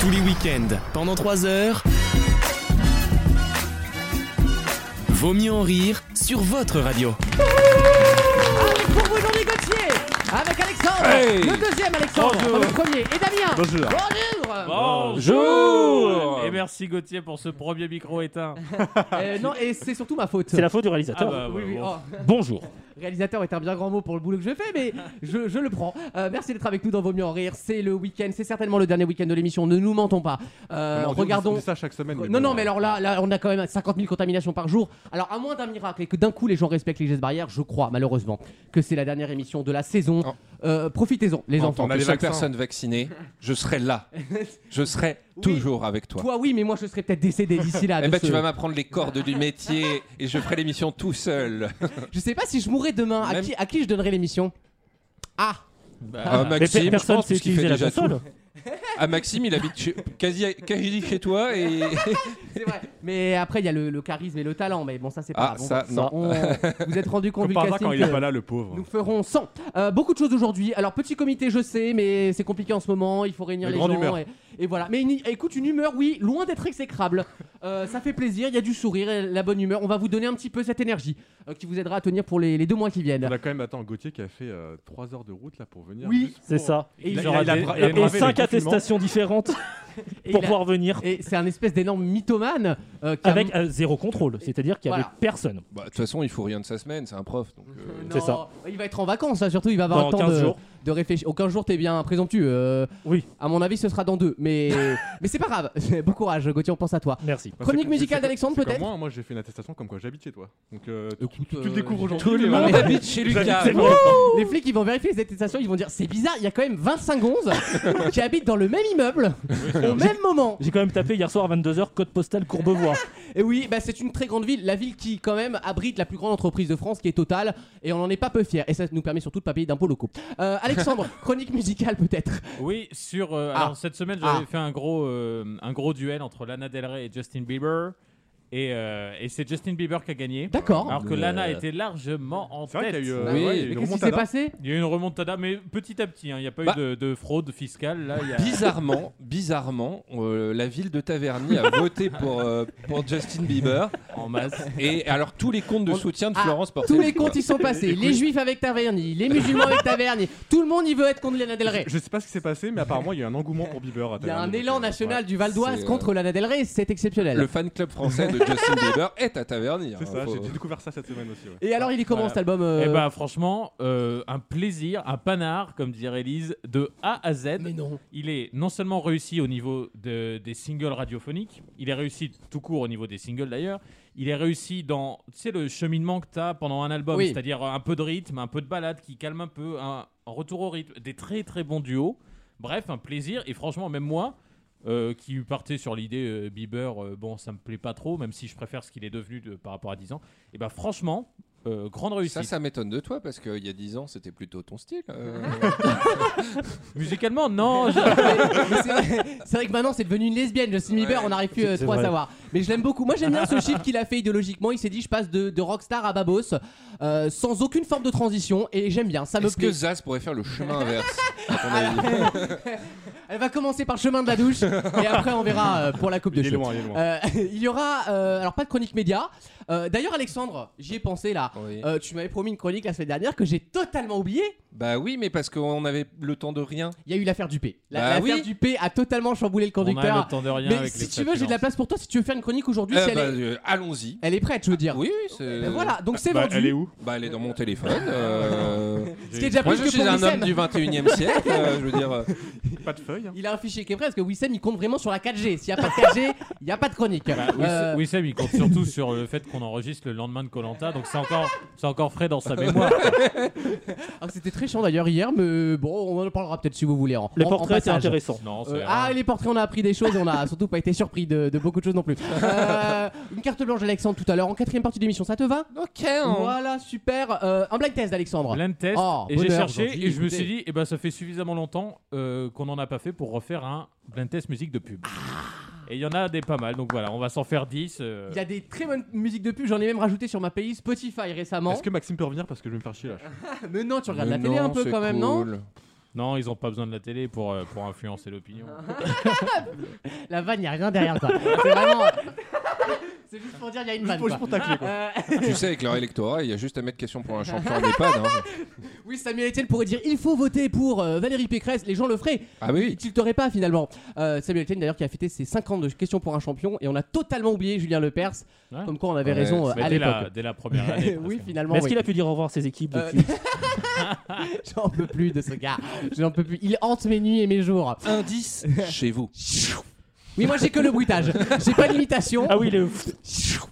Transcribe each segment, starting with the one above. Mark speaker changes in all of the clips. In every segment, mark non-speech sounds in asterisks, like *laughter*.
Speaker 1: Tous les week-ends, pendant 3 heures. Vaut mieux en rire sur votre radio.
Speaker 2: Ah, Avec pour vous Jean-Louis Gauthier, avec Alexandre,
Speaker 3: Hey
Speaker 2: le deuxième Alexandre,
Speaker 3: Bonjour.
Speaker 2: enfin, le premier, et Damien.
Speaker 4: Bonjour.
Speaker 3: Bonjour
Speaker 5: Et merci Gauthier pour ce premier micro
Speaker 6: *laughs*
Speaker 5: éteint.
Speaker 2: Euh, non, et c'est surtout ma faute.
Speaker 4: Ah, C'est la faute du
Speaker 5: Ah
Speaker 4: réalisateur.
Speaker 5: bah,
Speaker 2: Oui, oui,
Speaker 5: bon.
Speaker 2: oh,
Speaker 4: Bonjour.
Speaker 2: *laughs* réalisateur est un bien grand mot pour le boulot que je fais, mais je, je le prends. Euh, merci d'être avec nous dans Vaut mieux en rire. C'est le week-end, c'est certainement le dernier week-end de l'émission. Ne nous mentons pas. Euh,
Speaker 3: On dit- on
Speaker 2: regardons.
Speaker 3: dit ça chaque semaine.
Speaker 2: Non,
Speaker 3: bon.
Speaker 2: non, mais alors là, là, on a quand même 50 000 contaminations par jour. Alors, à moins d'un miracle et que d'un coup les gens respectent les gestes barrières, je crois malheureusement que c'est la dernière émission de la saison. Euh, Profitez-en, les
Speaker 3: On
Speaker 2: enfants.
Speaker 3: a
Speaker 6: Que
Speaker 3: les
Speaker 6: chaque
Speaker 3: vaccins.
Speaker 6: personne vaccinée, je serai là. Je serai
Speaker 2: Oui.
Speaker 6: toujours avec toi.
Speaker 2: Toi, oui, mais moi, je serais peut-être décédé d'ici là.
Speaker 6: *laughs* Eh
Speaker 2: de
Speaker 6: ben,
Speaker 2: ce-
Speaker 6: tu vas m'apprendre les cordes du métier et je ferai l'émission tout seul.
Speaker 2: Je sais pas si je mourrais demain. À
Speaker 6: Même-
Speaker 2: qui, à qui je donnerais l'émission Ah
Speaker 6: à
Speaker 4: Mais pe-
Speaker 6: Maxime, je
Speaker 4: personne
Speaker 6: pense,
Speaker 4: sait
Speaker 6: parce qu'il
Speaker 4: utiliser
Speaker 6: fait
Speaker 4: la
Speaker 6: déjà tout.
Speaker 4: console.
Speaker 6: À Maxime, il habite chez- quasi, quasi chez toi et *laughs*
Speaker 2: C'est vrai. Mais après, il y a le, le charisme et le talent. Mais bon, ça, c'est pas
Speaker 6: Ah,
Speaker 2: grave. On-
Speaker 6: ça, non. *laughs*
Speaker 2: on- Vous êtes rendu compte
Speaker 3: Comme
Speaker 2: du
Speaker 3: par hasard,
Speaker 2: casting
Speaker 3: quand il est
Speaker 2: que
Speaker 3: pas là, le pauvre.
Speaker 2: Nous ferons 100. Euh, beaucoup de choses aujourd'hui. Alors, petit comité, je sais, mais c'est compliqué en ce moment. Il faut réunir
Speaker 3: Mais
Speaker 2: les gens.
Speaker 3: grande humeur.
Speaker 2: Et, et voilà. Mais une- écoute, une humeur, oui, loin d'être exécrable. Euh, ça fait plaisir. Il y a du sourire et la bonne humeur. On va vous donner un petit peu cette énergie euh, qui vous aidera à tenir pour les, les deux mois qui viennent.
Speaker 3: On a quand même attends Gauthier qui a fait 3 heures de route là pour venir.
Speaker 2: Oui.
Speaker 3: juste pour-
Speaker 4: C'est ça.
Speaker 2: Et
Speaker 3: Il
Speaker 2: il
Speaker 3: a-
Speaker 2: aura
Speaker 3: il a-
Speaker 2: des-
Speaker 3: il a- il a
Speaker 4: Et
Speaker 3: bravé
Speaker 4: cinq
Speaker 3: les confinements.
Speaker 5: *laughs*
Speaker 4: attestations différentes
Speaker 2: et
Speaker 4: pour
Speaker 2: il a-
Speaker 4: pouvoir venir
Speaker 2: Et c'est un espèce d'énorme mythomane euh, qui a-
Speaker 4: avec euh, zéro contrôle. C'est-à-dire qu'il y avait
Speaker 2: Voilà.
Speaker 4: personne.
Speaker 6: Bah, de toute façon, il faut rien de sa semaine, c'est un prof. Donc, euh,
Speaker 2: Non,
Speaker 4: C'est ça.
Speaker 2: Il va être en vacances, là, surtout. Il va avoir
Speaker 4: Pendant
Speaker 2: le temps
Speaker 4: 15
Speaker 2: de,
Speaker 4: jours.
Speaker 2: de réfléchir. Au 15 jours, t'es bien présomptueux. euh,
Speaker 4: Oui.
Speaker 2: À mon avis, ce sera dans deux. Mais, *laughs* mais c'est pas grave. bon courage, Gauthier, on pense à toi.
Speaker 4: Merci.
Speaker 3: Bah, c'est
Speaker 2: Chronique
Speaker 3: comme-
Speaker 2: musicale
Speaker 3: c'est-
Speaker 2: d'Alexandre,
Speaker 3: c'est comme
Speaker 2: peut-être
Speaker 3: Moi, moi j'ai fait une attestation comme quoi j'habite chez toi. Donc euh, tu-
Speaker 2: Écoute,
Speaker 3: tu, tu
Speaker 2: euh,
Speaker 3: le découvres aujourd'hui.
Speaker 6: Tout le
Speaker 3: mais
Speaker 6: monde
Speaker 3: voilà.
Speaker 6: habite chez Lucas.
Speaker 4: *laughs* C'est bon.
Speaker 2: Les flics, ils vont vérifier les attestations. Ils vont dire c'est bizarre, il y a quand même 25 gonzes *laughs* qui habitent dans le même immeuble au même moment.
Speaker 4: J'ai quand même tapé hier soir à 22h code postal Courbevoie.
Speaker 2: Et oui, bah, c'est une très grande ville, la ville qui quand même abrite la plus grande entreprise de France, qui est Total, et on n'en est pas peu fiers. Et ça nous permet surtout de pas payer d'impôts locaux. Euh, Alexandre, *laughs* chronique musicale peut-être.
Speaker 5: Oui, sur. euh,
Speaker 2: Ah.
Speaker 5: Alors, cette semaine, j'avais
Speaker 2: Ah.
Speaker 5: fait un gros, euh, un gros duel entre Lana Del Rey et Justin Bieber. Et, euh, et c'est Justin Bieber qui a gagné.
Speaker 3: Ah,
Speaker 2: D'accord.
Speaker 5: Alors que
Speaker 6: Euh.
Speaker 5: Lana était largement en
Speaker 3: C'est vrai
Speaker 5: tête.
Speaker 3: qu'il y a eu euh,
Speaker 6: Oui.
Speaker 3: ouais, il y a eu
Speaker 2: Mais
Speaker 3: une
Speaker 2: qu'est-ce qui s'est
Speaker 3: remontada.
Speaker 2: passé
Speaker 5: Il y a eu une remontada, mais petit à petit. hein, Il n'y a pas
Speaker 6: Bah.
Speaker 5: eu de, de fraude fiscale. Là, il y a-
Speaker 6: Bizarrement, bizarrement, euh, la ville de Taverny a voté pour, euh, pour Justin Bieber.
Speaker 5: en masse.
Speaker 6: Et alors, tous les comptes de soutien de
Speaker 2: Ah,
Speaker 6: Florence portaient-
Speaker 2: Tous les comptes y sont passés. Les juifs avec Taverny, les musulmans avec Taverny. Tout le monde y veut être contre Lana Del Rey.
Speaker 3: Je sais pas ce qui s'est passé, mais apparemment il y a eu un engouement pour Bieber. à
Speaker 2: Il y a
Speaker 3: Taverny,
Speaker 2: un
Speaker 3: donc,
Speaker 2: élan
Speaker 3: euh,
Speaker 2: national
Speaker 3: ouais.
Speaker 2: du Val d'Oise
Speaker 6: C'est, euh,
Speaker 2: contre Lana Del Rey, c'est exceptionnel.
Speaker 6: Le fan club français de Justin
Speaker 3: *laughs*
Speaker 6: Bieber est à Taverny.
Speaker 3: C'est
Speaker 6: hein,
Speaker 3: ça,
Speaker 6: faut-
Speaker 3: j'ai j'ai découvert ça cette semaine aussi. ouais.
Speaker 2: Et alors, il est comment
Speaker 5: Voilà.
Speaker 2: cet album euh,
Speaker 5: Eh ben, franchement, euh, un plaisir, un panard, comme dirait Elise, de A à Z.
Speaker 2: Mais non.
Speaker 5: Il est non seulement réussi au niveau de- des singles radiophoniques, il est réussi tout court au niveau des singles d'ailleurs, il est réussi dans tu sais, le cheminement que tu as pendant un album,
Speaker 2: Oui.
Speaker 5: c'est-à-dire un peu de rythme, un peu de balade qui calme un peu, un, un retour au rythme, des très très bons duos. Bref, un plaisir, et franchement, même moi, euh, qui partais sur l'idée euh, Bieber, euh, bon, ça me plaît pas trop, même si je préfère ce qu'il est devenu de- par rapport à 10 ans, et ben franchement, euh, grande réussite.
Speaker 6: Ça, ça m'étonne de toi parce qu'il y a 10 ans, c'était plutôt ton style.
Speaker 2: *laughs*
Speaker 6: euh.
Speaker 5: Musicalement, non, je-
Speaker 2: Mais c'est vrai- c'est vrai que maintenant c'est devenu une lesbienne, Justin Bieber, on n'arrive plus euh,
Speaker 4: C'est- c'est
Speaker 2: trop à
Speaker 4: vrai.
Speaker 2: savoir. Mais je l'aime beaucoup. Moi j'aime bien ce chiffre qu'il a fait idéologiquement. Il s'est dit je passe de, de rockstar à babos euh, sans aucune forme de transition et j'aime bien, ça me
Speaker 6: Est-ce
Speaker 2: plaît.
Speaker 6: que Zaz pourrait faire le chemin inverse
Speaker 2: *laughs*
Speaker 6: à ton avis
Speaker 2: Elle va commencer par le chemin de la douche et après on verra euh, pour la coupe de
Speaker 3: Il est
Speaker 2: cheveux.
Speaker 3: loin, il est loin.
Speaker 2: Euh, *laughs* il y aura euh, alors pas de chronique média. Euh, D'ailleurs Alexandre, j'y ai pensé là.
Speaker 6: Oui.
Speaker 2: Euh, tu m'avais promis une chronique la semaine dernière que j'ai totalement oubliée.
Speaker 6: Bah oui, mais parce qu'on avait le temps de rien.
Speaker 2: Il y a eu l'affaire Dupé. La-
Speaker 6: Bah
Speaker 2: L'affaire
Speaker 6: oui.
Speaker 2: Dupé a totalement chamboulé le
Speaker 5: on a
Speaker 2: conducteur.
Speaker 5: le temps de rien
Speaker 2: Mais
Speaker 5: avec les
Speaker 2: si tu veux, j'ai de la
Speaker 5: flatulences.
Speaker 2: place pour toi si tu veux faire une chronique aujourd'hui.
Speaker 6: Euh,
Speaker 2: si elle,
Speaker 6: bah,
Speaker 2: est...
Speaker 6: euh, Allons-y.
Speaker 2: elle est prête, je veux dire.
Speaker 6: Oui, oui, c'est. euh,
Speaker 2: Ben voilà, donc c'est
Speaker 3: Bah,
Speaker 2: vendu.
Speaker 3: elle est où
Speaker 6: Bah, elle est dans mon téléphone.
Speaker 2: *laughs*
Speaker 6: euh.
Speaker 2: Ce qui est déjà
Speaker 6: Moi,
Speaker 2: plus
Speaker 6: je
Speaker 2: que
Speaker 6: suis
Speaker 2: pour
Speaker 6: un
Speaker 2: Wissem.
Speaker 6: homme du 21 e siècle. euh, je veux dire. euh,
Speaker 3: Pas de feuille. hein.
Speaker 2: Il a un fichier qui est prêt parce que Wissem il compte vraiment sur la 4G. S'il n'y a pas de 4G, il n'y a pas de chronique.
Speaker 5: Bah, Wiss-
Speaker 2: Euh,
Speaker 5: Wissem, il
Speaker 2: *laughs*
Speaker 5: compte surtout sur le fait qu'on enregistre le lendemain de Colanta, donc c'est encore, c'est encore frais dans
Speaker 2: *laughs*
Speaker 5: sa mémoire.
Speaker 2: alors, ah, C'était très chiant d'ailleurs hier, mais bon, on en parlera peut-être si vous voulez. En,
Speaker 4: Les
Speaker 2: en- en
Speaker 4: portraits, c'est
Speaker 2: passage.
Speaker 4: intéressant.
Speaker 5: Non, c'est
Speaker 2: Euh,
Speaker 5: rien.
Speaker 2: ah, les portraits, on a appris des choses et on a *laughs* surtout pas été surpris de, de beaucoup de choses non plus. Euh, une carte blanche d'Alexandre tout à l'heure en quatrième partie de l'émission, ça te va
Speaker 6: Ok. hein.
Speaker 2: Voilà, super. Euh, un blind test d'Alexandre.
Speaker 5: Blind test,
Speaker 2: Oh,
Speaker 5: et j'ai
Speaker 2: bonheur
Speaker 5: cherché
Speaker 2: aujourd'hui,
Speaker 5: et je me
Speaker 2: écoutez.
Speaker 5: suis dit, eh ben, ça fait suffisamment longtemps euh, qu'on n'en a pas fait pour refaire un blind test musique de pub. Et il y en a des pas mal, donc voilà, on va s'en faire 10. euh.
Speaker 2: Ah. Il y a des très bonnes musiques de pub, j'en ai même rajouté sur ma playlist Spotify récemment.
Speaker 3: Est-ce que Maxime peut revenir parce que je vais me faire chier là
Speaker 2: Mais non, tu regardes
Speaker 6: Mais
Speaker 2: la télé un
Speaker 6: non,
Speaker 2: peu
Speaker 6: c'est
Speaker 2: quand même, non
Speaker 6: cool.
Speaker 5: Non, ils ont pas besoin de la télé pour, euh, pour influencer l'opinion.
Speaker 2: La vanne, il a rien derrière quoi. C'est vraiment. *laughs* C'est juste pour dire, il y a une vanne.
Speaker 3: Faut juste
Speaker 2: quoi.
Speaker 3: pour tacler, quoi.
Speaker 2: Euh,
Speaker 6: Tu sais, avec leur électorat, il y a juste à mettre
Speaker 2: *laughs*
Speaker 6: question pour un champion en EHPAD. hein.
Speaker 2: oui, Samuel Etienne pourrait dire il faut voter pour euh, Valérie Pécresse, les gens le feraient.
Speaker 6: Ah oui,
Speaker 2: Il tilterait pas finalement. Euh, Samuel Etienne d'ailleurs qui a fêté ses 5 ans de questions pour un champion et on a totalement oublié Julien Lepers.
Speaker 5: Ouais.
Speaker 2: Comme quoi on avait
Speaker 6: Ouais,
Speaker 2: raison euh,
Speaker 5: Bah,
Speaker 2: à
Speaker 5: dès, la,
Speaker 2: l'époque.
Speaker 5: dès la
Speaker 2: *laughs*
Speaker 5: première année.
Speaker 2: oui,
Speaker 5: presque.
Speaker 2: finalement.
Speaker 4: Mais est-ce
Speaker 2: oui.
Speaker 4: qu'il a pu dire au revoir à ses équipes
Speaker 2: Euh,
Speaker 4: depuis
Speaker 2: *laughs* J'en peux plus de ce gars. J'en peux plus. Il hante mes nuits et mes jours.
Speaker 6: indice chez vous.
Speaker 2: Oui, moi j'ai que le bruitage. J'ai pas d'imitation.
Speaker 4: Ah oui, le pff,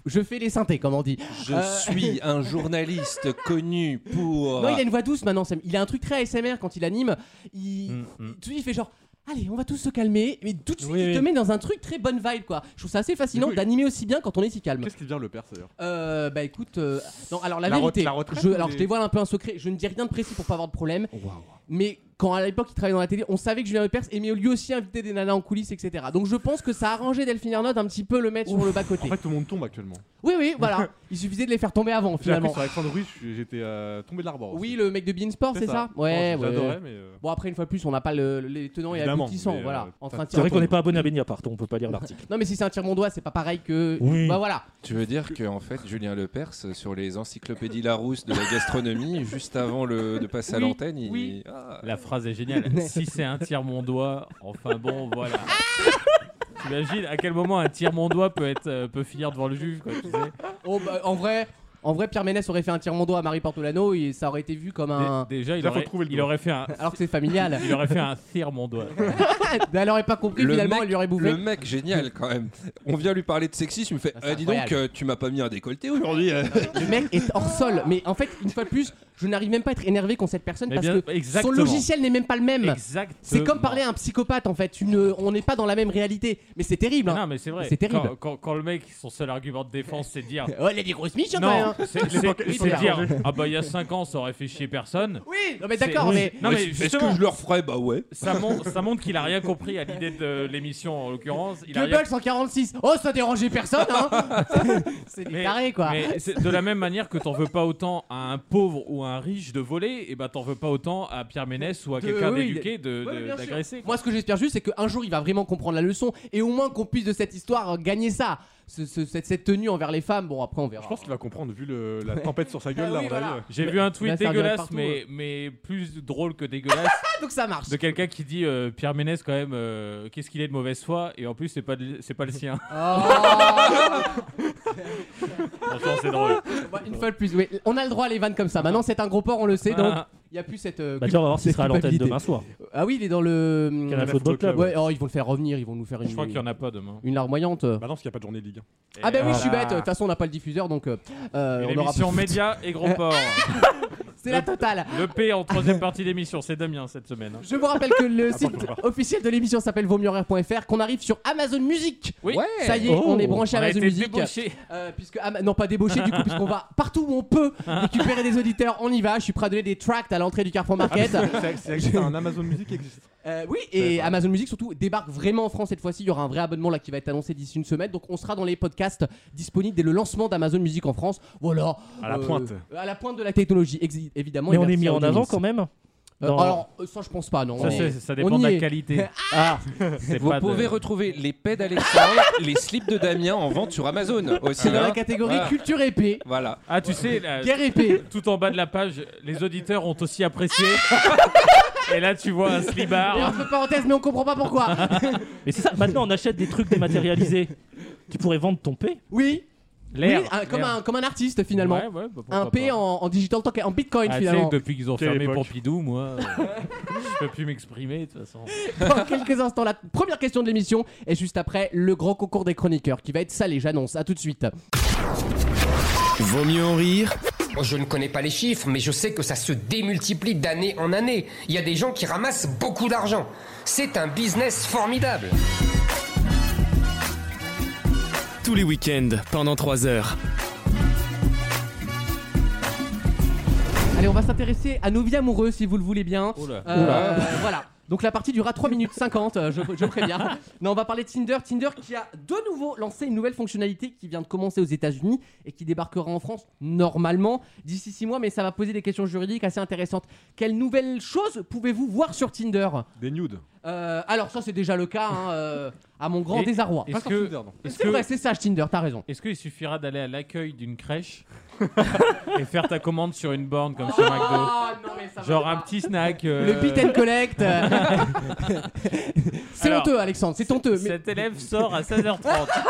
Speaker 2: Je fais les synthés, comme on dit.
Speaker 6: Je
Speaker 2: Euh.
Speaker 6: suis un journaliste connu pour.
Speaker 2: Non, il a une voix douce maintenant, Sam. Il a un truc très ASMR quand il anime. Il,
Speaker 5: Mm, mm.
Speaker 2: il- tout de suite, il fait genre. Allez, on va tous se calmer, mais tout de suite
Speaker 4: Oui,
Speaker 2: il te
Speaker 4: oui.
Speaker 2: met dans un truc très bonne vibe quoi. Je trouve ça assez fascinant
Speaker 3: Du coup,
Speaker 2: d'animer aussi bien quand on est si calme.
Speaker 3: *laughs* Qu'est-ce qui devient le père, d'ailleurs
Speaker 2: Euh, bah écoute, euh, non alors la,
Speaker 3: La re-
Speaker 2: vérité,
Speaker 3: la retraite
Speaker 2: je,
Speaker 3: ou
Speaker 2: alors
Speaker 3: les-
Speaker 2: je dévoile un peu un secret, je ne dis rien de précis pour pas avoir de problème, mais quand à l'époque il travaillait dans la télé, on savait que Julien Lepers aimait lui aussi inviter des nanas en coulisses, etc. Donc je pense que ça a arrangé Delphine Ernotte un petit peu le mettre sur le bas
Speaker 3: En
Speaker 2: côté.
Speaker 3: fait, tout le monde tombe actuellement.
Speaker 2: Oui oui, voilà, il suffisait de les faire tomber avant
Speaker 3: J'ai appris
Speaker 2: finalement.
Speaker 3: sur Alexandre Ruiz, j'étais euh, tombé de l'arbre.
Speaker 2: Oui le mec de Beansport c'est ça, Ouais ouais.
Speaker 3: J'adorais, mais. euh,
Speaker 2: Bon après une fois de plus on n'a pas le- les tenants et
Speaker 3: Évidemment,
Speaker 2: aboutissants
Speaker 3: mais, euh,
Speaker 2: voilà.
Speaker 3: t'as-
Speaker 2: Enfin,
Speaker 4: C'est vrai
Speaker 2: tiens,
Speaker 4: qu'on n'est pas abonné à Benyapart, on peut pas lire l'article.
Speaker 2: Non mais si c'est un tir mon doigt c'est pas pareil que.
Speaker 4: Oui.
Speaker 2: Bah voilà.
Speaker 6: Tu veux dire que en fait, Julien Lepers, sur les encyclopédies Larousse de la gastronomie, *laughs* juste avant le, de passer à
Speaker 2: Oui,
Speaker 6: l'antenne, il.
Speaker 2: oui.
Speaker 6: Ah.
Speaker 5: La phrase
Speaker 2: *laughs*
Speaker 5: est géniale. si c'est un tire mon doigt, enfin bon, voilà.
Speaker 2: Ah
Speaker 5: T'imagines à quel moment un tire mon doigt peut être euh, peut finir devant le juge quoi, tu sais.
Speaker 2: Oh, bah, en vrai. En vrai, Pierre Ménès aurait fait un tir mon doigt à Marie Portolano et ça aurait été vu comme un.
Speaker 5: Dé- Déjà, il
Speaker 3: Déjà, faut
Speaker 5: aurait,
Speaker 3: trouver le
Speaker 5: il
Speaker 3: doigt.
Speaker 5: aurait fait un
Speaker 2: Alors que c'est familial.
Speaker 5: il aurait fait un tire
Speaker 2: *laughs*
Speaker 5: mon doigt.
Speaker 2: elle aurait pas compris,
Speaker 6: Le
Speaker 2: finalement,
Speaker 6: mec-
Speaker 2: elle lui aurait bouffé.
Speaker 6: Le mec, génial quand même. On vient lui parler de sexisme, il me fait
Speaker 2: Ah, c'est
Speaker 6: Ah, dis donc,
Speaker 2: incroyable.
Speaker 6: euh, tu m'as pas mis un décolleté aujourd'hui. euh.
Speaker 2: Le mec est hors sol. Mais en fait, une fois de plus, je n'arrive même pas à être énervé contre cette personne
Speaker 5: Mais
Speaker 2: parce
Speaker 5: bien-
Speaker 2: que
Speaker 5: exactement.
Speaker 2: son logiciel n'est même pas le même.
Speaker 5: Exactement.
Speaker 2: C'est comme parler à un psychopathe, en fait. Tu ne- On n'est pas dans la même réalité. Mais c'est terrible.
Speaker 5: Non,
Speaker 2: hein.
Speaker 5: mais c'est vrai.
Speaker 2: C'est terrible.
Speaker 5: Quand, quand- quand le mec, son seul argument de défense, c'est
Speaker 2: *laughs*
Speaker 5: de dire.
Speaker 2: Oh, Lady Grosse Miche, quand même,
Speaker 5: Non,
Speaker 2: hein.
Speaker 5: c'est c'est-
Speaker 3: L'époque-
Speaker 5: c'est de dire. Ah bah il y a 5 ans, ça aurait fait chier personne.
Speaker 2: Oui, non, mais
Speaker 5: C'est-
Speaker 2: d'accord, mais.
Speaker 5: Non mais
Speaker 6: *laughs* Est-ce que
Speaker 5: justement,
Speaker 6: je le referais Bah ouais.
Speaker 5: ça montre, ça montre qu'il a rien compris à l'idée de l'émission en l'occurrence. Il a rien
Speaker 2: Goebbels 146. Oh, ça dérangeait personne, hein. c'est des
Speaker 5: Mais-
Speaker 2: tarés, quoi.
Speaker 5: Mais c'est de la même manière que t'en veux pas autant à un pauvre ou à un riche de voler, et bah t'en veux pas autant à Pierre Ménès ou à
Speaker 2: De-
Speaker 5: quelqu'un
Speaker 2: oui,
Speaker 5: d'éduqué de-
Speaker 2: Ouais, mais
Speaker 5: de-
Speaker 2: bien
Speaker 5: d'agresser.
Speaker 2: Moi, ce que j'espère juste, c'est qu'un jour, il va vraiment comprendre la leçon et au moins qu'on puisse de cette histoire euh, gagner ça. Ce- ce- cette, cette tenue envers les femmes, bon, après, on verra.
Speaker 3: Je pense qu'il va comprendre vu le- la tempête sur sa gueule, là,
Speaker 2: oui,
Speaker 3: on va
Speaker 2: voilà.
Speaker 3: dire.
Speaker 5: J'ai vu un tweet
Speaker 2: là, ça revient
Speaker 5: dégueulasse,
Speaker 2: partout, hein.
Speaker 5: mais, mais plus drôle que dégueulasse,
Speaker 2: Ah, donc ça marche.
Speaker 5: de quelqu'un qui dit euh, Pierre Ménès, quand même, euh, qu'est-ce qu'il est de mauvaise foi, et en plus, c'est pas, de- c'est pas le sien.
Speaker 2: Oh.
Speaker 5: Franchement, c'est drôle.
Speaker 2: Bah, une fois de plus, oui. On a le droit à les vannes comme ça. Maintenant, c'est un gros port, on le sait, donc
Speaker 5: Ah,
Speaker 2: il n'y a plus cette. euh,
Speaker 4: Bah tiens, on va voir s'il
Speaker 2: cette
Speaker 4: sera à l'antenne
Speaker 2: culpabilité.
Speaker 4: demain soir.
Speaker 2: Ah oui, il est dans le.
Speaker 4: Canal
Speaker 3: la
Speaker 4: Football
Speaker 3: Foot
Speaker 4: Club.
Speaker 3: Club.
Speaker 2: Ouais, oh, ils vont le faire revenir, ils vont nous faire une.
Speaker 5: *laughs* je crois qu'il y en a pas demain.
Speaker 2: Une larmoyante. euh.
Speaker 3: Bah non, parce qu'il n'y a pas de journée de Ligue.
Speaker 2: ah, bah oui,
Speaker 5: Et
Speaker 2: je suis
Speaker 5: voilà.
Speaker 2: bête. De toute façon, on n'a pas le diffuseur, donc. euh, euh,
Speaker 5: Et
Speaker 2: on aura
Speaker 5: L'émission Média et Gros Port.
Speaker 2: C'est la totale.
Speaker 5: Le P en troisième partie d'émission, c'est Damien cette semaine. hein.
Speaker 2: Je vous rappelle que le site officiel de l'émission s'appelle vautmieuxhoraire.fr, qu'on arrive sur Amazon Music.
Speaker 5: Oui.
Speaker 2: Ça y est,
Speaker 4: Oh.
Speaker 2: on est branché à
Speaker 5: On a
Speaker 2: Amazon
Speaker 5: été
Speaker 2: Music.
Speaker 5: débauchés.
Speaker 2: Euh, puisque Ama- non pas débauché du coup puisqu'on va partout où on peut
Speaker 5: Ah.
Speaker 2: récupérer des auditeurs on y va je suis prêt à donner des tracts à l'entrée du
Speaker 5: Ah,
Speaker 2: Carrefour Market
Speaker 3: Ah, C'est c'est un Amazon Music qui *laughs* existe.
Speaker 2: Euh, oui et Amazon Music surtout débarque vraiment en France cette fois-ci il y aura un vrai abonnement là qui va être annoncé d'ici une semaine donc on sera dans les podcasts disponibles dès le lancement d'Amazon Music en France voilà
Speaker 3: À la
Speaker 2: Euh,
Speaker 3: pointe.
Speaker 2: à la pointe de la technologie exi- évidemment
Speaker 4: Mais
Speaker 2: Et
Speaker 4: on est
Speaker 2: merci
Speaker 4: mis
Speaker 2: à
Speaker 4: en
Speaker 2: Audio
Speaker 4: avant
Speaker 2: Mix.
Speaker 4: quand même.
Speaker 2: Euh,
Speaker 4: Dans-
Speaker 2: alors euh, ça je pense pas non
Speaker 5: Ça,
Speaker 2: Mais-
Speaker 5: c'est- ça
Speaker 2: on
Speaker 5: dépend
Speaker 2: y
Speaker 5: de la
Speaker 2: est. *laughs*
Speaker 5: qualité.
Speaker 4: Ah,
Speaker 5: C'est
Speaker 6: Vous
Speaker 5: pas de-
Speaker 6: pouvez retrouver les paix *laughs* d'Alexandre, les slips de Damien en vente sur Amazon aussi.
Speaker 2: c'est dans
Speaker 6: hein.
Speaker 2: la catégorie
Speaker 6: Voilà.
Speaker 2: culture épée
Speaker 6: Voilà.
Speaker 5: Ah, tu sais, la-
Speaker 2: guerre épée
Speaker 5: tout en bas de la page, les auditeurs ont aussi
Speaker 2: *laughs*
Speaker 5: apprécié. Et là, tu vois un
Speaker 2: Et
Speaker 5: slibard.
Speaker 2: entre parenthèses mais on comprend pas pourquoi
Speaker 4: mais c'est ça, maintenant on achète des trucs dématérialisés. *laughs* Tu pourrais vendre ton P.
Speaker 2: oui
Speaker 5: L'air.
Speaker 2: Oui, un- comme,
Speaker 5: L'air.
Speaker 2: un, comme un artiste finalement.
Speaker 5: Ouais, ouais, bah, pourquoi
Speaker 2: un P
Speaker 5: pas.
Speaker 2: en, en digital token, en bitcoin
Speaker 5: Ah, tu sais,
Speaker 2: finalement.
Speaker 5: depuis qu'ils ont
Speaker 3: Quelle
Speaker 5: fermé
Speaker 3: époque.
Speaker 5: Pompidou,
Speaker 2: *laughs*
Speaker 5: moi, euh, je peux plus m'exprimer de toute façon.
Speaker 2: Dans quelques instants, la première question de l'émission est juste après le grand concours des chroniqueurs qui va être salé, j'annonce. À tout de suite.
Speaker 1: Vaut mieux en rire
Speaker 7: Je ne connais pas les chiffres, mais je sais que ça se démultiplie d'année en année. Il y a des gens qui ramassent beaucoup d'argent. C'est un business formidable.
Speaker 1: tous les week-ends pendant 3 heures.
Speaker 2: Allez, on va s'intéresser à nos vies amoureuses si vous le voulez bien.
Speaker 5: Oula.
Speaker 2: Euh, voilà. Donc la partie durera 3 minutes 50, euh, je, je préviens. Non, on va parler de Tinder. Tinder qui a de nouveau lancé une nouvelle fonctionnalité qui vient de commencer aux États-Unis et qui débarquera en France normalement d'ici 6 mois, mais ça va poser des questions juridiques assez intéressantes. Quelle nouvelle chose pouvez-vous voir sur Tinder
Speaker 3: Des nudes.
Speaker 2: Euh, Alors ça c'est déjà le cas, hein, euh, à mon grand
Speaker 5: Et-
Speaker 2: désarroi.
Speaker 5: Est-ce
Speaker 3: sur
Speaker 5: que,
Speaker 3: Tinder, non.
Speaker 5: est-ce
Speaker 2: C'est
Speaker 5: que,
Speaker 2: vrai, c'est sage Tinder, t'as raison.
Speaker 5: est-ce qu'il suffira d'aller à l'accueil
Speaker 2: *laughs*
Speaker 5: d'une crèche et faire ta commande sur une borne comme chez McDo
Speaker 2: non, mais ça
Speaker 5: Genre un petit snack. euh,
Speaker 2: Oh, Le pit and
Speaker 5: *laughs*
Speaker 2: collect. euh. c'est
Speaker 5: Alors,
Speaker 2: honteux, Alexandre, c'est honteux. mais-
Speaker 5: Cet élève sort à 16h30.
Speaker 2: *laughs*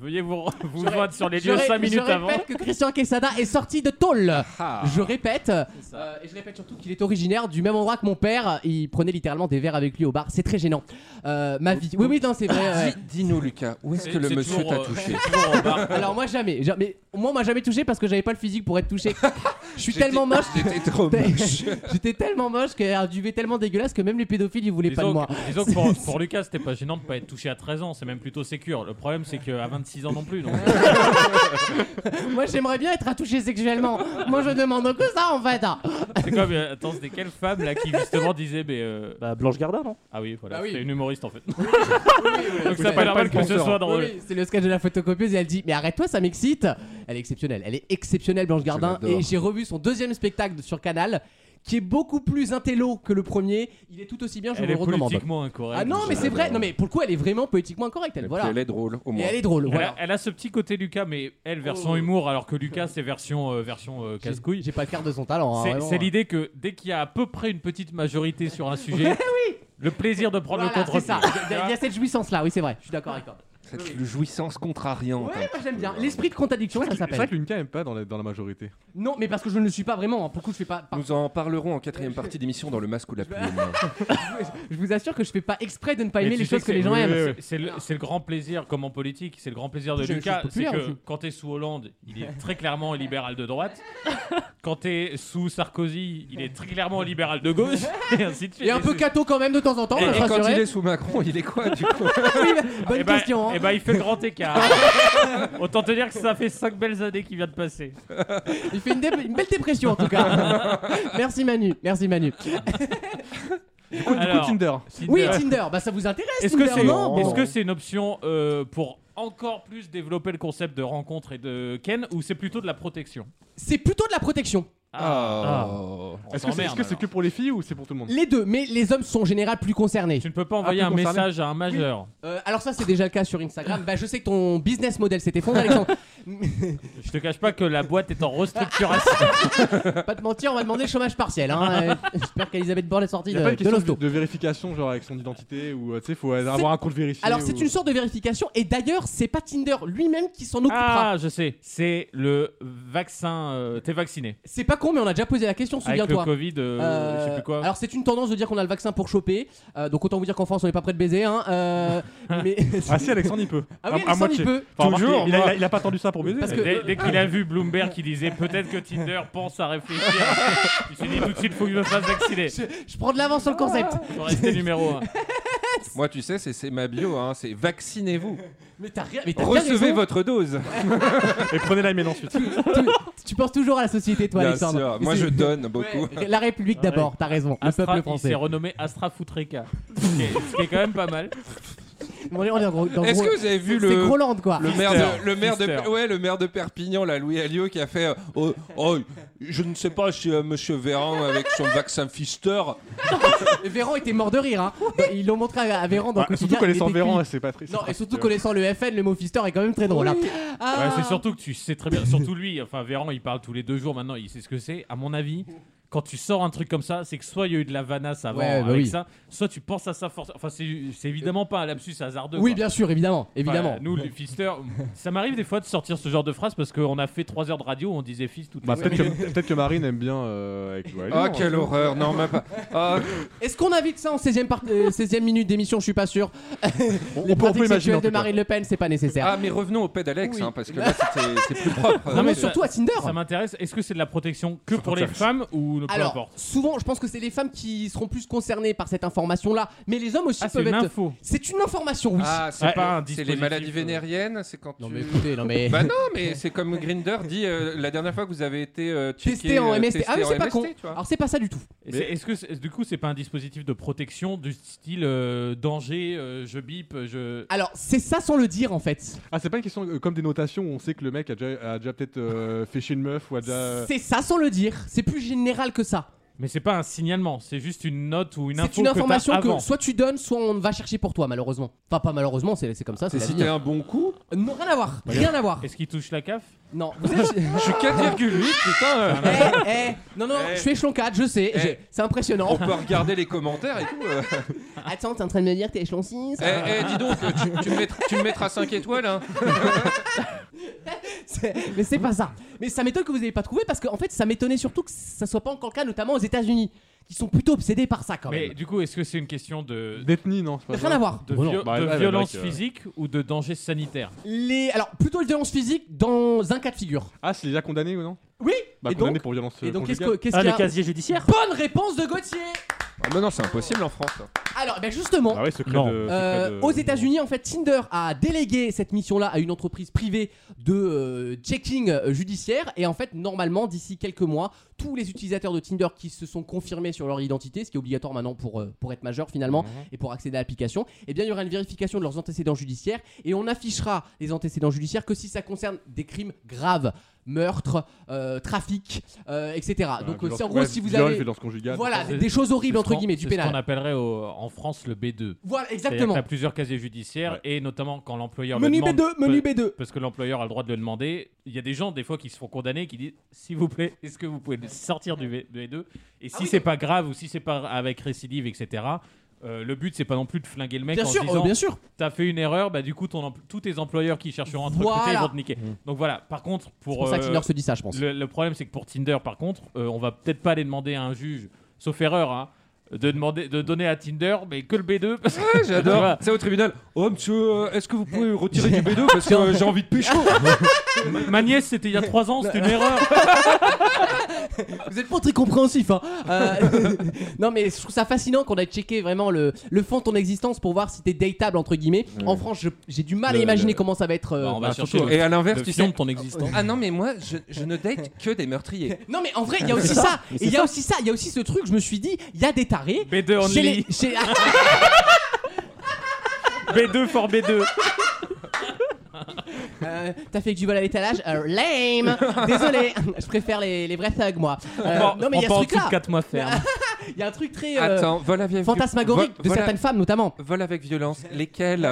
Speaker 5: Veuillez vous, vous
Speaker 2: Je ré-
Speaker 5: joindre sur les
Speaker 2: Je
Speaker 5: lieux
Speaker 2: ré-
Speaker 5: 5
Speaker 2: je
Speaker 5: minutes avant.
Speaker 2: répète que Christian Quesada est sorti de Tôle.
Speaker 5: Ah.
Speaker 2: Je répète. euh, et je répète surtout qu'il est originaire du même endroit que mon père. Il prenait littéralement des verres avec lui au bar. C'est très gênant. Euh, ma vie. Oui, oui, non, c'est vrai. ouais.
Speaker 6: Dis- Dis-nous, Lucas, où est-ce
Speaker 5: C'est-
Speaker 6: que le
Speaker 5: c'est
Speaker 6: monsieur
Speaker 5: toujours,
Speaker 6: t'a
Speaker 2: *laughs*
Speaker 5: euh,
Speaker 6: touché
Speaker 5: toujours en bas.
Speaker 2: Alors moi jamais, jamais. Moi on m'a jamais touché parce que j'avais pas le physique pour être touché. Je
Speaker 5: *laughs*
Speaker 2: suis
Speaker 6: J'étais-
Speaker 2: tellement moche. *laughs*
Speaker 6: J'étais trop moche.
Speaker 2: J'étais tellement moche que un duvet tellement dégueulasse que même les pédophiles ils voulaient pas de
Speaker 5: Disons
Speaker 2: moi.
Speaker 5: que, disons que pour, pour Lucas, c'était pas gênant de pas être touché à 13 ans, c'est même plutôt sécure. Le problème, c'est qu'à 26 ans non plus. Donc, euh,
Speaker 2: Moi j'aimerais bien être touché sexuellement. Moi je demande que ça en fait. hein.
Speaker 5: c'est comme. euh, Attends, c'était quelle femme là qui justement disait. Mais, euh,
Speaker 4: Bah, Blanche Gardin, non
Speaker 5: Ah oui, voilà,
Speaker 2: Bah *laughs* oui.
Speaker 5: c'était une humoriste en fait. donc c'est pas normal que ce soit
Speaker 2: Oui,
Speaker 5: drôle.
Speaker 2: oui, c'est le sketch de la photocopieuse et elle dit mais arrête-toi ça m'excite. Elle est exceptionnelle, elle est exceptionnelle Blanche Gardin
Speaker 6: l'adore.
Speaker 2: et j'ai revu son deuxième spectacle sur Canal qui est beaucoup plus intello que le premier. Il est tout aussi bien, je
Speaker 5: Elle
Speaker 2: vous
Speaker 5: est
Speaker 2: le recommande.
Speaker 5: politiquement incorrecte.
Speaker 2: Ah non mais c'est vrai, non mais pour le coup elle est vraiment politiquement incorrecte elle,
Speaker 6: Et
Speaker 2: voilà.
Speaker 6: puis Elle est drôle, au
Speaker 2: Et
Speaker 6: moins.
Speaker 2: elle est drôle,
Speaker 5: Elle,
Speaker 2: voilà.
Speaker 5: a, elle a ce petit côté Lucas, mais elle version
Speaker 2: Oh.
Speaker 5: humour, alors que Lucas c'est version, euh, version euh,
Speaker 2: J'ai-
Speaker 5: casse-couille.
Speaker 2: J'ai pas le quart de son talent. hein,
Speaker 5: C'est-
Speaker 2: vraiment.
Speaker 5: C'est l'idée que dès qu'il y a à peu près une petite majorité sur
Speaker 2: *laughs*
Speaker 5: un sujet, le plaisir de prendre
Speaker 2: Voilà,
Speaker 5: le
Speaker 2: c'est ça.
Speaker 5: contre-pied.
Speaker 2: Il y a- il y a cette jouissance là, oui c'est vrai, je suis d'accord avec toi.
Speaker 6: Cette jouissance contrariante.
Speaker 2: Ouais, moi j'aime bien. L'esprit de contradiction, ça
Speaker 3: C'est vrai
Speaker 2: s'appelle.
Speaker 3: que Lucas aime pas dans la, dans la majorité.
Speaker 2: Non, mais parce que je ne le suis pas vraiment. hein. Pour le coup, je fais pas. par-
Speaker 6: Nous en parlerons en quatrième partie d'émission dans le masque ou la plume.
Speaker 2: *laughs* Je vous assure que je fais pas exprès de ne pas
Speaker 5: Mais
Speaker 2: aimer
Speaker 5: tu
Speaker 2: les
Speaker 5: sais
Speaker 2: choses que
Speaker 5: c'est-
Speaker 2: les gens
Speaker 5: oui,
Speaker 2: aiment.
Speaker 5: oui, oui. C'est le, c'est le grand plaisir, comme en politique, c'est le grand plaisir de
Speaker 2: C'est une chose
Speaker 5: Lucas. C'est
Speaker 2: populaire
Speaker 5: que
Speaker 2: aussi.
Speaker 5: quand t'es sous Hollande, il est très clairement libéral de droite. quand t'es sous Sarkozy, il est très clairement libéral de gauche. *laughs* Et ainsi de suite.
Speaker 2: Et un peu
Speaker 5: c'est-
Speaker 2: cato quand même de temps en temps,
Speaker 5: Et-
Speaker 2: faut
Speaker 5: et
Speaker 2: se
Speaker 6: Et quand
Speaker 2: rassurer. Ah
Speaker 6: il est sous Macron, il est quoi du coup
Speaker 2: Oui,
Speaker 5: *laughs* Eh
Speaker 2: Bonne
Speaker 5: ben-
Speaker 2: question. hein. Ah.
Speaker 5: eh ben, il fait le grand écart. Autant te dire que ça fait 5 belles années qu'il vient de passer.
Speaker 4: Ah,
Speaker 2: Il fait une, dé- une belle dépression en tout cas. merci Manu, merci Manu.
Speaker 5: Alors,
Speaker 3: Tinder.
Speaker 2: Oui,
Speaker 5: Tinder.
Speaker 2: Tinder, bah ça vous intéresse
Speaker 5: Est-ce que
Speaker 2: Tinder,
Speaker 5: c'est
Speaker 2: non
Speaker 5: est-ce que c'est une option euh, pour encore plus développer le concept de rencontre et de Ken ou c'est plutôt de la protection
Speaker 2: C'est plutôt de la protection. Ah.
Speaker 6: Oh.
Speaker 5: On
Speaker 3: Est-ce que c'est est-ce
Speaker 5: s'emmerde,
Speaker 3: que c'est
Speaker 5: alors.
Speaker 3: que pour les filles ou c'est pour tout le monde
Speaker 2: Les deux, mais les hommes sont en général plus concernés.
Speaker 5: Tu ne peux pas envoyer
Speaker 3: plus
Speaker 5: un
Speaker 3: concerné.
Speaker 5: message à un majeur.
Speaker 2: Euh, alors ça c'est déjà le cas sur Instagram. Bah je sais que ton business model s'est effondré Alexandre.
Speaker 5: Je te cache pas que la boîte est en restructuration.
Speaker 2: *laughs* pas te mentir, on va demander le chômage partiel. hein. Euh, J'espère qu'Elisabeth Borne est sortie
Speaker 3: Il
Speaker 2: de,
Speaker 3: a pas une
Speaker 2: de
Speaker 3: question de,
Speaker 2: l'hosto.
Speaker 3: de vérification, genre avec son identité ou euh, tu sais, faut
Speaker 2: C'est-
Speaker 3: avoir un compte vérifié.
Speaker 2: Alors
Speaker 3: ou-
Speaker 2: c'est une sorte de vérification et d'ailleurs c'est pas Tinder lui-même qui s'en occupera.
Speaker 5: ah, je sais. C'est le vaccin. euh, T'es vacciné.
Speaker 2: C'est pas con mais on a déjà posé la question,
Speaker 5: Avec le
Speaker 2: souviens-toi.
Speaker 5: Covid, euh,
Speaker 2: Euh,
Speaker 5: je sais plus quoi.
Speaker 2: Alors c'est une tendance de dire qu'on a le vaccin pour choper, Euh, donc autant vous dire qu'en France on n'est pas prêt de baiser. Hein. Euh, *laughs* mais...
Speaker 3: Ah si, Alexandre il peut.
Speaker 2: Ah oui,
Speaker 3: À- à
Speaker 2: Alexandre,
Speaker 3: moitié.
Speaker 2: il peut.
Speaker 3: Enfin, remarque,
Speaker 5: Toujours,
Speaker 3: Il, il a,
Speaker 5: moi.
Speaker 3: il a- il a pas attendu ça pour baiser.
Speaker 2: Parce que-
Speaker 5: Dès, dès qu'il a vu Bloomberg, il disait peut-être que Tinder pense à
Speaker 2: *laughs*
Speaker 5: réfléchir. il s'est dit tout de suite, faut que je me fasse vacciner.
Speaker 2: Je, je prends de l'avance sur le concept.
Speaker 5: Faut rester numéro 1.
Speaker 6: Moi, tu sais, c'est- c'est ma bio, hein, c'est vaccinez-vous,
Speaker 2: *laughs* Mais t'as rien. Mais t'as bien
Speaker 6: recevez
Speaker 2: raison.
Speaker 6: votre dose.
Speaker 3: Et prenez la mienne ensuite.
Speaker 2: Tu penses toujours à la société, toi,
Speaker 6: Bien
Speaker 2: Alexandre.
Speaker 6: sûr,
Speaker 2: Mais
Speaker 6: moi
Speaker 2: c'est-
Speaker 6: je donne beaucoup.
Speaker 2: Ouais, La République d'abord, t'as raison. Le
Speaker 5: Astra,
Speaker 2: peuple
Speaker 5: il s'est
Speaker 2: français.
Speaker 5: renommé Astra Foutreka. ce, qui est, ce qui est quand même pas mal.
Speaker 2: On est- on est en gros- dans
Speaker 6: Est-ce
Speaker 2: gros-
Speaker 6: que vous avez vu
Speaker 2: C'est
Speaker 6: le,
Speaker 2: Groland quoi.
Speaker 6: le maire
Speaker 5: Fister,
Speaker 6: de le maire
Speaker 5: Fister.
Speaker 6: de ouais le maire de Perpignan là Louis Alliot qui a fait euh, oh, oh, je ne sais pas si euh, Monsieur Véran avec son vaccin Fister
Speaker 2: Véran était mort de
Speaker 6: *laughs*
Speaker 2: rire. Hein. Ils l'ont montré à à Véran dans
Speaker 6: Bah,
Speaker 3: Ah,
Speaker 2: le
Speaker 3: Surtout
Speaker 2: quotidien,
Speaker 3: connaissant
Speaker 2: il était
Speaker 3: Véran,
Speaker 2: cuit.
Speaker 3: c'est pas
Speaker 6: hein.
Speaker 3: très.
Speaker 2: Non,
Speaker 3: c'est
Speaker 2: et surtout
Speaker 3: pas-
Speaker 2: connaissant le FN, le mot Fister est quand même très drôle. hein. Ah.
Speaker 5: Ouais, c'est surtout que tu sais très bien.
Speaker 2: *laughs*
Speaker 5: Surtout lui, enfin Véran, il parle tous les deux jours maintenant, il sait ce que c'est. À mon avis, quand tu sors un truc comme ça, c'est que soit il y a eu de la vanasse avant
Speaker 2: Ouais, bah
Speaker 5: avec
Speaker 2: oui.
Speaker 5: ça, soit tu penses à ça forcément. Enfin, c'est c'est évidemment pas un lapsus hasardeux.
Speaker 2: Oui,
Speaker 5: quoi.
Speaker 2: bien sûr, évidemment.
Speaker 5: Enfin,
Speaker 2: évidemment.
Speaker 5: nous, les Fister, ça m'arrive des fois de sortir ce genre de phrase parce qu'on a fait 3 heures de radio où on disait fils toute
Speaker 3: Bah,
Speaker 5: la
Speaker 3: peut-être,
Speaker 5: semaine.
Speaker 3: que, peut-être que Marine aime bien euh, avec Louis Alliot,
Speaker 6: oh
Speaker 3: hein.
Speaker 6: quelle horreur non
Speaker 2: *laughs*
Speaker 6: même pas Ah,
Speaker 2: Est-ce qu'on invite ça en 16e, part- euh, 16e minute d'émission Je suis pas sûr.
Speaker 3: on,
Speaker 2: *laughs* Les
Speaker 3: on peut, on peut
Speaker 2: pratiques
Speaker 3: imaginer.
Speaker 2: sexuelles
Speaker 3: en
Speaker 2: de
Speaker 3: tout cas.
Speaker 2: Marine Le Pen, c'est pas nécessaire.
Speaker 6: ah mais revenons au pédalex
Speaker 2: Oui.
Speaker 6: hein, parce que là c'était- c'est plus *laughs* propre
Speaker 2: Non, mais
Speaker 5: ça-
Speaker 2: surtout à Tinder.
Speaker 5: Ça m'intéresse. Est-ce que c'est de la protection que pour les femmes ou peu
Speaker 2: Alors,
Speaker 5: importe
Speaker 2: souvent, je pense que c'est les femmes qui seront plus concernées par cette information-là, mais les hommes aussi
Speaker 5: Ah, c'est
Speaker 2: peuvent
Speaker 5: une
Speaker 2: être.
Speaker 5: info.
Speaker 2: C'est une information, oui.
Speaker 6: ah c'est
Speaker 5: Ouais, un
Speaker 6: pas c'est les
Speaker 5: dispositif,
Speaker 6: maladies
Speaker 5: euh,
Speaker 6: vénériennes c'est quand
Speaker 2: non,
Speaker 6: tu
Speaker 2: mais
Speaker 6: *laughs*
Speaker 2: écoutez, non, mais. *laughs*
Speaker 6: bah non mais c'est comme Grinder dit euh, la dernière fois que vous avez été euh, checké,
Speaker 2: Testé en
Speaker 6: euh,
Speaker 2: MST. Ah,
Speaker 6: testé
Speaker 2: mais
Speaker 6: en
Speaker 2: c'est pas
Speaker 6: MST,
Speaker 2: con.
Speaker 6: tu vois.
Speaker 2: Alors, c'est pas ça du tout.
Speaker 5: Et c'est- Est-ce que c'est- du coup c'est pas un dispositif de protection du style euh, danger, euh, je bip, je
Speaker 2: Alors, c'est ça sans le dire en fait.
Speaker 3: Ah, c'est pas une question euh, comme des notations où on sait que le mec a déjà, a déjà peut-être euh, fait chez une meuf ou a déjà. euh,
Speaker 2: C'est ça sans le dire. C'est plus général que ça.
Speaker 5: Mais c'est pas un signalement, c'est juste une note ou une info
Speaker 2: C'est une
Speaker 5: que t'as
Speaker 2: information que,
Speaker 5: avant.
Speaker 2: soit tu donnes, soit on va chercher pour toi, malheureusement. Enfin, pas malheureusement, c'est c'est comme ça. C'est
Speaker 6: C'est
Speaker 2: la
Speaker 6: si
Speaker 2: vie. hein.
Speaker 6: t'as un bon *laughs* coup.
Speaker 2: Non, rien à voir. Rien à voir.
Speaker 5: Est-ce qu'il touche la CAF
Speaker 2: Non, vous êtes.
Speaker 6: Je suis 4,8, putain. euh,
Speaker 2: *laughs* Eh, eh, non, non,
Speaker 6: Eh.
Speaker 2: je suis échelon 4, je sais.
Speaker 6: Eh.
Speaker 2: j'ai- C'est
Speaker 6: On
Speaker 2: impressionnant.
Speaker 6: peut regarder les commentaires et tout. euh.
Speaker 2: Attends, t'es en train de me dire que t'es échelon hein. 6
Speaker 6: Eh, eh, dis donc, tu, tu me mettras, tu me mettras 5 étoiles. Hein.
Speaker 2: C'est- Mais c'est pas ça. Mais ça m'étonne que vous n'ayez pas trouvé parce que en fait, ça m'étonnait surtout que ça soit pas encore le cas, notamment aux États-Unis, qui sont plutôt obsédés par ça quand
Speaker 5: Mais
Speaker 2: même.
Speaker 5: du coup, est-ce que c'est une question de
Speaker 3: euh, D'ethnie, non c'est pas
Speaker 2: Rien à voir.
Speaker 5: de,
Speaker 3: Bon, non,
Speaker 5: vio-
Speaker 3: bah,
Speaker 5: de
Speaker 3: là, le
Speaker 5: violence
Speaker 3: mec, euh,
Speaker 5: physique ou de danger sanitaire
Speaker 2: Les... Alors, plutôt les violences physiques dans un cas de figure.
Speaker 3: Ah, c'est déjà condamné ou non
Speaker 2: Oui
Speaker 3: Bah,
Speaker 2: Et
Speaker 3: condamné
Speaker 2: donc-
Speaker 3: pour violence.
Speaker 2: Et donc, qu'est-ce
Speaker 3: conjugale.
Speaker 2: que- qu'est-ce
Speaker 4: Ah,
Speaker 2: qu'il
Speaker 4: le
Speaker 2: y a
Speaker 4: casier judiciaire
Speaker 2: Bonne réponse de Gauthier
Speaker 6: Ah, mais non, c'est impossible en France. hein.
Speaker 2: Alors, ben justement,
Speaker 3: Ah ouais, secret
Speaker 4: Non.
Speaker 3: de- secret
Speaker 2: Euh,
Speaker 3: de-
Speaker 2: aux États-Unis, en fait, Tinder a délégué cette mission-là à une entreprise privée de euh, checking euh, judiciaire. Et en fait, normalement, d'ici quelques mois, tous les utilisateurs de Tinder qui se sont confirmés sur leur identité, ce qui est obligatoire maintenant pour, euh, pour être majeur finalement
Speaker 5: Mhm.
Speaker 2: et pour accéder à l'application, eh bien, il y aura une vérification de leurs antécédents judiciaires. Et on affichera les antécédents judiciaires que si ça concerne des crimes graves, meurtre, euh, trafic, euh, etc.
Speaker 3: Ah,
Speaker 2: Donc, euh,
Speaker 3: violence-
Speaker 2: c'est en gros,
Speaker 3: ouais,
Speaker 2: si vous
Speaker 3: viol,
Speaker 2: avez.
Speaker 3: violence conjugale.
Speaker 2: Voilà, des,
Speaker 5: c'est-
Speaker 2: des choses horribles,
Speaker 5: C'est
Speaker 2: entre
Speaker 5: ce qu'on-
Speaker 2: guillemets, du
Speaker 5: c'est Ce qu'on
Speaker 2: pénal.
Speaker 5: appellerait au- en France le B2.
Speaker 2: Voilà,
Speaker 5: Exactement.
Speaker 2: exactement.
Speaker 5: Tu as plusieurs casiers judiciaires et notamment quand l'employeur le
Speaker 2: Menu
Speaker 5: demande-
Speaker 2: B2, menu
Speaker 5: peut-
Speaker 2: B2.
Speaker 5: Parce que l'employeur a le droit de le demander. Il y a des gens, des fois, qui se font condamner, qui disent S'il vous plaît, est-ce que vous pouvez sortir du V- de V2 Et si
Speaker 2: Ah oui,
Speaker 5: c'est pas grave ou si c'est pas avec récidive, etc., euh, le but, c'est pas non plus de flinguer le mec
Speaker 2: Bien
Speaker 5: en
Speaker 2: sûr, euh,
Speaker 5: disant
Speaker 2: bien sûr.
Speaker 5: T'as fait une erreur, bah du coup, ton empl- tous tes employeurs qui chercheront à te
Speaker 2: Voilà.
Speaker 5: recruter, ils vont te niquer. Donc voilà, par contre, pour.
Speaker 2: C'est pour ça que
Speaker 5: euh,
Speaker 2: Tinder se dit ça, je pense.
Speaker 5: le, le problème, c'est que pour Tinder, par contre, euh, on va peut-être pas aller demander à un juge, sauf erreur, hein, de, demander, de donner à Tinder, mais que le B2. parce que-
Speaker 6: Ouais,
Speaker 5: Tu vois.
Speaker 6: j'adore. C'est au tribunal. Oh, monsieur, euh, est-ce que vous pouvez retirer du B2 parce que euh, j'ai envie de pécho *laughs*
Speaker 5: Ma nièce, c'était il y a 3 ans, c'était une erreur.
Speaker 2: Vous êtes pas très compréhensif. Hein. Euh, *laughs* non, mais je trouve ça fascinant qu'on ait checké vraiment le, le fond de ton existence pour voir si t'es dateable, entre guillemets. En France, je- j'ai du mal à
Speaker 6: Le-
Speaker 2: imaginer
Speaker 6: le-
Speaker 2: comment ça va être. euh,
Speaker 5: *laughs* Bah, on va
Speaker 2: bah,
Speaker 5: chercher
Speaker 2: surtout-
Speaker 5: le-
Speaker 6: Et à l'inverse,
Speaker 5: Le
Speaker 6: tu
Speaker 5: fion
Speaker 6: sais.
Speaker 5: de ton *laughs* existence.
Speaker 6: Ah non, mais moi, je, je ne date que des meurtriers.
Speaker 2: Non, mais en vrai,
Speaker 5: *laughs*
Speaker 2: il y a aussi ça. Et Il y a aussi ça. Il y a aussi ce truc, je me suis dit, il y a des tarés.
Speaker 5: B2
Speaker 2: Chez
Speaker 5: only,
Speaker 2: les, *laughs* chez-
Speaker 5: B2 for B2.
Speaker 2: Euh, T'as fait que du vol à l'étalage Euh, Lame Désolé *laughs* Je préfère les, les vrais thugs, moi. Euh,
Speaker 5: Bon,
Speaker 2: non, mais il y a ce
Speaker 5: on part en dessous de
Speaker 2: truc-là.
Speaker 5: 4 mois ferme.
Speaker 2: *laughs* Il y a un truc très euh,
Speaker 6: Attends, vol avec
Speaker 2: fantasmagorique
Speaker 6: vol-
Speaker 2: de
Speaker 6: vol-
Speaker 2: certaines femmes, notamment.
Speaker 6: Vol avec violence.
Speaker 2: *laughs*
Speaker 6: Lesquels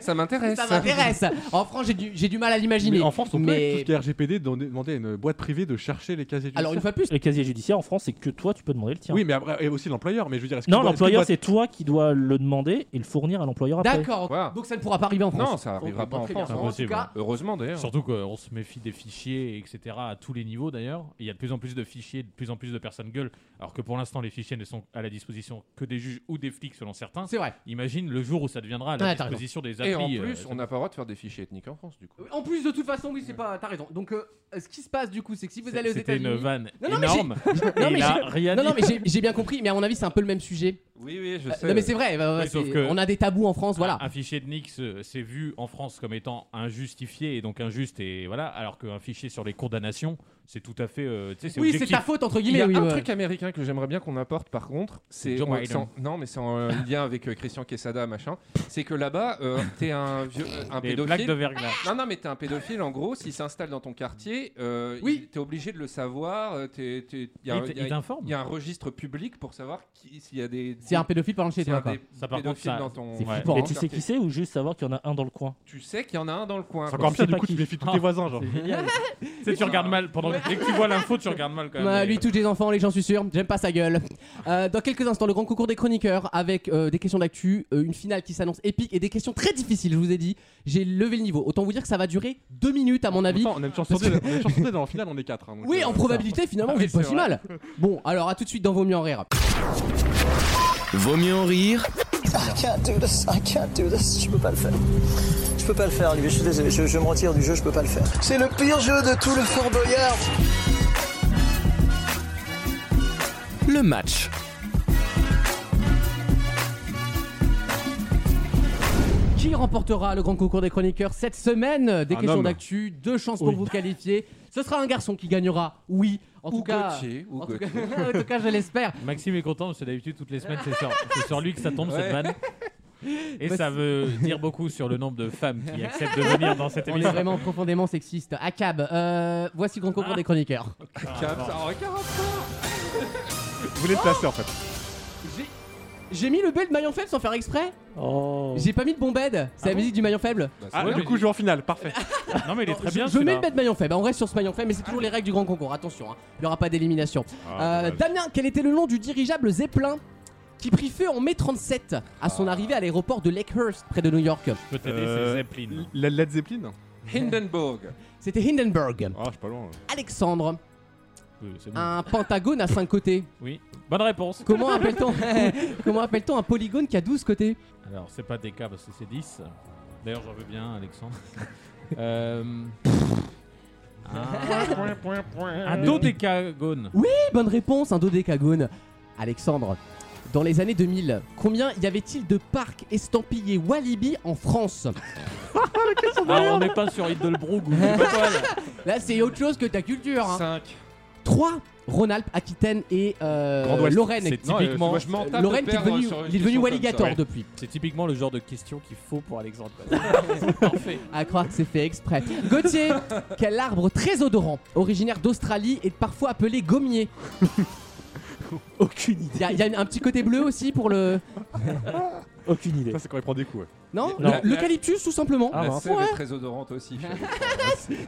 Speaker 6: Ça m'intéresse.
Speaker 2: Ça m'intéresse. En France, j'ai du, j'ai du mal à l'imaginer.
Speaker 3: Mais en France, on peut, avec
Speaker 2: mais...
Speaker 3: tout ce qui est RGPD, don- demander à une boîte privée de chercher les casiers judiciaires.
Speaker 2: Alors une fois de plus,
Speaker 4: Le casier judiciaire en France, c'est que toi, tu peux demander le tien.
Speaker 3: Oui, mais après, et aussi l'employeur. Mais je veux dire, est-ce
Speaker 4: Non,
Speaker 3: que- est-ce que
Speaker 4: l'employeur,
Speaker 3: boîte-
Speaker 4: c'est toi qui dois le demander et le fournir à l'employeur après.
Speaker 2: d'accord.
Speaker 6: Voilà.
Speaker 2: Donc ça ne pourra pas arriver en France.
Speaker 6: Non, ça arrivera
Speaker 2: Ok,
Speaker 6: pas
Speaker 2: bon,
Speaker 6: en
Speaker 2: très bien.
Speaker 6: France. hein.
Speaker 2: En hein. tout
Speaker 5: Impossible.
Speaker 2: cas,
Speaker 6: Heureusement d'ailleurs.
Speaker 5: Surtout qu'on se méfie des fichiers, etc. à tous les niveaux d'ailleurs. Il y a de plus en plus de fichiers, de plus en plus de personnes gueulent. Alors que pour l'instant, les fichiers ne sont à la disposition que des juges ou des flics selon certains.
Speaker 2: c'est vrai.
Speaker 5: Imagine le jour où ça deviendra à la
Speaker 2: Ouais, t'as
Speaker 5: disposition des applis.
Speaker 6: Et en
Speaker 5: euh,
Speaker 6: plus,
Speaker 5: ça-
Speaker 6: on n'a pas le droit de faire des fichiers ethniques en France du coup.
Speaker 2: En plus de toute façon, oui, c'est pas. T'as raison. Donc euh, ce qui se passe du coup, c'est que si vous allez aux
Speaker 5: C'était une
Speaker 2: États-Unis.
Speaker 5: vanne
Speaker 2: Non, non, mais
Speaker 5: énorme.
Speaker 2: *laughs*
Speaker 5: Et
Speaker 2: Non, mais
Speaker 5: il a rien
Speaker 2: Non, non,
Speaker 5: dit.
Speaker 2: mais j'ai- j'ai bien compris, mais à mon avis, c'est un peu le même sujet.
Speaker 6: Oui, oui, je
Speaker 2: Euh, non, mais c'est vrai, bah, ouais,
Speaker 5: Oui, sauf
Speaker 2: c'est-
Speaker 5: que-
Speaker 2: on a des tabous en France, voilà.
Speaker 5: Un- Un fichier de Nix, euh, c'est vu en France comme étant injustifié et donc injuste et voilà, alors qu'un fichier sur les condamnations, c'est tout à fait, euh, tu sais, c'est
Speaker 2: oui, c'est
Speaker 5: objectif.
Speaker 2: ta faute, entre
Speaker 6: Il y
Speaker 2: guillemets.
Speaker 6: a
Speaker 2: oui,
Speaker 6: un
Speaker 2: ouais.
Speaker 6: truc américain que j'aimerais bien qu'on apporte par contre, c'est
Speaker 5: Joe
Speaker 6: on-
Speaker 5: Biden.
Speaker 6: c'est en- non mais c'est en euh, lien avec euh, Christian Quesada machin, c'est que là-bas euh, t'es un vieux euh, un
Speaker 5: Des plaques
Speaker 6: pédophile.
Speaker 5: de verglas.
Speaker 6: Non non mais t'es un pédophile en gros, s'il s'installe dans ton quartier, euh,
Speaker 2: Oui.
Speaker 6: il- t'es obligé de le savoir, euh, t'es- t'es- il y a-
Speaker 5: Il t-
Speaker 6: il y a-
Speaker 5: il t'informe.
Speaker 6: il y a un registre public pour savoir qui- s'il y a des
Speaker 2: C'est un pédophile par exemple, chez
Speaker 6: s'il y a
Speaker 2: toi, quoi.
Speaker 6: des
Speaker 5: Ça, par contre,
Speaker 6: pédophiles
Speaker 5: ça-
Speaker 6: dans ton
Speaker 2: c'est
Speaker 5: Ouais.
Speaker 2: flippant.
Speaker 4: Et
Speaker 2: hein.
Speaker 4: tu sais qui c'est ou juste savoir qu'il y en a un dans
Speaker 2: *laughs*
Speaker 4: le coin
Speaker 6: Tu sais qu'il y en a un dans le coin.
Speaker 3: C'est
Speaker 6: quoi.
Speaker 3: encore
Speaker 4: Je
Speaker 3: pire,
Speaker 4: sais
Speaker 3: du
Speaker 4: pas
Speaker 3: coup, tu
Speaker 4: qui. Ah.
Speaker 3: méfies tous tes voisins, genre.
Speaker 5: Tu sais, tu regardes mal pendant que, dès que tu vois l'info, tu regardes mal quand même.
Speaker 2: Bah,
Speaker 5: Mais-
Speaker 2: lui touche des enfants, les gens, je suis sûr. J'aime pas sa gueule. Euh, dans quelques instants, le grand concours des chroniqueurs avec euh, des questions d'actu, euh, une finale qui s'annonce épique et des questions très difficiles. Je vous ai dit, j'ai levé le niveau. Autant vous dire que ça va durer deux minutes à mon avis.
Speaker 3: Attends, on a une chance sur deux. on a une chance sur deux, dans la finale, on est quatre. hein, donc,
Speaker 2: Oui,
Speaker 3: euh,
Speaker 2: en probabilité, finalement,
Speaker 5: Ah
Speaker 2: vous
Speaker 5: oui,
Speaker 2: êtes pas
Speaker 5: c'est
Speaker 2: si mal.
Speaker 5: *laughs*
Speaker 2: Bon, alors à tout de suite dans Vaut mieux en rire.
Speaker 1: Vaut mieux en rire
Speaker 8: I can't do this, I can't do this, je peux pas le faire. Je peux pas le faire, lui, je suis désolé, je, je me retire du jeu, je peux pas le faire. C'est le pire jeu de tout le Fort Boyard.
Speaker 1: le match.
Speaker 2: Qui remportera le grand concours des chroniqueurs cette semaine Des
Speaker 3: Un
Speaker 2: questions
Speaker 3: homme.
Speaker 2: d'actu, deux chances pour vous qualifier. Ce sera un garçon qui gagnera, oui, En tout cas.
Speaker 6: Gauthier, ou
Speaker 2: En tout
Speaker 6: Gauthier.
Speaker 2: cas, *laughs* en tout cas, je l'espère.
Speaker 5: Maxime est content parce que d'habitude toutes les semaines c'est sur, c'est sur lui que ça tombe cette
Speaker 6: Ouais.
Speaker 5: vanne. Et
Speaker 2: Bah,
Speaker 5: ça veut dire beaucoup sur le nombre de femmes qui acceptent de venir dans cette
Speaker 2: On est
Speaker 5: émission.
Speaker 2: vraiment profondément sexiste. Acab, euh, voici le
Speaker 5: Ah.
Speaker 2: concours des chroniqueurs.
Speaker 6: Cap, ça Bah, regarde.
Speaker 3: Vous voulez le placer en fait.
Speaker 2: J'ai- J'ai mis le bel de maillon faible sans faire exprès.
Speaker 4: Oh.
Speaker 2: J'ai pas mis de bon bed. C'est la musique du maillon faible.
Speaker 3: Ah,
Speaker 5: Ouais,
Speaker 3: du coup, je vais en finale, parfait.
Speaker 2: Ah.
Speaker 5: Non mais il est très bien.
Speaker 2: Je mets
Speaker 5: celui-là.
Speaker 2: le bête maillon faible. On reste sur ce maillon faible, mais c'est toujours les règles du grand concours. Attention, hein. il n'y aura pas d'élimination. Euh, Damien, quel était le nom du dirigeable Zeppelin qui prit feu en mai 37 à son arrivée à l'aéroport de Lakehurst près de New York
Speaker 5: Je peux t'aider,
Speaker 3: Euh,
Speaker 5: c'est Zeppelin.
Speaker 3: La Led Zeppelin
Speaker 6: Hindenburg.
Speaker 2: C'était Hindenburg.
Speaker 3: Ah, je suis pas loin.
Speaker 2: Alexandre,
Speaker 5: Oui, c'est bon.
Speaker 2: un pentagone à 5 côtés.
Speaker 5: Bonne réponse.
Speaker 2: Comment appelle-t-on *laughs* Comment appelle-t-on un polygone qui a 12 côtés
Speaker 5: Alors c'est pas des cas parce que c'est 10. D'ailleurs j'en veux bien *laughs* Alexandre. Euh, Un dodécagone.
Speaker 2: Eh, Bonne réponse, un dodécagone. Alexandre, dans les années 2000, combien y avait-il de parcs estampillés Walibi en France
Speaker 5: Ah, on n'est pas sur Hiddelbrook ou je sais pas quoi, là.
Speaker 2: Là, c'est autre chose que ta culture. hein.
Speaker 6: 5.
Speaker 2: 3 Rhône-Alpes, Aquitaine et euh,
Speaker 3: Grand Ouest,
Speaker 2: Lorraine.
Speaker 5: C'est typiquement,
Speaker 6: Moi, je m'en tape de
Speaker 2: Lorraine qui est
Speaker 6: perdre
Speaker 2: devenue,
Speaker 6: sur une
Speaker 2: il est devenu
Speaker 6: question comme ça.
Speaker 2: Walligator depuis.
Speaker 5: *laughs* c'est typiquement le genre de question qu'il faut pour Alexandre.
Speaker 2: À croire que c'est fait exprès. Gauthier, quel arbre très odorant, originaire d'Australie et parfois appelé gommier.
Speaker 4: Aucune idée.
Speaker 2: Il y, a- y a un petit côté bleu aussi pour le.
Speaker 4: Aucune idée.
Speaker 3: Ça, c'est quand il prend des coups. ouais.
Speaker 2: Non,
Speaker 4: Non.
Speaker 2: Le- L'eucalyptus tout simplement.
Speaker 4: Ah,
Speaker 6: La
Speaker 4: bah,
Speaker 6: sève
Speaker 2: ouais.
Speaker 6: est très odorante aussi.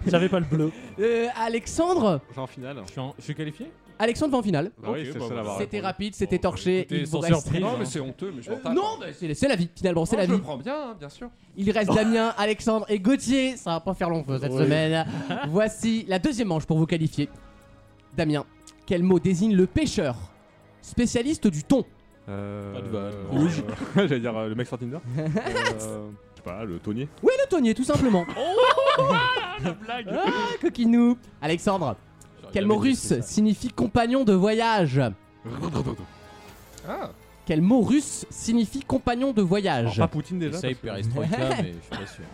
Speaker 4: J'avais pas le bleu.
Speaker 2: Euh, Alexandre,
Speaker 3: J'ai en finale.
Speaker 5: Je suis, en- je suis qualifié
Speaker 2: Alexandre va en finale.
Speaker 3: Bah oui,
Speaker 5: Ok, bah,
Speaker 3: c'est ça
Speaker 5: voilà.
Speaker 3: la barre.
Speaker 2: C'était rapide, c'était torché.
Speaker 5: écoutez,
Speaker 2: il vous
Speaker 5: sans
Speaker 2: reste-
Speaker 5: surprise.
Speaker 6: Non, mais c'est honteux, mais je m'en
Speaker 2: Euh,
Speaker 6: tape.
Speaker 2: non, mais c'est c'est la vie finalement, c'est
Speaker 6: Non,
Speaker 2: la
Speaker 6: je
Speaker 2: vie.
Speaker 6: le prends bien, hein, bien sûr.
Speaker 2: Il reste Damien, Alexandre et Gauthier. Ça va pas faire long feu cette
Speaker 4: Oui.
Speaker 2: semaine. Voici la deuxième manche pour vous qualifier. Damien, quel mot désigne le pêcheur Spécialiste du thon.
Speaker 3: Euh,
Speaker 5: Pas de vanne.
Speaker 3: euh,
Speaker 5: Oui.
Speaker 3: *laughs* J'allais dire euh, le mec sur
Speaker 2: *laughs*
Speaker 3: Tinder. Euh, Je sais pas, le tonnier.
Speaker 2: Oui, le tonnier, tout simplement. *laughs* Ah, coquinou. Alexandre, quel mot russe signifie compagnon de voyage
Speaker 6: Ah,
Speaker 2: Quel mot russe signifie compagnon de
Speaker 3: Alors,
Speaker 2: voyage
Speaker 3: pas Poutine déjà.
Speaker 5: Essaye
Speaker 3: parce
Speaker 5: Perestroika, mais je suis pas sûr.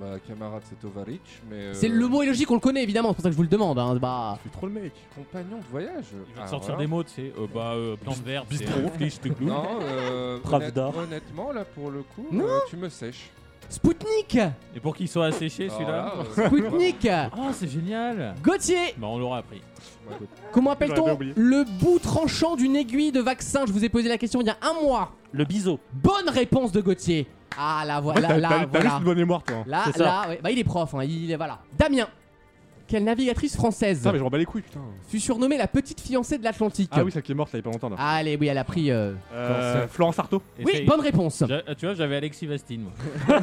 Speaker 6: bah camarade, c'est Tovarich, mais. euh,
Speaker 2: C'est le mot est logique, on le connaît évidemment, c'est pour ça que je vous le demande. hein, bah.
Speaker 3: que Je suis trop le mec.
Speaker 6: Compagnon de voyage.
Speaker 5: Il
Speaker 6: Ah,
Speaker 5: va te sortir
Speaker 6: voilà.
Speaker 5: des mots, tu sais. Euh, bah, euh, plante verte, c'est euh, fliche, tout clou.
Speaker 6: Non,
Speaker 5: *laughs*
Speaker 6: euh,
Speaker 4: Pravda.
Speaker 6: honnête- honnêtement, là pour le coup,
Speaker 2: Non.
Speaker 6: euh, tu me sèches.
Speaker 2: Spoutnik
Speaker 5: euh, Et pour qu'il soit asséché celui-là.
Speaker 6: Alors là, euh,
Speaker 3: *laughs*
Speaker 2: Spoutnik
Speaker 5: Oh, c'est génial
Speaker 2: Gauthier
Speaker 5: Bah, on l'aura appris.
Speaker 2: Comment
Speaker 3: J'aurais
Speaker 2: appelle-t-on
Speaker 3: pas oublié.
Speaker 2: le bout tranchant d'une aiguille de vaccin Je vous ai posé la question il y a un mois.
Speaker 4: Le biseau.
Speaker 2: Bonne réponse de Gauthier. Ah là voilà,
Speaker 3: T'as-
Speaker 2: là,
Speaker 3: T'as t'as
Speaker 2: voilà.
Speaker 3: juste une bonne mémoire, toi. hein.
Speaker 2: Là,
Speaker 4: C'est ça.
Speaker 2: là, ouais. bah il est prof, hein, il est voilà. Damien, quelle navigatrice française
Speaker 3: Ça, mais je m'en bats les couilles, putain.
Speaker 2: fut surnommée la petite fiancée de l'Atlantique
Speaker 3: Ah oui, celle qui est morte, là, il y a pas longtemps, là.
Speaker 2: Allez, oui, elle a pris. euh,
Speaker 3: Euh, Florence Artaud.
Speaker 2: Oui,
Speaker 5: Essaye.
Speaker 2: bonne réponse.
Speaker 5: J'a- Tu vois, j'avais Alexis Vastine. moi.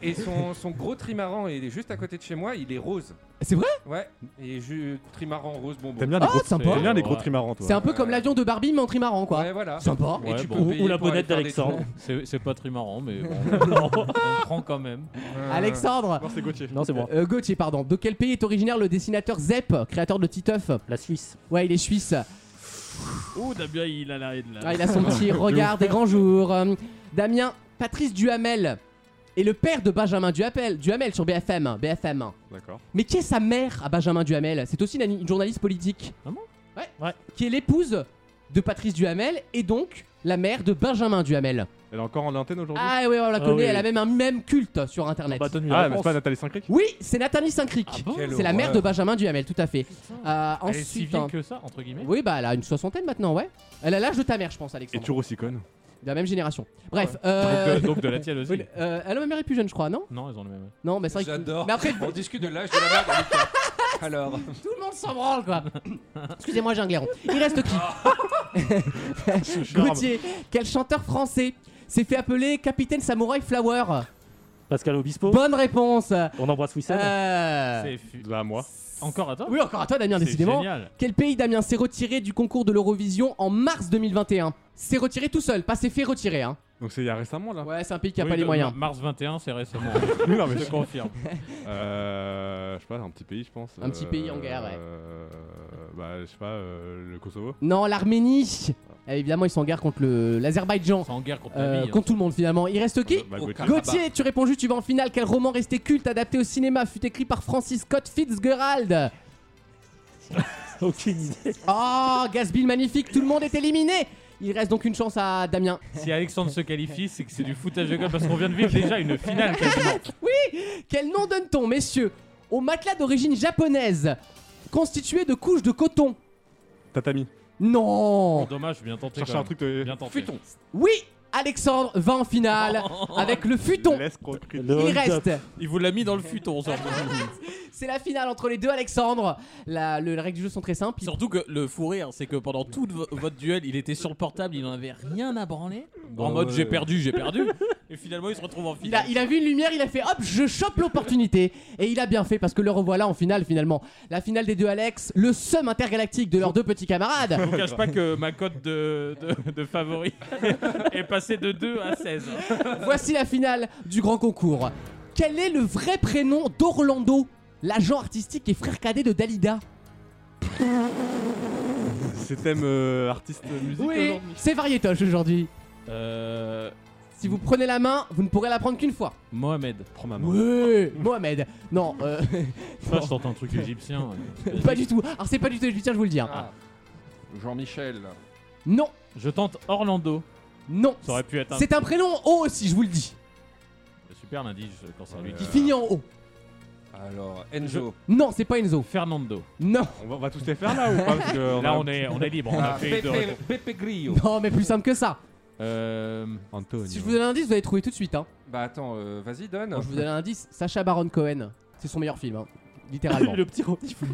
Speaker 6: Et son, son gros trimaran, il est juste à côté de chez moi, il est rose.
Speaker 2: C'est vrai
Speaker 6: Ouais, et ju- trimaran rose bonbon.
Speaker 3: T'aimes bien les
Speaker 2: Ah,
Speaker 3: gros
Speaker 2: sympa.
Speaker 3: T'aimes bien
Speaker 5: Ouais.
Speaker 3: les gros trimarans, toi.
Speaker 2: C'est un peu comme l'avion de Barbie, mais en trimaran, quoi.
Speaker 6: Ouais, voilà.
Speaker 2: Sympa.
Speaker 6: Et
Speaker 5: Ouais,
Speaker 6: tu
Speaker 5: bon.
Speaker 6: peux
Speaker 5: Ou-
Speaker 6: payer
Speaker 4: ou la
Speaker 6: pour aller
Speaker 4: bonnette
Speaker 6: faire des
Speaker 4: d'Alexandre.
Speaker 6: tours.
Speaker 5: C'est c'est pas très marrant, mais bon,
Speaker 2: *laughs*
Speaker 5: on on prend quand même.
Speaker 6: Euh,
Speaker 2: Alexandre
Speaker 3: Non, c'est Gauthier.
Speaker 4: Non, c'est moi.
Speaker 2: Euh, Gauthier, pardon. De quel pays est originaire le dessinateur Zepp, créateur de Titeuf
Speaker 4: La Suisse.
Speaker 5: Bah,
Speaker 2: Ouais, il est suisse.
Speaker 5: Oh, Damien, il a la haine là.
Speaker 2: Ah, il a son petit regard des grands jours. Euh, Damien, Patrice Duhamel est le père de Benjamin Duhamel, Duhamel sur BFM. BFM.
Speaker 3: D'accord.
Speaker 2: Mais qui est sa mère à Benjamin Duhamel C'est aussi une, une journaliste politique.
Speaker 5: Ah bon
Speaker 2: ouais.
Speaker 4: Ouais.
Speaker 2: Qui est l'épouse de Patrice Duhamel et donc la mère de Benjamin Duhamel.
Speaker 3: Elle est encore en antenne aujourd'hui
Speaker 2: Ah ouais, on la
Speaker 4: Ah
Speaker 2: connaît,
Speaker 4: oui.
Speaker 2: elle a même un même culte sur internet.
Speaker 4: Bah, donne-lui
Speaker 3: Ah,
Speaker 4: la
Speaker 3: mais c'est
Speaker 4: réponse.
Speaker 3: pas Nathalie Saint-Cric
Speaker 2: Oui, c'est Nathalie Saint-Cric.
Speaker 5: Ah bon
Speaker 6: Quelle
Speaker 2: c'est la mère de
Speaker 6: horreur.
Speaker 2: Benjamin Duhamel, tout à fait. Euh,
Speaker 5: Elle est si
Speaker 2: ensuite,
Speaker 5: vieille
Speaker 2: hein,
Speaker 5: que ça, entre guillemets.
Speaker 2: oui, bah elle a une soixantaine maintenant, ouais. Elle a l'âge de ta mère, je pense,
Speaker 3: Et
Speaker 2: Alexandre. *laughs*
Speaker 3: tu Rossicone.
Speaker 2: De la même génération. Bref,
Speaker 5: Donc
Speaker 2: euh...
Speaker 5: de- donc de la tienne aussi.
Speaker 2: oui, euh, elle a ma mère est plus jeune, je crois, non
Speaker 5: Non, ils ont le même.
Speaker 2: Non, mais c'est vrai que-
Speaker 6: J'adore.
Speaker 2: Mais après,
Speaker 6: *laughs* On discute de l'âge de la mère de
Speaker 2: *laughs*
Speaker 6: Lucas. Alors,
Speaker 2: tout le monde s'en branle, quoi. Excusez-moi, j'ai un glairon. Il reste qui Gauthier, quel chanteur français s'est fait appeler Capitaine Samouraï Flower
Speaker 4: Pascal Obispo.
Speaker 2: Bonne réponse
Speaker 4: On embrasse Wissem.
Speaker 2: Euh,
Speaker 5: C'est fu-
Speaker 3: Bah, moi.
Speaker 5: Encore à toi
Speaker 2: Oui, encore à toi, Damien,
Speaker 5: C'est
Speaker 2: décidément.
Speaker 5: génial.
Speaker 2: Quel pays Damien s'est retiré du concours de l'Eurovision en mars 2021 S'est retiré tout seul, pas s'est fait retirer, hein.
Speaker 3: Donc, c'est il y a récemment, là
Speaker 2: Ouais, c'est un pays qui a
Speaker 5: Oui,
Speaker 2: pas les
Speaker 5: le-
Speaker 2: moyens.
Speaker 5: ma- Mars 21,
Speaker 2: *laughs*
Speaker 5: c'est récemment.
Speaker 3: Oui, non, mais
Speaker 5: je te confirme.
Speaker 3: Euh, je sais pas, un petit pays, je pense.
Speaker 2: Un petit pays en guerre, ouais.
Speaker 3: Euh, bah, je sais pas, euh, le Kosovo.
Speaker 2: Non, l'Arménie Eh, Évidemment, ils sont en guerre contre le- l'Azerbaïdjan.
Speaker 5: C'est en guerre contre
Speaker 2: Euh,
Speaker 5: la vie. hein.
Speaker 2: contre tout le monde finalement. Il reste qui
Speaker 3: Bah,
Speaker 6: Au
Speaker 3: Gauthier.
Speaker 6: Qatar.
Speaker 2: Gauthier, tu réponds juste, tu vas en finale. Quel roman resté culte adapté au cinéma fut écrit par Francis Scott Fitzgerald
Speaker 4: Aucune idée.
Speaker 2: Oh, Gasbil magnifique, tout le monde est éliminé. Il reste donc une chance à Damien.
Speaker 5: Si Alexandre se qualifie, c'est que c'est du foutage de gueule parce qu'on vient de
Speaker 2: *laughs*
Speaker 5: vivre déjà une finale.
Speaker 2: Quel nom donne-t-on, messieurs, au matelas d'origine japonaise constitué de couches de coton
Speaker 3: Tatami.
Speaker 2: Non
Speaker 5: Dommage, bien tenté.
Speaker 3: Cherche
Speaker 5: quand
Speaker 3: un
Speaker 5: même.
Speaker 3: truc de.
Speaker 5: Bien tenté.
Speaker 6: Futon.
Speaker 2: Oui, Alexandre va en finale avec le futon.
Speaker 3: L'escroquerie.
Speaker 4: Le
Speaker 2: Il
Speaker 4: hold-up.
Speaker 2: reste.
Speaker 5: Il vous l'a mis dans le futon. *laughs* ça.
Speaker 2: C'est la finale entre les deux, Alexandre. La, le, les règles du jeu sont très simples.
Speaker 5: Surtout que le fou rire, c'est que pendant tout vo- votre duel, il était sur le portable, il en avait rien à branler. en mode j'ai perdu, j'ai *laughs* perdu. Et finalement, Bah il se retrouve en
Speaker 2: Il a,
Speaker 5: finale.
Speaker 2: il a vu une lumière, il a fait hop, je chope l'opportunité. Et il a bien fait parce que le revoilà en finale finalement. La finale des deux Alex, le seum intergalactique de leurs deux petits camarades.
Speaker 5: Je vous cache pas *laughs* que ma cote de, de, de favori *laughs* est passée de 2 à 16.
Speaker 2: Voici la finale du grand concours. Quel est le vrai prénom d'Orlando, l'agent artistique et frère cadet de Dalida
Speaker 3: C'est thème euh, artiste musique
Speaker 2: Oui,
Speaker 3: aujourd'hui.
Speaker 2: c'est variétoche aujourd'hui.
Speaker 5: Euh,
Speaker 2: Si vous prenez la main, vous ne pourrez la prendre qu'une fois.
Speaker 5: Mohamed.
Speaker 3: Prends ma main.
Speaker 2: Oui, Mohamed. Non,
Speaker 5: *laughs*
Speaker 2: euh,
Speaker 5: Ça, je tente un truc égyptien. euh,
Speaker 2: pas du tout. Alors c'est pas du tout égyptien, je vous le dis. hein.
Speaker 5: Ah.
Speaker 6: Ah. Jean-Michel.
Speaker 2: Non,
Speaker 5: Je tente Orlando.
Speaker 2: non.
Speaker 5: Ça aurait pu être un
Speaker 2: C'est un prénom en haut aussi, je vous le dis.
Speaker 5: super indice quand ça lui
Speaker 2: Qui
Speaker 5: dit.
Speaker 2: finit en haut.
Speaker 6: Alors, Enzo.
Speaker 2: Non, c'est pas Enzo.
Speaker 5: Fernando.
Speaker 2: Non.
Speaker 3: On va, on va tous les faire là ou pas Parce que on
Speaker 5: Là,
Speaker 3: a-
Speaker 5: on est, on est libre. On
Speaker 3: *laughs*
Speaker 5: a
Speaker 6: Ah,
Speaker 5: fait deux réponses.
Speaker 6: Pepe, Pepe Grillo.
Speaker 2: Non, mais plus simple que ça.
Speaker 5: Euh,
Speaker 3: Antonio.
Speaker 2: Si je vous donne un indice, vous allez trouver tout de suite. Hein.
Speaker 6: Bah attends, euh, vas-y, donne.
Speaker 2: Bon, je vous donne un indice. Sacha Baron Cohen, c'est son meilleur film, hein.
Speaker 6: *laughs*
Speaker 2: littéralement.
Speaker 4: Le petit rotif.
Speaker 5: euh,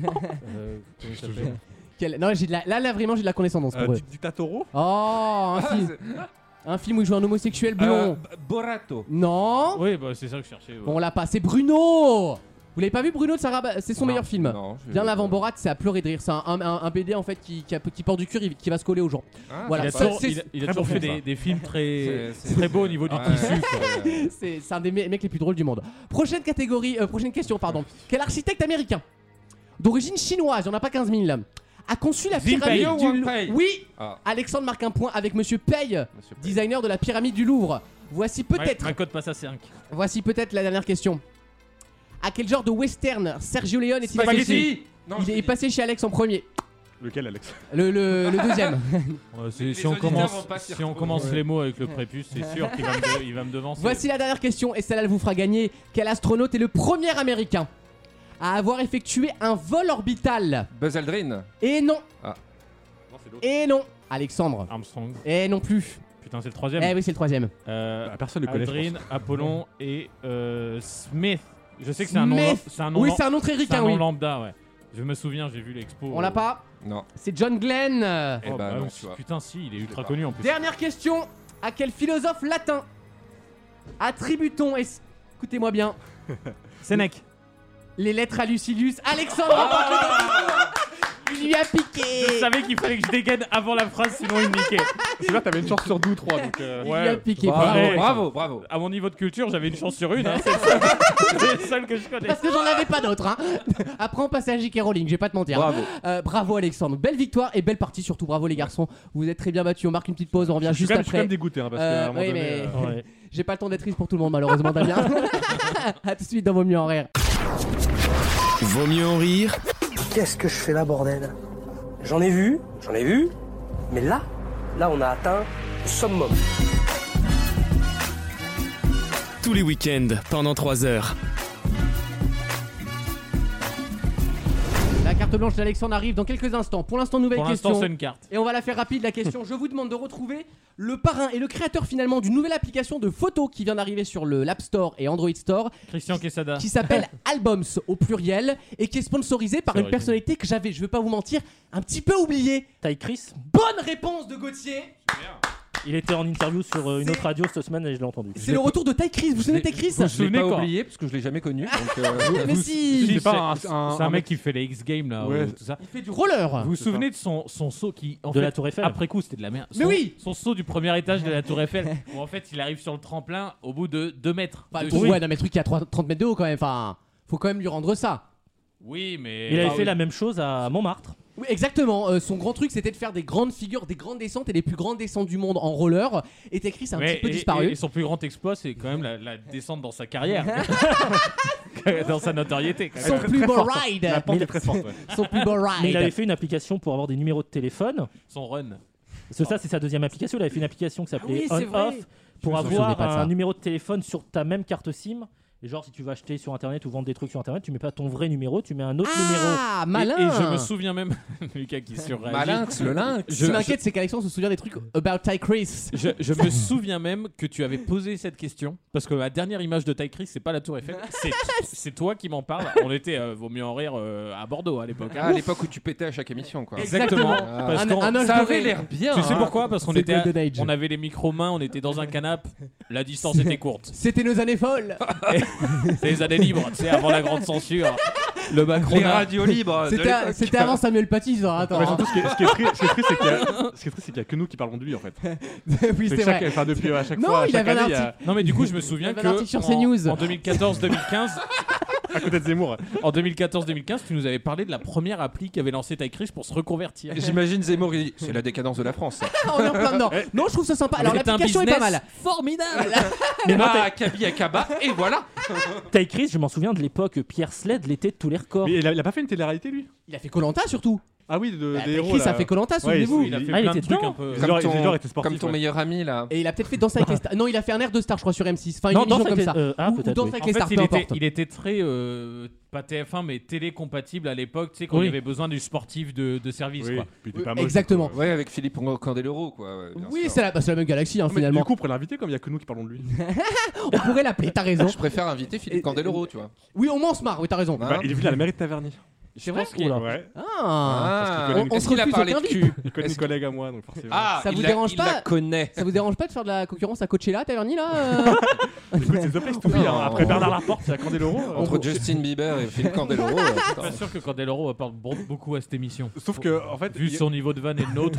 Speaker 5: comment il s'appelle
Speaker 2: Quel- Non, j'ai de la... là, là, vraiment, j'ai de la connaissance
Speaker 3: Euh,
Speaker 2: pour eux.
Speaker 3: Di- Dictatoro
Speaker 2: Oh, un,
Speaker 6: Ah,
Speaker 2: film...
Speaker 6: c'est-
Speaker 2: un film où il joue un homosexuel
Speaker 6: euh,
Speaker 2: blond.
Speaker 6: B- Borato.
Speaker 2: Non.
Speaker 5: Oui, bah, c'est ça que je cherchais. ouais.
Speaker 2: Bon, on l'a pas. C'est Bruno. Vous l'avez pas vu, Bruno de Sarah C'est son
Speaker 6: Non,
Speaker 2: meilleur film.
Speaker 6: non, je-
Speaker 2: Bien avant Borat, c'est à pleurer de rire. C'est un, un- un BD en fait qui, qui, a- qui porte du cuir et qui va se coller aux gens.
Speaker 6: Ah,
Speaker 2: Voilà.
Speaker 5: il a
Speaker 6: c'est pas-
Speaker 5: toujours,
Speaker 2: c'est-
Speaker 5: il a- il a
Speaker 4: très
Speaker 5: toujours
Speaker 4: bon
Speaker 5: fait
Speaker 4: film,
Speaker 5: des, des films très,
Speaker 6: C'est- c'est- Ah,
Speaker 5: très beaux au niveau du
Speaker 6: Ouais,
Speaker 5: tissu.
Speaker 6: ouais, ouais.
Speaker 2: C'est c'est un des me- mecs les plus drôles du monde. Prochaine catégorie, euh, prochaine question, pardon. Quel architecte américain d'origine chinoise, il n'y en a pas 15 000, là, a conçu la
Speaker 5: Xi
Speaker 2: pyramide
Speaker 6: Jinping.
Speaker 2: du
Speaker 6: Wang Pei.
Speaker 2: Louvre Oui,
Speaker 6: Ah,
Speaker 2: Alexandre marque un point avec Monsieur Pei,
Speaker 6: monsieur Pepe.
Speaker 2: designer de la pyramide du Louvre. Voici peut-être,
Speaker 5: Ma, ma cote passe à 5.
Speaker 2: voici peut-être la dernière question. À quel genre de western Sergio Leone est-il associé
Speaker 6: Spaghetti Non,
Speaker 2: Il
Speaker 6: je-
Speaker 2: est passé chez Alex en premier,
Speaker 3: Lequel, Alex
Speaker 2: le,
Speaker 6: *laughs*
Speaker 2: le- le deuxième.
Speaker 6: Les
Speaker 5: si on
Speaker 6: auditeurs
Speaker 5: commence,
Speaker 6: vont pas s'y
Speaker 5: si on
Speaker 6: retrouver.
Speaker 5: commence les mots avec le prépuce, c'est
Speaker 6: *laughs*
Speaker 5: sûr qu'il va, me de- il va me devancer.
Speaker 2: Voici la dernière question et celle-là elle vous fera gagner. Quel astronaute est le premier américain à avoir effectué un vol orbital
Speaker 6: Buzz Aldrin.
Speaker 2: Et non
Speaker 3: Non, c'est l'autre.
Speaker 2: Et non Alexandre
Speaker 5: Armstrong.
Speaker 2: Et non plus
Speaker 5: Putain, c'est le troisième.
Speaker 2: Eh oui c'est le troisième
Speaker 5: Euh,
Speaker 3: Bah, personne ne connaît. je
Speaker 5: Aldrin, Apollon et euh, Smith. Je sais que c'est un nom,
Speaker 2: Smith.
Speaker 5: lam- c'est un nom,
Speaker 2: Oui
Speaker 5: lam-
Speaker 2: c'est un autre
Speaker 5: c'est un
Speaker 2: américain
Speaker 5: nom
Speaker 2: oui
Speaker 5: lambda, ouais. Je me souviens, j'ai vu l'expo. euh,
Speaker 2: On l'a pas
Speaker 6: Non.
Speaker 2: C'est John Glenn Euh,
Speaker 6: Eh
Speaker 5: Oh,
Speaker 6: bah
Speaker 5: bah
Speaker 6: non,
Speaker 5: oui,
Speaker 6: tu vois.
Speaker 5: putain, si, il est ultra
Speaker 6: pas.
Speaker 5: connu en plus.
Speaker 2: Dernière question À quel philosophe latin attribue-t-on et- Écoutez-moi bien
Speaker 4: Sénèque.
Speaker 2: les lettres à Lucilius Alexandre remporte le concours. Il lui a
Speaker 5: Je
Speaker 2: piqué
Speaker 5: savais qu'il fallait que je dégaine avant la phrase, sinon il me niquait.
Speaker 3: pense. Celui-là, t'avais une chance sur deux ou trois. Donc, euh,
Speaker 2: Il lui a piqué
Speaker 5: Bravo.
Speaker 2: bravo.
Speaker 5: Ouais.
Speaker 6: Bravo, bravo.
Speaker 5: À mon niveau de culture, j'avais une chance sur une. hein, c'est le seul- *laughs* c'est le seul que je connais.
Speaker 2: Parce que j'en avais pas d'autres hein. Après on passait à J.K. Rowling, je vais pas te mentir.
Speaker 6: Bravo.
Speaker 2: Euh, bravo Alexandre, belle victoire et belle partie surtout, bravo les garçons, vous êtes très bien battus, on marque une petite pause, on revient
Speaker 3: je suis
Speaker 2: juste
Speaker 3: quand même- je suis quand
Speaker 2: après.
Speaker 3: même dégoûté. hein, parce
Speaker 2: Euh,
Speaker 3: qu'à un moment
Speaker 2: oui,
Speaker 3: donné,
Speaker 2: mais-
Speaker 3: euh,
Speaker 4: Ouais.
Speaker 2: J'ai pas le temps d'être triste pour tout le monde malheureusement Damien. à tout de suite dans Vaut mieux en rire.
Speaker 1: Vaut mieux en rire
Speaker 8: Qu'est-ce que je fais là, bordel J'en ai vu, j'en ai vu, mais là, là, on a atteint le summum.
Speaker 1: tous les week-ends pendant 3 heures.
Speaker 2: La carte blanche d'Alexandre arrive dans quelques instants. Pour l'instant nouvelle
Speaker 5: Pour l'instant,
Speaker 2: question.
Speaker 5: c'est une carte.
Speaker 2: Et on va la faire rapide la question. Je vous demande de retrouver le parrain et le créateur finalement d'une nouvelle application de photos qui vient d'arriver sur le l'App Store et Android Store
Speaker 5: Christian Quesada.
Speaker 2: qui
Speaker 5: *laughs*
Speaker 2: s'appelle Albums au pluriel et qui est sponsorisée par
Speaker 5: C'est
Speaker 2: une
Speaker 5: original.
Speaker 2: personnalité que j'avais, je vais pas vous mentir, un petit peu oubliée.
Speaker 4: Taille Chris.
Speaker 2: Bonne réponse de Gauthier.
Speaker 4: Il était en interview sur euh, une autre radio cette semaine et je l'ai entendu.
Speaker 2: C'est le retour de Ty Chris. Vous vous souvenez de Ty Chris Ah,
Speaker 5: Vous vous
Speaker 6: Je l'ai
Speaker 5: souvenez
Speaker 6: pas
Speaker 5: quand
Speaker 6: oublié parce que je l'ai jamais connu.
Speaker 2: *laughs*
Speaker 6: donc, euh,
Speaker 2: Mais si
Speaker 3: C'est pas un-
Speaker 5: c'est
Speaker 3: un-
Speaker 5: c'est un
Speaker 3: un
Speaker 5: mec
Speaker 3: mec-
Speaker 5: qui fait les X Games là,
Speaker 3: Ouais. Ah,
Speaker 5: ou tout ça.
Speaker 2: Il fait du roller
Speaker 5: Vous vous souvenez de son, son saut qui, en fait,
Speaker 4: De la Tour Eiffel.
Speaker 5: après coup, c'était de la merde. Son,
Speaker 2: Mais oui
Speaker 5: Son saut du premier étage de la
Speaker 2: *laughs*
Speaker 5: Tour Eiffel, où en fait, il arrive sur le tremplin au bout de 2 mètres.
Speaker 2: Enfin,
Speaker 5: de
Speaker 2: le truc-
Speaker 5: chute.
Speaker 2: ouais, non, mais le truc qui a 3 30 mètres de haut quand même. Enfin, faut quand même lui rendre ça.
Speaker 5: Oui, mais.
Speaker 4: Il
Speaker 2: Ah
Speaker 4: avait
Speaker 5: Bah,
Speaker 4: fait
Speaker 5: oui.
Speaker 4: la même chose à Montmartre.
Speaker 2: Oui, exactement. euh, son grand truc, c'était de faire des grandes figures, des grandes descentes et les plus grandes descentes du monde en roller. Et Ty Chris a un
Speaker 5: Mais-
Speaker 2: petit peu
Speaker 5: et-
Speaker 2: disparu. *laughs*
Speaker 5: Et, et son plus grand exploit, c'est quand même la, la descente dans sa carrière. *laughs* dans sa notoriété. quand
Speaker 2: Son
Speaker 5: même.
Speaker 2: plus beau ride.
Speaker 5: La pente
Speaker 2: Mais-
Speaker 5: est très forte. ouais.
Speaker 2: Son plus beau
Speaker 4: Mais il avait
Speaker 2: ride.
Speaker 4: fait une application pour avoir des numéros de téléphone.
Speaker 5: Son run.
Speaker 4: Parce que ça, c'est sa deuxième application. Il avait fait une application qui s'appelait
Speaker 2: Ah oui, c'est vrai.
Speaker 4: On-Off pour
Speaker 2: Je me souvenais
Speaker 4: avoir
Speaker 2: pas de ça.
Speaker 4: un numéro de téléphone sur ta même carte SIM. Et genre, si tu vas acheter sur Internet ou vendre des trucs sur Internet, tu mets pas ton vrai numéro, tu mets un autre numéro.
Speaker 2: Ah,
Speaker 5: Et-
Speaker 2: malin.
Speaker 5: Et, je me souviens même, *laughs* Lucas qui surréagit.
Speaker 6: Malinx, le lynx.
Speaker 2: Ce qui m'inquiète, c'est qu'Alexandre se souvient des trucs about Ty Chris.
Speaker 5: Je, je me souviens même que tu avais posé cette question parce que la dernière image de Ty Chris, c'est pas la
Speaker 2: *laughs*
Speaker 5: Tour Eiffel, c'est- c'est toi qui m'en parles. On était, euh, vaut mieux en rire, euh, à Bordeaux à l'époque.
Speaker 6: Ah, à l'époque où tu pétais à chaque émission, quoi.
Speaker 5: Exactement.
Speaker 6: Ah.
Speaker 5: Parce
Speaker 2: Un-
Speaker 5: qu'on-
Speaker 2: un homme
Speaker 6: Ça
Speaker 2: doré.
Speaker 6: avait l'air bien.
Speaker 5: tu sais
Speaker 6: hein.
Speaker 5: pourquoi Parce qu'on
Speaker 2: C'est
Speaker 5: était, à-
Speaker 2: Golden Age.
Speaker 5: on avait les micros mains, on était dans un canapé, la distance était courte.
Speaker 2: C'était nos années folles.
Speaker 5: C'est les années libres, tu sais, avant la grande censure. *laughs* Le Macron.
Speaker 6: Les radios libres. de
Speaker 2: C'était
Speaker 6: l'époque.
Speaker 2: c'était avant Samuel Paty, ça. Attends. hein.
Speaker 3: Mais surtout, ce qui est, ce qui est triste, ce qui est triste, c'est qu'il y a- ce qui est triste, c'est qu'il y a que nous qui parlons de lui en fait.
Speaker 2: *laughs* oui,
Speaker 3: C'est
Speaker 2: c'est
Speaker 3: que chaque,
Speaker 2: vrai.
Speaker 3: enfin, depuis euh, à chaque
Speaker 2: Non,
Speaker 3: fois, à
Speaker 2: il
Speaker 3: chaque
Speaker 2: avait un
Speaker 3: année, il y a-
Speaker 5: Non mais du coup, je me souviens
Speaker 2: Il y
Speaker 5: que
Speaker 2: avait un article sur CNews.
Speaker 5: en, en 2014-2015,
Speaker 3: à côté de Zemmour.
Speaker 5: en 2014-2015, tu nous avais parlé de la première appli qu'avait lancée Ty Chris pour se reconvertir.
Speaker 6: J'imagine Zemmour, il dit, c'est la décadence de la France. ça.
Speaker 2: Ah, On est en plein dedans. Non, je trouve ça sympa. Alors
Speaker 5: C'est un
Speaker 2: l'application est pas
Speaker 5: business
Speaker 2: mal. Formidable.
Speaker 6: ah, Kaby Akaba, et voilà
Speaker 4: Ty Chris, je m'en souviens de l'époque, Pierre Sled l'était de tous les records.
Speaker 3: Mais il a, il a pas fait une télé-réalité lui
Speaker 2: Il a fait Colanta surtout.
Speaker 3: Ah oui, de,
Speaker 2: Bah,
Speaker 3: des
Speaker 2: Ty
Speaker 3: héros.
Speaker 2: Chris
Speaker 3: là.
Speaker 2: a fait Colanta,
Speaker 3: Ouais,
Speaker 2: souvenez-vous.
Speaker 5: Il a fait
Speaker 4: Ah, il
Speaker 5: plein de
Speaker 4: était
Speaker 5: trucs
Speaker 4: dedans.
Speaker 5: un peu.
Speaker 3: Comme Genre, ton- genre, il était sportif,
Speaker 6: comme ton
Speaker 3: ouais.
Speaker 6: meilleur ami là.
Speaker 2: Et il a peut-être fait Danser avec les stars. Non, il a fait un air de star, je crois, sur M6. Enfin, une
Speaker 4: Non,
Speaker 2: émission
Speaker 4: Danse avec
Speaker 2: comme
Speaker 4: les-
Speaker 2: ça.
Speaker 4: euh, ah,
Speaker 2: Ou- ou
Speaker 4: peut-être,
Speaker 2: Danse
Speaker 4: oui.
Speaker 2: avec
Speaker 5: En
Speaker 2: les
Speaker 5: fait,
Speaker 2: stars,
Speaker 5: il,
Speaker 2: peu
Speaker 5: était,
Speaker 2: importe.
Speaker 5: il était très euh, pas TF1 mais télécompatible à l'époque, tu sais, quand
Speaker 4: Oui.
Speaker 5: il y avait besoin du sportif de, de service.
Speaker 3: Oui,
Speaker 5: Quoi.
Speaker 3: puis il était pas moche.
Speaker 2: Exactement.
Speaker 6: Ouais, avec Philippe Candeloro quoi. ouais, euh, bien
Speaker 2: Oui,
Speaker 6: sûr.
Speaker 2: c'est la, bah, c'est la même galaxie, hein,
Speaker 3: Mais Du
Speaker 2: finalement.
Speaker 3: coup, on pourrait l'inviter comme il y a que nous qui parlons de lui.
Speaker 2: On pourrait l'appeler, t'as raison.
Speaker 6: *laughs* Je préfère inviter Philippe Candeloro, tu vois. Hein
Speaker 2: Oui, au moins, on se marre, oui, t'as raison.
Speaker 3: Bah, il est venu à la mairie de Taverny.
Speaker 5: Je
Speaker 2: vrai
Speaker 5: pense qu'il-
Speaker 4: Oula.
Speaker 2: *laughs*
Speaker 3: Ouais.
Speaker 2: Ah.
Speaker 3: parce
Speaker 6: Ah,
Speaker 3: qu'il connaît une-
Speaker 2: on
Speaker 6: est-ce
Speaker 2: se
Speaker 6: qu'il a
Speaker 2: refuse
Speaker 6: parlé de
Speaker 2: aucun
Speaker 6: cul
Speaker 3: Il connaît
Speaker 6: Est-ce
Speaker 3: une collègue à moi, donc forcément.
Speaker 6: Ah,
Speaker 2: Ça vous
Speaker 6: il la-
Speaker 2: dérange
Speaker 6: il
Speaker 2: pas
Speaker 6: la connaît.
Speaker 2: Ça vous dérange pas de faire de la concurrence à Coachella, Taverny, là euh
Speaker 3: Écoute, c'est The Place to Be. hein.
Speaker 6: Non.
Speaker 3: Après Bernard Laporte, il y a Candeloro. euh,
Speaker 6: Entre Justin Bieber
Speaker 2: *laughs*
Speaker 6: et Philippe Candeloro. euh,
Speaker 5: Je suis pas sûr que Candeloro apporte bon- beaucoup à cette émission.
Speaker 3: Sauf que, en fait,
Speaker 5: Vu
Speaker 3: il-
Speaker 5: son niveau de van et le nôtre,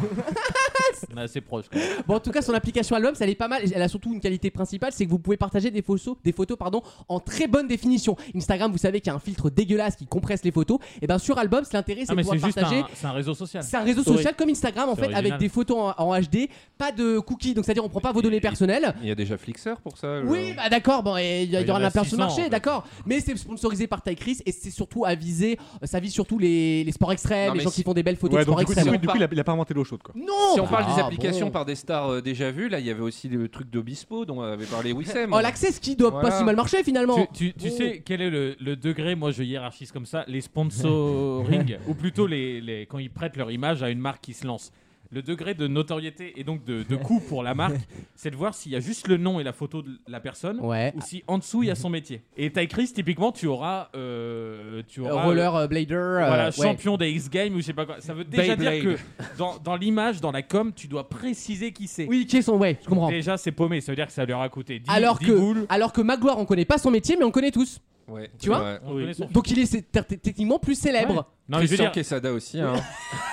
Speaker 5: on est assez proche.
Speaker 2: Bon, en tout cas, son application album, ça elle est pas mal. Elle a surtout une qualité principale, c'est que vous pouvez partager des photos, des photos pardon, en très bonne définition. Instagram, vous savez qu'il y a un filtre dégueulasse qui compresse les photos. Et ben sur album, l'intérêt, c'est
Speaker 5: Ah,
Speaker 2: de
Speaker 5: mais c'est
Speaker 2: pouvoir
Speaker 5: juste
Speaker 2: partager
Speaker 5: un, c'est un réseau social.
Speaker 2: C'est un réseau
Speaker 5: Oui.
Speaker 2: social comme Instagram en
Speaker 5: C'est
Speaker 2: fait, avec
Speaker 5: original.
Speaker 2: des photos en, en HD, pas de cookies, donc c'est-à-dire on prend pas vos
Speaker 6: Et- Euh,
Speaker 2: données personnelles.
Speaker 6: Il y a déjà Flixer pour ça le-
Speaker 2: Oui, bah d'accord, bon, et il y, a- il y
Speaker 5: Il y
Speaker 2: aura
Speaker 5: en
Speaker 2: la
Speaker 5: a
Speaker 2: place sur
Speaker 5: 600,
Speaker 2: le marché,
Speaker 5: en fait.
Speaker 2: d'accord. Mais c'est sponsorisé par Ty Chris et c'est surtout à viser, euh, ça vise surtout les, les sports extrêmes,
Speaker 6: Non,
Speaker 2: les
Speaker 6: mais
Speaker 2: gens
Speaker 6: si-
Speaker 2: qui font des belles photos
Speaker 3: Ouais,
Speaker 2: de
Speaker 3: donc
Speaker 2: sports
Speaker 3: du coup,
Speaker 2: extrêmes.
Speaker 3: du coup, il a- il a pas inventé l'eau chaude, quoi.
Speaker 2: Non
Speaker 6: Si on parle
Speaker 2: bah,
Speaker 6: des applications
Speaker 2: bon.
Speaker 6: par des stars euh, déjà vues, là il y avait aussi le truc d'Obispo dont avait parlé Wissem.
Speaker 2: Oh, l'accès, ce qui doit pas
Speaker 6: Voilà.
Speaker 2: si mal marcher finalement.
Speaker 5: Tu, tu- tu
Speaker 2: Oh.
Speaker 5: sais quel est le, le degré, moi je hiérarchise comme ça,
Speaker 2: *laughs*
Speaker 5: les sponsoring, ou plutôt les, les- quand ils prêtent leur image à une marque qui se lance. Le degré de notoriété et donc de, de coût pour
Speaker 2: *laughs*
Speaker 5: la marque, c'est de voir s'il y a juste le nom et la photo de la personne,
Speaker 2: Ouais.
Speaker 5: ou si en dessous il y a son métier. Et Ty Chris, typiquement, tu auras, euh, tu
Speaker 2: Euh,
Speaker 5: auras
Speaker 2: Roller, euh, blader, euh,
Speaker 5: voilà,
Speaker 2: ouais.
Speaker 5: champion des X Games ou je sais pas quoi. Ça veut déjà dire
Speaker 6: Beyblade.
Speaker 5: que dans, dans l'image, dans la com, tu dois préciser qui c'est.
Speaker 2: Oui, qui est son, ouais, je comprends.
Speaker 5: Déjà, c'est paumé, ça veut dire que ça leur a coûté 10,
Speaker 2: Alors
Speaker 5: 10
Speaker 2: que,
Speaker 5: boules.
Speaker 2: alors que Magloire, on connaît pas son métier, mais on le connaît tous.
Speaker 6: Ouais.
Speaker 2: Tu vois
Speaker 6: Ouais.
Speaker 5: On connaît son-
Speaker 2: Donc il est c'est- t- t- techniquement plus célèbre.
Speaker 5: Non, mais je veux
Speaker 6: Christian
Speaker 5: dire,
Speaker 6: Quesada aussi. hein.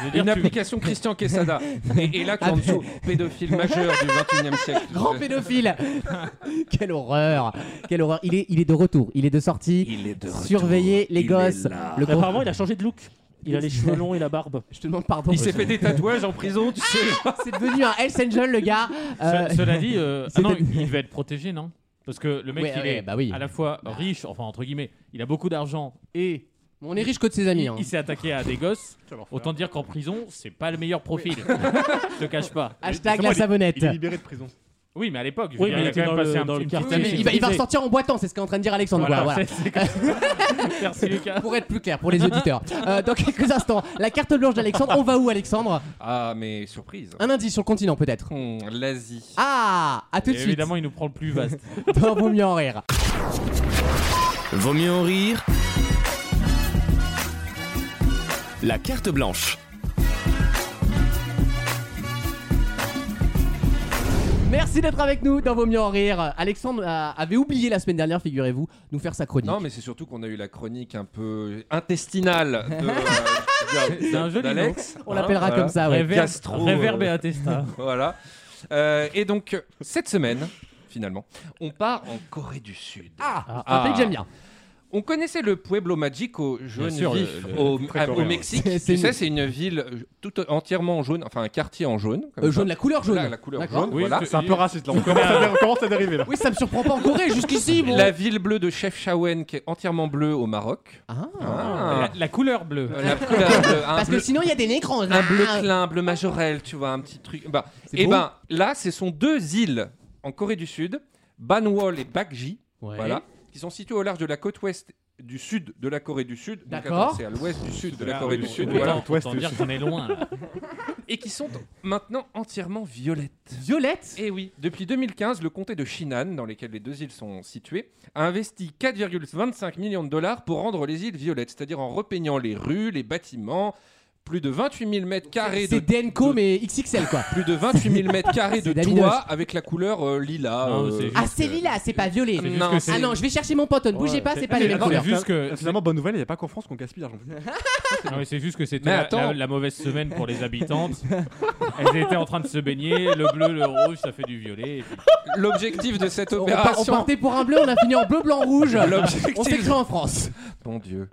Speaker 5: je veux dire,
Speaker 6: Une
Speaker 5: tu-
Speaker 6: application Christian Quesada. Et, et là,
Speaker 2: *laughs*
Speaker 6: en dessous, pédophile majeur du 21 e siècle.
Speaker 2: Grand pédophile *laughs* Quelle horreur Quelle horreur il est, il est de retour, il est de sortie. Surveillez les gosses. Le
Speaker 4: Mais
Speaker 2: gros-
Speaker 4: Apparemment, il a changé de look. Il a les cheveux longs et la barbe.
Speaker 2: Je te demande pardon.
Speaker 6: Il s'est fait des tatouages en prison, tu sais.
Speaker 2: C'est devenu un Hells Angel, le gars. Euh,
Speaker 5: ce- cela dit, euh,
Speaker 2: *laughs*
Speaker 5: ah
Speaker 2: c'était-
Speaker 5: non, il va être protégé, non Parce que le mec,
Speaker 2: Ouais,
Speaker 5: il
Speaker 2: ouais,
Speaker 5: est
Speaker 2: bah oui.
Speaker 5: à la fois riche, enfin entre guillemets, il a beaucoup d'argent et
Speaker 2: On est riche que de ses amis.
Speaker 5: il,
Speaker 2: hein.
Speaker 5: il s'est attaqué à des gosses. Autant dire qu'en prison, c'est pas le meilleur profil. je te cache pas.
Speaker 2: *laughs* Hashtag
Speaker 3: Justement,
Speaker 2: la
Speaker 3: il est-
Speaker 2: savonnette.
Speaker 3: Il est libéré de prison.
Speaker 5: Oui, mais à l'époque, je
Speaker 4: Oui,
Speaker 5: veux dire, il
Speaker 4: mais il
Speaker 5: a
Speaker 4: était
Speaker 5: quand même
Speaker 4: dans
Speaker 5: passé
Speaker 4: le-
Speaker 5: un
Speaker 4: dans le
Speaker 5: petit- une
Speaker 4: quartier.
Speaker 5: petite année.
Speaker 2: Il va, il va ressortir en boitant, c'est ce qu'est en train de dire Alexandre.
Speaker 5: Voilà,
Speaker 2: quoi, voilà.
Speaker 5: *laughs* c'est- c'est
Speaker 2: *laughs*
Speaker 5: comme- Merci Lucas.
Speaker 2: Pour être plus clair, pour les auditeurs. Euh, dans quelques instants, la carte blanche d'Alexandre. On va où, Alexandre
Speaker 6: Ah, mais surprise.
Speaker 2: Un indice sur le continent, peut-être.
Speaker 6: Hmm, L'Asie.
Speaker 2: Ah À tout de
Speaker 5: Et
Speaker 2: suite.
Speaker 5: évidemment, il nous prend le plus vaste.
Speaker 2: Dans Vaut mieux en rire.
Speaker 1: Vaut mieux en rire. La carte blanche.
Speaker 2: Merci d'être avec nous dans Vaut mieux en rire. Alexandre euh, avait oublié la semaine dernière, figurez-vous, nous faire sa chronique.
Speaker 6: Non, mais c'est surtout qu'on a eu la chronique un peu intestinale de, euh,
Speaker 5: C'est un joli
Speaker 6: d'Alex.
Speaker 2: On l'appellera
Speaker 6: Hein, voilà.
Speaker 2: comme ça, ouais.
Speaker 5: Réverb,
Speaker 6: Gastro,
Speaker 5: réverb
Speaker 6: euh,
Speaker 5: et intestin.
Speaker 6: *laughs* Voilà. Euh, et donc, cette semaine, finalement, on part en Corée du Sud.
Speaker 2: Ah,
Speaker 4: Ah.
Speaker 2: un pays que j'aime bien.
Speaker 6: On connaissait le Pueblo Magico jaune
Speaker 5: Bien sûr, le-
Speaker 6: vif
Speaker 5: le-
Speaker 6: au,
Speaker 3: très
Speaker 6: à-
Speaker 3: coréen,
Speaker 6: au Mexique.
Speaker 2: ouais. C'est
Speaker 6: tu sais,
Speaker 2: nul.
Speaker 6: c'est une ville euh, toute entièrement en jaune, enfin un quartier en jaune. comme
Speaker 2: Euh,
Speaker 6: ça.
Speaker 2: jaune, la couleur jaune.
Speaker 6: Voilà, Ah. la couleur
Speaker 2: D'accord.
Speaker 6: jaune, voilà.
Speaker 3: C'est un peu raciste là. On commence à, on commence à dériver là.
Speaker 2: Oui, ça me surprend pas en Corée jusqu'ici. Bon.
Speaker 6: La ville bleue de Chefchaouen qui est entièrement bleue au Maroc. Euh,
Speaker 2: Ah.
Speaker 5: La, la couleur bleue.
Speaker 6: La
Speaker 2: *laughs*
Speaker 6: couleur bleue, un
Speaker 2: Parce
Speaker 6: bleu-
Speaker 2: que sinon, il y a des nécrons.
Speaker 6: un bleu clin, un bleu majorel, tu vois, un petit truc. Bah,
Speaker 2: C'est
Speaker 6: et
Speaker 2: beau.
Speaker 6: ben là, ce sont deux îles en Corée du Sud, Banwol et Bakji, voilà, qui sont situées au large de la côte ouest du sud de la Corée du Sud. Donc,
Speaker 2: D'accord.
Speaker 6: attends, C'est à l'ouest du sud de la Corée du Sud,
Speaker 5: Autant-
Speaker 6: voilà.
Speaker 3: Côte ouest,
Speaker 5: autant
Speaker 3: le
Speaker 5: dire
Speaker 3: sud.
Speaker 5: qu'on est loin. là.
Speaker 6: et qui sont maintenant entièrement violettes.
Speaker 2: Violette.
Speaker 6: Et Eh oui, depuis 2015, le comté de Shinan, dans lequel les deux îles sont situées, a investi 4,25 millions de dollars pour rendre les îles violettes, c'est-à-dire en repeignant les rues, les bâtiments, plus de 28 000 mètres carrés de
Speaker 2: C'est Denko, mais XXL quoi.
Speaker 6: plus de 28 000 mètres carrés
Speaker 2: *laughs*
Speaker 6: de
Speaker 2: C'est Davidoff.
Speaker 6: toit avec la couleur euh, lila.
Speaker 5: Non,
Speaker 6: euh,
Speaker 5: c'est juste
Speaker 2: Ah, c'est lila, c'est pas violet.
Speaker 5: C'est juste
Speaker 6: Non,
Speaker 5: que
Speaker 2: Ah
Speaker 5: c'est-
Speaker 2: non, je vais chercher mon pote, ne bougez
Speaker 4: Ouais,
Speaker 2: pas,
Speaker 4: c'est-
Speaker 2: c'est pas les mêmes
Speaker 5: non,
Speaker 2: couleurs.
Speaker 5: juste que-
Speaker 3: Finalement, bonne nouvelle, il n'y a pas qu'en France qu'on gaspille l'argent.
Speaker 5: *laughs* Non, mais c'est juste que c'était
Speaker 6: Mais
Speaker 5: la,
Speaker 6: attends.
Speaker 5: la- la mauvaise semaine pour les
Speaker 6: *laughs*
Speaker 5: habitantes. Elles étaient en train de se baigner, le bleu, le rouge, ça fait du violet. et puis-
Speaker 6: L'objectif de cette
Speaker 2: On, Ah, par- on
Speaker 6: opération.
Speaker 2: partait pour un bleu, on a fini en bleu, blanc, rouge. On s'est
Speaker 6: L'objectif.
Speaker 2: cru en France.
Speaker 6: Mon Dieu.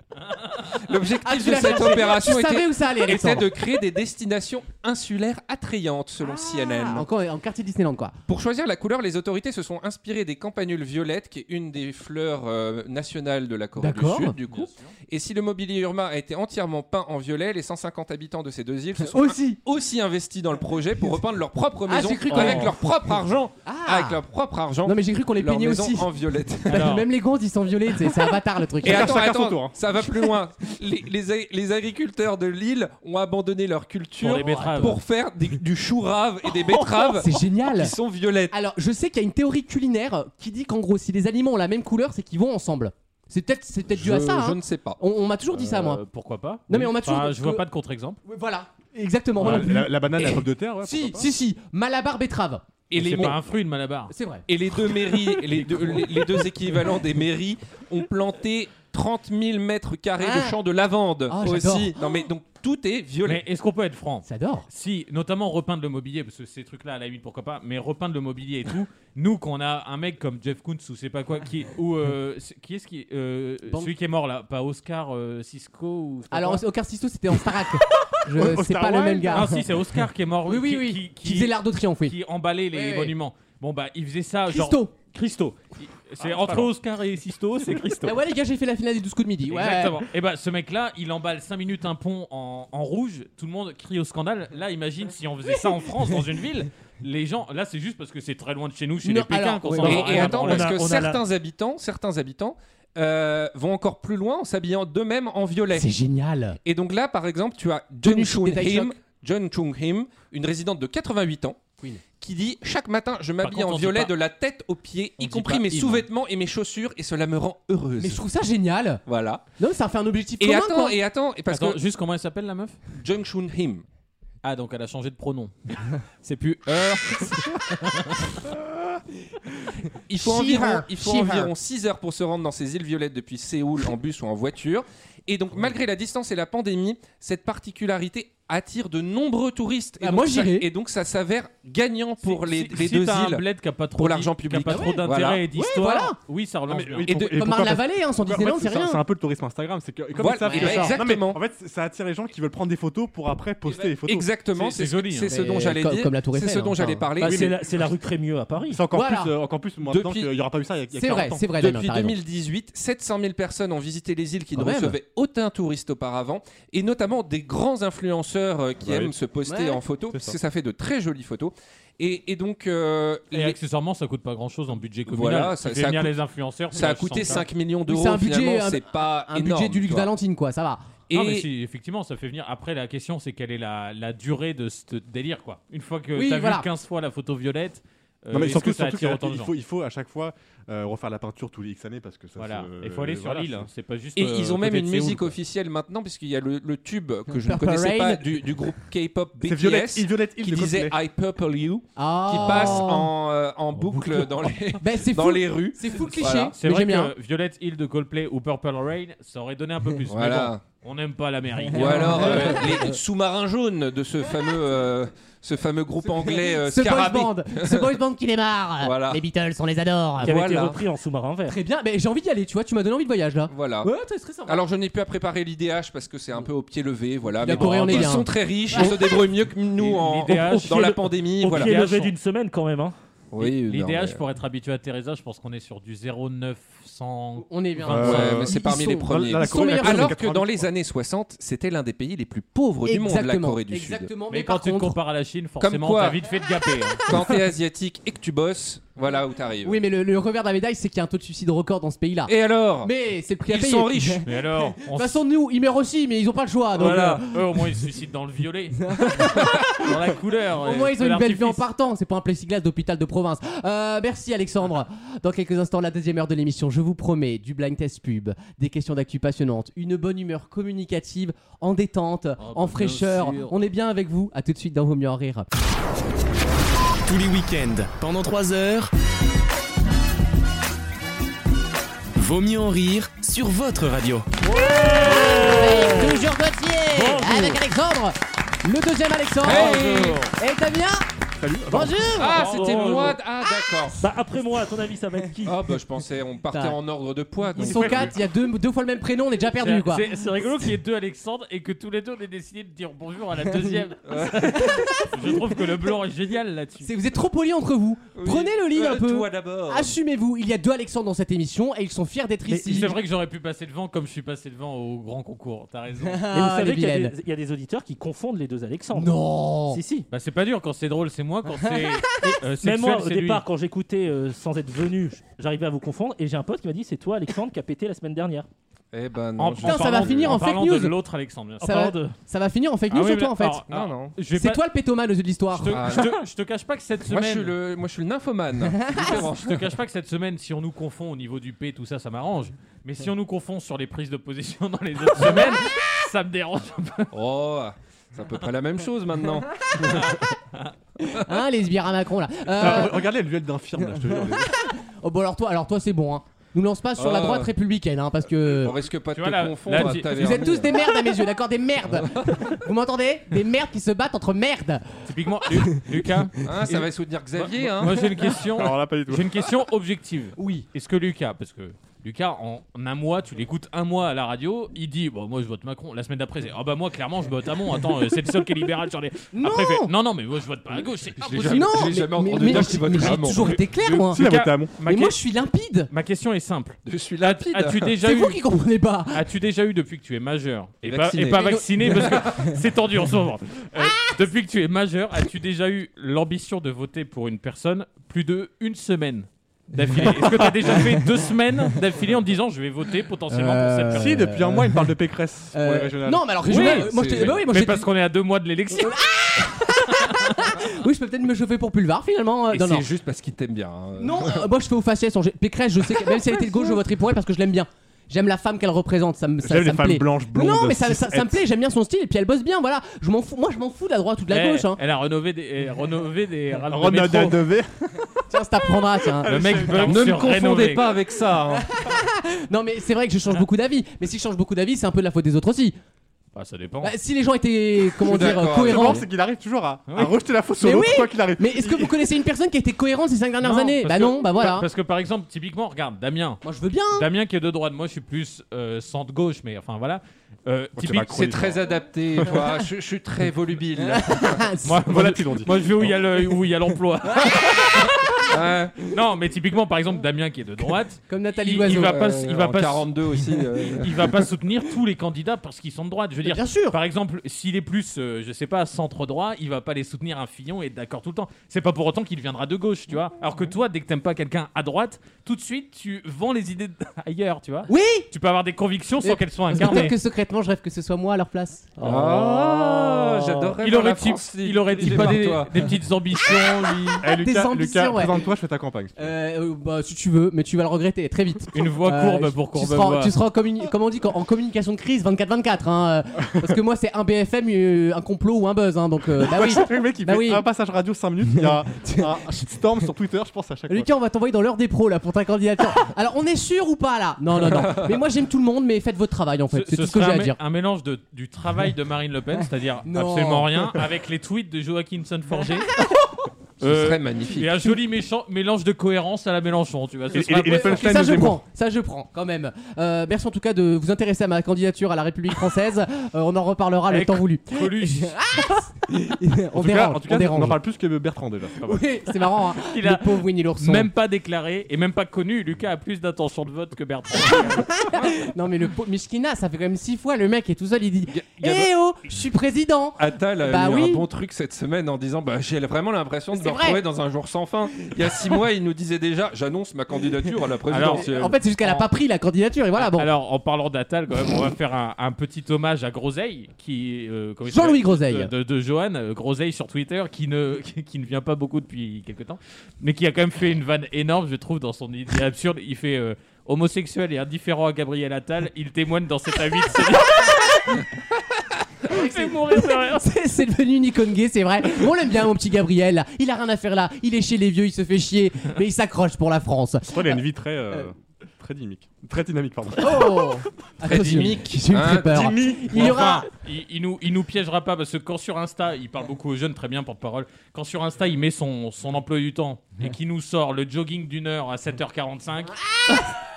Speaker 6: L'objectif
Speaker 2: Ah, tu
Speaker 6: de
Speaker 2: l'as
Speaker 6: cette
Speaker 2: cherché.
Speaker 6: opération
Speaker 2: Tu savais
Speaker 6: était,
Speaker 2: où ça allait,
Speaker 6: était
Speaker 2: Alexandre.
Speaker 6: de créer des destinations insulaires attrayantes, selon
Speaker 2: Ah.
Speaker 6: CNN.
Speaker 2: Encore en quartier Disneyland, quoi.
Speaker 6: Pour choisir la couleur, les autorités se sont inspirées des campanules violettes, qui est une des fleurs euh, nationales de la Corée du
Speaker 2: D'accord.
Speaker 6: Sud, du coup. Et si le mobilier urbain a été entièrement peint en violet, les 150 habitants de ces deux îles se sont
Speaker 2: Aussi.
Speaker 6: aussi investis dans le projet pour repeindre leur propre
Speaker 2: Oh. Ah,
Speaker 6: maison
Speaker 2: j'ai cru qu'on-
Speaker 6: avec leur propre argent.
Speaker 2: Ah.
Speaker 6: Avec leur propre argent.
Speaker 2: Non, mais j'ai cru qu'on les
Speaker 6: leur
Speaker 2: peignait *laughs*
Speaker 6: maison
Speaker 2: aussi.
Speaker 6: en violette.
Speaker 5: Alors,
Speaker 2: Même les gants, ils sont violets, tu sais, c'est avatar le truc.
Speaker 6: Et
Speaker 3: Chacun-
Speaker 6: attends,
Speaker 3: chacun son
Speaker 6: attends,
Speaker 3: tour, hein.
Speaker 6: ça va plus loin. Les, les a- les agriculteurs de l'île ont abandonné leur culture
Speaker 5: Pour les betteraves.
Speaker 6: pour faire des- du chou rave et des betteraves
Speaker 2: *laughs* C'est génial.
Speaker 6: qui sont violettes.
Speaker 2: Alors, je sais qu'il y a une théorie culinaire qui dit qu'en gros, si les aliments ont la même couleur, c'est qu'ils vont ensemble. C'est peut-être c'est peut-être dû à
Speaker 6: Je-
Speaker 2: ça.
Speaker 6: Je
Speaker 2: hein.
Speaker 6: ne sais pas.
Speaker 2: On, on m'a toujours dit ça, moi.
Speaker 5: euh, Pourquoi pas
Speaker 2: Non, mais on m'a
Speaker 5: Enfin,
Speaker 2: toujours-
Speaker 5: Je vois
Speaker 2: que-
Speaker 5: pas de contre-exemple.
Speaker 2: Ouais, Voilà, exactement.
Speaker 3: La,
Speaker 2: Moi non plus.
Speaker 3: la- la banane, la pomme de terre, ouais.
Speaker 2: Si,
Speaker 3: pourquoi pas.
Speaker 2: si, si, Malabar betterave.
Speaker 6: Et les,
Speaker 5: C'est
Speaker 6: mon-
Speaker 5: pas un fruit, le malabar.
Speaker 2: C'est vrai.
Speaker 6: et les deux mairies,
Speaker 5: *laughs*
Speaker 6: et les, deux, les- les deux équivalents des mairies ont planté 30 000 mètres carrés de
Speaker 2: Ah.
Speaker 6: champs de lavande
Speaker 2: Ah, j'adore.
Speaker 6: aussi. Non mais donc tout est violet.
Speaker 5: Mais est-ce qu'on peut être franc
Speaker 2: J'adore.
Speaker 5: Si, notamment repeindre le mobilier, parce que ces trucs-là, à la limite, pourquoi pas, mais repeindre le mobilier
Speaker 2: *laughs*
Speaker 5: et tout, nous, qu'on a un mec comme Jeff Koons ou c'est pas quoi, qui,
Speaker 2: *laughs*
Speaker 5: ou, euh, c- qui est-ce qui. euh,
Speaker 2: Bon.
Speaker 5: Celui qui est mort là, pas Oscar euh, Cisco ou. je sais pas
Speaker 2: Alors,
Speaker 5: quoi.
Speaker 2: au Carcisto, c'était en Starac. Je-
Speaker 3: Au- au
Speaker 2: c'est
Speaker 3: Star
Speaker 2: pas le
Speaker 3: Wild
Speaker 2: même gars.
Speaker 5: Ah, si, c'est Oscar qui est mort,
Speaker 2: Oui, oui,
Speaker 5: qui-
Speaker 2: oui.
Speaker 5: Qui,
Speaker 2: Qui faisait l'art de triomphe, oui.
Speaker 5: qui emballait les
Speaker 2: Ouais, ouais.
Speaker 5: monuments. Bon, bah, il faisait ça, genre.
Speaker 2: Christo.
Speaker 5: Christo. Il- C'est
Speaker 6: Ah,
Speaker 5: entre Oscar et Sisto, c'est
Speaker 6: *laughs*
Speaker 5: Christo.
Speaker 2: Ah ouais, les gars, j'ai fait la finale des 12 coups de midi. Ouais.
Speaker 5: Exactement. Et bah, ce mec-là, il emballe 5 minutes un pont en, en rouge, tout le monde crie au scandale. Là, imagine si on faisait ça en France, dans une ville, les gens. Là, c'est juste parce que c'est très loin de chez nous, chez
Speaker 2: Non,
Speaker 5: les Pékins,
Speaker 2: alors,
Speaker 5: qu'on
Speaker 2: oui,
Speaker 5: s'en
Speaker 2: oui.
Speaker 5: rend
Speaker 6: Et, et
Speaker 5: compte.
Speaker 6: attends,
Speaker 4: on a-
Speaker 6: parce que
Speaker 4: on a la-
Speaker 6: certains habitants, certains habitants euh, vont encore plus loin en s'habillant d'eux-mêmes en violet.
Speaker 2: C'est génial.
Speaker 6: Et donc là, par exemple, tu as
Speaker 2: Tenue
Speaker 6: Jun Chung
Speaker 2: Détail
Speaker 6: Him,
Speaker 2: choc.
Speaker 6: Jun Chung Him, une résidente de 88 ans,
Speaker 2: Queen.
Speaker 6: qui dit chaque matin, je m'habille
Speaker 5: contre, on
Speaker 6: en
Speaker 5: dit
Speaker 6: violet
Speaker 5: pas-
Speaker 6: de la tête aux pieds,
Speaker 5: on
Speaker 6: y
Speaker 5: dit
Speaker 6: compris
Speaker 5: pas
Speaker 6: mes
Speaker 5: Him.
Speaker 6: sous-vêtements et mes chaussures, et cela me rend heureuse.
Speaker 2: Mais je trouve ça génial.
Speaker 6: Voilà.
Speaker 2: Non, mais ça fait un objectif
Speaker 6: Et
Speaker 2: commun,
Speaker 6: attends,
Speaker 2: quoi.
Speaker 6: et attends, et parce
Speaker 5: Attends,
Speaker 6: que
Speaker 5: juste comment elle s'appelle la meuf
Speaker 6: Jun Chung Him,
Speaker 5: Ah, donc elle a changé de pronom. *laughs* c'est plus heure.
Speaker 6: il faut
Speaker 2: She
Speaker 6: environ,
Speaker 2: her.
Speaker 6: il faut
Speaker 2: She her.
Speaker 6: environ 6 heures pour se rendre dans ces îles violettes depuis Séoul en bus ou en voiture. Et donc, malgré la distance et la pandémie, cette particularité attire de nombreux touristes. Et
Speaker 2: Ah,
Speaker 6: donc
Speaker 2: moi,
Speaker 6: ça-
Speaker 2: j'irai.
Speaker 6: Et donc, ça s'avère gagnant pour
Speaker 5: Si-
Speaker 6: les,
Speaker 5: si-
Speaker 6: les
Speaker 5: si
Speaker 6: deux
Speaker 5: t'as
Speaker 6: îles.
Speaker 5: un bled qui a pas trop
Speaker 6: pour
Speaker 5: d'i-
Speaker 6: l'argent
Speaker 5: qui a
Speaker 6: public.
Speaker 5: pas trop
Speaker 2: Ouais,
Speaker 5: d'intérêt
Speaker 6: voilà.
Speaker 5: et d'histoire.
Speaker 2: voilà.
Speaker 5: Oui, ça relance
Speaker 3: mais-
Speaker 5: bien.
Speaker 3: oui,
Speaker 6: Et
Speaker 3: pour-
Speaker 6: de-
Speaker 3: et
Speaker 2: Comme
Speaker 3: pourquoi
Speaker 2: Marne la
Speaker 3: pas-
Speaker 2: Vallée, hein, sans
Speaker 3: Ouais, en
Speaker 2: Disneyland,
Speaker 3: fait,
Speaker 2: c'est
Speaker 3: c'est un-
Speaker 2: rien.
Speaker 3: c'est un peu le tourisme Instagram. C'est que, et comme
Speaker 6: Voilà,
Speaker 3: ils savent
Speaker 6: et
Speaker 3: que
Speaker 6: ben
Speaker 3: ça- non, mais
Speaker 6: exactement.
Speaker 3: en fait, ça attire les gens qui veulent prendre des photos pour après poster les photos.
Speaker 6: Exactement,
Speaker 5: C'est-
Speaker 6: c'est
Speaker 5: c'est joli,
Speaker 6: C'est
Speaker 5: hein.
Speaker 6: ce dont
Speaker 2: Mais
Speaker 6: j'allais
Speaker 2: comme-
Speaker 6: dire.
Speaker 2: comme la Tour
Speaker 6: C'est ce
Speaker 2: Eiffel,
Speaker 6: dont j'allais
Speaker 2: enfin.
Speaker 6: parler.
Speaker 4: Bah,
Speaker 6: Oui,
Speaker 4: c'est
Speaker 6: mais
Speaker 4: la- c'est la rue Crémieux à Paris.
Speaker 3: C'est encore,
Speaker 2: Voilà.
Speaker 3: plus, euh, encore plus maintenant
Speaker 6: Depuis-
Speaker 3: qu'il n'y aura pas eu ça il y a, il y a
Speaker 2: C'est
Speaker 3: 40
Speaker 2: vrai,
Speaker 3: ans.
Speaker 2: c'est vrai. Damien,
Speaker 6: Depuis
Speaker 2: t'as raison.
Speaker 6: 2018, 700 000 personnes ont visité les îles qui
Speaker 2: Quand
Speaker 6: ne
Speaker 2: même.
Speaker 6: recevaient aucun touriste auparavant, et notamment des grands influenceurs euh, qui
Speaker 3: Bah oui.
Speaker 6: aiment se poster
Speaker 2: Ouais.
Speaker 6: en photo, parce
Speaker 3: ça.
Speaker 6: que ça fait de très jolies photos. Et, et donc, euh,
Speaker 5: Et
Speaker 6: les-
Speaker 5: accessoirement, ça coûte pas grand chose en budget communal.
Speaker 6: Voilà,
Speaker 5: ça,
Speaker 6: ça-
Speaker 5: fait
Speaker 6: ça a
Speaker 5: venir
Speaker 6: coûté-
Speaker 5: les influenceurs.
Speaker 6: ça a
Speaker 5: je
Speaker 6: coûté
Speaker 5: sens
Speaker 6: 5 millions
Speaker 2: c'est
Speaker 6: d'euros.
Speaker 2: un budget,
Speaker 6: finalement,
Speaker 2: un-
Speaker 6: c'est pas
Speaker 2: Un
Speaker 6: énorme,
Speaker 2: budget du luxe
Speaker 6: tu vois.
Speaker 2: Valentine, quoi, ça va.
Speaker 5: Non, mais
Speaker 6: Et-
Speaker 5: si, effectivement, ça fait venir. Après, la question, c'est quelle est la, la durée de ce délire, quoi. Une fois que
Speaker 2: Oui,
Speaker 5: t'as
Speaker 2: voilà.
Speaker 5: vu 15 fois la photo violette, euh,
Speaker 3: Non, mais
Speaker 5: est-ce
Speaker 3: surtout,
Speaker 5: que ça
Speaker 3: surtout
Speaker 5: attire
Speaker 3: qu'il y a-
Speaker 5: autant de
Speaker 3: il,
Speaker 5: gens
Speaker 3: faut, il faut à chaque fois euh, refaire la peinture tous les X années parce que ça
Speaker 5: Voilà.
Speaker 3: se-
Speaker 5: Il faut aller sur
Speaker 3: voilà,
Speaker 5: l'île.
Speaker 3: c'est-
Speaker 5: hein. C'est pas juste.
Speaker 6: Et
Speaker 5: euh,
Speaker 6: ils ont même
Speaker 5: côté de
Speaker 6: une
Speaker 5: Séoul,
Speaker 6: musique
Speaker 5: quoi.
Speaker 6: officielle maintenant, puisqu'il y a le, le tube que je ne
Speaker 2: Purple
Speaker 6: connaissais pas
Speaker 2: Rain.
Speaker 6: du, du groupe K-pop
Speaker 3: C'est Violette,
Speaker 6: BTS,
Speaker 3: Hill, Violette Hill
Speaker 6: qui
Speaker 3: de
Speaker 6: disait
Speaker 3: Coldplay.
Speaker 6: I Purple You,
Speaker 2: Ah.
Speaker 6: qui passe en, euh, en boucle dans les,
Speaker 2: Ben, c'est
Speaker 6: dans
Speaker 2: fou.
Speaker 6: les rues.
Speaker 2: C'est fou le cliché.
Speaker 6: Voilà.
Speaker 5: C'est
Speaker 2: mais
Speaker 5: vrai
Speaker 2: j'aime bien.
Speaker 5: que Violette Hill de Coldplay ou Purple Rain, ça aurait donné un peu plus. Mais
Speaker 6: Voilà.
Speaker 5: bon, On n'aime pas l'Amérique. hein.
Speaker 2: Eh
Speaker 6: Ou alors
Speaker 2: *laughs*
Speaker 6: euh, les sous-marins jaunes de ce fameux, euh, ce fameux groupe anglais euh,
Speaker 2: ce boys
Speaker 6: Scarabée.
Speaker 2: band, ce boys band qui démarre.
Speaker 6: Voilà.
Speaker 2: Les Beatles, on les adore.
Speaker 4: qui avait été
Speaker 6: Voilà.
Speaker 4: repris en sous-marin vert.
Speaker 2: Très bien, mais j'ai envie d'y aller, tu vois, tu m'as donné envie de voyage là.
Speaker 6: Voilà.
Speaker 2: Ouais, très très sympa.
Speaker 6: Ah. Alors je n'ai plus à préparer l'IDH parce que c'est un peu au pied levé, voilà.
Speaker 2: La
Speaker 6: Mais
Speaker 2: Corée en est
Speaker 6: ils
Speaker 2: bien.
Speaker 6: sont très riches, ils se débrouillent mieux que nous en,
Speaker 5: L'IDH,
Speaker 6: dans la
Speaker 4: le-
Speaker 6: pandémie,
Speaker 4: Au
Speaker 6: voilà.
Speaker 4: pied levé
Speaker 5: Bien
Speaker 4: d'une semaine quand même. Hein.
Speaker 6: Oui, non,
Speaker 5: L'IDH,
Speaker 6: mais-
Speaker 5: pour être habitué à Teresa, je pense qu'on est sur du 0900.
Speaker 2: On est bien.
Speaker 5: Euh,
Speaker 6: Ouais, mais c'est
Speaker 2: Ils
Speaker 6: parmi
Speaker 2: sont-
Speaker 6: les premiers.
Speaker 2: Ils sont
Speaker 3: Ah,
Speaker 2: meilleurs
Speaker 6: Alors que dans les années 60, c'était l'un des pays les plus pauvres du monde, la Corée du Sud.
Speaker 2: Exactement, mais,
Speaker 5: Mais
Speaker 2: par
Speaker 5: quand tu te
Speaker 2: contre.
Speaker 5: compares à la Chine, forcément,
Speaker 6: quoi.
Speaker 5: t'as vite fait de gaper. hein.
Speaker 6: Quand t'es asiatique et que tu bosses, voilà où t'arrives.
Speaker 2: Oui, mais le, le revers de la médaille, c'est qu'il y a un taux de suicide record dans ce pays-là.
Speaker 6: Et alors
Speaker 2: Mais c'est le prix à
Speaker 6: Ils
Speaker 2: payer.
Speaker 6: sont riches.
Speaker 2: *laughs* De
Speaker 5: Mais
Speaker 6: *laughs*
Speaker 5: alors, on
Speaker 2: toute
Speaker 6: Bah,
Speaker 5: s-
Speaker 2: façon, nous, ils meurent aussi, mais ils ont pas le choix. Ah, donc, euh,
Speaker 5: voilà. Eux, au moins, ils se suicident dans
Speaker 2: *laughs*
Speaker 5: le violet. dans la couleur.
Speaker 2: Au
Speaker 5: et
Speaker 2: moins, ils ont
Speaker 5: de
Speaker 2: une belle vie en
Speaker 5: l'artifice.
Speaker 2: partant. C'est pas un plexiglas d'hôpital de province. Euh, merci, Alexandre. Dans quelques instants, la deuxième heure de l'émission, je vous promets du blind test pub, des questions d'actu passionnantes, une bonne humeur communicative, en détente, en
Speaker 5: bah,
Speaker 2: fraîcheur.
Speaker 5: bien sûr.
Speaker 2: On est bien avec vous. À tout de suite dans Vaut mieux en rire.
Speaker 1: Tous les week-ends, pendant 3 heures. Vaut mieux en rire sur votre radio.
Speaker 2: Avec toujours Gauthier, avec Alexandre, le deuxième Alexandre,
Speaker 6: Bonjour.
Speaker 2: et Damien. Bonjour.
Speaker 6: Ah,
Speaker 4: Bravo,
Speaker 6: c'était
Speaker 4: bravo.
Speaker 6: moi Ah, d'accord.
Speaker 4: Bah, après moi, à ton avis, ça va être qui
Speaker 6: Ah, bah je pensais, on partait
Speaker 2: Putain.
Speaker 6: en ordre de poids. donc.
Speaker 2: Ils sont quatre, il y a deux, deux fois le même prénom, on est déjà perdu quoi.
Speaker 5: C'est- C'est rigolo qu'il y ait deux Alexandre et que tous les deux on ait décidé de dire bonjour à la deuxième.
Speaker 2: *laughs*
Speaker 5: Je trouve que le blanc est génial là-dessus.
Speaker 2: C'est- Vous êtes trop polis entre vous. Prenez le lead
Speaker 6: Euh,
Speaker 2: un peu. Ah,
Speaker 6: Toi d'abord.
Speaker 2: Assumez-vous, il y a deux Alexandre dans cette émission et ils sont fiers d'être
Speaker 5: Mais
Speaker 2: ici.
Speaker 5: C'est vrai que j'aurais pu passer devant comme je suis passé devant au grand concours, t'as
Speaker 2: *laughs*
Speaker 5: raison.
Speaker 4: Et vous
Speaker 2: Ah, les
Speaker 4: savez qu'il y, a
Speaker 2: vilaines.
Speaker 4: des- il y a des auditeurs qui confondent les deux Alexandre.
Speaker 2: Non.
Speaker 4: Si, si.
Speaker 5: Bah c'est pas dur quand c'est drôle, c'est moi, quand
Speaker 2: *laughs*
Speaker 5: c'est euh,
Speaker 4: Même
Speaker 5: sexuel,
Speaker 4: moi, au
Speaker 5: c'est lui.
Speaker 4: départ, quand j'écoutais euh, sans être venu, j- j'arrivais à vous confondre. Et j'ai un pote qui m'a dit C'est toi, Alexandre, qui a pété la semaine dernière.
Speaker 6: Eh ben
Speaker 5: En-
Speaker 6: non. je-
Speaker 2: Oh, Putain, ça va
Speaker 5: parlant de-
Speaker 2: finir en fake
Speaker 5: parlant
Speaker 2: news.
Speaker 5: de l'autre Alexandre. bien sûr.
Speaker 2: Ça
Speaker 4: En
Speaker 2: va-
Speaker 4: parlant de-
Speaker 2: Ça va finir en fake
Speaker 5: Ah
Speaker 2: news
Speaker 5: oui,
Speaker 2: sur toi
Speaker 5: mais-
Speaker 2: en fait.
Speaker 5: alors,
Speaker 6: Non,
Speaker 5: alors,
Speaker 6: non.
Speaker 5: je vais
Speaker 2: C'est
Speaker 5: pas-
Speaker 2: toi le pétomane de l'histoire.
Speaker 5: Je te,
Speaker 6: Ah,
Speaker 5: je te- je te cache pas que cette semaine.
Speaker 6: Moi je, suis le, moi je suis le
Speaker 2: *laughs*
Speaker 6: nymphomane. Différent.
Speaker 5: Je te cache pas que cette semaine, si on nous confond au niveau du P, tout ça, ça m'arrange. Mais si on nous confond sur les prises de position dans les autres semaines, ça me dérange.
Speaker 6: oh, c'est à peu près la même chose maintenant.
Speaker 2: Hein, les sbires à Macron là. Euh,
Speaker 3: Ah, re- regardez le duel d'infirme là, je te jure.
Speaker 2: oh, bon, alors toi, alors toi c'est bon. Hein. Nous lance pas sur la
Speaker 5: Euh.
Speaker 6: Ah.
Speaker 2: droite républicaine hein, parce que.
Speaker 6: On risque pas de
Speaker 5: Tu
Speaker 6: te
Speaker 5: vois, là-
Speaker 6: confondre.
Speaker 5: là,
Speaker 6: à
Speaker 5: tu-
Speaker 6: ta
Speaker 2: Vous êtes
Speaker 6: vermine.
Speaker 2: tous des merdes à mes yeux, d'accord Des
Speaker 5: *laughs*
Speaker 2: merdes Vous m'entendez Des merdes qui se battent entre merdes
Speaker 5: Typiquement, Lu- Lucas,
Speaker 6: Hein, ça va soutenir Xavier. Hein.
Speaker 5: moi j'ai une question.
Speaker 9: Alors là, pas du tout.
Speaker 5: J'ai une question objective.
Speaker 2: Oui.
Speaker 5: Est-ce que Lucas, parce que Lucas, en un mois, tu l'écoutes un mois à la radio, il dit Bon, moi je vote Macron. La semaine d'après, c'est Ah bah moi, clairement, je vote Hamon. Attends, euh, c'est le seul qui est libéral sur les.
Speaker 2: Non
Speaker 5: Après, il fait, Non, non, mais moi je vote pas à gauche, c'est impossible.
Speaker 2: Non
Speaker 6: j'ai
Speaker 2: mais-
Speaker 6: jamais
Speaker 2: mais-
Speaker 6: entendu
Speaker 2: mais-
Speaker 6: dire qu'il vote
Speaker 2: mais J'ai
Speaker 6: vraiment.
Speaker 2: toujours été clair moi
Speaker 9: Si, la
Speaker 5: Lucas-
Speaker 9: voté à mon.
Speaker 5: Ma,
Speaker 2: Mais moi
Speaker 5: que-
Speaker 2: je suis limpide
Speaker 5: ma question est simple.
Speaker 6: Je suis lapide.
Speaker 5: As-tu déjà
Speaker 2: C'est
Speaker 5: eu
Speaker 2: vous qui comprenez pas
Speaker 5: As-tu déjà eu depuis que tu es majeur et,
Speaker 6: Et
Speaker 5: pas,
Speaker 6: vacciné.
Speaker 5: et pas vacciné parce que c'est tendu en ce moment. Euh, depuis que tu es majeur, as-tu déjà eu l'ambition de voter pour une personne plus de une semaine d'affilée Est-ce que tu as déjà fait deux semaines d'affilée en te disant je vais voter potentiellement pour cette
Speaker 2: Euh,
Speaker 5: personne
Speaker 3: Si, depuis un mois, il me parle de Pécresse pour les
Speaker 2: Euh,
Speaker 3: régionales.
Speaker 2: Non mais alors régional,
Speaker 6: Oui,
Speaker 2: moi je
Speaker 6: c'est-
Speaker 2: te- bah oui, moi,
Speaker 5: Mais
Speaker 2: j'ai-
Speaker 5: parce qu'on est à deux mois de l'élection.
Speaker 2: oui, je peux peut-être me chauffer pour Pulvar finalement. euh,
Speaker 6: Et
Speaker 2: non, non.
Speaker 6: c'est juste parce qu'il t'aime bien. hein.
Speaker 2: Non, euh, moi je fais au faciès. en gé- Pécresse, je sais que même si elle était de gauche, je voterai pour elle parce que je l'aime bien. J'aime la femme qu'elle représente, ça me ça,
Speaker 9: J'aime
Speaker 2: ça
Speaker 9: les
Speaker 2: me
Speaker 9: femmes
Speaker 2: plaît.
Speaker 9: blanches, blondes.
Speaker 2: non, mais ça, ça- ça me
Speaker 9: cishettes.
Speaker 2: plaît, j'aime bien son style et puis elle bosse bien, voilà. Je m'en fous, moi je m'en fous de la droite ou de la
Speaker 5: Eh,
Speaker 2: gauche. Hein.
Speaker 5: Elle a rénové des, eh, rénové des rames de
Speaker 9: Ronald
Speaker 5: métro.
Speaker 9: Adové.
Speaker 2: Tiens, ça t'apprendra, tiens.
Speaker 5: Le mec veut
Speaker 6: Ne
Speaker 5: se
Speaker 6: me confondez
Speaker 5: rénover.
Speaker 6: pas avec ça. hein.
Speaker 2: Non, mais c'est vrai que je change beaucoup d'avis. Mais si je change beaucoup d'avis, c'est un peu de la faute des autres aussi.
Speaker 5: Bah, ça dépend.
Speaker 2: Bah, si les gens étaient, comment
Speaker 6: Je suis
Speaker 2: dire, euh,
Speaker 6: d'accord.
Speaker 9: Le
Speaker 2: cohérents.
Speaker 9: marrant, c'est qu'il arrive toujours à, à
Speaker 5: Oui.
Speaker 9: rejeter la faute sur
Speaker 2: Mais
Speaker 9: l'autre,
Speaker 2: oui.
Speaker 9: quoi qu'il arrive.
Speaker 2: Mais est-ce que vous connaissez une personne qui a été cohérente ces cinq dernières
Speaker 5: Non,
Speaker 2: années
Speaker 5: parce
Speaker 2: Bah
Speaker 5: que-
Speaker 2: non, bah voilà.
Speaker 5: Parce que par exemple, typiquement, regarde, Damien,
Speaker 2: Moi je veux bien.
Speaker 5: Damien qui est de droite, moi je suis plus euh, centre-gauche, mais enfin voilà. Euh, typique-
Speaker 6: C'est très adapté. Toi. Je, je suis très volubile.
Speaker 5: Moi,
Speaker 9: Voilà, tu l'ont dit.
Speaker 5: Moi, je vais où il y a le- où il y a l'emploi.
Speaker 6: Ouais.
Speaker 5: non, mais typiquement, par exemple, Damien qui est de droite,
Speaker 2: Comme
Speaker 5: il,
Speaker 2: Nathalie
Speaker 5: il
Speaker 2: Loiseau.
Speaker 5: va pas,
Speaker 6: Euh,
Speaker 5: il va
Speaker 6: en
Speaker 5: pas,
Speaker 6: 42 aussi. euh.
Speaker 5: il va pas soutenir tous les candidats parce qu'ils sont de droite. Je veux dire,
Speaker 2: Bien sûr.
Speaker 5: par exemple, s'il est plus, euh, je sais pas, centre droit, il va pas les soutenir un Fillon et être d'accord tout le temps. C'est pas pour autant qu'il viendra de gauche, tu vois. Alors que toi, dès que t'aimes pas quelqu'un à droite, tout de suite, tu vends les idées *laughs* ailleurs, tu vois.
Speaker 2: Oui
Speaker 5: Tu peux avoir des convictions sans
Speaker 2: Mais-
Speaker 5: qu'elles soient
Speaker 2: Peut-être
Speaker 5: incarnées.
Speaker 2: que secrètement, je rêve que ce soit moi à leur place.
Speaker 6: Oh, j'adorerais
Speaker 5: Il
Speaker 6: voir la
Speaker 5: aurait-il
Speaker 6: France
Speaker 5: il aurait-il
Speaker 6: dirigée
Speaker 5: pas
Speaker 6: par
Speaker 5: des,
Speaker 6: toi.
Speaker 5: des petites ambitions, lui
Speaker 9: Eh, Lucas,
Speaker 2: ambitions,
Speaker 9: Lucas,
Speaker 2: ouais.
Speaker 3: parlant de toi, je fais ta campagne.
Speaker 2: Euh, euh, bah, si tu veux, mais tu vas le regretter très vite.
Speaker 5: Une voix
Speaker 2: Euh,
Speaker 5: courbe
Speaker 2: tu-
Speaker 5: pour
Speaker 2: tu seras,
Speaker 5: Courbevoie.
Speaker 2: tu seras en communi- comment on dit, quand- en communication de crise 24-24. Hein, euh, parce que moi, c'est un BFM, euh, un complot ou un buzz. Hein, donc, euh, bah oui.
Speaker 3: Le mec, il
Speaker 2: Bah
Speaker 3: fait
Speaker 2: oui.
Speaker 3: un passage radio 5 minutes, il
Speaker 2: *laughs*
Speaker 3: y a un un shitstorm sur Twitter, je pense à chaque fois.
Speaker 2: Lucas, on va t'envoyer dans l'heure des pros là pour ta candidature. Alors, on est sûr ou pas là Non, non, non. Mais moi, j'aime tout le monde, mais faites votre travail en fait. C'est tout ce que
Speaker 5: serait
Speaker 2: j'ai
Speaker 5: un,
Speaker 2: à
Speaker 5: mé-
Speaker 2: dire.
Speaker 5: un mélange de, du travail de Marine Le Pen, c'est-à-dire
Speaker 2: Non.
Speaker 5: absolument
Speaker 2: *laughs*
Speaker 5: rien, avec les tweets de Joachim Sonforger.
Speaker 6: Ce
Speaker 5: Euh,
Speaker 6: serait magnifique.
Speaker 5: et un joli méchant- mélange de cohérence à la Mélenchon, tu vois. ce
Speaker 3: Et-
Speaker 5: serait-
Speaker 3: et- et les punchlines
Speaker 2: ça
Speaker 3: de
Speaker 2: je
Speaker 3: Zemmour.
Speaker 2: prends, ça je prends quand même. Euh, merci en tout cas de vous intéresser à ma candidature à la République française. Euh, on en reparlera le
Speaker 5: Avec-
Speaker 2: temps voulu. *laughs*
Speaker 5: Coluche.
Speaker 2: on
Speaker 3: En tout cas,
Speaker 2: dérange,
Speaker 3: en tout cas,
Speaker 2: *laughs* on
Speaker 3: on en
Speaker 2: dérange.
Speaker 3: parle plus que Bertrand déjà. c'est pas mal.
Speaker 2: Oui, *laughs* c'est marrant. Hein.
Speaker 5: Il
Speaker 2: Le
Speaker 5: a
Speaker 2: pauvre Winnie l'ourson.
Speaker 5: même pas déclaré et même pas connu. Lucas a plus d'intention de vote que Bertrand.
Speaker 2: Non mais le pauvre Mishkina, ça fait quand même six fois le mec est tout seul, il dit
Speaker 6: Ga- Gab-
Speaker 2: "Eh oh, je suis président."
Speaker 6: Attal a
Speaker 2: Bah
Speaker 6: eu
Speaker 2: oui.
Speaker 6: un bon truc cette semaine en disant bah, J'ai vraiment l'impression de
Speaker 2: C'est
Speaker 6: me
Speaker 2: vrai.
Speaker 6: retrouver dans un jour sans fin. Il y a six mois, il nous disait déjà J'annonce ma candidature à la présidentielle.
Speaker 2: En fait, c'est juste qu'elle a pas pris la candidature et voilà bon.
Speaker 5: Alors, en parlant d'Atal, quand même, on va faire un, un petit hommage à Groseille, qui euh, comment il s'appelle
Speaker 2: Jean-Louis Groseille.
Speaker 5: de, de, de Johan euh, Groseille sur Twitter, qui ne *laughs* qui, qui ne vient pas beaucoup depuis quelques temps, mais qui a quand même fait une vanne énorme, je trouve, dans son idée absurde. Il fait euh, homosexuel et indifférent à Gabriel Attal, il témoigne dans cet avis. *laughs* Il fait mourir de rire.
Speaker 2: *laughs* C'est c'est devenu une icône gay, c'est vrai. On l'aime bien, mon petit Gabriel. là. Il a rien à faire là. Il est chez les vieux, il se fait chier, mais il s'accroche pour la France.
Speaker 3: Toi, il a une vie très. euh, Très dynamique. Très dynamique, pardon.
Speaker 2: Oh *laughs* Attention,
Speaker 6: dynamique,
Speaker 2: J'ai eu très
Speaker 6: hein,
Speaker 2: peur. Il y aura.
Speaker 5: Ah, Enfin, il, il nous, il nous piégera pas parce que quand sur Insta, il parle beaucoup aux jeunes, très bien porte-parole. Quand sur Insta, il met son, son emploi du temps et qui nous sort le jogging d'une heure à 7h45,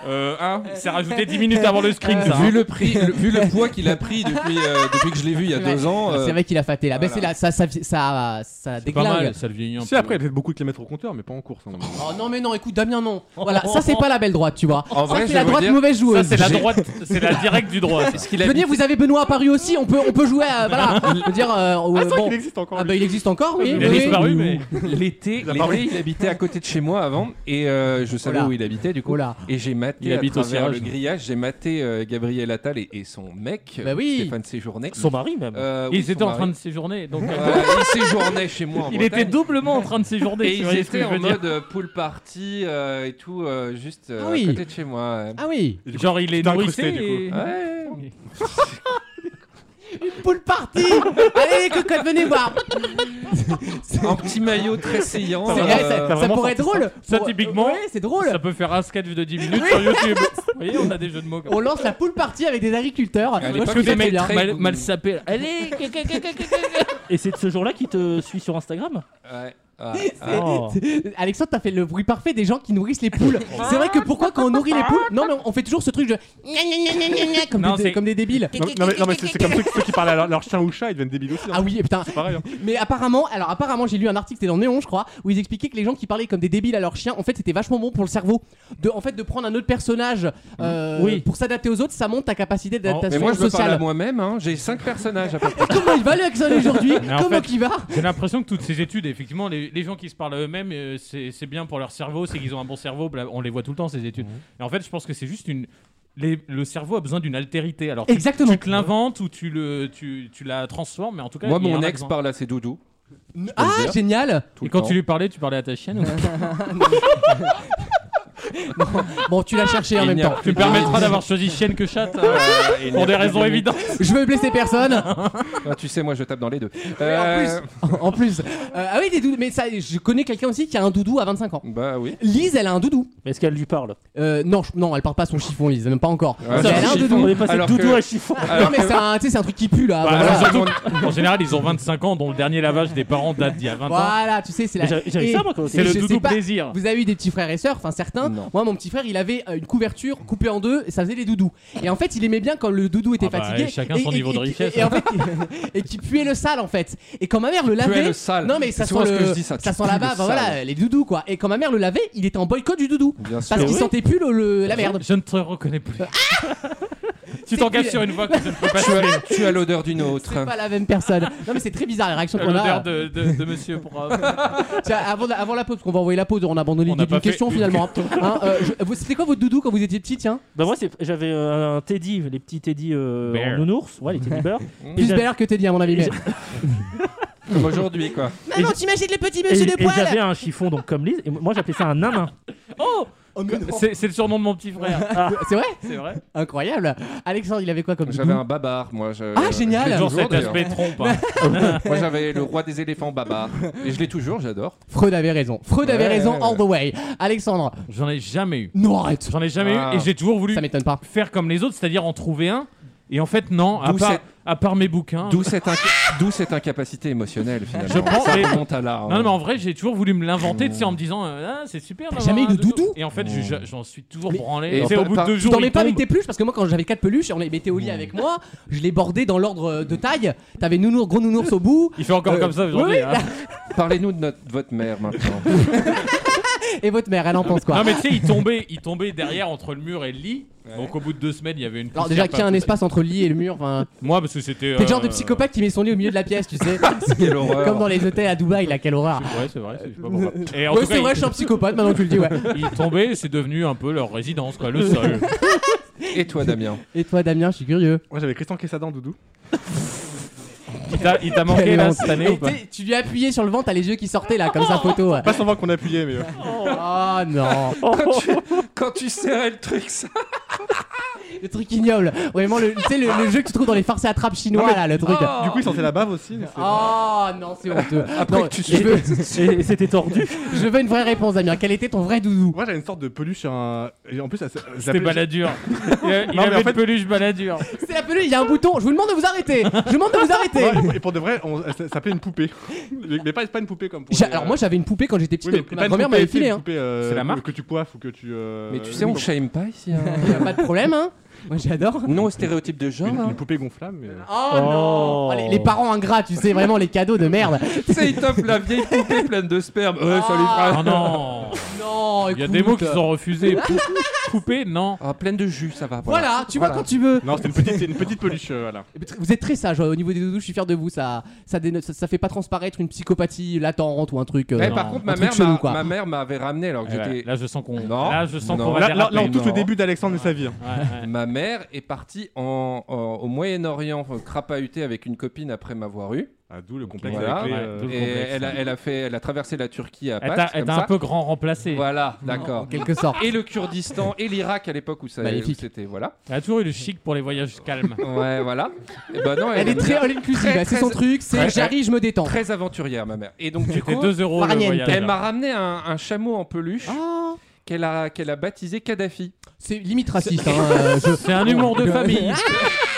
Speaker 5: euh, hein, il s'est rajouté 10 *laughs* minutes avant le screen. ça, hein.
Speaker 6: vu, le prix, le- vu le poids qu'il a pris depuis, euh, depuis que je l'ai vu il y a
Speaker 2: C'est vrai.
Speaker 6: deux ans. euh,
Speaker 2: C'est vrai qu'il a faté là. Ben,
Speaker 6: voilà.
Speaker 2: c'est là, ça, ça, ça, ça
Speaker 5: C'est pas
Speaker 2: déglingue.
Speaker 5: mal, ça le vieillit un
Speaker 3: Si
Speaker 5: peu.
Speaker 3: après, il y a peut-être beaucoup de les mettre au compteur, mais pas en course. hein, non.
Speaker 2: Oh non mais non, écoute Damien non. Voilà, ça c'est pas la belle droite, tu vois.
Speaker 6: En
Speaker 2: ça
Speaker 6: vrai,
Speaker 2: c'est
Speaker 6: je
Speaker 2: la
Speaker 6: vais vous
Speaker 2: droite
Speaker 6: dire,
Speaker 2: mauvaise
Speaker 5: Ça,
Speaker 2: joueuse.
Speaker 5: c'est la droite, c'est la directe du droit. ça.
Speaker 6: qu'il
Speaker 2: Venez, vous avez Benoît à Paris aussi, on peut, on peut jouer à, voilà. Je veux dire, euh, euh,
Speaker 3: C'est vrai
Speaker 2: bon.
Speaker 3: qu'il existe encore.
Speaker 2: Ah
Speaker 3: lui.
Speaker 2: bah il existe encore, oui.
Speaker 5: Il a
Speaker 2: oui.
Speaker 5: disparu, mais
Speaker 6: L'été,
Speaker 2: Bah
Speaker 3: a
Speaker 6: l'été,
Speaker 3: parlé.
Speaker 6: il habitait à côté de chez moi avant et euh, je savais
Speaker 2: Oh là.
Speaker 6: où il habitait du coup.
Speaker 2: Oh là.
Speaker 6: Et j'ai maté
Speaker 5: Il
Speaker 6: à
Speaker 5: habite au
Speaker 6: travers le
Speaker 5: cirage.
Speaker 6: grillage, j'ai maté euh, Gabriel Attal et, et son mec, euh,
Speaker 2: Bah oui.
Speaker 6: Stéphane Séjourné.
Speaker 4: Son mari, même.
Speaker 6: Euh, oui,
Speaker 5: ils
Speaker 6: son
Speaker 5: étaient en
Speaker 6: mari.
Speaker 5: train de séjourner.
Speaker 4: *laughs*
Speaker 5: Donc,
Speaker 6: Voilà, il séjournait chez moi.
Speaker 5: *laughs*
Speaker 6: En
Speaker 5: il était
Speaker 6: euh, Bretagne.
Speaker 5: doublement en train de séjourner.
Speaker 6: Et
Speaker 5: tu
Speaker 6: ils
Speaker 5: vois ce que
Speaker 6: étaient
Speaker 5: je veux
Speaker 6: en
Speaker 5: dire.
Speaker 6: mode euh, pool party euh, et tout, euh, juste euh,
Speaker 2: Ah oui.
Speaker 6: à côté de chez moi. ouais.
Speaker 2: Ah oui.
Speaker 5: Genre, il est
Speaker 3: Putain,
Speaker 5: nourrissé.
Speaker 3: incrusté, du
Speaker 5: et-
Speaker 6: Ouais.
Speaker 2: Poule party. Allez les cocottes, venez voir.
Speaker 6: Un petit maillot très saillant. euh,
Speaker 2: C'est- eh, ça- ça pourrait être drôle.
Speaker 5: Ça,
Speaker 2: Pour-
Speaker 5: typiquement,
Speaker 2: Ouais, c'est drôle.
Speaker 5: Ça peut faire un sketch de 10 minutes sur YouTube. Vous voyez, on a des jeux de mots. comme
Speaker 2: On lance la poule party avec des agriculteurs. Moi,
Speaker 6: l'époque,
Speaker 2: je trouve ça
Speaker 6: c'était
Speaker 2: très bien.
Speaker 6: très-
Speaker 5: mal, mal sapé. là. Allez
Speaker 4: Et c'est de ce jour-là qu'il te suit sur Instagram
Speaker 6: Ouais.
Speaker 5: *laughs*
Speaker 6: Ouais.
Speaker 2: C'est-
Speaker 4: Oh.
Speaker 2: c'est- Alexandre, t'as fait le bruit parfait des gens qui nourrissent les poules. C'est vrai que pourquoi quand on nourrit les poules, non mais on fait toujours ce truc de gna, gna, gna, gna, gna, gna, comme,
Speaker 5: Non,
Speaker 2: des,
Speaker 5: c'est-
Speaker 2: comme des débiles.
Speaker 3: Non, non, mais, non, mais c'est c'est comme ceux, ceux qui parlent à leur, leur chien ou chat, ils deviennent débiles aussi. hein.
Speaker 2: Ah oui, et putain.
Speaker 3: C'est pareil. hein.
Speaker 2: Mais apparemment, alors apparemment, j'ai lu un article, c'était dans Néon, je crois, où ils expliquaient que les gens qui parlaient comme des débiles à leurs chiens, en fait, c'était vachement bon pour le cerveau. De, en fait, de prendre un autre personnage euh,
Speaker 4: Oui.
Speaker 2: pour s'adapter aux autres, ça monte ta capacité
Speaker 6: Mais
Speaker 2: d'adaptation
Speaker 6: moi, je me parle à
Speaker 2: sociale.
Speaker 6: moi-même. hein. J'ai cinq personnages à
Speaker 5: *laughs*
Speaker 6: peu près.
Speaker 2: Comment il va le Alexandre aujourd'hui
Speaker 5: Mais en
Speaker 2: Comment
Speaker 5: fait-
Speaker 2: qu'il va
Speaker 5: J'ai l'impression que toutes ces études, effectivement, les, les gens qui se parlent à eux-mêmes, euh, c'est c'est bien pour leur cerveau, c'est qu'ils ont un bon cerveau. bla- On les voit tout le temps, ces études. Et en fait, je pense que c'est juste une. les- le cerveau a besoin d'une altérité. Alors, tu,
Speaker 2: Exactement.
Speaker 5: tu te l'inventes ou tu, le, tu, tu la transformes, mais en tout cas.
Speaker 6: Moi,
Speaker 5: il y en
Speaker 6: mon
Speaker 5: a
Speaker 6: ex
Speaker 5: besoin.
Speaker 6: parle à ses doudous.
Speaker 2: Ah, génial
Speaker 6: tout
Speaker 5: Et
Speaker 6: le
Speaker 5: quand
Speaker 6: temps.
Speaker 5: tu lui parlais, tu parlais à ta chienne ou-
Speaker 2: Bon, tu l'as cherché en
Speaker 6: Il
Speaker 2: même
Speaker 6: n'y a
Speaker 2: temps.
Speaker 5: Tu me permettras d'avoir choisi chienne que chatte hein,
Speaker 6: Euh, il n'y
Speaker 5: pour
Speaker 6: a
Speaker 5: des
Speaker 6: plus
Speaker 5: raisons
Speaker 6: de
Speaker 5: évidentes.
Speaker 2: Je veux blesser personne.
Speaker 6: Ah, tu sais, moi, je tape dans les deux.
Speaker 2: en en plus. Euh, ah oui, des doudous. Mais ça, je connais quelqu'un aussi qui a un doudou à 25 ans.
Speaker 6: Bah oui.
Speaker 2: Lise, elle a un doudou.
Speaker 4: Mais Est-ce qu'elle lui parle
Speaker 2: Euh, non, je- non, elle parle pas son chiffon, Lise, même pas encore.
Speaker 6: Ouais,
Speaker 2: mais
Speaker 6: c'est
Speaker 2: elle a un
Speaker 6: un
Speaker 2: doudou.
Speaker 6: chiffon.
Speaker 4: On est passé de
Speaker 6: Alors
Speaker 4: doudou
Speaker 6: que-
Speaker 4: à chiffon.
Speaker 2: Ah, Non, mais c'est un, tu sais, c'est un truc qui pue là.
Speaker 5: Bah,
Speaker 2: Ah, voilà.
Speaker 5: alors, surtout, en général, ils ont 25 ans, dont le dernier lavage des parents date d'il y a 20 ans.
Speaker 2: Voilà, tu sais, c'est la.
Speaker 4: Mais J'avais j'avais
Speaker 2: Et-
Speaker 4: ça, moi, quand
Speaker 5: C'est
Speaker 2: Et
Speaker 5: le
Speaker 2: je sais
Speaker 5: doudou
Speaker 2: pas-
Speaker 5: plaisir.
Speaker 2: Vous avez eu des petits frères et sœurs, enfin certains.
Speaker 6: Non.
Speaker 2: Moi, mon petit frère, il avait euh, une couverture coupée en deux et ça faisait les doudous. Et en fait, il aimait bien quand le doudou était
Speaker 5: Ah bah,
Speaker 2: fatigué.
Speaker 5: et chacun
Speaker 2: et,
Speaker 5: son
Speaker 2: et-
Speaker 5: niveau de
Speaker 2: et-
Speaker 5: richesse,
Speaker 2: Et, et en fait, *laughs* et qui puait le sale en fait. Et quand ma mère le
Speaker 6: Tu es
Speaker 2: lavait.
Speaker 6: le sale.
Speaker 2: Non mais ça
Speaker 6: C'est
Speaker 2: sent
Speaker 6: souvent ce
Speaker 2: le,
Speaker 6: que je dis, ça. Tu
Speaker 2: sent
Speaker 6: pues
Speaker 2: la
Speaker 6: le
Speaker 2: bave,
Speaker 6: sale.
Speaker 2: voilà, les doudous quoi. Et quand ma mère le lavait, il était en boycott du doudou
Speaker 6: Bien sûr.
Speaker 2: parce
Speaker 6: Bah,
Speaker 2: qu'il
Speaker 4: oui.
Speaker 2: sentait plus le, le- la merde. Ah
Speaker 5: Je, je ne te reconnais plus.
Speaker 2: C'est
Speaker 5: *laughs* tu t'engages
Speaker 2: plus-
Speaker 5: sur une voie que je ne peux pas
Speaker 6: Tu
Speaker 5: suivre.
Speaker 6: as, tu as l'odeur d'une autre.
Speaker 2: *laughs* C'est pas la même personne. Non mais c'est très bizarre les réactions qu'on a.
Speaker 5: L'odeur de, de, de monsieur pour.
Speaker 2: *laughs*
Speaker 5: euh,
Speaker 2: Tiens, avant, la, avant la pause, parce qu'on va envoyer la pause, on a abandonné
Speaker 5: On n'a
Speaker 2: l'idée d'une
Speaker 5: pas fait
Speaker 2: question
Speaker 5: une
Speaker 2: finalement. Hein, euh, je- vous- C'était quoi votre doudou quand vous étiez petit, tiens
Speaker 4: Bah moi c'est- j'avais euh, un teddy, les petits teddy euh, en
Speaker 2: *laughs*
Speaker 5: Bear.
Speaker 4: nounours, ouais les teddy bears. Et
Speaker 2: Plus
Speaker 4: j'avais-
Speaker 2: belle que Teddy à mon avis. mais-
Speaker 6: Comme aujourd'hui, quoi.
Speaker 9: Maman, t'imagines les petits
Speaker 4: Et,
Speaker 9: monsieur de
Speaker 4: et j'avais
Speaker 9: poil
Speaker 4: un chiffon donc comme Lise, et moi j'appelais ça un nain
Speaker 5: Oh C'est c'est le surnom de mon petit frère.
Speaker 2: C'est vrai
Speaker 5: C'est vrai.
Speaker 2: Incroyable. Alexandre, il avait quoi comme
Speaker 6: J'avais
Speaker 2: doudou
Speaker 6: un babar, moi. je-
Speaker 2: Ah, génial.
Speaker 6: je l'ai
Speaker 5: Toujours
Speaker 6: toujours,
Speaker 5: cet
Speaker 6: d'ailleurs.
Speaker 5: aspect trompe. hein.
Speaker 6: Moi, j'avais le roi des éléphants babar. Et je l'ai toujours, j'adore.
Speaker 2: Freud avait raison. Freud avait
Speaker 6: Ouais.
Speaker 2: raison all the way. Alexandre,
Speaker 5: J'en ai jamais eu.
Speaker 2: non arrête.
Speaker 5: J'en ai jamais
Speaker 6: Ah.
Speaker 5: eu et j'ai toujours voulu
Speaker 2: Ça m'étonne pas.
Speaker 5: faire comme les autres, c'est-à-dire en trouver un. Et en fait, non, à
Speaker 6: D'où
Speaker 5: part,
Speaker 6: cette-
Speaker 5: à part mes bouquins.
Speaker 6: D'où cette, inca- d'où cette incapacité émotionnelle, finalement.
Speaker 5: Je prends-
Speaker 6: Ça
Speaker 5: et-
Speaker 6: remonte à là. hein.
Speaker 5: Non, non, mais en vrai, j'ai toujours voulu me l'inventer, tu sais, en me disant, euh, ah, c'est super. d'avoir
Speaker 2: jamais eu
Speaker 5: un
Speaker 2: de doudou
Speaker 5: Et en fait, je- je- j'en suis toujours
Speaker 2: Mais-
Speaker 5: branlé.
Speaker 6: Et
Speaker 5: Et c'est au
Speaker 6: par-
Speaker 5: bout de
Speaker 6: par-
Speaker 5: deux
Speaker 2: Tu
Speaker 5: jours.
Speaker 2: dormais
Speaker 5: il
Speaker 2: pas avec
Speaker 5: tombe.
Speaker 2: tes peluches parce que moi quand j'avais quatre peluches et on les mettait au lit avec moi, je les bordais dans l'ordre euh, de taille. T'avais nounours, gros nounours au
Speaker 5: *laughs*
Speaker 2: bout
Speaker 5: Il fait encore
Speaker 2: Euh,
Speaker 5: comme ça aujourd'hui.
Speaker 2: oui,
Speaker 5: hein.
Speaker 6: Parlez-nous de notre- votre mère
Speaker 5: *laughs*
Speaker 6: maintenant.
Speaker 2: et votre mère, elle en pense quoi
Speaker 5: Non, mais tu sais, il tombait, il tombait derrière entre le mur et le lit. Donc au bout de deux semaines, il y avait une.
Speaker 2: Alors
Speaker 5: poussière
Speaker 2: déjà qu'il y a
Speaker 5: pas
Speaker 2: un
Speaker 5: possible.
Speaker 2: espace entre le lit et le mur, enfin,
Speaker 5: Moi, parce que c'était.
Speaker 2: t'es le genre de
Speaker 5: euh,
Speaker 2: psychopathe qui met son lit au milieu de la pièce, tu
Speaker 5: *laughs*
Speaker 2: sais.
Speaker 6: Quelle horreur.
Speaker 2: Comme dans les hôtels à Dubaï, là, quelle horreur.
Speaker 5: C'est vrai, c'est vrai. c'est- je sais pas
Speaker 2: *laughs*
Speaker 5: pourquoi. Et en
Speaker 2: Ouais,
Speaker 5: tout cas,
Speaker 2: c'est vrai,
Speaker 5: il-
Speaker 2: je suis un psychopathe maintenant que tu le
Speaker 5: *laughs*
Speaker 2: dis, ouais.
Speaker 5: Ils tombaient, c'est devenu un peu leur résidence,
Speaker 2: *laughs*
Speaker 5: quoi, le sol.
Speaker 6: Et toi,
Speaker 5: *laughs*
Speaker 6: Damien
Speaker 2: Et toi, Damien, je suis curieux.
Speaker 3: Moi j'avais Christian Quessadin doudou.
Speaker 2: Ah.
Speaker 5: Il t'a- il t'a manqué là cette année
Speaker 2: Et
Speaker 5: ou pas
Speaker 2: t'es- tu lui appuyais sur le ventre, t'as les yeux qui sortaient là, comme sa photo. ouais.
Speaker 3: Pas sans voir qu'on appuyait, mais. euh,
Speaker 2: Oh non,
Speaker 6: quand tu, quand tu serrais le truc, ça.
Speaker 2: le truc ignoble. Vraiment, le- tu sais, le, le jeu que tu trouves dans les farces à trappe chinois là, le truc. Oh, Ah.
Speaker 3: Du coup, il sentait la bave aussi. mais c'est-
Speaker 2: non, c'est honteux.
Speaker 6: Après
Speaker 2: Non,
Speaker 6: que tu
Speaker 2: je, veux,
Speaker 4: et, et c'était tordu.
Speaker 2: je veux une vraie réponse, Damien. Quel était ton vrai doudou
Speaker 3: Moi j'avais une sorte de peluche, un. et en plus, elle s- je
Speaker 5: C'était
Speaker 2: *laughs*
Speaker 3: l'appelais-
Speaker 5: baladure. Il, a- il
Speaker 3: Non, mais
Speaker 5: avait
Speaker 3: en
Speaker 5: une
Speaker 3: fait-
Speaker 5: peluche baladure.
Speaker 2: C'est la peluche, il y a un bouton. Je vous demande de vous arrêter. Je vous demande de vous arrêter.
Speaker 3: Ouais, et pour de vrai, on, elle s- s'appelait une poupée. *laughs* Mais mais pas, pas une poupée comme pour.
Speaker 2: J'ai-
Speaker 3: les,
Speaker 2: Alors
Speaker 3: euh,
Speaker 2: moi j'avais une poupée quand j'étais
Speaker 3: oui,
Speaker 2: petite, donc
Speaker 3: mais pas
Speaker 2: ma
Speaker 3: une
Speaker 2: grand-mère
Speaker 3: poupée,
Speaker 2: m'avait
Speaker 3: tu sais,
Speaker 2: filé.
Speaker 3: une
Speaker 2: Hein.
Speaker 3: poupée, euh,
Speaker 5: C'est la marque
Speaker 3: Que tu coiffes ou que tu. euh,
Speaker 6: Mais tu sais, on
Speaker 3: une-
Speaker 6: shame pas ici. hein.
Speaker 2: Y a pas de problème, hein. Moi j'adore.
Speaker 6: Non au stéréotype de genre.
Speaker 3: Une,
Speaker 6: hein.
Speaker 3: une poupée gonflable, mais. euh,
Speaker 2: Oh,
Speaker 4: non.
Speaker 2: non les, les parents ingrats, tu sais vraiment les cadeaux de merde.
Speaker 6: Tu sais, il tape la vieille poupée pleine de sperme. Ouais, ça lui fera.
Speaker 5: Oh non
Speaker 2: Non,
Speaker 5: Il y a
Speaker 2: écoute.
Speaker 5: des mots qui sont
Speaker 2: *laughs*
Speaker 5: refusés. Pou- Poupée, non.
Speaker 6: Ah, pleine de jus, ça va.
Speaker 2: Voilà, tu vois
Speaker 6: Voilà.
Speaker 2: quand tu veux.
Speaker 3: Non, c'était une petite, c'est une petite peluche, euh, voilà.
Speaker 2: Eh ben, tr- Vous êtes très sage ouais, au niveau des doudous, je suis fier de vous. Ça, ça, dénote- ça, ça fait pas transparaître une psychopathie latente ou un truc. euh,
Speaker 6: Eh,
Speaker 5: Non,
Speaker 6: par contre,
Speaker 2: un
Speaker 6: ma
Speaker 2: truc
Speaker 6: mère,
Speaker 2: chelou,
Speaker 6: m'a-
Speaker 2: quoi.
Speaker 6: ma mère m'avait ramené alors que
Speaker 5: Eh ouais,
Speaker 6: j'étais.
Speaker 5: Là, je sens qu'on.
Speaker 6: Non.
Speaker 5: Là, je sens
Speaker 6: Non.
Speaker 5: qu'on va
Speaker 6: Là-
Speaker 3: Là, là,
Speaker 5: déraper.
Speaker 3: on touche
Speaker 6: non.
Speaker 3: au début d'Alexandre et sa vie. hein.
Speaker 5: Ouais, ouais.
Speaker 6: Ma mère est partie en, en- au Moyen-Orient euh, crapahutée avec une copine après m'avoir eu.
Speaker 3: Ah, D'où le complexe
Speaker 6: Voilà.
Speaker 3: avec les,
Speaker 5: Ouais,
Speaker 3: euh,
Speaker 5: d'où le
Speaker 6: Et
Speaker 5: complexe,
Speaker 6: elle a,
Speaker 5: ouais.
Speaker 6: elle a fait, elle a traversé la Turquie à
Speaker 5: Elle t'a-
Speaker 6: Pâques.
Speaker 5: elle
Speaker 6: comme
Speaker 5: t'a
Speaker 6: ça.
Speaker 5: un peu grand remplacé.
Speaker 6: Voilà,
Speaker 2: En
Speaker 6: d'accord.
Speaker 2: quelque sorte.
Speaker 6: *laughs* Et le Kurdistan et l'Irak à l'époque où ça où
Speaker 2: Magnifique.
Speaker 6: c'était voilà.
Speaker 5: Elle a toujours eu le chic pour les voyages calmes.
Speaker 6: Ouais, voilà. Et ben non, elle,
Speaker 2: Elle est
Speaker 6: était
Speaker 2: très all inclusive,
Speaker 6: Très,
Speaker 2: ouais, c'est son
Speaker 6: très-
Speaker 2: truc, c'est
Speaker 6: très-
Speaker 2: j'arrive, je me détends.
Speaker 6: très aventurière ma mère. Et donc du
Speaker 5: C'était
Speaker 6: coup,
Speaker 5: 2 euros le
Speaker 2: Farniente.
Speaker 5: voyage.
Speaker 6: elle m'a ramené un, un chameau en peluche
Speaker 2: Ah,
Speaker 6: qu'elle a qu'elle a baptisé Kadhafi.
Speaker 2: c'est limite raciste.
Speaker 6: *laughs*
Speaker 2: hein, euh, *laughs* je-
Speaker 5: C'est un humour de famille.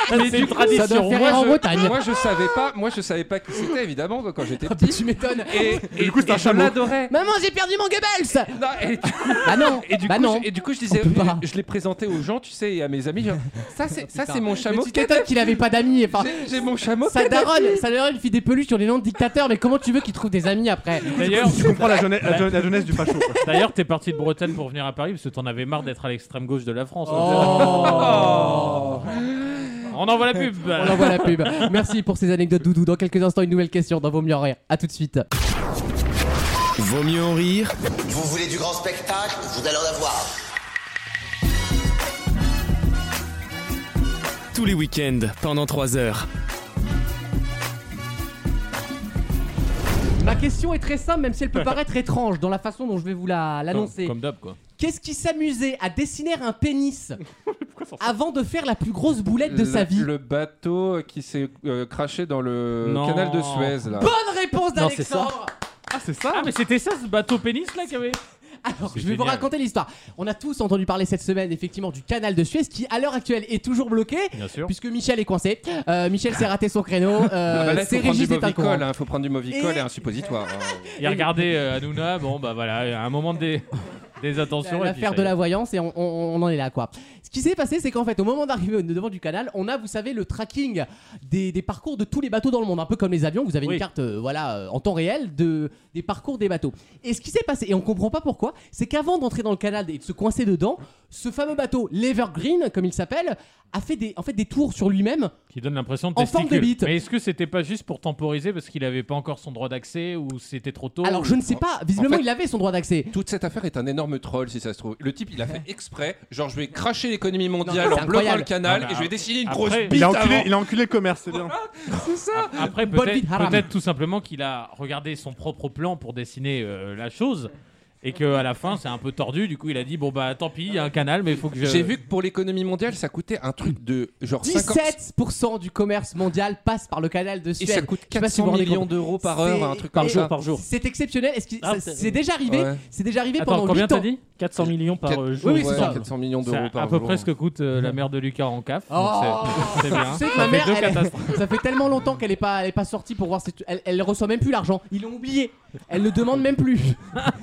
Speaker 5: C'est une
Speaker 2: Ça doit
Speaker 5: tradition.
Speaker 2: faire
Speaker 5: Moi,
Speaker 2: rire Oh. en
Speaker 5: je-
Speaker 2: Bretagne.
Speaker 6: Moi je savais pas, moi je savais pas qui c'était évidemment quand
Speaker 2: *laughs*
Speaker 6: j'étais
Speaker 2: Ah,
Speaker 6: petit.
Speaker 2: tu m'étonnes.
Speaker 6: Et, et
Speaker 3: du coup, c'est
Speaker 6: et
Speaker 3: un
Speaker 6: je
Speaker 3: chameau.
Speaker 6: l'adorais.
Speaker 2: Maman, j'ai perdu mon Goebbels
Speaker 6: Non, et,
Speaker 2: Ah non
Speaker 6: et du
Speaker 2: Bah
Speaker 6: coup,
Speaker 2: non
Speaker 6: je, et du coup, je disais,
Speaker 2: On peut pas.
Speaker 6: je, l'ai présenté aux gens, tu sais, et à mes
Speaker 2: *laughs*
Speaker 6: amis. genre, ça, c'est ça, c'est mon chameau.
Speaker 2: Mais Tu t'étonnes qu'il avait pas d'amis. Enfin,
Speaker 6: J'ai- J'ai mon chameau.
Speaker 2: sa daronne, sa daronne fit des peluches sur les noms de dictateurs, mais comment tu veux qu'il trouve des amis après
Speaker 5: D'ailleurs,
Speaker 3: Tu comprends la jeunesse, la jeunesse- la jeunesse du facho, quoi.
Speaker 5: D'ailleurs, t'es parti de Bretagne pour venir à Paris parce que t'en avais marre d'être à l'extrême gauche de la France. euh,
Speaker 2: Oh
Speaker 5: On envoie la pub.
Speaker 2: On envoie la pub. Merci pour ces anecdotes doudou. Dans quelques instants, une nouvelle question dans Vaut mieux en rire. A tout de suite.
Speaker 1: Vaut mieux en rire
Speaker 8: Vous voulez du grand spectacle Vous allez en avoir.
Speaker 1: tous les week-ends pendant 3 heures.
Speaker 2: Ma question est très simple, même si elle peut paraître étrange dans la façon dont je vais vous la- l'annoncer.
Speaker 5: Comme d'hab, quoi.
Speaker 2: Qu'est-ce qui s'amusait à dessiner un
Speaker 5: *laughs*
Speaker 2: pénis avant de faire la plus grosse boulette de sa
Speaker 6: Le-
Speaker 2: vie
Speaker 6: Le bateau qui s'est euh, craché dans le
Speaker 5: Non.
Speaker 6: canal de Suez, là.
Speaker 2: Bonne réponse
Speaker 4: Non, c'est ça.
Speaker 2: d'Alexandre
Speaker 3: Ah, c'est ça
Speaker 5: Ah, mais c'était ça ce bateau pénis là qu'il y avait
Speaker 2: Alors,
Speaker 5: C'est
Speaker 2: je vais vous
Speaker 5: génial.
Speaker 2: raconter l'histoire. On a tous entendu parler cette semaine, effectivement, du canal de Suez qui, à l'heure actuelle, est toujours bloqué.
Speaker 5: Bien sûr.
Speaker 2: Puisque Michel est coincé, Euh, Michel s'est raté son
Speaker 5: *laughs*
Speaker 2: créneau,
Speaker 6: Ah bah
Speaker 2: euh,
Speaker 6: là,
Speaker 2: c'est
Speaker 6: faut prendre du
Speaker 2: Régis est un
Speaker 6: Movicol,
Speaker 2: courant.
Speaker 6: hein, faut prendre du Movicol
Speaker 2: Et-
Speaker 6: et, un suppositoire. hein.
Speaker 5: Il regardait euh, Hanouna, bon bah voilà, à un
Speaker 2: *laughs*
Speaker 5: moment des, des attentions. et puis
Speaker 2: L'affaire
Speaker 5: ça
Speaker 2: de
Speaker 5: y est.
Speaker 2: la voyance et on, on- on en est là quoi. Ce qui s'est passé c'est qu'en fait au moment d'arriver au- devant du canal on a vous savez le tracking des, des parcours de tous les bateaux dans le monde un peu comme les avions vous avez
Speaker 5: Oui.
Speaker 2: une carte euh, voilà euh, en temps réel de, des parcours des bateaux. Et ce qui s'est passé et on comprend pas pourquoi c'est qu'avant d'entrer dans le canal et de se coincer dedans ce fameux bateau, l'Evergreen, comme il s'appelle, a fait des, en fait des tours sur lui-même.
Speaker 5: Qui donne l'impression de
Speaker 2: En forme de
Speaker 5: testicule.
Speaker 2: bite.
Speaker 5: Mais est-ce que c'était pas juste pour temporiser parce qu'il avait pas encore son droit d'accès ou c'était trop tôt
Speaker 2: Alors je ne sais pas, visiblement
Speaker 6: Oh. en fait-
Speaker 2: il avait son droit d'accès.
Speaker 6: Toute cette affaire est un énorme troll, si ça se trouve. Le type, il a fait exprès. Genre, je vais cracher l'économie mondiale
Speaker 2: Non, c'est
Speaker 6: en bloquant
Speaker 2: incroyable.
Speaker 6: le canal
Speaker 5: Non, mais
Speaker 6: et je vais dessiner une
Speaker 5: après-
Speaker 6: grosse
Speaker 5: Il a
Speaker 6: bite
Speaker 3: Il a,
Speaker 6: avant.
Speaker 3: enculé, il a enculé le commerce, c'est bien.
Speaker 5: Après,
Speaker 2: Bonne
Speaker 5: peut-être
Speaker 2: vie de haram.
Speaker 5: peut-être tout simplement qu'il a regardé son propre plan pour dessiner euh, la chose et qu'à la fin, c'est un peu tordu. Du coup, il a dit Bon, bah tant pis, il y a un canal, mais il faut que je.
Speaker 6: J'ai vu que pour l'économie mondiale, ça coûtait un truc de genre 50
Speaker 2: 17% du commerce mondial passe par le canal de
Speaker 6: et
Speaker 2: Suez.
Speaker 6: ça coûte
Speaker 2: Je sais pas si
Speaker 6: 400
Speaker 2: vous vous rendez
Speaker 6: millions
Speaker 2: compte.
Speaker 6: d'euros par
Speaker 2: C'est-
Speaker 6: heure, un truc comme
Speaker 2: Et-
Speaker 6: ça.
Speaker 4: par jour.
Speaker 2: C'est exceptionnel. Est-ce que
Speaker 4: Ah,
Speaker 2: ça-
Speaker 4: c'est-
Speaker 2: c'est déjà arrivé
Speaker 6: Ouais.
Speaker 2: C'est déjà arrivé
Speaker 5: Attends,
Speaker 2: pendant
Speaker 5: combien
Speaker 2: 8
Speaker 5: t'as
Speaker 2: ans.
Speaker 5: dit
Speaker 4: 400 millions par
Speaker 6: Quatre-
Speaker 4: euh, jour.
Speaker 2: Oui, oui, c'est
Speaker 6: Ouais,
Speaker 2: ça.
Speaker 6: 400 millions
Speaker 5: C'est
Speaker 6: d'euros par
Speaker 5: à peu
Speaker 6: jour.
Speaker 5: près ce que coûte euh, la mère de Lucas en CAF. donc
Speaker 2: Oh.
Speaker 5: c'est- *laughs* C'est bien.
Speaker 2: Tu sais que
Speaker 5: Ça
Speaker 2: ma
Speaker 5: fait
Speaker 2: mère,
Speaker 5: deux
Speaker 2: elle-
Speaker 5: catastrophes.
Speaker 2: Ça fait tellement longtemps qu'elle est pas, elle est pas sortie pour voir. ses- Elle, elle reçoit même plus l'argent. Ils l'ont oublié. Elle ne demande même plus.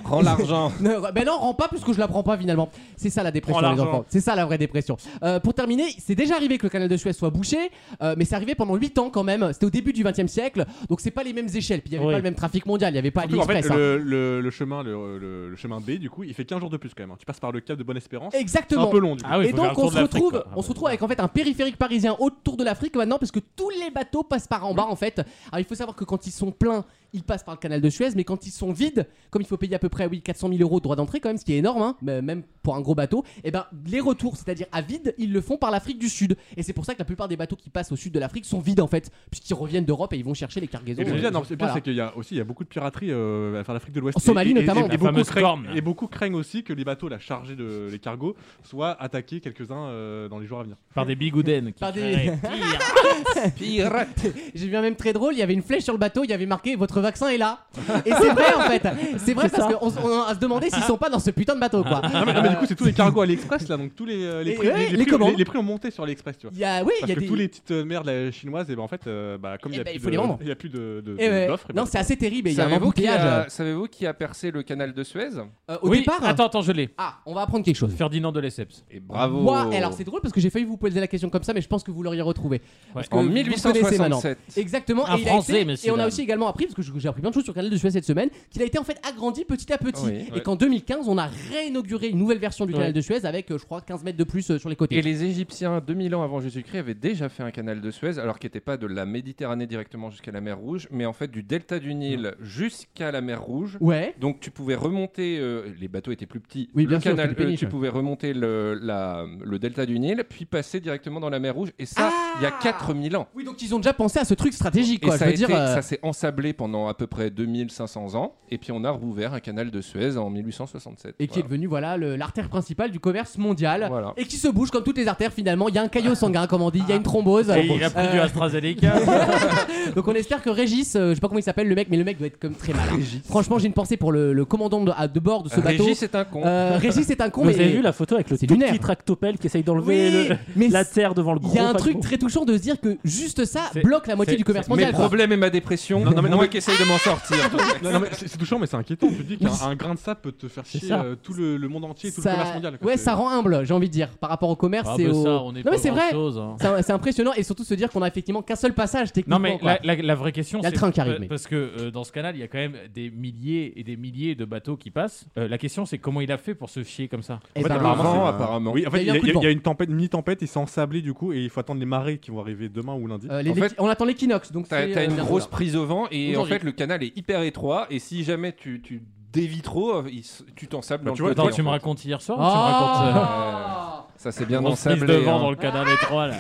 Speaker 6: Prends l'argent.
Speaker 2: Non, ben non, rends pas parce que je la prends pas finalement. C'est ça la dépression,
Speaker 4: Prends
Speaker 2: les
Speaker 4: l'argent.
Speaker 2: enfants. C'est ça la vraie dépression. Euh, pour terminer, c'est déjà arrivé que le canal de Suez soit bouché, euh, mais c'est arrivé pendant 8 ans quand même. C'était au début du 20 e siècle, donc c'est pas les mêmes échelles. Puis il y avait
Speaker 4: Oui.
Speaker 2: pas le même trafic mondial, il y avait pas
Speaker 3: Surtout, en fait,
Speaker 2: AliExpress. hein.
Speaker 3: le, le- le chemin, le, le- le chemin B, du coup, il fait 15 jours de plus quand même. hein. Tu passes par le cap de Bonne-Espérance. C'est un
Speaker 2: Exactement.
Speaker 3: peu long, du coup.
Speaker 5: Ah oui,
Speaker 2: et
Speaker 5: faut faire
Speaker 2: donc
Speaker 5: le tour
Speaker 2: on
Speaker 5: de
Speaker 2: se
Speaker 5: l'Afrique,
Speaker 2: retrouve,
Speaker 5: quoi.
Speaker 2: on se retrouve avec en fait un périphérique parisien autour de l'Afrique maintenant parce que tous les bateaux passent par en bas en fait. Alors il faut savoir que quand ils sont pleins, ils passent par le canal de Suez, mais quand ils sont vides, comme il faut payer à peu près oui 400 000 euros de droit d'entrée quand même, ce qui est énorme, hein, mais même pour un gros bateau, et ben les retours, c'est-à-dire à vide, ils le font par l'Afrique du Sud. Et c'est pour ça que la plupart des bateaux qui passent au sud de l'Afrique sont vides en fait, puisqu'ils reviennent d'Europe et ils vont chercher les cargaisons.
Speaker 3: Et puis,
Speaker 2: Euh,
Speaker 3: le pire, non, le pire,
Speaker 2: voilà.
Speaker 3: c'est qu'il y a aussi il y a beaucoup de piraterie euh, enfin, l'Afrique de l'Ouest.
Speaker 2: En Somalie,
Speaker 3: Et- et- et-
Speaker 2: notamment.
Speaker 3: Et,
Speaker 5: La
Speaker 3: beaucoup
Speaker 5: fameuse corne.
Speaker 3: craignent, et beaucoup craignent aussi que les bateaux là, chargés de les cargos soient attaqués quelques-uns euh, dans les jours à venir.
Speaker 5: Par des bigoudens. qui-
Speaker 2: Par des- *laughs*
Speaker 6: Pirate.
Speaker 2: J'ai vu un même très drôle, il y avait une flèche sur le bateau, il y avait marqué votre vaccin est
Speaker 3: *laughs*
Speaker 2: là. Et c'est vrai en fait. C'est vrai
Speaker 4: C'est
Speaker 2: parce
Speaker 4: ça.
Speaker 2: qu'on on a à se demander s'ils sont pas dans ce putain de bateau quoi.
Speaker 3: *laughs* Non, mais, non, mais du coup, c'est tous les cargos AliExpress là, donc tous les, euh, les
Speaker 2: Et
Speaker 3: prix,
Speaker 2: ouais,
Speaker 3: les, les
Speaker 2: les
Speaker 3: prix-
Speaker 2: commandes.
Speaker 3: les prix ont monté sur AliExpress, tu vois.
Speaker 2: Il y a oui, il
Speaker 3: Parce
Speaker 2: y a
Speaker 3: que
Speaker 2: des
Speaker 3: tous les petites euh, merdes euh, chinoises, et ben en fait, euh, bah, comme
Speaker 2: Eh
Speaker 3: il y a
Speaker 2: ben,
Speaker 3: plus
Speaker 2: il faut les
Speaker 3: de-
Speaker 2: vendre.
Speaker 3: il y a plus de de-
Speaker 2: Eh ouais.
Speaker 3: de- d'offres, et ben,
Speaker 2: Non, c'est assez terrible. et *laughs* Il y a un
Speaker 6: Savez-vous qui,
Speaker 2: embouteillage.
Speaker 6: a- savez-vous qui a percé le canal de Suez
Speaker 2: Euh, au
Speaker 5: oui,
Speaker 2: départ.
Speaker 5: attends, attends, je l'ai.
Speaker 2: Ah, on va apprendre quelque chose.
Speaker 5: Ferdinand de Lesseps.
Speaker 6: Et bravo.
Speaker 2: Moi, alors c'est drôle parce que j'ai failli vous poser la question comme ça, mais je pense que vous l'auriez retrouvé. Parce que
Speaker 6: en
Speaker 2: vous connaissez maintenant.
Speaker 6: 1867.
Speaker 2: Exactement.
Speaker 5: Un
Speaker 2: et, il a
Speaker 5: Français,
Speaker 2: été-
Speaker 5: messieurs,
Speaker 2: et on a
Speaker 5: dames.
Speaker 2: aussi également appris, parce que j'ai appris plein de choses sur le canal de Suez cette semaine, qu'il a été en fait agrandi petit à petit.
Speaker 6: Oui.
Speaker 2: et
Speaker 6: Ouais.
Speaker 2: qu'en 2015, on a réinauguré une nouvelle version du
Speaker 5: Ouais.
Speaker 2: canal de Suez avec, euh, je crois, 15 mètres de plus euh, sur les
Speaker 6: Et
Speaker 2: côtés.
Speaker 6: les Égyptiens, 2000 ans avant Jésus-Christ, avaient déjà fait un canal de Suez, alors qu'il n'était pas de la Méditerranée directement jusqu'à la mer Rouge, mais en fait du delta du Nil jusqu'à la mer Rouge.
Speaker 2: Ouais.
Speaker 6: Donc tu pouvais remonter, euh, les bateaux étaient plus petits,
Speaker 2: Oui,
Speaker 6: le
Speaker 2: bien sûr,
Speaker 6: canal,
Speaker 2: c'était plus
Speaker 6: euh,
Speaker 2: pénible.
Speaker 6: tu pouvais remonter le, la- le delta du Nil, puis passer directement dans la mer Rouge, et ça, il y a
Speaker 2: Ah
Speaker 6: 4000 ans.
Speaker 2: Oui, donc ils ont déjà pensé à ce truc stratégique, quoi. je
Speaker 6: et ça, a
Speaker 2: veux dire.
Speaker 6: été-
Speaker 2: euh,
Speaker 6: ça s'est ensablé pendant à peu près 2500 ans, et puis on a rouvert un canal de Suez en 1867.
Speaker 2: Et qui est devenu voilà le- l'artère principale du commerce mondial
Speaker 6: Voilà.
Speaker 2: et qui se bouge comme toutes les artères finalement. Il y a un caillot sanguin comme on dit, il y a une thrombose.
Speaker 5: Et il a pris du
Speaker 2: Euh,
Speaker 5: AstraZeneca.
Speaker 2: *laughs* donc on espère que Régis, euh, je sais pas comment il s'appelle le mec, mais le mec doit être comme très mal. Franchement, j'ai une pensée pour le, le commandant de, à- de bord de ce bateau.
Speaker 6: Régis est un con.
Speaker 2: Euh, Régis c'est un con.
Speaker 4: Vous
Speaker 2: mais...
Speaker 4: avez vu la photo avec le
Speaker 2: C'est
Speaker 4: tout
Speaker 2: lunaire.
Speaker 4: petit tractopelle qui essaye d'enlever
Speaker 2: Oui,
Speaker 4: le-
Speaker 2: mais
Speaker 4: la
Speaker 2: c'est-
Speaker 4: terre devant le gros.
Speaker 2: il y a un
Speaker 4: paquebot.
Speaker 2: truc très touchant de se dire que juste ça
Speaker 5: C'est-
Speaker 2: bloque la moitié
Speaker 5: c'est-
Speaker 2: du commerce
Speaker 5: c'est-
Speaker 6: Mes
Speaker 2: mondial. quoi.
Speaker 6: problèmes et ma dépression,
Speaker 3: Non, non, mais- non,
Speaker 6: moi
Speaker 3: mais-
Speaker 6: qui essaye de m'en sortir.
Speaker 3: Non, non, mais c'est c'est touchant, mais c'est inquiétant. Tu te dis qu'un un grain de sable peut te faire
Speaker 4: C'est
Speaker 3: chier
Speaker 4: ça.
Speaker 3: euh, tout le, le monde entier, tout
Speaker 2: Ça-
Speaker 3: le commerce mondial. quoi.
Speaker 2: ouais,
Speaker 3: C'est-
Speaker 2: ça rend humble, j'ai envie de dire, par rapport au commerce
Speaker 5: Ah,
Speaker 2: et
Speaker 5: bah,
Speaker 2: au.
Speaker 5: ça, on
Speaker 2: non
Speaker 5: est
Speaker 2: mais
Speaker 5: pas
Speaker 2: c'est vrai.
Speaker 5: grand-chose, hein.
Speaker 2: C'est c'est impressionnant et surtout se dire qu'on a effectivement qu'un seul passage techniquement.
Speaker 5: Non mais
Speaker 2: quoi.
Speaker 5: la, la- la vraie question
Speaker 2: Il y a
Speaker 5: c'est
Speaker 2: le train qui arrive,
Speaker 5: euh,
Speaker 2: mais-
Speaker 5: parce que euh, dans ce canal il y a quand même des milliers et des milliers de bateaux qui passent. Euh, la question c'est comment il a fait pour se fier comme ça.
Speaker 2: Eh
Speaker 3: En fait,
Speaker 2: ben,
Speaker 3: apparemment,
Speaker 6: Avant,
Speaker 3: c'est un-
Speaker 6: apparemment.
Speaker 3: Oui, en fait,
Speaker 2: Il
Speaker 3: il
Speaker 2: y
Speaker 3: y
Speaker 2: a eu
Speaker 3: a,
Speaker 2: un coup de
Speaker 3: il y a
Speaker 2: vent.
Speaker 3: une tempête, une mini-tempête, il s'est ensablé du coup, et il faut attendre les marées qui vont arriver demain ou lundi.
Speaker 2: Euh, les-
Speaker 6: En fait,
Speaker 2: on attend l'équinoxe donc.
Speaker 6: T'as
Speaker 2: c'est,
Speaker 6: t'as
Speaker 2: euh,
Speaker 6: une
Speaker 2: bientôt,
Speaker 6: grosse
Speaker 2: là.
Speaker 6: prise au vent et en
Speaker 2: Aujourd'hui.
Speaker 6: fait le canal est hyper étroit et si jamais tu, tu dévis trop, il s- tu t'ensables
Speaker 3: Bah,
Speaker 6: dans
Speaker 3: tu
Speaker 6: le
Speaker 3: vois,
Speaker 6: côté,
Speaker 5: Attends
Speaker 6: en
Speaker 5: tu me
Speaker 6: fait.
Speaker 5: racontes hier soir
Speaker 2: Oh
Speaker 5: ou tu me racontes euh,
Speaker 2: Ah
Speaker 6: Ça c'est bien
Speaker 5: grosse prise
Speaker 6: ensablé.
Speaker 5: de vent
Speaker 6: hein.
Speaker 5: dans le canal étroit là.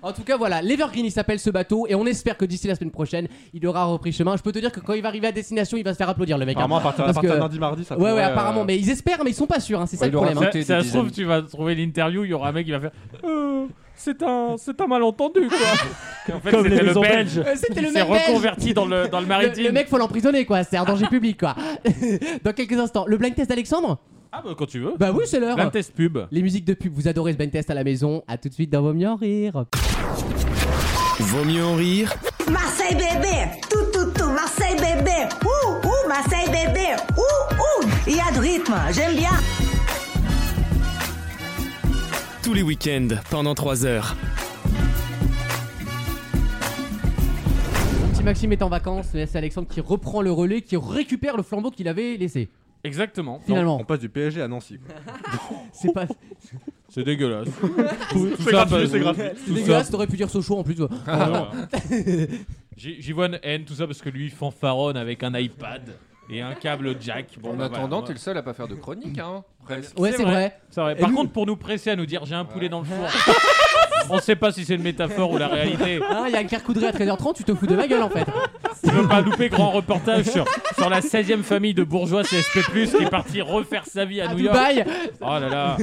Speaker 2: En tout cas, voilà, l'Evergreen il s'appelle ce bateau et on espère que d'ici la semaine prochaine, il aura repris chemin. Je peux te dire que quand il va arriver à destination, il va se faire applaudir le mec. hein.
Speaker 3: Apparemment, à partir, à
Speaker 2: Parce
Speaker 3: partir
Speaker 2: que-
Speaker 3: de lundi, mardi, ça
Speaker 2: Ouais, ouais,
Speaker 3: pourrait, euh,
Speaker 2: apparemment, mais ils espèrent, mais ils sont pas sûrs, hein, c'est ça
Speaker 6: Ouais,
Speaker 2: le
Speaker 6: il aura
Speaker 2: problème. hein.
Speaker 5: Ça,
Speaker 6: Raconter
Speaker 5: ça
Speaker 6: des
Speaker 5: se trouve
Speaker 6: dizaines.
Speaker 5: tu vas trouver l'interview il y aura un mec qui va faire Euh, c'est un c'est un
Speaker 2: *laughs*
Speaker 5: malentendu quoi. Et en fait,
Speaker 4: Comme
Speaker 5: c'était
Speaker 4: les
Speaker 5: le
Speaker 4: maisons
Speaker 5: belge.
Speaker 4: belges.
Speaker 2: Euh, C'était
Speaker 5: qui
Speaker 2: le
Speaker 5: s'est
Speaker 2: mec belge.
Speaker 5: reconverti dans le dans le
Speaker 2: Le,
Speaker 5: maritime.
Speaker 2: le mec, faut l'emprisonner quoi, c'est un danger public
Speaker 5: *laughs*
Speaker 2: quoi. Dans quelques instants, le blind test d'Alexandre
Speaker 5: Ah bah quand tu veux.
Speaker 2: Bah oui, c'est l'heure.
Speaker 5: Un test pub.
Speaker 2: Les musiques de pub, vous adorez ce blind test à la maison. À tout de suite dans Vos mieux en rire.
Speaker 1: Vaut mieux en rire
Speaker 9: Marseille bébé, tout tout tout, Marseille bébé, ouh ouh, Marseille bébé, ouh ouh, il y a du rythme, j'aime bien.
Speaker 1: tous les week-ends pendant 3 heures.
Speaker 2: Mon petit Maxime est en vacances, c'est Alexandre qui reprend le relais, qui récupère le flambeau qu'il avait laissé.
Speaker 5: Exactement.
Speaker 2: Finalement,
Speaker 3: On passe du PSG à Nancy. quoi.
Speaker 2: c'est
Speaker 5: *laughs*
Speaker 2: pas.
Speaker 5: C'est
Speaker 2: *laughs*
Speaker 5: dégueulasse. Tout- tout
Speaker 3: C'est
Speaker 5: ça
Speaker 3: gratuit,
Speaker 5: parce-
Speaker 3: c'est gratuit.
Speaker 5: tout
Speaker 2: C'est
Speaker 5: ça-
Speaker 2: dégueulasse, t'aurais pu dire Sochaux en plus. toi.
Speaker 5: *laughs* Ah, ouais. J'y j'y vois une haine, tout ça parce que lui fanfaronne avec un iPad et un câble jack. Bon,
Speaker 6: En
Speaker 5: bah,
Speaker 6: attendant,
Speaker 5: voilà.
Speaker 6: t'es le seul à pas faire de chronique, hein. Presque.
Speaker 2: Ouais,
Speaker 5: C'est
Speaker 2: c'est
Speaker 5: vrai.
Speaker 2: vrai.
Speaker 5: C'est vrai.
Speaker 2: Et
Speaker 5: Par
Speaker 2: nous-
Speaker 5: contre, pour nous presser à nous dire j'ai un poulet dans le four, *laughs* on sait pas si c'est une métaphore ou la réalité.
Speaker 2: Hein, Il y a un carcoudré à 13h30, tu te fous de ma gueule en fait.
Speaker 5: Tu veux pas louper grand reportage sur, sur la 16e famille de bourgeois CSP, qui est partie refaire sa vie à,
Speaker 2: À
Speaker 5: New York.
Speaker 2: Dubaï,
Speaker 5: Oh là là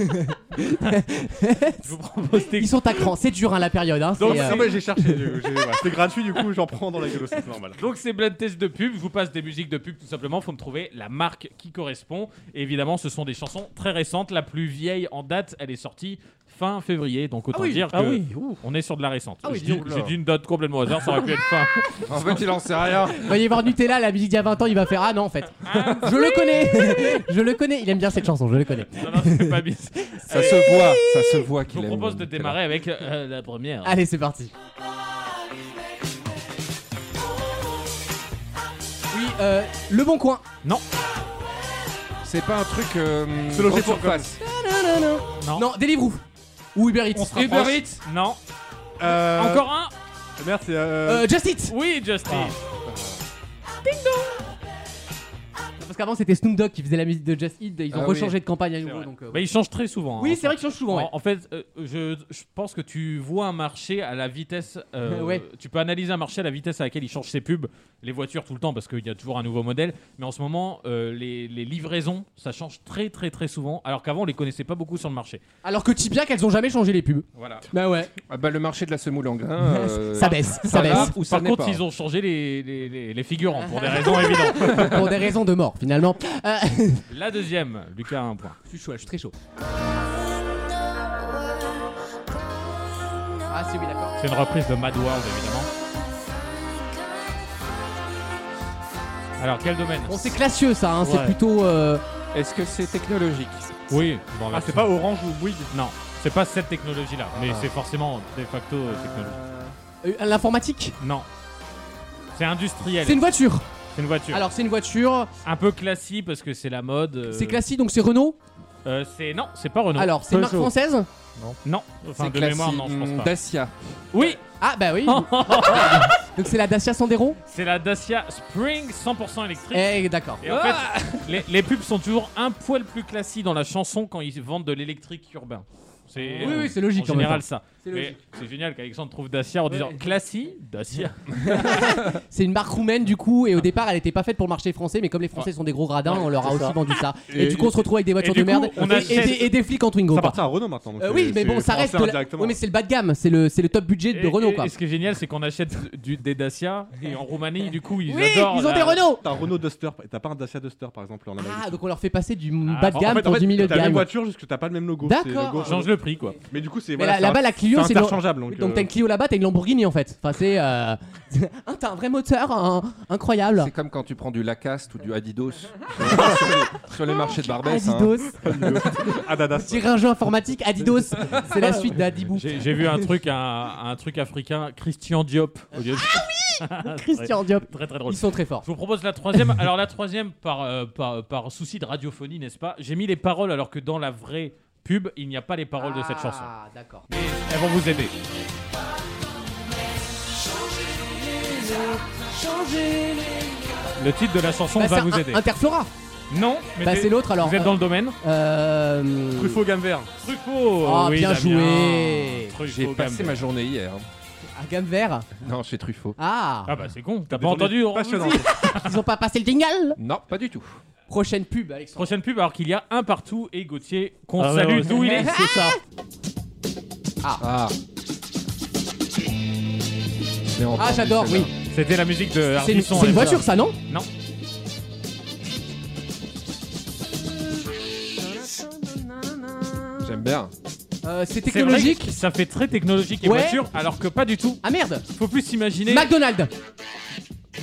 Speaker 5: Je vous propose des-
Speaker 2: ils sont à cran. C'est dur hein, la période. Hein,
Speaker 5: Donc,
Speaker 2: c'est, euh,
Speaker 3: Ah ouais, j'ai cherché. j'ai- j'ai- voilà, C'est gratuit, du coup, j'en prends dans la gueule aussi,
Speaker 2: *laughs*
Speaker 3: c'est normal.
Speaker 5: Donc c'est blind test de pub, je vous passe des musiques de pub tout simplement, faut me trouver la marque qui correspond. Et évidemment, ce sont des chansons très récentes, la plus vieille en date, elle est sortie fin février, donc autant dire que
Speaker 4: Ah oui, ouf.
Speaker 5: on est sur de la récente.
Speaker 2: Ah oui,
Speaker 5: Je dis-
Speaker 2: dis
Speaker 6: donc là.
Speaker 5: J'ai dit une date complètement au hasard, ça aurait pu être fin.
Speaker 6: En fait, il en sait
Speaker 5: *laughs*
Speaker 6: rien.
Speaker 2: Il va y avoir Nutella, la musique d'il y a 20 ans, il va faire Ah non, en fait. Je le
Speaker 5: *laughs*
Speaker 2: connais. Je le connais. Il aime bien cette chanson, je le connais.
Speaker 5: Non, non, c'est pas bis.
Speaker 6: Ça se voit, ça se voit
Speaker 5: Je
Speaker 6: qu'il
Speaker 5: vous
Speaker 6: aime
Speaker 5: propose de
Speaker 6: Nutella.
Speaker 5: démarrer avec euh, la première.
Speaker 2: Allez, c'est parti. Oui, euh, Le Bon Coin.
Speaker 6: C'est pas un truc. Euh,
Speaker 3: Se loger
Speaker 6: en
Speaker 3: sur
Speaker 6: surface.
Speaker 5: Non.
Speaker 2: Non, Deliveroo. Ou Uber Eats.
Speaker 5: On se rapproche.
Speaker 2: Uber Eats.
Speaker 5: Non.
Speaker 3: Euh,
Speaker 5: Encore un
Speaker 3: Merde, c'est. euh,
Speaker 2: Euh, Just Eat.
Speaker 5: Oui, Justin.
Speaker 2: Parce qu'avant, c'était Snoop Dogg qui faisait la musique de Just Eat. Ils ont
Speaker 6: Ah
Speaker 2: rechangé
Speaker 6: oui.
Speaker 2: de campagne à nouveau.
Speaker 3: vrai.
Speaker 2: Donc, euh,
Speaker 5: Bah, il change très souvent. hein,
Speaker 2: oui,
Speaker 5: en
Speaker 2: c'est vrai qu'ils changent souvent. ouais.
Speaker 5: En, en fait, euh, je, je pense que tu vois un marché à la vitesse. euh,
Speaker 2: Ouais.
Speaker 5: Tu peux analyser un marché à la vitesse à laquelle ils changent ses pubs, les voitures tout le temps, parce qu'il y a toujours un nouveau modèle. Mais en ce moment, euh, les, les livraisons, ça change très très très souvent, alors qu'avant, on les connaissait pas beaucoup sur le marché.
Speaker 2: Alors que Tipiak, elles ont jamais changé les pubs.
Speaker 5: Voilà.
Speaker 2: Bah ouais.
Speaker 6: Ah bah, le marché de la semoule en grain. euh,
Speaker 2: *laughs* ça baisse, Ah ben, ça
Speaker 6: ça va
Speaker 2: baisse.
Speaker 6: ou ça
Speaker 5: Par
Speaker 6: n'est
Speaker 5: contre,
Speaker 6: pas.
Speaker 5: ils ont changé les, les- les- les figurants pour des raisons évidentes.
Speaker 2: Pour des raisons de mort, finalement. Euh,
Speaker 5: La deuxième, Lucas a un point.
Speaker 2: je suis chaud, là, je suis très chaud. Ah, si, oui, d'accord.
Speaker 5: C'est une reprise de Mad World, évidemment. Alors, quel domaine
Speaker 2: Bon, c'est classieux ça, hein, c'est
Speaker 5: Ouais.
Speaker 2: plutôt. euh,
Speaker 6: Est-ce que c'est technologique
Speaker 5: Oui, bon, là,
Speaker 3: Ah, c'est pas Orange ou Bouygues
Speaker 5: Non, c'est pas cette technologie-là, mais c'est forcément de facto euh, technologie.
Speaker 2: euh, L'informatique
Speaker 5: Non. C'est industriel.
Speaker 2: C'est une voiture
Speaker 5: C'est une voiture.
Speaker 2: Alors, c'est une voiture,
Speaker 5: un peu classique parce que c'est la mode. euh,
Speaker 2: c'est classique donc c'est Renault
Speaker 5: euh, c'est non, c'est pas Renault.
Speaker 2: Alors, c'est une marque
Speaker 4: Peugeot.
Speaker 2: française
Speaker 5: Non, enfin
Speaker 6: C'est
Speaker 5: de
Speaker 6: classique.
Speaker 5: mémoire, non, je
Speaker 2: Mmh,
Speaker 6: Hmm,
Speaker 5: pense pas.
Speaker 6: Dacia.
Speaker 5: Oui,
Speaker 2: Ah, bah
Speaker 3: *laughs*
Speaker 2: oui Donc, c'est la Dacia Sandero
Speaker 5: c'est la Dacia Spring 100% électrique.
Speaker 2: Eh, d'accord.
Speaker 5: Et en fait, les, les pubs sont toujours un poil plus classiques dans la chanson quand ils vendent de l'électrique urbain. C'est euh,
Speaker 2: Oui, oui, c'est logique,
Speaker 5: En
Speaker 2: en même
Speaker 5: général, ça.
Speaker 2: C'est
Speaker 5: Mais
Speaker 2: logique.
Speaker 5: c'est génial qu'Alexandre trouve Dacia en disant classique, Dacia.
Speaker 2: C'est une marque roumaine du coup, et au départ elle était pas faite pour le marché français, mais comme les Français sont des gros radins, on leur a aussi vendu ça. Et,
Speaker 3: Et-
Speaker 2: du coup, on se retrouve avec des voitures
Speaker 5: du
Speaker 2: de
Speaker 5: coup,
Speaker 2: merde
Speaker 5: on
Speaker 2: et, et
Speaker 5: achète-
Speaker 2: des, et des flics en Twingo.
Speaker 3: Ça
Speaker 2: quoi.
Speaker 3: appartient à Renault maintenant. donc
Speaker 2: Euh,
Speaker 3: c'est-
Speaker 2: oui, mais
Speaker 3: c'est
Speaker 2: bon, ça
Speaker 3: français
Speaker 2: reste. de la-
Speaker 3: indirectement.
Speaker 2: Oui, mais c'est le bas de gamme, c'est le, c'est le top budget *laughs* de Renault
Speaker 5: et,
Speaker 2: quoi.
Speaker 5: et ce qui est génial, c'est qu'on achète du- des Dacia et en Roumanie, du coup, ils
Speaker 2: oui,
Speaker 5: adorent.
Speaker 2: ils ont
Speaker 5: la-
Speaker 2: des Renault
Speaker 3: T'as un Renault Duster, et t'as pas un Dacia Duster par exemple en Amérique.
Speaker 2: Ah, donc on leur fait passer du
Speaker 5: Ah,
Speaker 2: bas de
Speaker 5: en
Speaker 2: gamme
Speaker 3: en fait,
Speaker 2: pour
Speaker 3: en fait,
Speaker 2: du milieu de
Speaker 3: t'as la même
Speaker 2: gamme.
Speaker 3: voiture, juste que t'as pas le même logo. c'est le
Speaker 2: D'accord.
Speaker 3: logo
Speaker 5: Change le prix, quoi.
Speaker 3: Mais du coup, c'est.
Speaker 2: Mais
Speaker 3: voilà,
Speaker 2: là-
Speaker 3: c'est
Speaker 2: là-bas,
Speaker 3: un-
Speaker 2: la Clio,
Speaker 3: c'est
Speaker 2: c'est une-
Speaker 3: interchangeable. Donc,
Speaker 2: Donc
Speaker 3: euh,
Speaker 2: t'as une Clio là-bas, t'as une Lamborghini en fait. Enfin, c'est. euh, *laughs* Ah, t'as un vrai moteur hein, incroyable.
Speaker 6: C'est comme quand tu prends du Lacoste ou
Speaker 2: *laughs*
Speaker 6: du Adidas sur, sur les, sur les marchés de Barbès. hein.
Speaker 2: Adidas.
Speaker 3: Adidas.
Speaker 2: Tirer un jeu informatique,
Speaker 5: *laughs*
Speaker 2: Adidas. C'est la suite d'Adibou.
Speaker 5: J'ai j'ai vu un truc, un, un truc africain, Christian Diop. au lieu de-
Speaker 2: Christian Diop.
Speaker 5: Très très drôle.
Speaker 2: Ils sont très forts.
Speaker 5: Je vous propose la troisième. Alors la troisième, par, euh, par, par souci de radiophonie, n'est-ce pas J'ai mis les paroles alors que dans la vraie pub, il n'y a pas les paroles de cette chanson.
Speaker 2: Ah, d'accord.
Speaker 5: Mais elles vont vous aider. Le titre de la chanson
Speaker 2: Bah,
Speaker 5: va
Speaker 2: c'est
Speaker 5: vous
Speaker 2: un-
Speaker 5: aider.
Speaker 2: Interflora.
Speaker 5: Non, mais
Speaker 2: Bah,
Speaker 5: t'es-
Speaker 2: c'est l'autre alors.
Speaker 5: vous êtes dans le domaine.
Speaker 2: Euh,
Speaker 3: Truffaut gamme vert.
Speaker 5: Truffaut.
Speaker 2: Oh,
Speaker 5: oui,
Speaker 2: bien
Speaker 5: Damien.
Speaker 2: joué.
Speaker 5: Truffaut,
Speaker 6: J'ai passé
Speaker 5: Gambert.
Speaker 6: ma journée hier.
Speaker 2: À gamme vert.
Speaker 6: Non, chez Truffaut.
Speaker 2: Ah,
Speaker 5: Ah bah c'est con. T'as
Speaker 3: Des
Speaker 5: pas entendu
Speaker 3: journées
Speaker 5: on vous
Speaker 3: passionnantes.
Speaker 5: dit.
Speaker 2: ils ont pas passé le jingle.
Speaker 6: Non, pas du tout.
Speaker 2: Prochaine pub, Alexandre.
Speaker 5: Prochaine pub alors qu'il y a un partout et Gauthier qu'on
Speaker 4: Ah ouais,
Speaker 5: salue
Speaker 4: ouais,
Speaker 5: d'où il est.
Speaker 4: C'est ça.
Speaker 6: Ah. Je l'ai
Speaker 2: Ah,
Speaker 6: entendu,
Speaker 2: j'adore, oui.
Speaker 6: celle-là.
Speaker 5: C'était la musique de
Speaker 2: C'est une,
Speaker 5: Bah, Ardisson. hein.
Speaker 2: c'est une voiture, ça, non
Speaker 5: Non.
Speaker 6: J'aime bien.
Speaker 2: Euh, C'est
Speaker 5: C'est vrai que
Speaker 2: technologique.
Speaker 5: Ça fait très technologique et
Speaker 2: Ouais.
Speaker 5: voiture alors que pas du tout.
Speaker 2: Ah merde
Speaker 5: Faut plus s'imaginer.
Speaker 2: McDonald's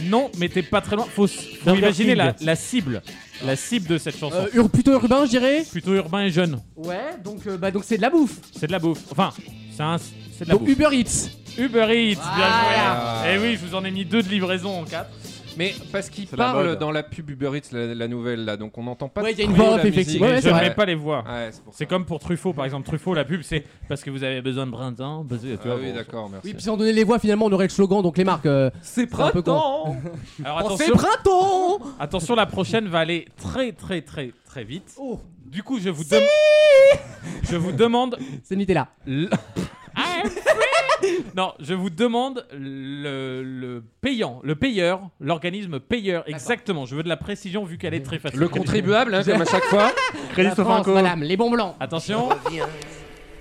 Speaker 5: Non, mais t'es pas très loin. Faut, s- faut
Speaker 4: Burger
Speaker 5: imaginer
Speaker 4: King.
Speaker 5: la, la cible. La cible de cette chanson.
Speaker 2: Euh, ur- Plutôt urbain, je dirais
Speaker 5: Plutôt urbain et jeune.
Speaker 2: Ouais, donc euh, bah, donc c'est de la bouffe.
Speaker 5: C'est de la bouffe. Enfin, c'est un- c'est de la
Speaker 2: Donc Ah.
Speaker 5: bouffe.
Speaker 2: Uber Eats.
Speaker 5: Uber Eats, bien joué.
Speaker 2: Voilà.
Speaker 5: Eh oui, je vous en ai mis deux de livraison en quatre.
Speaker 6: Mais parce qu'il
Speaker 3: C'est la
Speaker 6: parle
Speaker 3: mode.
Speaker 6: dans la pub Uber Eats, la, la nouvelle, là, donc on n'entend pas.
Speaker 2: Ouais, il y a une
Speaker 6: crier
Speaker 2: voix off,
Speaker 6: la musique.
Speaker 2: effectivement. Ouais,
Speaker 5: je
Speaker 2: c'est
Speaker 5: ne
Speaker 2: vrai.
Speaker 5: vais pas les voir.
Speaker 6: Ouais, c'est pour
Speaker 5: C'est
Speaker 6: ça.
Speaker 5: comme pour Truffaut, par exemple. Truffaut, la pub, c'est parce que vous avez besoin de printemps. parce que- tu vois,
Speaker 6: Ah oui,
Speaker 5: bon.
Speaker 6: d'accord, merci.
Speaker 2: Oui, puis si on donnait les voix, finalement, on aurait le slogan, donc les marques. euh,
Speaker 6: c'est
Speaker 2: un peu
Speaker 6: printemps
Speaker 5: *laughs* Alors
Speaker 2: Oh,
Speaker 5: attention,
Speaker 2: c'est printemps
Speaker 5: attention, la prochaine va aller très, très, très, très vite.
Speaker 2: Oh.
Speaker 5: Du coup, je vous demande. Je vous demande.
Speaker 2: C'est Nutella.
Speaker 5: l- I'm free non, je vous demande le, le payant, le payeur, l'organisme payeur. Exactement. Je veux de la précision vu qu'elle est très facile.
Speaker 6: Le contribuable, hein, comme à chaque fois.
Speaker 3: Crédit
Speaker 2: La France,
Speaker 3: Sofinco.
Speaker 2: madame, les bons blancs.
Speaker 5: Attention.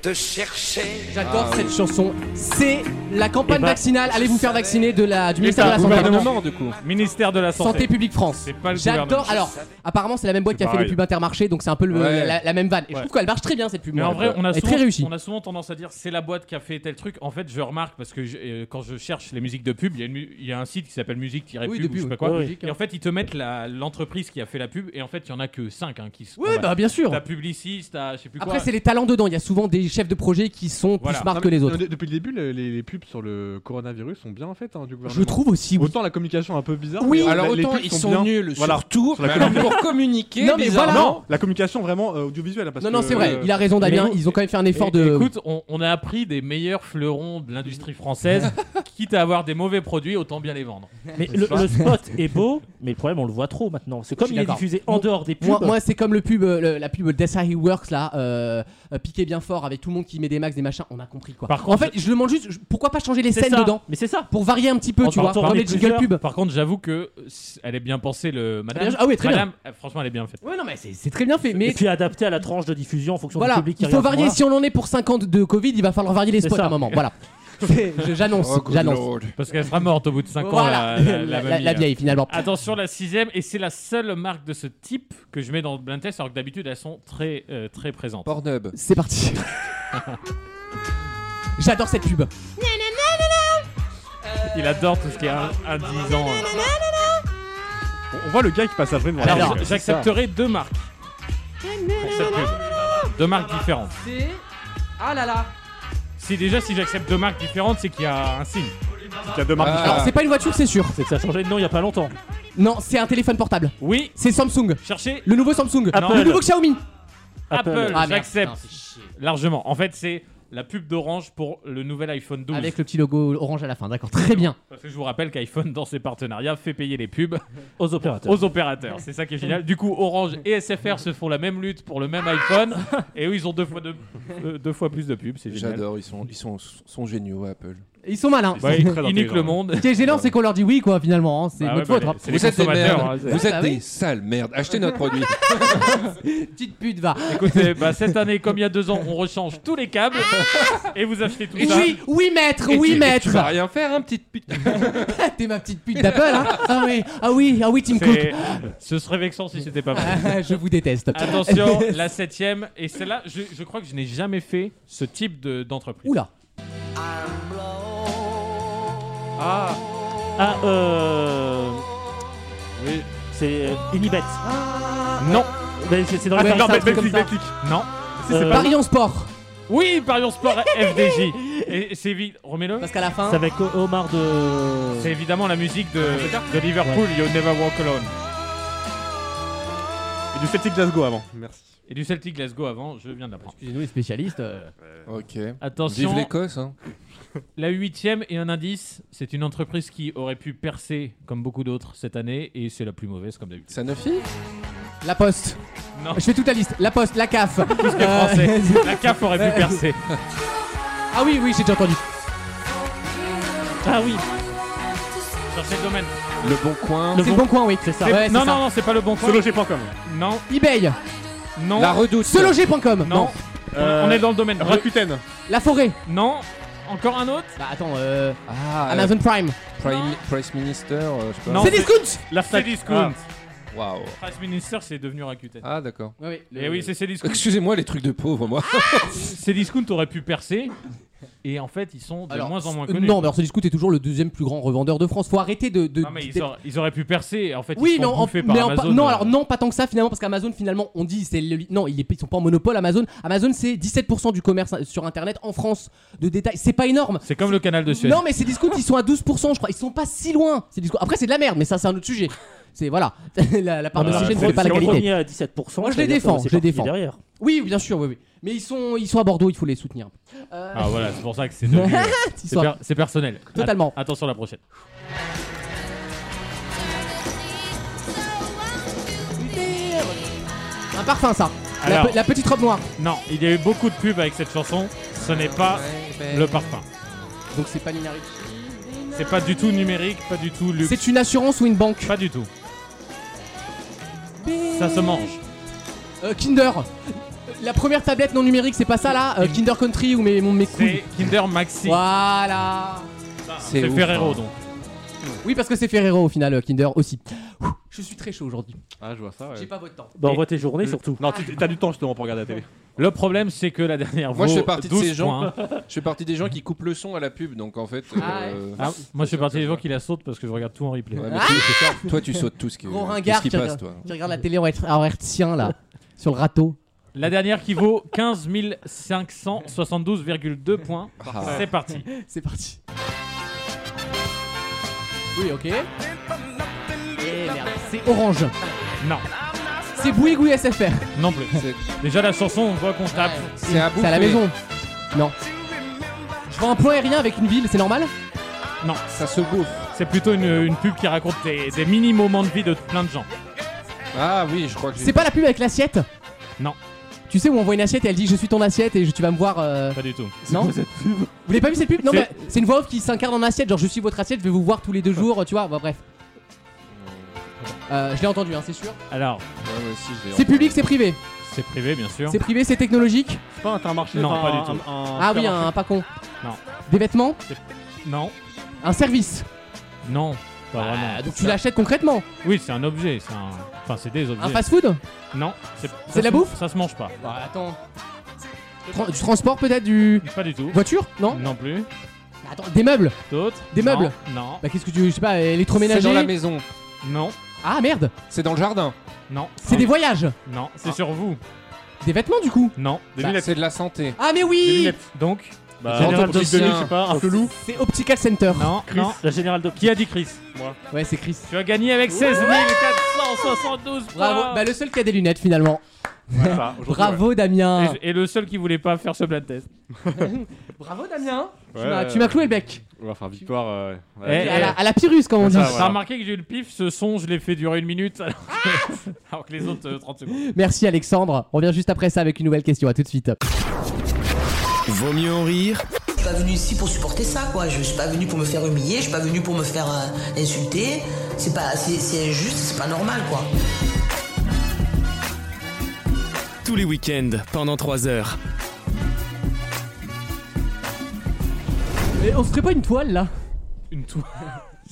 Speaker 8: Te chercher.
Speaker 2: J'adore
Speaker 5: Ah
Speaker 2: cette chanson. C'est la campagne
Speaker 4: Eh ben,
Speaker 2: vaccinale. Allez vous faire vacciner de la, du
Speaker 5: Mais
Speaker 2: ministère de
Speaker 5: ça,
Speaker 2: la
Speaker 5: vous
Speaker 2: Santé.
Speaker 5: m'avez demandé.
Speaker 6: Gouvernement, du coup.
Speaker 5: Ministère de la santé.
Speaker 2: Santé publique France.
Speaker 5: C'est pas le
Speaker 2: J'adore.
Speaker 5: gouvernement.
Speaker 2: Alors, apparemment, c'est la même boîte qui
Speaker 5: C'est
Speaker 2: a fait les
Speaker 5: pareil.
Speaker 2: pubs Intermarché, donc c'est un peu le-
Speaker 6: Ouais.
Speaker 2: la, la même vanne. Et je
Speaker 5: Ouais.
Speaker 2: trouve qu'elle marche très bien cette pub.
Speaker 5: Mais en vrai, on a,
Speaker 2: Elle est
Speaker 5: souvent,
Speaker 2: très réussie.
Speaker 5: on a souvent tendance à dire c'est la boîte qui a fait tel truc. En fait, je remarque parce que je- euh, quand je cherche les musiques de pub, il y a une mu- il y, a un site qui s'appelle musique-pub
Speaker 2: Oui,
Speaker 5: ou je
Speaker 2: depuis,
Speaker 5: sais pas quoi.
Speaker 4: oui.
Speaker 5: Et en fait, ils te mettent la- l'entreprise qui a fait la pub et en fait, il y en a que 5 qui se
Speaker 2: Oui,
Speaker 5: combattent.
Speaker 2: bah bien sûr.
Speaker 5: T'as publiciste, t'as je sais plus quoi.
Speaker 2: Après, c'est les talents dedans. Il y a souvent des chefs de projet qui sont plus
Speaker 5: Voilà.
Speaker 2: smart
Speaker 3: Non,
Speaker 2: que
Speaker 3: mais,
Speaker 2: les autres.
Speaker 3: euh, de- Depuis le début, le- les, les pubs sur le coronavirus sont bien faites hein, du gouvernement.
Speaker 2: Je trouve aussi. oui.
Speaker 3: Autant la communication un peu bizarre.
Speaker 2: Oui.
Speaker 3: mais la-
Speaker 6: Alors
Speaker 3: les
Speaker 6: autant
Speaker 3: pubs
Speaker 6: ils
Speaker 3: sont
Speaker 6: sont
Speaker 3: bien.
Speaker 6: nuls
Speaker 3: Voilà.
Speaker 6: sur tout, mais alors pour communiquer,
Speaker 2: Non, mais
Speaker 6: bizarrement,
Speaker 2: voilà.
Speaker 3: Non, la communication vraiment euh, audiovisuelle. parce
Speaker 2: Non, non,
Speaker 3: que,
Speaker 2: c'est vrai.
Speaker 3: euh,
Speaker 2: Il a raison, Damien.
Speaker 5: mais-
Speaker 2: Ils ont quand même fait un
Speaker 5: Et-
Speaker 2: effort
Speaker 5: et
Speaker 2: de.
Speaker 5: Écoute, on, on a appris des meilleurs fleurons de
Speaker 2: *laughs*
Speaker 5: l'industrie française, quitte à avoir des mauvais produits, autant bien les vendre.
Speaker 4: Mais le, le spot est beau, mais le problème, on le voit trop maintenant. C'est
Speaker 2: Je
Speaker 4: comme
Speaker 2: suis
Speaker 4: il est
Speaker 2: d'accord.
Speaker 4: diffusé en dehors des pubs.
Speaker 2: Moi, moi, c'est comme le pub, euh, le- la pub Death He Works là, euh, euh, piqué bien fort avec tout le monde qui met des max, des machins. On a compris quoi.
Speaker 5: Par
Speaker 2: en
Speaker 5: contre,
Speaker 2: fait, je demande juste je- pourquoi pas changer les
Speaker 4: c'est
Speaker 2: scènes
Speaker 4: ça.
Speaker 2: dedans
Speaker 4: Mais c'est ça.
Speaker 2: pour varier un petit peu,
Speaker 4: En
Speaker 2: tu vois,
Speaker 4: partant
Speaker 2: dans
Speaker 4: parmi
Speaker 2: les jingles
Speaker 4: plusieurs.
Speaker 2: pub.
Speaker 5: Par contre, j'avoue que euh, elle est bien pensée, le madame.
Speaker 2: Ah oui, très Bah. bien.
Speaker 5: Madame, euh, franchement, elle est bien faite.
Speaker 2: Ouais, non, mais c'est c'est très bien fait.
Speaker 4: Et
Speaker 2: Mais
Speaker 4: puis adapté à la tranche de diffusion en fonction du
Speaker 2: voilà,
Speaker 4: public qui
Speaker 2: il faut
Speaker 4: regarde.
Speaker 2: varier. Si on en est pour 50 de Covid, il va falloir varier les
Speaker 4: C'est
Speaker 2: spots
Speaker 4: ça.
Speaker 2: à un moment. *laughs* Voilà. C'est- je- J'annonce,
Speaker 6: Oh, good
Speaker 2: j'annonce.
Speaker 6: lord.
Speaker 5: Parce qu'elle sera morte au bout de 5
Speaker 2: Voilà, *laughs*
Speaker 5: ans, la, la- la
Speaker 2: la-
Speaker 5: mamie, euh.
Speaker 2: la
Speaker 5: là.
Speaker 2: vieille finalement.
Speaker 5: Attention, la sixième, et c'est la seule marque de ce type que je mets dans le blind test, alors que d'habitude elles sont très euh, très présentes.
Speaker 6: Pornhub.
Speaker 2: C'est
Speaker 5: *laughs*
Speaker 2: parti. J'adore cette pub.
Speaker 5: Il adore tout ce qui est un- indisant. euh.
Speaker 3: On voit le gars qui passe à hein, Vrin.
Speaker 5: Alors,
Speaker 2: Alors,
Speaker 5: j'accepterai deux marques. pour cette pub. Deux marques différentes.
Speaker 2: C'est. Ah là là.
Speaker 5: Si déjà, si j'accepte deux marques différentes, c'est qu'il y a un signe.
Speaker 3: Il y a deux marques
Speaker 6: Ah.
Speaker 3: différentes.
Speaker 2: Alors, c'est pas une voiture, c'est sûr.
Speaker 4: C'est que ça a changé de nom il y a pas longtemps.
Speaker 2: Non, c'est un téléphone portable.
Speaker 5: Oui,
Speaker 2: C'est Samsung.
Speaker 5: cherchez
Speaker 2: Le nouveau Samsung.
Speaker 4: Apple.
Speaker 2: Le nouveau Xiaomi.
Speaker 5: Apple.
Speaker 4: Apple.
Speaker 2: Ah, merde.
Speaker 5: J'accepte
Speaker 2: Non, c'est chier.
Speaker 5: largement. En fait, c'est la pub d'Orange pour le nouvel iPhone 12.
Speaker 2: Avec le petit logo orange à la fin, d'accord. Très bien.
Speaker 5: Parce que je vous rappelle qu'iPhone, dans ses partenariats, fait payer les pubs
Speaker 4: *laughs* Aux opérateurs.
Speaker 5: aux opérateurs. C'est ça qui est génial. Du coup, Orange et SFR se font la même lutte pour le même iPhone. Et eux, ils ont deux fois, de- euh, deux fois plus de pubs. C'est génial.
Speaker 6: J'adore, ils sont, ils sont, sont géniaux Apple.
Speaker 2: Ils sont malins.
Speaker 5: Bah,
Speaker 3: Ils
Speaker 5: ils
Speaker 3: sont très
Speaker 5: ils niquent
Speaker 3: intelligents.
Speaker 5: le monde.
Speaker 2: Ce qui est gênant, c'est qu'on leur dit oui, quoi, finalement. hein. C'est
Speaker 5: Bah ouais,
Speaker 2: notre
Speaker 5: bah,
Speaker 2: faute. hein.
Speaker 5: les- c'est les
Speaker 6: Vous êtes des
Speaker 5: consommateurs,
Speaker 6: merdes,
Speaker 5: hein, c'est-
Speaker 6: vous êtes
Speaker 2: Ah, bah
Speaker 6: des
Speaker 2: oui.
Speaker 6: sales merdes.
Speaker 2: *laughs*
Speaker 6: Achetez notre produit.
Speaker 2: Petite pute, va.
Speaker 5: Écoutez, bah, cette année, comme il y a deux ans, on rechange tous les câbles et vous achetez tout ça.
Speaker 2: Oui, oui, maître, oui,
Speaker 6: tu,
Speaker 2: maître.
Speaker 6: tu vas rien faire, hein, petite pute.
Speaker 2: T'es ma petite pute d'Apple, hein. Ah oui, ah oui, ah oui, Tim Cook.
Speaker 5: C'est- Ce serait vexant si c'était pas vrai.
Speaker 2: Ah, je vous déteste.
Speaker 5: Attention, la septième, et celle-là, je, je crois que je n'ai jamais fait ce type de- d'entreprise.
Speaker 2: Oula.
Speaker 6: Ah,
Speaker 4: Ah, euh.
Speaker 5: Oui.
Speaker 4: C'est euh, Unibet.
Speaker 5: Non,
Speaker 4: Mais c'est c'est dans les
Speaker 2: Ouais,
Speaker 4: paris
Speaker 2: non, mais
Speaker 4: un truc
Speaker 2: Betclic,
Speaker 4: comme ça.
Speaker 5: non.
Speaker 4: Euh,
Speaker 2: Paris en sport.
Speaker 5: Oui, Parion Sport FDJ. Et c'est vite, remets-le.
Speaker 2: Parce qu'à la fin.
Speaker 4: C'est avec O- Omar de.
Speaker 5: C'est évidemment la musique de, de Liverpool, You Never Walk Alone.
Speaker 3: Et du Celtic Glasgow avant. Merci.
Speaker 5: Et du Celtic Glasgow avant, je viens de l'apprendre.
Speaker 2: Excusez-nous, les spécialistes. euh.
Speaker 6: ok. Vive
Speaker 5: Attention,
Speaker 6: l'Écosse. Hein.
Speaker 5: la huitième et un indice, c'est une entreprise qui aurait pu percer comme beaucoup d'autres cette année, et c'est la plus mauvaise comme d'habitude.
Speaker 6: Sanofi
Speaker 2: La Poste.
Speaker 5: Non.
Speaker 2: Je fais toute la liste. La Poste, la CAF.
Speaker 5: Les
Speaker 2: Euh,
Speaker 5: Français, la CAF aurait pu *laughs* percer.
Speaker 2: *laughs* ah oui, oui, j'ai déjà entendu.
Speaker 4: Ah oui,
Speaker 5: Cherchez le domaine.
Speaker 6: Le Bon Coin.
Speaker 4: Le
Speaker 2: C'est
Speaker 4: Bon-
Speaker 2: bon coin, oui. C'est ça.
Speaker 5: C'est-
Speaker 2: Ouais, c'est
Speaker 5: non,
Speaker 2: ça.
Speaker 5: non, non, c'est pas le bon coin.
Speaker 3: Sologer.com.
Speaker 5: Non,
Speaker 2: eBay.
Speaker 5: non,
Speaker 6: La Redoute.
Speaker 2: Seloger.com.
Speaker 5: non.
Speaker 3: Euh,
Speaker 5: On est dans le domaine.
Speaker 3: Rakuten.
Speaker 2: La forêt.
Speaker 5: Non. Encore un autre
Speaker 2: Bah attends, euh,
Speaker 6: Ah, euh,
Speaker 2: Amazon Prime.
Speaker 6: Prime, Price Minister, euh, je sais pas.
Speaker 5: Non.
Speaker 2: C'est Discount.
Speaker 5: La Cdiscount.
Speaker 6: Waouh.
Speaker 5: Price Minister, c'est devenu Rakuten.
Speaker 6: Ah, d'accord.
Speaker 2: Oui,
Speaker 5: Et oui, Eh c'est Cdiscount.
Speaker 6: Excusez-moi les trucs de pauvre, moi.
Speaker 5: Cdiscount aurait pu percer, Et en fait, ils sont de
Speaker 2: Alors,
Speaker 5: moins en moins
Speaker 2: euh,
Speaker 5: connus.
Speaker 2: Non, mais Scout est toujours le deuxième plus grand revendeur de France. Faut arrêter de. de-
Speaker 5: Non, mais ils,
Speaker 2: d'être-
Speaker 5: auraient, ils auraient pu percer. En fait,
Speaker 2: Oui,
Speaker 5: ils
Speaker 2: mais,
Speaker 5: sont
Speaker 2: en,
Speaker 5: bouffés
Speaker 2: mais
Speaker 5: par
Speaker 2: en-
Speaker 5: Amazon. euh.
Speaker 2: non, alors non, pas tant que ça finalement, parce qu'Amazon finalement, on dit, c'est le- non, ils, ils sont pas en monopole Amazon. Amazon, c'est 17% du commerce euh, sur Internet en France de détail. C'est pas énorme.
Speaker 5: C'est comme le canal de Suez.
Speaker 2: Non, mais ces discounts, ils sont à 12%, je crois. Ils sont pas si loin. Ces discounts. Après, c'est de la merde, mais ça, c'est un autre sujet. C'est voilà, *laughs* la, la part de
Speaker 5: Ah,
Speaker 2: marché
Speaker 5: c'est-
Speaker 2: ne fait pas la
Speaker 5: c'est
Speaker 4: Si on est
Speaker 2: qualité.
Speaker 4: premier à 17%,
Speaker 2: Moi, je
Speaker 4: ça
Speaker 2: les
Speaker 4: veut dire
Speaker 2: défends,
Speaker 4: que c'est
Speaker 2: je les
Speaker 4: parti
Speaker 2: défends.
Speaker 4: derrière.
Speaker 2: Oui, bien sûr, oui, oui. Mais ils sont, ils sont à Bordeaux, il faut les soutenir. Euh,
Speaker 5: Ah voilà, c'est pour ça que c'est
Speaker 2: *laughs*
Speaker 5: devenu-
Speaker 2: ils
Speaker 5: c'est
Speaker 2: sont-
Speaker 5: per- c'est personnel.
Speaker 2: Totalement.
Speaker 5: Att- attention à la prochaine.
Speaker 2: Un parfum, ça. La
Speaker 5: Alors.
Speaker 2: pe- la petite robe noire.
Speaker 5: Non, il y a eu beaucoup de pubs avec cette chanson. Ce n'est pas le parfum.
Speaker 2: Donc c'est pas Minari.
Speaker 5: C'est pas du tout numérique, pas du tout luxe.
Speaker 2: C'est une assurance ou une banque
Speaker 5: Pas du tout. Ça se mange.
Speaker 2: Euh, Kinder. La première tablette non numérique, c'est pas ça là Euh, Kinder Country ou mes, mon- mes couilles
Speaker 5: C'est Kinder Maxi.
Speaker 2: Voilà.
Speaker 5: C'est
Speaker 6: ouf,
Speaker 5: Ferrero
Speaker 6: hein.
Speaker 5: donc.
Speaker 2: Oui, parce que c'est Ferrero au final, euh, Kinder aussi. Ouh, Je suis très chaud aujourd'hui.
Speaker 3: Ah, je vois ça. ouais.
Speaker 2: J'ai pas votre temps.
Speaker 4: Bah, on voit tes journées surtout.
Speaker 3: Non, tu- t'as du temps justement pour regarder la télé.
Speaker 5: Le problème c'est que la dernière
Speaker 6: Moi, je
Speaker 5: vaut
Speaker 6: fais partie de
Speaker 5: 12
Speaker 6: ces gens.
Speaker 5: points.
Speaker 6: Je fais partie des gens qui coupent le son à la pub, donc en fait.
Speaker 2: Ah ouais. Ah.
Speaker 6: euh,
Speaker 5: Ah, moi je suis parti des gens qui la sautent parce que je regarde tout en replay.
Speaker 6: ouais, mais tu- toi, tu sautes tout ce qui, euh,
Speaker 2: Gros
Speaker 6: tout ce
Speaker 2: ringard
Speaker 6: qui
Speaker 2: qui
Speaker 6: passe,
Speaker 2: regarde,
Speaker 6: toi. hein
Speaker 2: qui regarde la télé en être- en hertzien là, *laughs* sur le râteau.
Speaker 5: La dernière qui vaut 15 572,2 points.
Speaker 6: Ah.
Speaker 5: C'est parti.
Speaker 2: C'est parti. Oui, ok. Eh merde, c'est Orange.
Speaker 5: Non,
Speaker 2: C'est Bouygues ou SFR
Speaker 5: non plus.
Speaker 6: C'est-
Speaker 5: Déjà la chanson, on voit qu'on tape.
Speaker 6: C'est à
Speaker 2: C'est à la
Speaker 6: bouffer.
Speaker 2: maison. Non. Je vois un point aérien avec une ville, c'est normal
Speaker 6: Ah. Ça se bouffe.
Speaker 5: C'est plutôt une, une pub qui raconte des, des mini moments de vie de plein de gens.
Speaker 6: Ah oui, je crois que
Speaker 2: C'est pas la pub avec l'assiette
Speaker 5: Non.
Speaker 2: Tu sais où on voit une assiette et elle dit je suis ton assiette et je- tu vas me voir. euh,
Speaker 5: Pas du tout.
Speaker 2: Non Vous l'avez pas vu cette pub Non, mais
Speaker 5: C'est-
Speaker 2: c'est une voix off qui s'incarne en assiette, genre je suis votre assiette, je vais vous voir tous les deux jours, tu vois, bah, bref. Euh, je l'ai entendu, hein, c'est sûr.
Speaker 5: Alors,
Speaker 6: Ouais, ouais, si, je l'ai
Speaker 2: C'est
Speaker 6: entendu.
Speaker 2: public, c'est privé.
Speaker 5: c'est privé bien sûr.
Speaker 2: C'est privé, c'est technologique.
Speaker 3: C'est pas Intermarché
Speaker 5: Non,
Speaker 3: enfin,
Speaker 5: pas
Speaker 3: un-
Speaker 5: du tout.
Speaker 3: un-
Speaker 2: Ah oui, un,
Speaker 3: supermarché.
Speaker 2: un pas con.
Speaker 5: Non.
Speaker 2: Des vêtements
Speaker 5: Non,
Speaker 2: Un service.
Speaker 5: non, pas vraiment.
Speaker 2: Ah, donc tu l'achètes concrètement.
Speaker 5: Oui, c'est un objet. c'est un- Enfin, c'est des objets.
Speaker 2: Un fast food
Speaker 5: Non, c'est
Speaker 2: C'est
Speaker 5: ça
Speaker 2: de la
Speaker 5: se-
Speaker 2: bouffe
Speaker 5: Ça se mange pas.
Speaker 2: Bah attends. du transport peut-être du.
Speaker 5: Pas du tout.
Speaker 2: Voiture Non
Speaker 5: Non plus.
Speaker 2: Attends, des meubles
Speaker 5: D'autres
Speaker 2: Des
Speaker 5: Non,
Speaker 2: meubles
Speaker 5: Non.
Speaker 2: Bah qu'est-ce que tu. Je sais pas,
Speaker 6: C'est dans la
Speaker 2: électroménager
Speaker 6: maison.
Speaker 5: Non.
Speaker 2: Ah merde
Speaker 6: C'est dans le jardin.
Speaker 5: Non.
Speaker 2: C'est des voyages
Speaker 5: Non. C'est sur vous.
Speaker 2: Des vêtements du coup
Speaker 5: Non. Des
Speaker 6: Bah,
Speaker 5: lunettes.
Speaker 6: c'est de la santé.
Speaker 2: Ah mais
Speaker 5: Des
Speaker 2: oui
Speaker 5: lunettes. Donc.
Speaker 4: Bah,
Speaker 6: Général
Speaker 4: Général
Speaker 6: Dopsien.
Speaker 4: Dopsien, je sais
Speaker 2: Ah,
Speaker 4: pas, un flelou.
Speaker 2: C'est Optical Center.
Speaker 5: Non. Non.
Speaker 4: Hein, La Générale Dopsien.
Speaker 5: Qui a dit Chris
Speaker 2: Ouais, c'est Chris.
Speaker 5: Tu as gagné avec 16 472
Speaker 2: Bravo.
Speaker 5: points.
Speaker 2: Bah le seul qui a des lunettes finalement.
Speaker 3: Ouais, ça, aujourd'hui,
Speaker 2: Bravo Damien.
Speaker 5: Et, et le seul qui voulait pas faire ce blind test.
Speaker 2: Bravo Damien. Tu
Speaker 3: Ouais,
Speaker 2: m'as-
Speaker 3: ouais.
Speaker 2: Tu m'as cloué le bec.
Speaker 3: ouais. Ouais, Enfin, victoire. euh,
Speaker 2: Et
Speaker 5: Eh, eh,
Speaker 3: ouais.
Speaker 2: À la, à la Pyrrhus comme on dit.
Speaker 3: Ça,
Speaker 5: T'as
Speaker 3: voilà.
Speaker 5: remarqué que j'ai eu le pif, ce son je l'ai fait durer une minute
Speaker 2: *laughs*
Speaker 5: alors que, alors que les autres euh, 30 secondes.
Speaker 2: Merci Alexandre. On revient juste après ça avec une nouvelle question. À tout de suite.
Speaker 1: Vaut mieux en rire
Speaker 10: Je suis pas venu ici pour supporter ça, quoi. Je suis pas venu pour me faire humilier, je suis pas venu pour me faire euh, insulter. C'est pas, c'est- c'est injuste, c'est pas normal, quoi.
Speaker 1: tous les week-ends pendant 3 heures.
Speaker 2: Et on se ferait pas une toile là
Speaker 5: Une
Speaker 3: *laughs*
Speaker 5: toile.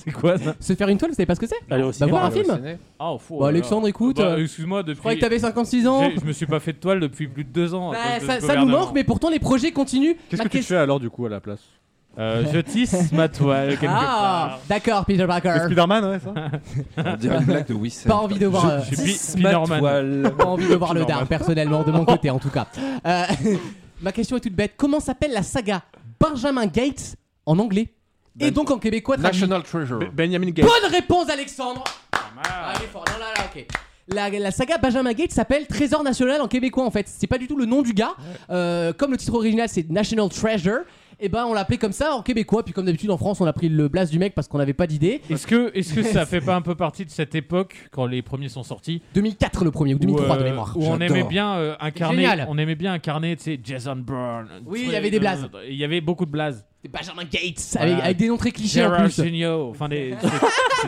Speaker 5: C'est quoi ça
Speaker 2: Se faire une toile, vous savez pas ce que c'est
Speaker 4: Allez au
Speaker 2: Bah
Speaker 4: cinéma.
Speaker 2: voir un
Speaker 6: Allez au
Speaker 2: film
Speaker 6: ciné.
Speaker 5: Ah, fou,
Speaker 2: Bon,
Speaker 5: oh là là.
Speaker 2: Alexandre, écoute,
Speaker 5: Bah,
Speaker 2: euh,
Speaker 5: Excuse-moi, depuis.
Speaker 2: Je croyais que t'avais 56 ans.
Speaker 5: j'ai- Je me suis pas fait de toile depuis plus de deux ans. à
Speaker 2: Bah,
Speaker 5: cause de
Speaker 2: ça,
Speaker 5: ce
Speaker 2: ça nous
Speaker 5: gouvernement.
Speaker 2: manque, mais pourtant les projets continuent.
Speaker 3: Qu'est-ce
Speaker 2: Ma
Speaker 3: que tu
Speaker 2: question-
Speaker 3: fais alors du coup à la place
Speaker 5: Euh, je tisse ma toile quelque
Speaker 2: Ah, d'accord, Peter
Speaker 3: Le
Speaker 2: Parker.
Speaker 3: Spider-Man, ouais, ça
Speaker 6: On dirait une blague de Wissem.
Speaker 2: Pas envie de voir. euh,
Speaker 5: part. Je suis Pi-
Speaker 6: Ma
Speaker 5: Spiderman.
Speaker 6: toile.
Speaker 2: pas envie de voir le dard, personnellement, de mon côté en tout cas. Euh, *laughs* ma question est toute bête. Comment s'appelle la saga Benjamin Gates en anglais Et donc en québécois traduit
Speaker 6: National Treasure.
Speaker 3: Benjamin Gates.
Speaker 2: Bonne réponse, Alexandre Ah, il est fort. Non, là, là, ok. La, la saga Benjamin Gates s'appelle Trésor National en québécois en fait. C'est pas du tout le nom du gars. Euh, comme le titre original c'est National Treasure, et ben on l'appelait comme ça en québécois. Puis comme d'habitude en France on a pris le blast du mec parce qu'on n'avait pas d'idée.
Speaker 5: Est-ce que, est-ce que ça fait pas un peu partie de cette époque quand les premiers sont sortis
Speaker 2: 2004 le premier ou
Speaker 5: où,
Speaker 2: 2003 de
Speaker 5: euh,
Speaker 2: mémoire.
Speaker 5: Où on
Speaker 6: J'adore.
Speaker 5: aimait bien euh, incarner,
Speaker 2: Génial.
Speaker 5: on aimait bien incarner, tu sais, Jason Bourne. euh,
Speaker 2: Oui, il y avait des blazes.
Speaker 5: Il y avait beaucoup de blazes.
Speaker 2: C'est Benjamin Gates
Speaker 5: Voilà.
Speaker 2: avec, avec des noms très clichés en
Speaker 5: Gérard
Speaker 2: plus.
Speaker 5: Jugnot, enfin
Speaker 2: *laughs*
Speaker 5: des, c'était-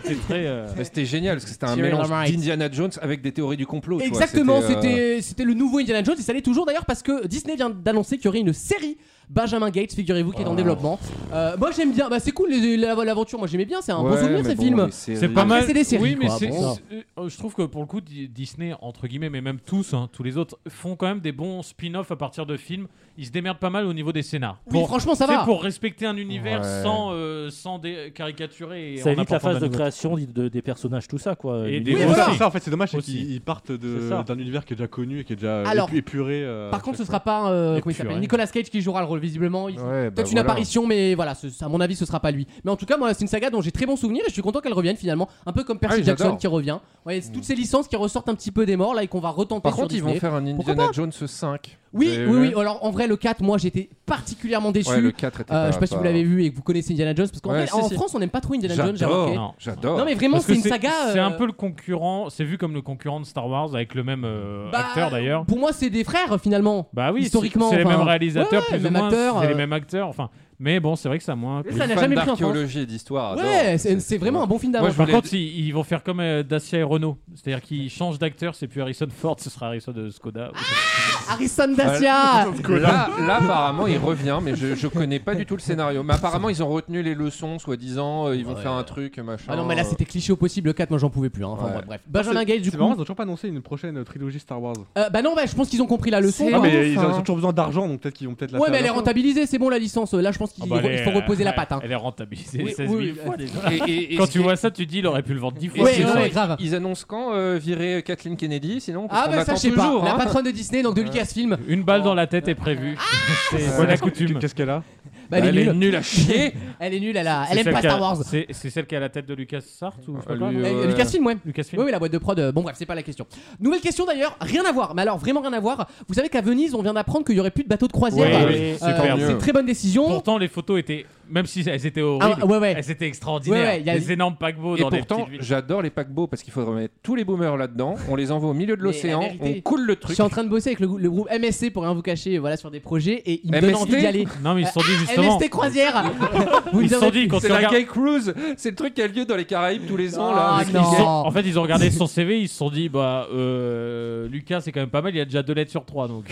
Speaker 5: c'était très. euh,
Speaker 6: Mais Bah, c'était génial parce que c'était un
Speaker 2: Thierry
Speaker 6: mélange
Speaker 2: Lamarite.
Speaker 6: d'Indiana Jones avec des théories du complot. tu vois,
Speaker 2: Exactement,
Speaker 6: euh,
Speaker 2: c'était c'était le nouveau Indiana Jones et ça l'est toujours d'ailleurs parce que Disney vient d'annoncer qu'il y aurait une série Benjamin Gates, figurez-vous, qui est
Speaker 6: Ah.
Speaker 2: en développement. Euh, moi j'aime bien, bah, c'est cool les- la- l'aventure, moi j'aimais bien, c'est un bon
Speaker 6: Ouais,
Speaker 2: souvenir
Speaker 6: mais
Speaker 2: ces
Speaker 6: bon,
Speaker 2: films.
Speaker 6: les séries.
Speaker 5: C'est pas mal.
Speaker 2: C'est des séries,
Speaker 5: oui, mais
Speaker 4: Ah
Speaker 2: quoi,
Speaker 5: c'est-
Speaker 2: bon.
Speaker 5: c'est- euh, je trouve que pour le coup, Di- Disney, entre guillemets, mais même tous, hein, tous les autres, font quand même des bons spin-offs à partir de films. Ils se démerdent pas mal au niveau des scénars.
Speaker 2: Oui, franchement, ça
Speaker 5: tu sais,
Speaker 2: va.
Speaker 5: Pour respecter un univers
Speaker 6: Ouais.
Speaker 5: sans, euh, sans dé- caricaturer. Et en
Speaker 4: Ça évite la
Speaker 5: apportant
Speaker 4: phase de
Speaker 5: nouveauté.
Speaker 4: création d- de- des personnages, tout ça, quoi.
Speaker 5: Et
Speaker 4: L'univers.
Speaker 5: des-
Speaker 3: Oui,
Speaker 5: aussi.
Speaker 3: voilà, ça en fait c'est dommage, c'est
Speaker 5: Aussi.
Speaker 3: qu'ils ils partent de-
Speaker 4: C'est ça.
Speaker 3: d'un univers qui est déjà connu et qui est déjà euh,
Speaker 2: Alors,
Speaker 3: épu- épuré. euh, à
Speaker 2: Par contre, ce
Speaker 3: chaque
Speaker 2: sera pas euh, comment il
Speaker 5: Épuré.
Speaker 2: s'appelle Nicolas Cage qui jouera le rôle visiblement. Il-
Speaker 6: Ouais, bah
Speaker 2: Peut-être une
Speaker 6: voilà.
Speaker 2: apparition, mais voilà, ce- à mon avis, ce sera pas lui. Mais en tout cas, moi, c'est une saga dont j'ai très bon souvenir et je suis content qu'elle revienne finalement. Un peu comme Percy
Speaker 6: Ah oui,
Speaker 2: Jackson
Speaker 6: j'adore. Mm.
Speaker 2: qui revient. Ouais, c'est toutes ces licences qui ressortent un petit peu des morts là et qu'on va retenter
Speaker 6: Par
Speaker 2: sur
Speaker 6: contre, ils
Speaker 2: Disney.
Speaker 6: vont faire un
Speaker 2: Pourquoi
Speaker 6: Indiana Jones 5.
Speaker 2: Oui,
Speaker 6: Et-
Speaker 2: oui, oui. Alors en vrai, le 4, moi, j'étais particulièrement déçu.
Speaker 6: Ouais, le 4 était
Speaker 2: Euh,
Speaker 6: pas-
Speaker 2: je sais pas si vous
Speaker 6: pas-
Speaker 2: l'avez vu et que vous connaissez Indiana Jones parce qu'en
Speaker 6: Ouais,
Speaker 2: fait,
Speaker 6: si,
Speaker 2: en
Speaker 6: si.
Speaker 2: France, on n'aime pas trop Indiana Jones. J'ai remarqué.
Speaker 6: J'adore.
Speaker 5: Non.
Speaker 6: J'adore.
Speaker 2: Non mais vraiment,
Speaker 5: Parce que
Speaker 2: c'est une saga.
Speaker 5: C'est
Speaker 2: euh,
Speaker 5: un peu le concurrent. C'est vu comme le concurrent de Star Wars avec le même euh,
Speaker 2: bah,
Speaker 5: acteur d'ailleurs.
Speaker 2: Pour moi, c'est des frères finalement.
Speaker 5: Bah oui,
Speaker 2: historiquement,
Speaker 5: c'est c'est les
Speaker 2: enfin,
Speaker 5: mêmes réalisateurs,
Speaker 2: ouais,
Speaker 5: plus
Speaker 2: même
Speaker 5: ou moins,
Speaker 2: acteur,
Speaker 5: c'est
Speaker 2: euh.
Speaker 5: les mêmes acteurs. Enfin, mais bon, c'est vrai que ça a moins.
Speaker 2: Ça n'a
Speaker 6: Fan
Speaker 2: jamais pris en France.
Speaker 6: d'archéologie et d'histoire.
Speaker 2: Ouais,
Speaker 6: adore.
Speaker 2: c'est c'est vraiment un bon film d'avant.
Speaker 6: Moi, je
Speaker 5: Par
Speaker 6: voulais-
Speaker 5: contre, ils, ils vont faire comme euh, Dacia et Renault, c'est-à-dire qu'ils changent d'acteur, c'est plus Harrison Ford, ce sera Harrison de Skoda.
Speaker 2: Ah, Harrison Dacia.
Speaker 6: Là, là, apparemment, il revient, mais je, je connais pas du tout le scénario. Mais apparemment, ils ont retenu les leçons, soi-disant, euh, ils vont faire un truc, machin.
Speaker 2: Ah non, mais là c'était cliché au possible. Le 4, moi j'en pouvais plus. hein. Enfin
Speaker 6: Ouais.
Speaker 2: bref, bref. Benjamin Gates, du
Speaker 3: C'est
Speaker 2: coup.
Speaker 3: marrant, ils ont toujours pas annoncé une prochaine trilogie Star Wars.
Speaker 2: Euh, bah non, bah, je pense qu'ils ont compris la leçon.
Speaker 6: C'est
Speaker 3: Ah,
Speaker 2: hein.
Speaker 6: bon,
Speaker 3: mais ils
Speaker 6: ça,
Speaker 3: ont ils
Speaker 6: hein.
Speaker 3: ont toujours besoin d'argent, donc peut-être qu'ils vont peut-être la
Speaker 2: Ouais,
Speaker 3: faire
Speaker 2: mais elle est
Speaker 3: bientôt.
Speaker 2: rentabilisée, c'est bon la licence. Là, je pense qu'il
Speaker 5: Ah bah, elle
Speaker 2: il
Speaker 5: est-
Speaker 2: faut reposer la patte. hein.
Speaker 5: Elle est rentabilisée
Speaker 2: Oui,
Speaker 5: 16 000
Speaker 2: oui,
Speaker 5: fois déjà.
Speaker 6: Et- et- et
Speaker 5: Quand
Speaker 6: ce
Speaker 5: tu
Speaker 6: qui-
Speaker 5: vois ça, tu te dis, il aurait pu le vendre 10 fois. hein.
Speaker 6: Ouais,
Speaker 5: c'est
Speaker 2: ouais,
Speaker 5: ça.
Speaker 2: ouais, grave.
Speaker 6: Ils annoncent quand euh, virer Kathleen Kennedy, sinon parce
Speaker 2: Ah
Speaker 6: qu'on
Speaker 2: bah ça
Speaker 6: attend
Speaker 2: je sais pas,
Speaker 6: toujours,
Speaker 2: la
Speaker 6: hein.
Speaker 2: patronne de Disney donc de Lucasfilm.
Speaker 5: Une balle dans la tête
Speaker 2: Oh.
Speaker 5: est prévue.
Speaker 2: Ah,
Speaker 5: c'est c'est la coutume.
Speaker 3: Qu'est-ce qu'elle a
Speaker 2: Bah, elle, est nulle.
Speaker 6: nulle à chier.
Speaker 2: Elle est nulle, elle, a-
Speaker 5: C'est
Speaker 2: elle aime
Speaker 5: celle
Speaker 2: pas
Speaker 5: qui a-
Speaker 2: Star Wars.
Speaker 5: C'est c'est celle qui a la tête de Lucas Sart ou je sais pas
Speaker 6: lui,
Speaker 5: quoi, non
Speaker 6: euh,
Speaker 2: Eh,
Speaker 6: ouais.
Speaker 2: Lucasfilm ouais.
Speaker 5: Lucasfilm.
Speaker 2: Oui, oui, la boîte de prod. euh, bon, bref, c'est pas la question. Nouvelle question d'ailleurs, rien à voir, mais alors vraiment rien à voir. Vous savez qu'à Venise, on vient d'apprendre qu'il y aurait plus de bateaux de croisière.
Speaker 5: Ouais,
Speaker 2: Euh,
Speaker 5: oui,
Speaker 2: euh,
Speaker 5: super.
Speaker 6: tant mieux.
Speaker 2: c'est une très bonne décision.
Speaker 5: Pourtant, les photos étaient, même si elles étaient
Speaker 2: Ah,
Speaker 5: horribles,
Speaker 2: ouais, ouais.
Speaker 5: elles étaient extraordinaires.
Speaker 2: Ouais, ouais, il y a-
Speaker 5: Des énormes paquebots
Speaker 6: Et
Speaker 5: dans des
Speaker 6: pourtant,
Speaker 5: petites villes.
Speaker 6: j'adore les paquebots parce qu'il faut remettre tous les boomers là-dedans. On les envoie au milieu de
Speaker 2: Mais la
Speaker 6: l'océan,
Speaker 2: vérité,
Speaker 6: on coule le
Speaker 2: Je
Speaker 6: truc.
Speaker 2: suis en train de bosser avec le, le groupe MSC pour rien vous cacher, voilà, sur des projets et il me
Speaker 6: MST?
Speaker 2: donne envie d'y aller.
Speaker 5: Non, mais ils se sont dit justement.
Speaker 2: MST croisière *laughs* Vous me
Speaker 5: Ils se sont
Speaker 2: direz-
Speaker 5: dit, quand tu
Speaker 6: C'est la
Speaker 5: regardes.
Speaker 6: gay cruise, c'est le truc qui a lieu dans les Caraïbes tous les ans
Speaker 2: Ah,
Speaker 6: là.
Speaker 5: Ils
Speaker 2: non.
Speaker 5: sont- en fait, ils ont regardé son CV, ils se sont dit, bah, euh, Lucas, c'est quand même pas mal, il a déjà deux lettres sur trois, donc.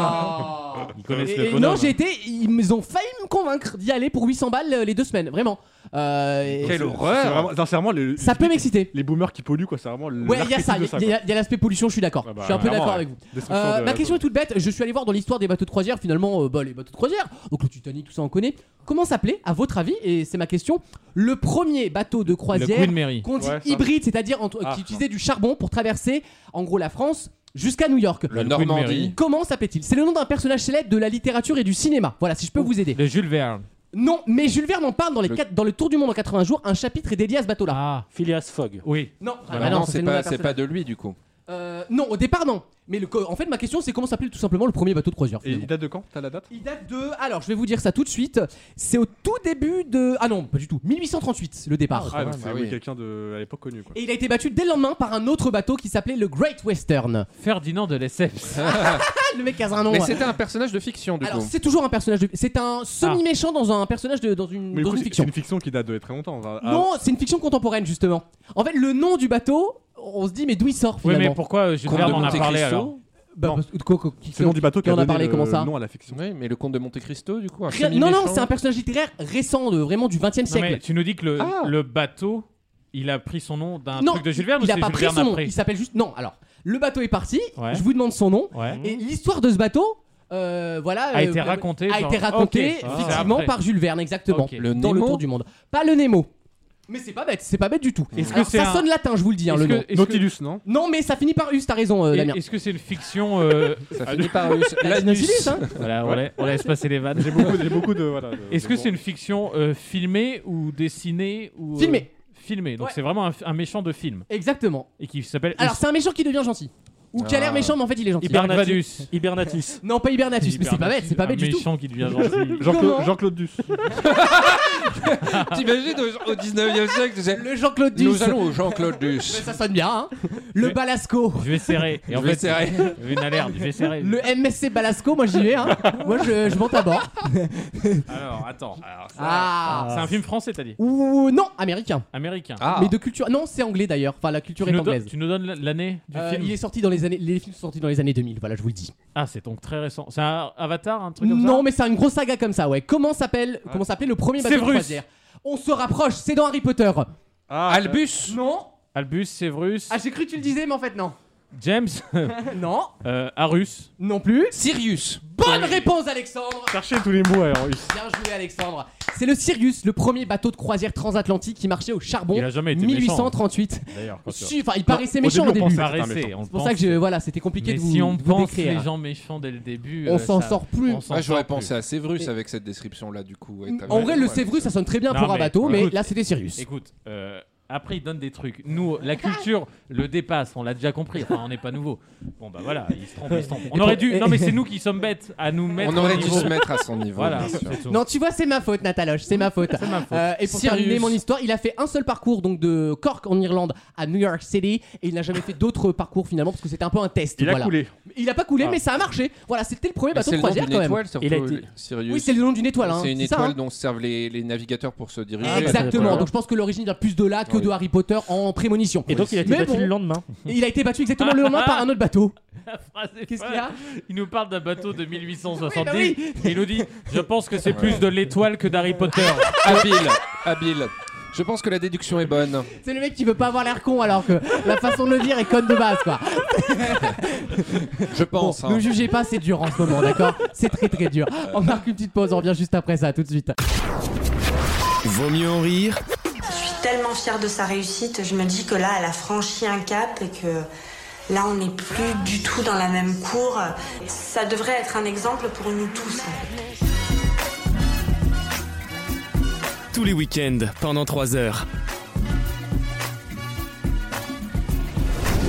Speaker 2: Oh.
Speaker 5: Ils connaissent
Speaker 2: Et-
Speaker 5: Ah. le
Speaker 2: et
Speaker 5: bonhomme.
Speaker 2: non, j'ai été, ils me ont failli me convaincre d'y aller pour 800 balles euh, les deux semaines, vraiment. Euh, et-
Speaker 6: Quelle
Speaker 3: C'est
Speaker 6: horreur
Speaker 3: vraiment- Sincèrement, les,
Speaker 2: ça peut m'exciter.
Speaker 3: les boomers qui polluent, quoi, c'est vraiment
Speaker 2: Ouais, il y a ça, il
Speaker 3: l'archétype de
Speaker 2: y a-
Speaker 3: ça.
Speaker 2: il y
Speaker 3: quoi.
Speaker 2: a, il y a l'aspect pollution, je suis d'accord.
Speaker 3: Ah bah,
Speaker 2: je suis un peu
Speaker 3: clairement,
Speaker 2: d'accord
Speaker 3: ouais.
Speaker 2: avec vous.
Speaker 3: Destruction
Speaker 2: Euh,
Speaker 3: de-
Speaker 2: ma question est toute bête, je suis allé voir dans l'histoire des bateaux de croisière, finalement, euh, bah, les bateaux de croisière, donc le Titanic, tout ça on connaît. Comment s'appelait, à votre avis, et c'est ma question, le premier bateau de
Speaker 5: le
Speaker 2: croisière
Speaker 5: Queen Mary.
Speaker 2: qu'on dit
Speaker 3: Ouais, ça.
Speaker 2: hybride, c'est-à-dire entre-
Speaker 3: Ah.
Speaker 2: qui utilisait du charbon pour traverser, en gros, la France jusqu'à New York
Speaker 6: Le
Speaker 5: Le Queen
Speaker 6: Normandie.
Speaker 5: Mary.
Speaker 2: Comment s'appelle-t-il C'est le nom d'un personnage célèbre de la littérature et du cinéma. Voilà, si je
Speaker 3: Oh.
Speaker 2: peux vous aider.
Speaker 5: Le Jules Verne.
Speaker 2: Non, mais Jules Verne en parle dans, les
Speaker 6: Le-
Speaker 2: quatre- dans le Tour du Monde en 80 jours. Un chapitre est dédié à ce bateau-là.
Speaker 5: Ah,
Speaker 4: Phileas Fogg.
Speaker 5: oui.
Speaker 2: Non, ah
Speaker 6: Ah
Speaker 2: bah
Speaker 6: non,
Speaker 2: ça,
Speaker 6: c'est
Speaker 2: le nom
Speaker 6: pas,
Speaker 2: d'un
Speaker 6: c'est pas
Speaker 2: personnage.
Speaker 6: de lui du coup.
Speaker 2: Euh, non, au départ, non. Mais le co- en fait, ma question, c'est comment s'appelait tout simplement le premier bateau de croisière
Speaker 3: Et
Speaker 2: finalement.
Speaker 3: il date de quand T'as la date
Speaker 2: Il date de. Alors, je vais vous dire ça tout de suite. C'est au tout début de. Ah non, pas du tout. 1838, le départ.
Speaker 3: Ah, donc c'est
Speaker 6: bah
Speaker 3: oui,
Speaker 6: oui.
Speaker 3: quelqu'un de à l'époque connu, quoi.
Speaker 2: Et il a été battu dès le lendemain par un autre bateau qui s'appelait le Great Western.
Speaker 5: Ferdinand de Lesseps.
Speaker 2: Ah, le mec a un nom.
Speaker 6: Mais
Speaker 2: ouais.
Speaker 6: c'était un personnage de fiction du
Speaker 2: Alors,
Speaker 6: coup.
Speaker 2: c'est toujours un personnage. de- C'est un semi-méchant dans un personnage de. dans une,
Speaker 3: Mais du
Speaker 2: dans
Speaker 3: coup,
Speaker 2: une
Speaker 3: c'est-
Speaker 2: fiction.
Speaker 3: C'est une fiction qui date de très longtemps. enfin, ah,
Speaker 2: Non, c'est une fiction contemporaine justement. En fait, le nom du bateau, on se dit mais d'où il sort
Speaker 5: oui,
Speaker 2: finalement
Speaker 5: mais pourquoi euh, Jules
Speaker 6: Comte
Speaker 5: Verne
Speaker 6: de
Speaker 5: en a parlé
Speaker 6: Monte-Cristo.
Speaker 5: alors
Speaker 2: Bah,
Speaker 3: Non.
Speaker 2: parce que- quoi, quoi, qui-
Speaker 3: C'est le nom du bateau qui
Speaker 2: Et
Speaker 3: a
Speaker 2: on a
Speaker 3: donné
Speaker 2: parlé,
Speaker 3: le
Speaker 2: comment ça
Speaker 3: nom à la fiction.
Speaker 6: Oui, mais le comte de Monte Cristo du coup. un
Speaker 2: Rien- Non,
Speaker 6: semi-méchant.
Speaker 2: non, c'est un personnage littéraire récent, de, vraiment du 20 e
Speaker 5: Non,
Speaker 2: siècle.
Speaker 5: mais tu nous dis que le,
Speaker 6: Ah.
Speaker 5: le bateau, il a pris son nom d'un
Speaker 2: Non,
Speaker 5: truc de Jules Verne ou
Speaker 2: il a
Speaker 5: c'est
Speaker 2: pas
Speaker 5: Jules
Speaker 2: pris
Speaker 5: Verne
Speaker 2: son nom,
Speaker 5: après
Speaker 2: il s'appelle juste. Non, alors, le bateau est parti,
Speaker 5: Ouais.
Speaker 2: je vous demande son nom,
Speaker 5: Ouais.
Speaker 2: et l'histoire de ce bateau, euh, voilà.
Speaker 5: A
Speaker 2: euh,
Speaker 5: été
Speaker 2: euh,
Speaker 5: raconté.
Speaker 2: A
Speaker 5: genre-
Speaker 2: été raconté,
Speaker 5: Ok. Ah.
Speaker 2: effectivement,
Speaker 5: C'est après.
Speaker 2: par Jules Verne, exactement.
Speaker 5: Ok.
Speaker 6: Le
Speaker 2: Dans le
Speaker 6: Nemo
Speaker 2: tour du monde. Pas le Nemo. Mais c'est pas bête, c'est pas bête du tout.
Speaker 5: Est-ce que
Speaker 2: Alors,
Speaker 5: c'est
Speaker 2: ça
Speaker 5: un-
Speaker 2: sonne latin, je vous le dis, hein,
Speaker 5: Est-ce
Speaker 2: le
Speaker 5: que-
Speaker 2: nom.
Speaker 5: est-ce que-
Speaker 3: Nautilus, non
Speaker 2: Non, mais ça finit par us, t'as raison, euh, Damien.
Speaker 5: Est-ce que c'est une fiction euh,
Speaker 6: Ça
Speaker 2: *laughs*
Speaker 6: finit par russe.
Speaker 2: La
Speaker 6: L'anus.
Speaker 2: Nautilus, hein
Speaker 5: *laughs* Voilà, on, la- on laisse passer les vannes.
Speaker 3: J'ai beaucoup, j'ai beaucoup de. Voilà, de-
Speaker 5: Est-ce
Speaker 3: de-
Speaker 5: que c'est une fiction euh, filmée ou dessinée ou euh,
Speaker 2: Filmée.
Speaker 5: Filmée. Donc
Speaker 2: Ouais.
Speaker 5: c'est vraiment un, un méchant de film
Speaker 2: Exactement.
Speaker 5: et qui s'appelle.
Speaker 2: Alors, c'est un méchant qui devient gentil. Ou qui a l'air méchant, mais en fait, il est gentil.
Speaker 5: Ah. Hibernatus. Hibernatus.
Speaker 4: Hibernatus.
Speaker 2: Non, pas Hibernatus, mais c'est pas bête, c'est pas bête
Speaker 5: un
Speaker 2: du tout.
Speaker 5: méchant qui devient
Speaker 2: *laughs*
Speaker 5: gentil.
Speaker 3: Jean-Claude
Speaker 2: Comment
Speaker 3: Jean-Claude Duss.
Speaker 6: T'imagines au, au 19e siècle, tu sais,
Speaker 2: Le Jean-Claude Duss.
Speaker 6: nous allons au Jean-Claude Duss.
Speaker 2: Ça sonne bien,
Speaker 5: *laughs*
Speaker 2: hein Le
Speaker 5: Mais-
Speaker 2: Balasco.
Speaker 5: Je vais serrer. Et en
Speaker 6: Je vais
Speaker 5: fait, *laughs*
Speaker 6: serrer.
Speaker 5: une alerte. Je vais serrer.
Speaker 2: Le MSC Balasco, moi j'y vais, hein
Speaker 5: *laughs*
Speaker 2: Moi je, je monte à bord.
Speaker 5: Alors attends. Alors, ça-
Speaker 2: Ah Ah,
Speaker 5: C'est un film français, t'as dit
Speaker 2: Ou non, américain.
Speaker 5: Américain.
Speaker 2: Mais de culture. Non, c'est anglais d'ailleurs. Enfin, la culture
Speaker 5: Ah. tu,
Speaker 2: est
Speaker 5: nous
Speaker 2: anglaise.
Speaker 5: donnes, tu nous donnes l'année du
Speaker 2: Euh,
Speaker 5: film
Speaker 2: il est sorti dans les années. Les films sont sortis dans les années 2000. Voilà, je vous le dis.
Speaker 5: Ah, c'est donc très récent. C'est un Avatar, un truc comme ça
Speaker 2: Non, mais c'est une grosse saga comme ça, ouais. Comment s'appelle Comment s'appelait le premier bateau de
Speaker 5: Severus.
Speaker 2: croisière On se rapproche. C'est dans Harry Potter.
Speaker 6: Albus
Speaker 2: Ah, Non.
Speaker 5: Albus, Severus,
Speaker 2: Ah, j'ai cru que tu le disais, mais en fait
Speaker 5: *laughs*
Speaker 2: non.
Speaker 5: James,
Speaker 2: non.
Speaker 5: euh, Arus.
Speaker 2: Non plus.
Speaker 6: Sirius.
Speaker 2: Bonne réponse, Alexandre.
Speaker 3: Cherchez tous les mots, alors.
Speaker 2: Bien joué, Alexandre. C'est le Sirius, le premier bateau de croisière transatlantique qui marchait au charbon.
Speaker 5: Il a jamais été méchant, hein.
Speaker 2: 1838.
Speaker 5: d'ailleurs. quand tu-
Speaker 2: Si, enfin, il paraissait
Speaker 3: au
Speaker 2: méchant au
Speaker 3: début, on
Speaker 2: début.
Speaker 3: pensait-
Speaker 5: Paraissait,
Speaker 3: putain, mais
Speaker 5: on
Speaker 2: hein. C'est pour
Speaker 5: pense-
Speaker 2: ça que je, voilà, c'était compliqué
Speaker 5: Mais
Speaker 2: de vous,
Speaker 5: si on
Speaker 2: de vous
Speaker 5: pense
Speaker 2: décrire. hein.
Speaker 5: les gens méchants dès le début,
Speaker 2: On
Speaker 5: euh,
Speaker 2: s'en
Speaker 5: ça-
Speaker 2: sort plus.
Speaker 5: on s'en
Speaker 6: Ah, j'aurais
Speaker 5: sort
Speaker 6: pensé
Speaker 5: plus.
Speaker 6: à Severus
Speaker 2: Mais-
Speaker 6: avec cette description là du coup. ouais, t'as-
Speaker 2: En vrai, le
Speaker 6: ouais,
Speaker 2: Sévrus, ça sonne très bien
Speaker 5: Non,
Speaker 2: pour un
Speaker 5: mais-
Speaker 2: bateau, mais
Speaker 5: écoute,
Speaker 2: là, c'était Sirius.
Speaker 5: Écoute, euh, après, ils donnent des trucs. Nous, la culture *laughs* le dépasse, on l'a déjà compris. Enfin, on n'est pas nouveau. Bon, bah voilà, ils se trompent, ils se trompent. On aurait dû. Non, mais c'est nous qui sommes bêtes à nous mettre.
Speaker 6: On
Speaker 5: au
Speaker 6: aurait dû
Speaker 5: niveau.
Speaker 6: se mettre à son niveau.
Speaker 5: Voilà,
Speaker 6: bien sûr.
Speaker 5: c'est tout.
Speaker 2: Non, tu vois, c'est ma faute, Nataloche, c'est ma faute. Euh, et pour
Speaker 6: Sirius.
Speaker 2: terminer mon histoire, il a fait un seul parcours, donc de Cork en Irlande à New York City, et il n'a jamais fait d'autres parcours finalement, parce que c'était un peu un test.
Speaker 3: Il a
Speaker 2: voilà.
Speaker 3: coulé.
Speaker 2: Il a pas coulé,
Speaker 3: Ah.
Speaker 2: mais ça a marché. Voilà, c'était le premier
Speaker 6: Mais
Speaker 2: bateau de
Speaker 6: C'est le nom
Speaker 2: croisière
Speaker 6: d'une
Speaker 2: quand même.
Speaker 6: étoile, surtout. euh,
Speaker 4: Il a été-
Speaker 6: Sirius.
Speaker 2: Oui, c'est le nom d'une étoile. hein,
Speaker 6: C'est une
Speaker 2: ça,
Speaker 6: étoile
Speaker 2: hein.
Speaker 6: dont servent les, les navigateurs pour se diriger.
Speaker 4: Ah, bah,
Speaker 2: Exactement,
Speaker 4: Voilà.
Speaker 2: donc je pense que l'origine vient plus de là
Speaker 6: Ah
Speaker 2: que de Harry Potter en prémonition.
Speaker 4: Et donc il a été
Speaker 2: Mais
Speaker 4: battu
Speaker 2: bon,
Speaker 4: le lendemain.
Speaker 2: et il a été battu exactement le lendemain par un autre bateau.
Speaker 5: La phrase est
Speaker 2: Qu'est-ce
Speaker 5: folle.
Speaker 2: qu'il y a
Speaker 5: Il nous parle d'un bateau de 1870
Speaker 2: Oui, bah
Speaker 5: et il nous dit Je pense que c'est plus de l'étoile que d'Harry
Speaker 2: *laughs*
Speaker 5: Potter.
Speaker 6: Habile, habile. Je pense que la déduction est bonne.
Speaker 2: C'est le mec qui veut pas avoir l'air con alors que la façon de le dire est conne de base quoi.
Speaker 6: Je
Speaker 2: Bon,
Speaker 6: pense. hein.
Speaker 2: ne jugez pas, c'est dur en ce moment, d'accord C'est très très dur. On marque une petite pause, on revient juste après ça, tout de suite.
Speaker 1: Vaut mieux en rire
Speaker 9: Je suis tellement fière de sa réussite. Je me dis que là, elle a franchi un cap et que là, on n'est plus du tout dans la même cour. Ça devrait être un exemple pour nous tous.
Speaker 1: tous les week-ends pendant 3 heures.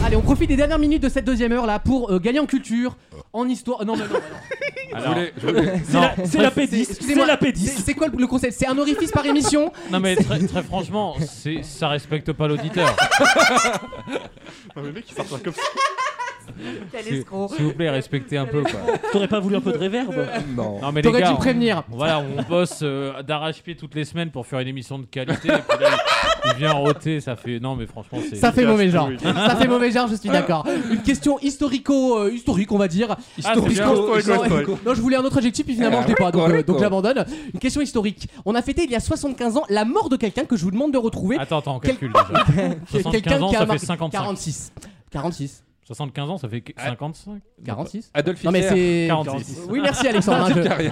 Speaker 2: Allez, on profite des dernières minutes de cette deuxième heure là pour euh, gagner en culture, en histoire. euh, Non, mais non, mais non.
Speaker 6: Je
Speaker 5: Alors,
Speaker 6: voulais- je voulais-
Speaker 4: C'est la- C'est la P10. C'est
Speaker 2: excusez-moi,
Speaker 4: la
Speaker 2: C'est
Speaker 4: P10.
Speaker 2: c'est quoi le le concept C'est un orifice par émission *laughs*
Speaker 5: non, mais très, très franchement, c'est- ça respecte pas l'auditeur.
Speaker 3: Non, mais le mec, il sort ça comme ça.
Speaker 2: Quel
Speaker 5: S'il s'il vous plaît, respectez un peu. Quoi.
Speaker 4: T'aurais pas voulu un peu de réverb
Speaker 6: *laughs* Non.
Speaker 5: Non, mais les
Speaker 2: T'aurais
Speaker 5: gars,
Speaker 2: dû
Speaker 5: on-
Speaker 2: prévenir.
Speaker 5: Voilà, on bosse euh, d'arrache-pied toutes les semaines pour faire une émission de qualité. et puis là, il- il vient roter, ça fait. Non, mais franchement, c'est.
Speaker 2: Ça fait
Speaker 3: efficace,
Speaker 2: mauvais genre.
Speaker 3: oui.
Speaker 2: Ça fait mauvais genre, je suis d'accord. Une question historico euh, historique, on va dire.
Speaker 5: Ah, c'est bien.
Speaker 3: Historico-
Speaker 2: Non, non, je voulais un autre adjectif, puis finalement je l'ai pas, donc, euh, donc
Speaker 6: Historico.
Speaker 2: j'abandonne. Une question historique. On a fêté il y a 75 ans la mort de quelqu'un que je vous demande de retrouver.
Speaker 5: Attends, attends, on
Speaker 2: Quel-
Speaker 5: calcule
Speaker 2: *laughs*
Speaker 5: déjà. 75 Ah, ans, ça fait
Speaker 2: marqué-
Speaker 5: 55.
Speaker 2: 46. 46.
Speaker 5: 75 ans, ça fait 55
Speaker 2: 46.
Speaker 6: Adolf
Speaker 2: Non mais
Speaker 6: Hitler.
Speaker 2: c'est.
Speaker 5: 46.
Speaker 2: Oui, merci Alexandre.
Speaker 5: *laughs*
Speaker 2: hein, je-
Speaker 6: Carrière.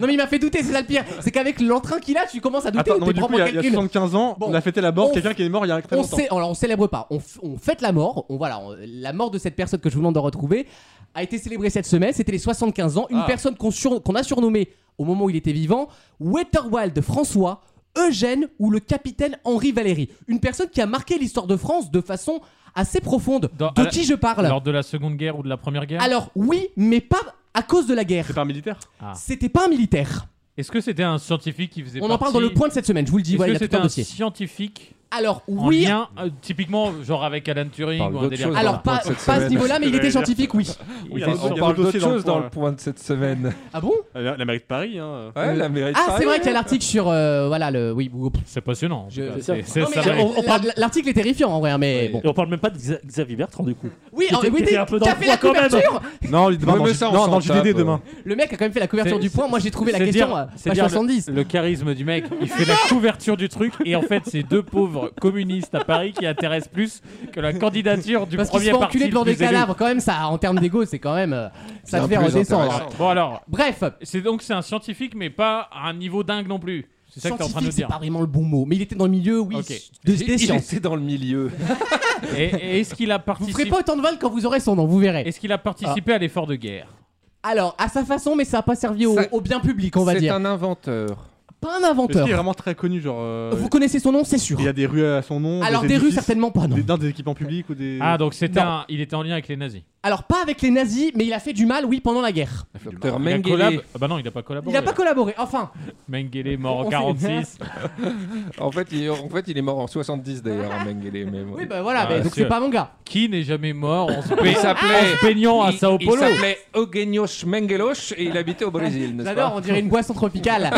Speaker 2: Non mais il m'a fait douter, c'est ça le pire. C'est qu'avec l'entrain qu'il a, tu commences à douter de
Speaker 3: Attends, non,
Speaker 2: tes
Speaker 3: mais du coup,
Speaker 2: propres
Speaker 3: il y a- il y a
Speaker 2: calculs.
Speaker 3: 75 ans,
Speaker 2: Bon.
Speaker 3: on a fêté la
Speaker 2: On
Speaker 3: mort,
Speaker 2: f-
Speaker 3: quelqu'un qui est mort il y a très
Speaker 2: on
Speaker 3: longtemps.
Speaker 2: sait, alors on célèbre pas, on, f- on fête la mort, on voilà, on- la mort de cette personne que je vous demande de retrouver a été célébrée cette semaine, c'était les 75 ans, une
Speaker 3: Ah.
Speaker 2: personne qu'on sur- qu'on a surnommée au moment où il était vivant, Wetterwald François, Eugène ou le capitaine Henri Valéry, une personne qui a marqué l'histoire de France de façon assez profonde.
Speaker 5: Dans- à
Speaker 2: De
Speaker 5: la-
Speaker 2: qui je parle alors,
Speaker 5: Lors de la Seconde Guerre ou de la Première Guerre
Speaker 2: oui, mais pas à cause de la guerre.
Speaker 3: C'est pas un militaire
Speaker 5: Ah.
Speaker 2: C'était pas un militaire.
Speaker 5: Est-ce que c'était un scientifique qui faisait
Speaker 2: On en parle
Speaker 5: partie-
Speaker 2: dans le point de cette semaine, je vous le dis,
Speaker 5: Est-ce
Speaker 2: voilà, il y
Speaker 5: que
Speaker 2: a tout
Speaker 5: c'était
Speaker 2: un
Speaker 5: un
Speaker 2: dossier.
Speaker 5: scientifique
Speaker 2: Alors
Speaker 5: en
Speaker 2: oui,
Speaker 5: lien, euh, typiquement, genre avec Alan Turing
Speaker 6: Parle
Speaker 5: ou un
Speaker 6: d'autre
Speaker 5: délire
Speaker 6: chose,
Speaker 5: comme
Speaker 2: alors
Speaker 6: dans le
Speaker 2: pas,
Speaker 6: point de cette
Speaker 2: pas à ce
Speaker 6: semaine.
Speaker 2: niveau-là, mais il était scientifique, oui.
Speaker 5: ça.
Speaker 3: Oui,
Speaker 5: Il
Speaker 3: on-
Speaker 5: était
Speaker 3: on
Speaker 5: sur-
Speaker 3: parle d'autre chose dans le
Speaker 6: point de cette semaine.
Speaker 2: Ah bon
Speaker 3: La, la mairie de Paris, hein.
Speaker 6: Ouais, la mairie de
Speaker 2: Ah, c'est
Speaker 6: Paris.
Speaker 2: vrai qu'il y a l'article sur. euh, voilà, le. Oui, vous-
Speaker 5: C'est passionnant. en tout
Speaker 2: Je-
Speaker 5: cas.
Speaker 2: je-
Speaker 5: C'est- c'est-
Speaker 2: Non, mais
Speaker 5: ça va
Speaker 2: la-
Speaker 5: être-
Speaker 4: on-
Speaker 2: la-
Speaker 4: on parle-
Speaker 2: la- l'article est terrifiant en vrai, hein, mais
Speaker 6: Ouais.
Speaker 2: bon.
Speaker 4: Et on parle même pas de Xa- Xavier Bertrand du coup.
Speaker 2: Oui,
Speaker 4: Qui
Speaker 2: ah,
Speaker 4: était-
Speaker 2: oui,
Speaker 4: qui était un peu dans
Speaker 2: t'as
Speaker 4: le
Speaker 2: fait la
Speaker 4: froid quand même.
Speaker 2: couverture
Speaker 3: Non, il-
Speaker 6: Oui, mais
Speaker 3: dans,
Speaker 6: ça, on
Speaker 3: non,
Speaker 6: s'en
Speaker 3: dans le JDD
Speaker 6: tape,
Speaker 3: demain.
Speaker 2: Le mec a quand même fait la couverture
Speaker 5: C'est-
Speaker 2: du point. Moi, j'ai trouvé la
Speaker 5: c'est
Speaker 2: question
Speaker 5: dire-
Speaker 2: euh,
Speaker 5: c'est
Speaker 2: page
Speaker 5: dire le-
Speaker 2: 70.
Speaker 5: Le charisme du mec, il fait la couverture du truc et en fait, c'est deux pauvres communistes à Paris qui intéressent plus que la candidature du
Speaker 2: Parce qu'ils se
Speaker 5: premier
Speaker 2: font
Speaker 5: parti.
Speaker 2: enculer
Speaker 5: le
Speaker 2: devant des
Speaker 5: plus élu.
Speaker 2: cadavres, quand même, ça, en termes d'ego, c'est quand même. euh, Ça
Speaker 6: Bien
Speaker 2: te fait
Speaker 6: plus
Speaker 2: redescendre.
Speaker 6: intéressant.
Speaker 5: Bon alors,
Speaker 2: Bref,
Speaker 5: c'est donc c'est un scientifique mais pas à un niveau dingue non plus. C'est ça que t'es en train de
Speaker 2: scientifique,
Speaker 5: nous
Speaker 2: c'est
Speaker 5: dire.
Speaker 2: pas vraiment le bon mot, mais il était dans le milieu, oui,
Speaker 5: Ok.
Speaker 2: de,
Speaker 6: Il-
Speaker 2: des
Speaker 6: Il
Speaker 2: sciences.
Speaker 6: était dans le milieu.
Speaker 5: Et, et est-ce qu'il a
Speaker 2: Vous ferez
Speaker 5: participé
Speaker 2: pas autant de vols quand vous aurez son nom, vous verrez.
Speaker 5: Est-ce qu'il a participé à l'effort de guerre
Speaker 2: Alors, à sa façon, mais ça a pas servi au,
Speaker 6: Ça-
Speaker 2: au bien public, on va
Speaker 6: C'est
Speaker 2: dire.
Speaker 6: un inventeur.
Speaker 2: Pas un
Speaker 3: Est-ce qu'il est
Speaker 2: inventeur.
Speaker 3: vraiment très connu, genre. euh,
Speaker 2: Vous connaissez son nom, c'est sûr.
Speaker 3: Il y a des rues à son nom.
Speaker 2: Alors, des rues,
Speaker 3: édifices,
Speaker 2: certainement pas, non.
Speaker 3: Des, dans des équipements publics ou
Speaker 6: Euh,
Speaker 3: des.
Speaker 5: Ah donc c'était
Speaker 2: Non.
Speaker 5: un- il était en lien avec les nazis.
Speaker 2: Alors pas avec les nazis, mais il a fait du mal, oui, pendant la guerre.
Speaker 6: Docteur
Speaker 5: Il a
Speaker 6: Mengele.
Speaker 5: collab... ah bah non, il a pas collaboré.
Speaker 2: Il n'a pas collaboré, enfin.
Speaker 5: Mengele mort
Speaker 2: On
Speaker 5: en
Speaker 2: sait-
Speaker 5: 46.
Speaker 6: En fait, il, en fait, il est mort en 70 d'ailleurs, hein, Mengele. Mais bon.
Speaker 2: Oui, bah voilà,
Speaker 5: Ah,
Speaker 2: mais donc
Speaker 5: sûr.
Speaker 2: c'est pas mon gars.
Speaker 5: Qui n'est jamais mort en se,
Speaker 6: Il
Speaker 5: pe- en
Speaker 6: s'appelait.
Speaker 5: se peignant
Speaker 2: Ah,
Speaker 5: à
Speaker 6: il-
Speaker 5: Sao
Speaker 6: Il
Speaker 5: Paulo
Speaker 6: s'appelait Eugenio Mengeloche et il habitait au Brésil, n'est-ce
Speaker 2: J'adore,
Speaker 5: *laughs*
Speaker 6: pas
Speaker 2: on dirait une boisson tropicale.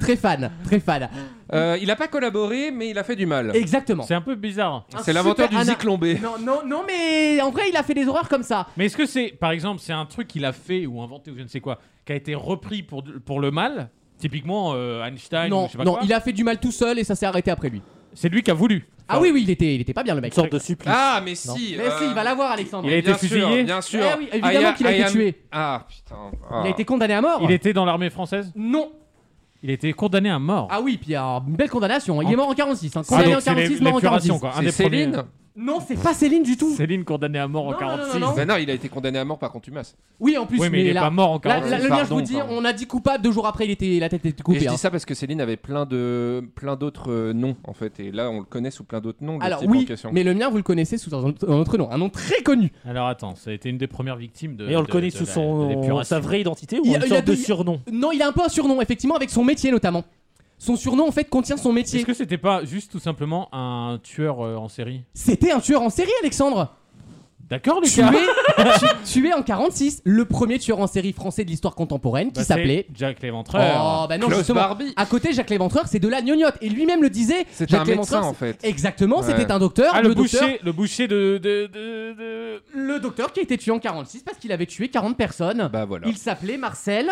Speaker 2: très fan, très fan.
Speaker 6: Euh, il n'a pas collaboré, mais il a fait du mal.
Speaker 2: Exactement.
Speaker 5: C'est un peu bizarre.
Speaker 2: Un
Speaker 6: C'est l'inventeur
Speaker 2: super
Speaker 6: du
Speaker 2: ana- *laughs*
Speaker 6: zyclombé.
Speaker 2: Non, non, non, mais en vrai, il a fait des horreurs comme ça.
Speaker 5: Mais est-ce que c'est, par exemple, c'est un truc qu'il a fait ou inventé ou je ne sais quoi, qui a été repris pour, pour le mal Typiquement euh, Einstein ou
Speaker 2: non,
Speaker 5: je sais pas
Speaker 2: non,
Speaker 5: quoi.
Speaker 2: il a fait du mal tout seul et ça s'est arrêté après lui.
Speaker 5: C'est lui qui a voulu.
Speaker 2: Ah oui, oui, il était, il était pas bien le
Speaker 4: Une
Speaker 2: mec.
Speaker 4: sorte de supplice.
Speaker 6: Ah, mais si
Speaker 2: Mais si, il va l'avoir, Alexandre.
Speaker 5: Il a été
Speaker 6: bien sûr,
Speaker 5: fusillé
Speaker 6: Bien sûr.
Speaker 2: Eh oui, évidemment
Speaker 6: I
Speaker 2: qu'il a
Speaker 6: am-
Speaker 2: été
Speaker 6: I am-
Speaker 2: tué.
Speaker 6: Ah, putain. Ah.
Speaker 2: Il a été condamné à mort.
Speaker 5: Il était dans l'armée française
Speaker 2: Non.
Speaker 5: Il était condamné à mort.
Speaker 2: Ah oui, puis il y a une belle condamnation. Il est mort en 46. hein.
Speaker 5: Ah,
Speaker 2: Condamné
Speaker 5: donc
Speaker 2: en
Speaker 5: c'est les-
Speaker 2: 46,
Speaker 5: les
Speaker 2: mort en
Speaker 5: curations,
Speaker 2: 46.
Speaker 5: quoi. Un
Speaker 6: C'est
Speaker 5: des premiers.
Speaker 6: Céline
Speaker 2: Non, c'est pas Céline du tout.
Speaker 5: Céline condamnée à mort en
Speaker 2: Non, non, non,
Speaker 5: 46.
Speaker 2: non, non.
Speaker 6: Ben non, il a été condamné à mort par contumace.
Speaker 2: Oui, en plus,
Speaker 5: Oui, mais il est
Speaker 2: là,
Speaker 5: pas mort en
Speaker 2: là,
Speaker 5: 46.
Speaker 2: là, le mien, je vous
Speaker 6: Pardon,
Speaker 2: dis,
Speaker 6: pardon.
Speaker 2: on a dit coupable deux jours après, il était, la tête était
Speaker 6: Et
Speaker 2: coupée.
Speaker 6: je
Speaker 2: hein.
Speaker 6: dis ça parce que Céline avait plein de plein d'autres euh, noms en fait, et là on le connaît sous plein d'autres noms. le
Speaker 2: Alors
Speaker 6: type en
Speaker 2: oui,
Speaker 6: question.
Speaker 2: mais le mien, vous le connaissez sous un un autre nom, un nom très connu.
Speaker 5: Alors attends, ça a été une des premières victimes de.
Speaker 4: Et on le
Speaker 5: de-
Speaker 4: connaît
Speaker 5: de
Speaker 4: sous
Speaker 5: la- de
Speaker 4: son,
Speaker 5: l'épuration.
Speaker 4: sa vraie identité ou
Speaker 2: Il-
Speaker 4: une
Speaker 2: il a
Speaker 4: sorte de
Speaker 2: deux-
Speaker 4: surnom
Speaker 2: Non, il a un peu un surnom, effectivement, avec son métier notamment. Son surnom, en fait, contient son métier.
Speaker 5: Est-ce que c'était pas juste tout simplement un tueur euh, en série
Speaker 2: C'était un tueur en série, Alexandre
Speaker 5: D'accord,
Speaker 2: tué,
Speaker 5: Lucas
Speaker 2: tu- tué en 46, le premier tueur en série français de l'histoire contemporaine qui
Speaker 5: Bah, c'est
Speaker 2: s'appelait.
Speaker 5: Jack
Speaker 2: Oh,
Speaker 5: l'Éventreur.
Speaker 2: bah non,
Speaker 6: Klaus
Speaker 2: justement.
Speaker 6: Barbie.
Speaker 2: À côté, Jacques Léventreur, c'est de la gnognotte. Et lui-même le disait.
Speaker 6: C'était
Speaker 2: Jacques
Speaker 6: un médecin
Speaker 2: Léventreur,
Speaker 6: en fait.
Speaker 2: Exactement,
Speaker 6: Ouais.
Speaker 2: c'était un docteur.
Speaker 5: Ah, le,
Speaker 2: docteur,
Speaker 5: boucher, le boucher de. de, de- de-
Speaker 2: le docteur qui a été tué en 46 parce qu'il avait tué 40 personnes.
Speaker 6: Bah voilà.
Speaker 2: Il s'appelait Marcel.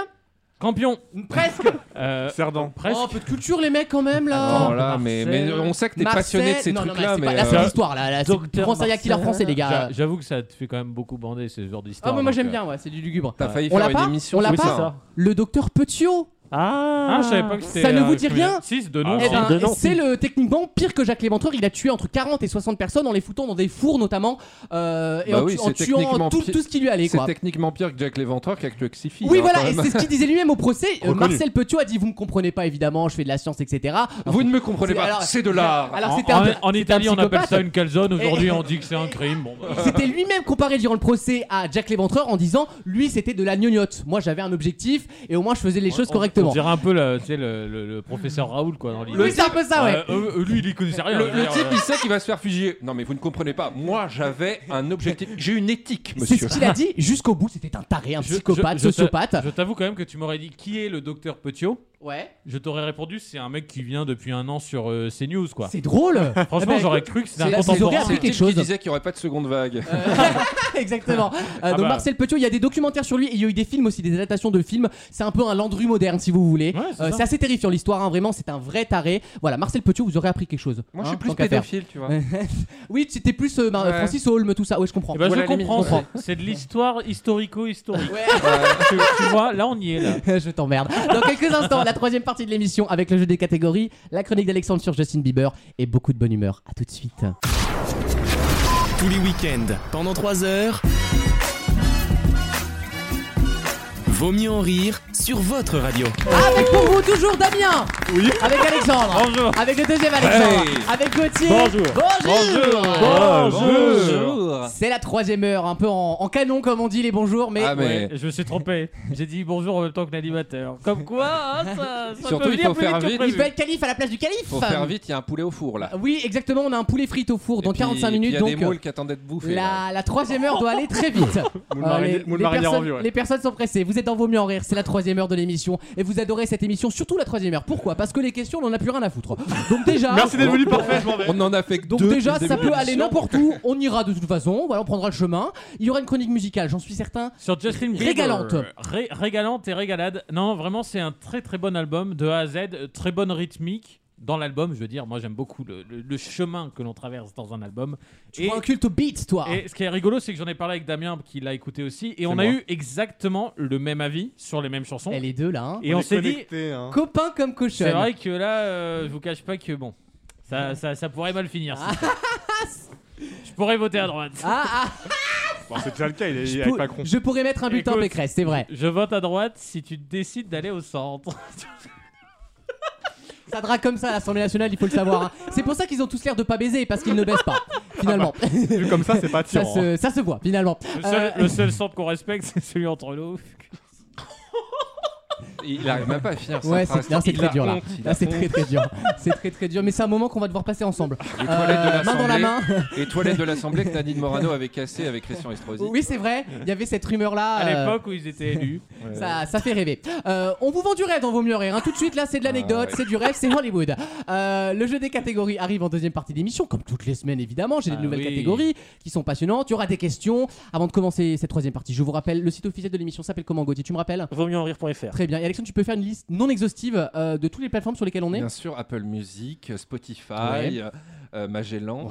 Speaker 5: Campion
Speaker 6: *laughs*
Speaker 2: Presque.
Speaker 5: Euh,
Speaker 3: Cerdan.
Speaker 5: Presque.
Speaker 2: Oh, peu de culture, les mecs, quand même, là.
Speaker 6: Oh là, mais, mais on sait que t'es
Speaker 2: Marcel-
Speaker 6: passionné de ces
Speaker 2: non, non,
Speaker 6: trucs-là,
Speaker 2: non, c'est
Speaker 6: mais
Speaker 2: pas- Là,
Speaker 6: euh,
Speaker 2: c'est l'histoire, là. là c'est
Speaker 4: Docteur
Speaker 2: Pense à Killer
Speaker 4: Marcel.
Speaker 2: français, les gars.
Speaker 5: J'a- J'avoue que ça te fait quand même beaucoup bander ce genre d'histoire.
Speaker 2: Ah, mais moi,
Speaker 5: donc,
Speaker 2: j'aime
Speaker 5: euh,
Speaker 2: bien, ouais, c'est du lugubre.
Speaker 6: t'as failli
Speaker 2: On l'a
Speaker 6: faire
Speaker 2: pas
Speaker 6: une émission.
Speaker 2: On l'a
Speaker 6: sur
Speaker 4: Oui, c'est
Speaker 2: pas
Speaker 6: ça.
Speaker 4: ça.
Speaker 2: Le docteur Petiot.
Speaker 4: Ah,
Speaker 5: Ah, je savais pas que c'était.
Speaker 2: Ça ne vous dit
Speaker 5: criminel.
Speaker 2: rien
Speaker 5: Si, c'est de
Speaker 4: Ah,
Speaker 5: nom.
Speaker 2: Eh
Speaker 4: c'est
Speaker 2: ben,
Speaker 4: de Nancy.
Speaker 2: c'est le techniquement pire que Jacques Léventreur. Il a tué entre 40 et 60 personnes en les foutant dans des fours notamment euh, et
Speaker 6: Bah
Speaker 2: en,
Speaker 6: oui,
Speaker 2: tu-
Speaker 6: c'est
Speaker 2: en tuant
Speaker 6: techniquement
Speaker 2: tout,
Speaker 6: pire-
Speaker 2: tout ce qui lui allait.
Speaker 6: C'est
Speaker 2: Quoi.
Speaker 6: techniquement pire que Jack l'Éventreur qui a tué Xifi.
Speaker 2: Oui,
Speaker 6: hein, quand
Speaker 2: voilà, et
Speaker 6: même.
Speaker 2: c'est ce qu'il disait lui-même au procès. Euh,
Speaker 3: Reconnu.
Speaker 2: Marcel Petiot a dit Vous me comprenez pas, évidemment, je fais de la science, etc.
Speaker 6: Vous ne me comprenez
Speaker 2: C'est-
Speaker 6: pas,
Speaker 2: alors-
Speaker 6: c'est de l'art.
Speaker 2: Alors,
Speaker 5: En-
Speaker 2: c'était
Speaker 5: en,
Speaker 2: un peu-
Speaker 5: en
Speaker 2: c'était un
Speaker 5: Italie, on appelle
Speaker 2: psychopathe. Eh.
Speaker 5: ça une calzone. Aujourd'hui,
Speaker 2: Et-
Speaker 5: on dit que c'est un crime. Bon, bah.
Speaker 2: C'était lui-même comparé durant le procès à Jack Léventreur en disant Lui, c'était de la gnognotte. Moi, j'avais un objectif et au moins, je faisais les choses
Speaker 5: On- on- On
Speaker 2: correctement.
Speaker 5: dirait un peu le, tu sais, le, le- le professeur Raoul quoi dans l'idée.
Speaker 2: Oui, c'est un peu ça, ouais.
Speaker 5: Euh, euh, euh, lui, il y connaissait rien.
Speaker 6: Le,
Speaker 5: je
Speaker 6: le
Speaker 5: veux dire,
Speaker 6: type,
Speaker 5: euh,
Speaker 6: il sait qu'il va se faire fusiller. Non, mais vous ne comprenez pas. Moi, j'avais un objectif. J'ai une éthique,
Speaker 2: C'est
Speaker 6: monsieur.
Speaker 2: ce qu'il a dit jusqu'au bout. C'était un taré, un
Speaker 5: je-
Speaker 2: psychopathe,
Speaker 5: je- je t'a-
Speaker 2: sociopathe.
Speaker 5: Je t'avoue quand même que tu m'aurais dit qui est le docteur Petiot.
Speaker 2: Ouais.
Speaker 5: Je t'aurais répondu c'est un mec qui vient depuis un an sur euh, CNews quoi.
Speaker 2: C'est
Speaker 5: *laughs*
Speaker 2: drôle. *laughs*
Speaker 5: Franchement,
Speaker 2: Eh ben,
Speaker 5: j'aurais cru que c'était
Speaker 2: c'est-
Speaker 5: un
Speaker 2: c'est- ils auraient
Speaker 5: contemporain.
Speaker 6: C'est
Speaker 2: appris
Speaker 6: le
Speaker 2: quelque
Speaker 6: type
Speaker 2: chose. Euh,
Speaker 6: qui disait qu'il n'y aurait pas de seconde vague.
Speaker 2: Exactement. Euh,
Speaker 5: Ah
Speaker 2: donc
Speaker 5: bah.
Speaker 2: Marcel Petiot, il y a des documentaires sur lui et il y a eu des films aussi, des adaptations de films. C'est un peu un Landru moderne, si vous voulez.
Speaker 5: Ouais, c'est
Speaker 2: Euh,
Speaker 5: ça.
Speaker 2: c'est assez terrifiant l'histoire, hein, vraiment. C'est un vrai taré. Voilà, Marcel Petiot, vous aurez appris quelque chose.
Speaker 6: Moi, je
Speaker 2: hein,
Speaker 6: suis plus
Speaker 2: tant qu'à faire.
Speaker 6: pédophile, tu vois.
Speaker 2: oui, c'était plus euh, Mar-
Speaker 6: Ouais.
Speaker 2: Francis Holm, tout ça. Ouais, je comprends.
Speaker 5: Eh ben,
Speaker 6: Voilà,
Speaker 5: je comprends,
Speaker 6: limite.
Speaker 5: c'est- c'est de l'histoire historico-historique.
Speaker 2: Ouais.
Speaker 5: tu, tu vois, là on y est là.
Speaker 2: *laughs* je t'emmerde. Dans quelques instants, la troisième partie de l'émission avec le jeu des catégories, la chronique d'Alexandre sur Justin Bieber et beaucoup de bonne humeur. À tout de suite.
Speaker 1: Tous les week-ends, pendant 3 heures. Vaut mieux en rire sur votre radio.
Speaker 2: Avec pour vous toujours Damien.
Speaker 3: Oui.
Speaker 2: Avec Alexandre.
Speaker 5: Bonjour.
Speaker 2: Avec le deuxième Alexandre.
Speaker 6: Hey.
Speaker 2: Avec Gauthier.
Speaker 4: Bonjour.
Speaker 2: Bonjour.
Speaker 6: Bonjour.
Speaker 2: C'est la troisième heure, un peu en, en canon comme on dit les bonjours, mais
Speaker 6: Ah, mais.
Speaker 5: Ouais, je me suis trompé. J'ai dit bonjour en même temps que l'animateur. Comme quoi, hein, ça, ça
Speaker 6: Surtout,
Speaker 5: peut
Speaker 6: il
Speaker 5: venir
Speaker 6: faut
Speaker 5: plus
Speaker 6: faire
Speaker 5: vite que
Speaker 6: vite.
Speaker 5: prévu.
Speaker 2: il peut être calife à la place du calife.
Speaker 6: Faut faire vite, il y a un poulet au four, là.
Speaker 2: Oui, exactement, on a un poulet frite au four dans
Speaker 6: Et puis-
Speaker 2: 45
Speaker 6: puis
Speaker 2: minutes,
Speaker 6: Il y a
Speaker 2: donc euh,
Speaker 6: des moules qui attendent d'être bouffées. là.
Speaker 2: la, la troisième heure doit aller très vite.
Speaker 3: Moule
Speaker 2: Euh,
Speaker 3: marinier-
Speaker 2: les,
Speaker 3: moule
Speaker 2: les
Speaker 3: marinière en
Speaker 2: personnes,
Speaker 3: vie, ouais.
Speaker 2: les personnes sont pressées. Vous êtes dans Vos Mieux en Rire, c'est la troisième heure de l'émission. Et vous adorez cette émission, surtout la troisième heure. Pourquoi Parce que les questions, on n'en a plus rien à foutre. Donc
Speaker 5: *laughs*
Speaker 2: déjà.
Speaker 3: Merci d'être venu, parfait, je m'en vais.
Speaker 6: On en a fait que
Speaker 2: Donc
Speaker 6: deux.
Speaker 2: déjà,
Speaker 6: depuis le
Speaker 2: ça
Speaker 6: début
Speaker 2: peut
Speaker 6: de
Speaker 2: aller
Speaker 6: l'émission.
Speaker 2: n'importe où. On ira de toute façon. Voilà, on prendra le chemin. Il y aura une chronique musicale, j'en suis certain.
Speaker 5: Sur Justin Bieber.
Speaker 2: Régalante.
Speaker 5: Ré- régalante et régalade. Non, vraiment, c'est un très très bon album de A à Z. euh, Très bonne rythmique dans l'album. Je veux dire, moi j'aime beaucoup le, le- le chemin que l'on traverse dans un album.
Speaker 2: Tu
Speaker 5: et,
Speaker 2: prends un culte au beat, toi.
Speaker 5: et ce qui est rigolo, c'est que j'en ai parlé avec Damien qui l'a écouté aussi. Et on a
Speaker 6: moi.
Speaker 5: eu exactement le même avis sur les mêmes chansons.
Speaker 2: Elle est deux là. hein.
Speaker 5: Et on,
Speaker 3: est
Speaker 5: s'est dit,
Speaker 3: connectés, hein.
Speaker 2: Copain comme cochon.
Speaker 5: c'est vrai que là, euh, je vous cache pas que bon, ça, ça, ça pourrait mal finir.
Speaker 2: *laughs*
Speaker 5: cette histoire. je pourrais voter à droite.
Speaker 2: Ah,
Speaker 5: *laughs*
Speaker 2: ah,
Speaker 3: Bon, c'est déjà le cas, il est
Speaker 2: je,
Speaker 3: avec
Speaker 2: pour-
Speaker 3: Macron.
Speaker 2: je pourrais mettre un bulletin
Speaker 5: Écoute.
Speaker 2: Pécresse, c'est vrai.
Speaker 5: Je vote à droite si tu décides d'aller
Speaker 2: *laughs*
Speaker 5: au centre.
Speaker 2: Ça drague comme ça à l'Assemblée nationale, il faut le savoir. hein. C'est pour ça qu'ils ont tous l'air de pas baiser parce qu'ils ne baissent pas,
Speaker 5: Ah bah,
Speaker 2: finalement.
Speaker 3: Vu comme ça, c'est pas
Speaker 2: ça,
Speaker 3: tirant.
Speaker 2: se,
Speaker 3: hein.
Speaker 2: ça se voit, finalement.
Speaker 5: Le seul,
Speaker 2: Euh,
Speaker 5: le seul centre qu'on respecte, c'est celui entre nous.
Speaker 6: il arrive même pas à finir sa
Speaker 2: Ouais,
Speaker 6: phrase.
Speaker 2: c'est- là, c'est
Speaker 6: Il
Speaker 2: très
Speaker 6: a
Speaker 2: dur là.
Speaker 6: honte, il a
Speaker 2: Là, c'est très
Speaker 6: honte.
Speaker 2: très dur. C'est très très dur. Mais c'est un moment qu'on va devoir passer
Speaker 6: *laughs*
Speaker 2: ensemble.
Speaker 6: Les
Speaker 2: Euh,
Speaker 6: toilettes de
Speaker 2: main dans la
Speaker 6: l'Assemblée-
Speaker 2: main.
Speaker 6: Les toilettes de l'Assemblée que Nadine Morano avait cassées avec Christian Estrosi.
Speaker 2: Oui, c'est vrai. Il y avait cette rumeur là.
Speaker 5: À l'époque où ils étaient élus.
Speaker 2: Ça, ça fait rêver. Euh, on vous vend du rêve dans Vaut mieux rire. hein. Tout de suite, là, c'est de l'anecdote,
Speaker 6: Ah ouais.
Speaker 2: c'est du rêve, c'est Hollywood. Euh, le jeu des catégories arrive en deuxième partie d'émission, comme toutes les semaines, évidemment. J'ai des
Speaker 5: Ah
Speaker 2: nouvelles
Speaker 5: oui.
Speaker 2: catégories qui sont passionnantes. Il y aura des questions. Avant de commencer cette troisième partie, je vous rappelle, le site officiel de l'émission s'appelle comment, Gauthier Tu me rappelles
Speaker 4: Vaut mieux en rire.fr.
Speaker 2: Très bien. Et Alexandre, tu peux faire une liste non exhaustive euh, de toutes les plateformes sur lesquelles on est
Speaker 6: Bien sûr, Apple Music, Spotify,
Speaker 2: Ouais.
Speaker 6: euh, Magellan.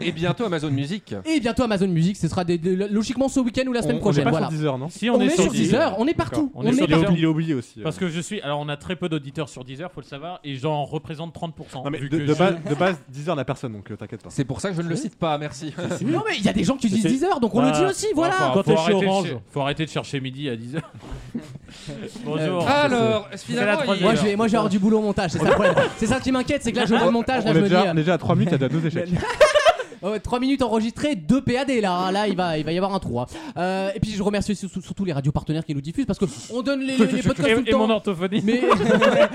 Speaker 6: Et bientôt Amazon Music.
Speaker 2: Et bientôt Amazon Music, ce sera des- des- logiquement ce week-end ou la semaine
Speaker 6: On- on
Speaker 2: prochaine.
Speaker 3: pas
Speaker 2: voilà.
Speaker 3: sur 10 heures, non
Speaker 5: Si
Speaker 2: on, est sur Deezer,
Speaker 5: Deezer.
Speaker 2: on est partout.
Speaker 5: On est sur
Speaker 3: Il est
Speaker 5: Deezer.
Speaker 3: oublié, il est oublié aussi. euh.
Speaker 5: Parce que je suis. Alors, on a très peu d'auditeurs sur Deezer, faut le savoir, et j'en représente 30%.
Speaker 3: Non, mais
Speaker 5: vu
Speaker 3: de,
Speaker 5: que
Speaker 3: de
Speaker 5: je-
Speaker 3: base, de base, 10 heures, la personne, donc euh, t'inquiète pas.
Speaker 6: C'est pour ça que je ne le cite pas, merci.
Speaker 2: Non mais il y a des gens qui disent
Speaker 4: C'est-
Speaker 2: 10 heures, donc on le
Speaker 4: Bah,
Speaker 2: dit aussi, voilà.
Speaker 5: Enfin, faut,
Speaker 4: Quand t'es chez
Speaker 5: arrêter de
Speaker 4: Orange.
Speaker 5: cher- faut arrêter de chercher midi à 10h.
Speaker 2: *laughs* Euh,
Speaker 5: Bonjour.
Speaker 2: ah,
Speaker 6: Alors,
Speaker 5: la
Speaker 6: finalement, il-
Speaker 5: troisième.
Speaker 2: Moi, je vais, moi, j'ai avoir du boulot au montage, c'est ça le problème. C'est ça qui m'inquiète, c'est que là, je vois le montage,
Speaker 3: on
Speaker 2: là,
Speaker 3: est
Speaker 2: je me dis.
Speaker 3: déjà, on est déjà à 3 minutes, il y a déjà
Speaker 2: *laughs*
Speaker 3: deux échecs.
Speaker 2: 3 minutes enregistrées, 2 PAD là, hein. là il, va, il va y avoir un trou. hein. Euh, et puis je remercie sur- sur- surtout les radios partenaires qui nous diffusent parce qu'on donne les, les- les podcasts tout le
Speaker 5: Et, et
Speaker 2: temps.
Speaker 5: mon orthophoniste.
Speaker 2: Mais *laughs*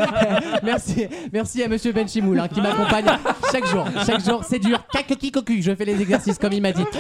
Speaker 2: merci, merci à Monsieur Benchimoul hein, qui m'accompagne chaque jour. Chaque jour, c'est dur. Kakaki cocu, je fais les exercices comme il m'a dit. *laughs*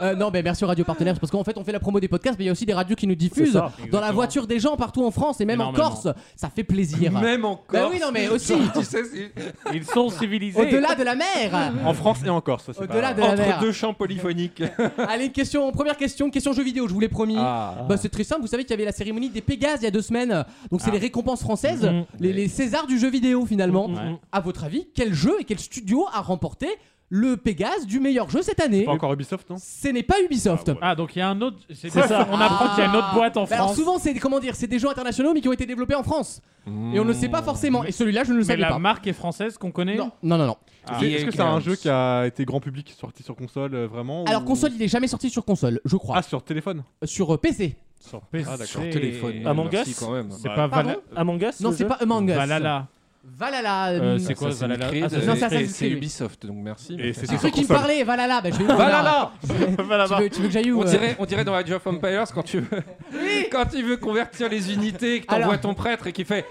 Speaker 2: Euh, non, mais merci aux radios partenaires parce qu'en fait, on fait la promo des podcasts, mais il y a aussi des radios qui nous diffusent
Speaker 4: ça,
Speaker 2: dans la
Speaker 5: exactement.
Speaker 2: voiture des gens partout en France et même en
Speaker 5: Énormément.
Speaker 2: Corse. Ça fait plaisir.
Speaker 6: même encore.
Speaker 2: Bah oui, non, mais aussi.
Speaker 6: tu sais, c'est-
Speaker 5: Ils sont civilisés.
Speaker 2: Au-delà de la mer.
Speaker 3: En France et en Corse, ça, c'est
Speaker 2: Au-delà
Speaker 3: pas-
Speaker 2: de la mer.
Speaker 6: entre deux chants polyphoniques.
Speaker 2: Allez, une question, première question, une question jeu vidéo, je vous l'ai promis.
Speaker 6: Ah.
Speaker 2: Bah, c'est très simple, vous savez qu'il y avait la cérémonie des Pégases il y a deux semaines, donc c'est les récompenses françaises,
Speaker 5: Mm,
Speaker 4: Mhm.
Speaker 2: les, les Césars du jeu vidéo finalement.
Speaker 5: Mhm. Ouais.
Speaker 2: À votre avis, quel jeu et quel studio a remporté le Pégase du meilleur jeu cette année
Speaker 3: Pas encore Ubisoft, non
Speaker 2: Ce n'est pas Ubisoft.
Speaker 5: Ah, donc il y a un autre. C'est
Speaker 4: C'est ça.
Speaker 5: ça. On apprend qu'il y a une
Speaker 2: Ah.
Speaker 5: autre boîte en
Speaker 2: Bah, alors
Speaker 5: France.
Speaker 2: souvent c'est comment dire, c'est des jeux internationaux mais qui ont été développés en France et on ne le sait pas forcément. Et celui-là je ne le
Speaker 5: mais
Speaker 2: savais
Speaker 5: la
Speaker 2: pas.
Speaker 5: marque est française qu'on connaît.
Speaker 2: Non, non, non, non.
Speaker 3: Est-ce que- Est-ce que c'est un jeu qui a été grand public sorti sur console euh, vraiment ou-
Speaker 2: Alors
Speaker 5: Oh.
Speaker 2: console il est jamais sorti sur console, je crois.
Speaker 3: Ah, sur téléphone
Speaker 2: Sur euh, PC.
Speaker 5: Sur PC.
Speaker 6: Ah, d'accord. Téléphone.
Speaker 4: Among
Speaker 6: merci
Speaker 4: Us
Speaker 6: quand même.
Speaker 5: C'est pas
Speaker 2: Pardon
Speaker 5: Vala-
Speaker 4: Among Us
Speaker 2: Non
Speaker 4: le
Speaker 2: c'est
Speaker 4: jeu
Speaker 2: pas Among Us.
Speaker 5: Valhalla.
Speaker 2: Valhalla.
Speaker 5: Euh,
Speaker 2: hum,
Speaker 5: C'est quoi
Speaker 6: Assassin's
Speaker 5: Valhalla
Speaker 6: Creed,
Speaker 5: Ah, c'est-
Speaker 2: non,
Speaker 6: euh,
Speaker 2: c'est
Speaker 6: et
Speaker 2: Assassin's
Speaker 6: c'est
Speaker 2: Creed.
Speaker 6: Ubisoft, donc merci.
Speaker 3: Et c'est
Speaker 2: C'est
Speaker 3: sur
Speaker 2: ceux qui me
Speaker 3: console.
Speaker 2: parlaient, Valhalla.
Speaker 5: *laughs*
Speaker 2: Bah, je vais où Valhalla tu, veux, tu veux que j'aille où
Speaker 6: On
Speaker 2: euh
Speaker 6: dirait, on dirait dans Age of Empires quand tu veux, *laughs* quand il veut convertir les unités, que t'envoies
Speaker 2: Alors-
Speaker 6: ton prêtre et qu'il fait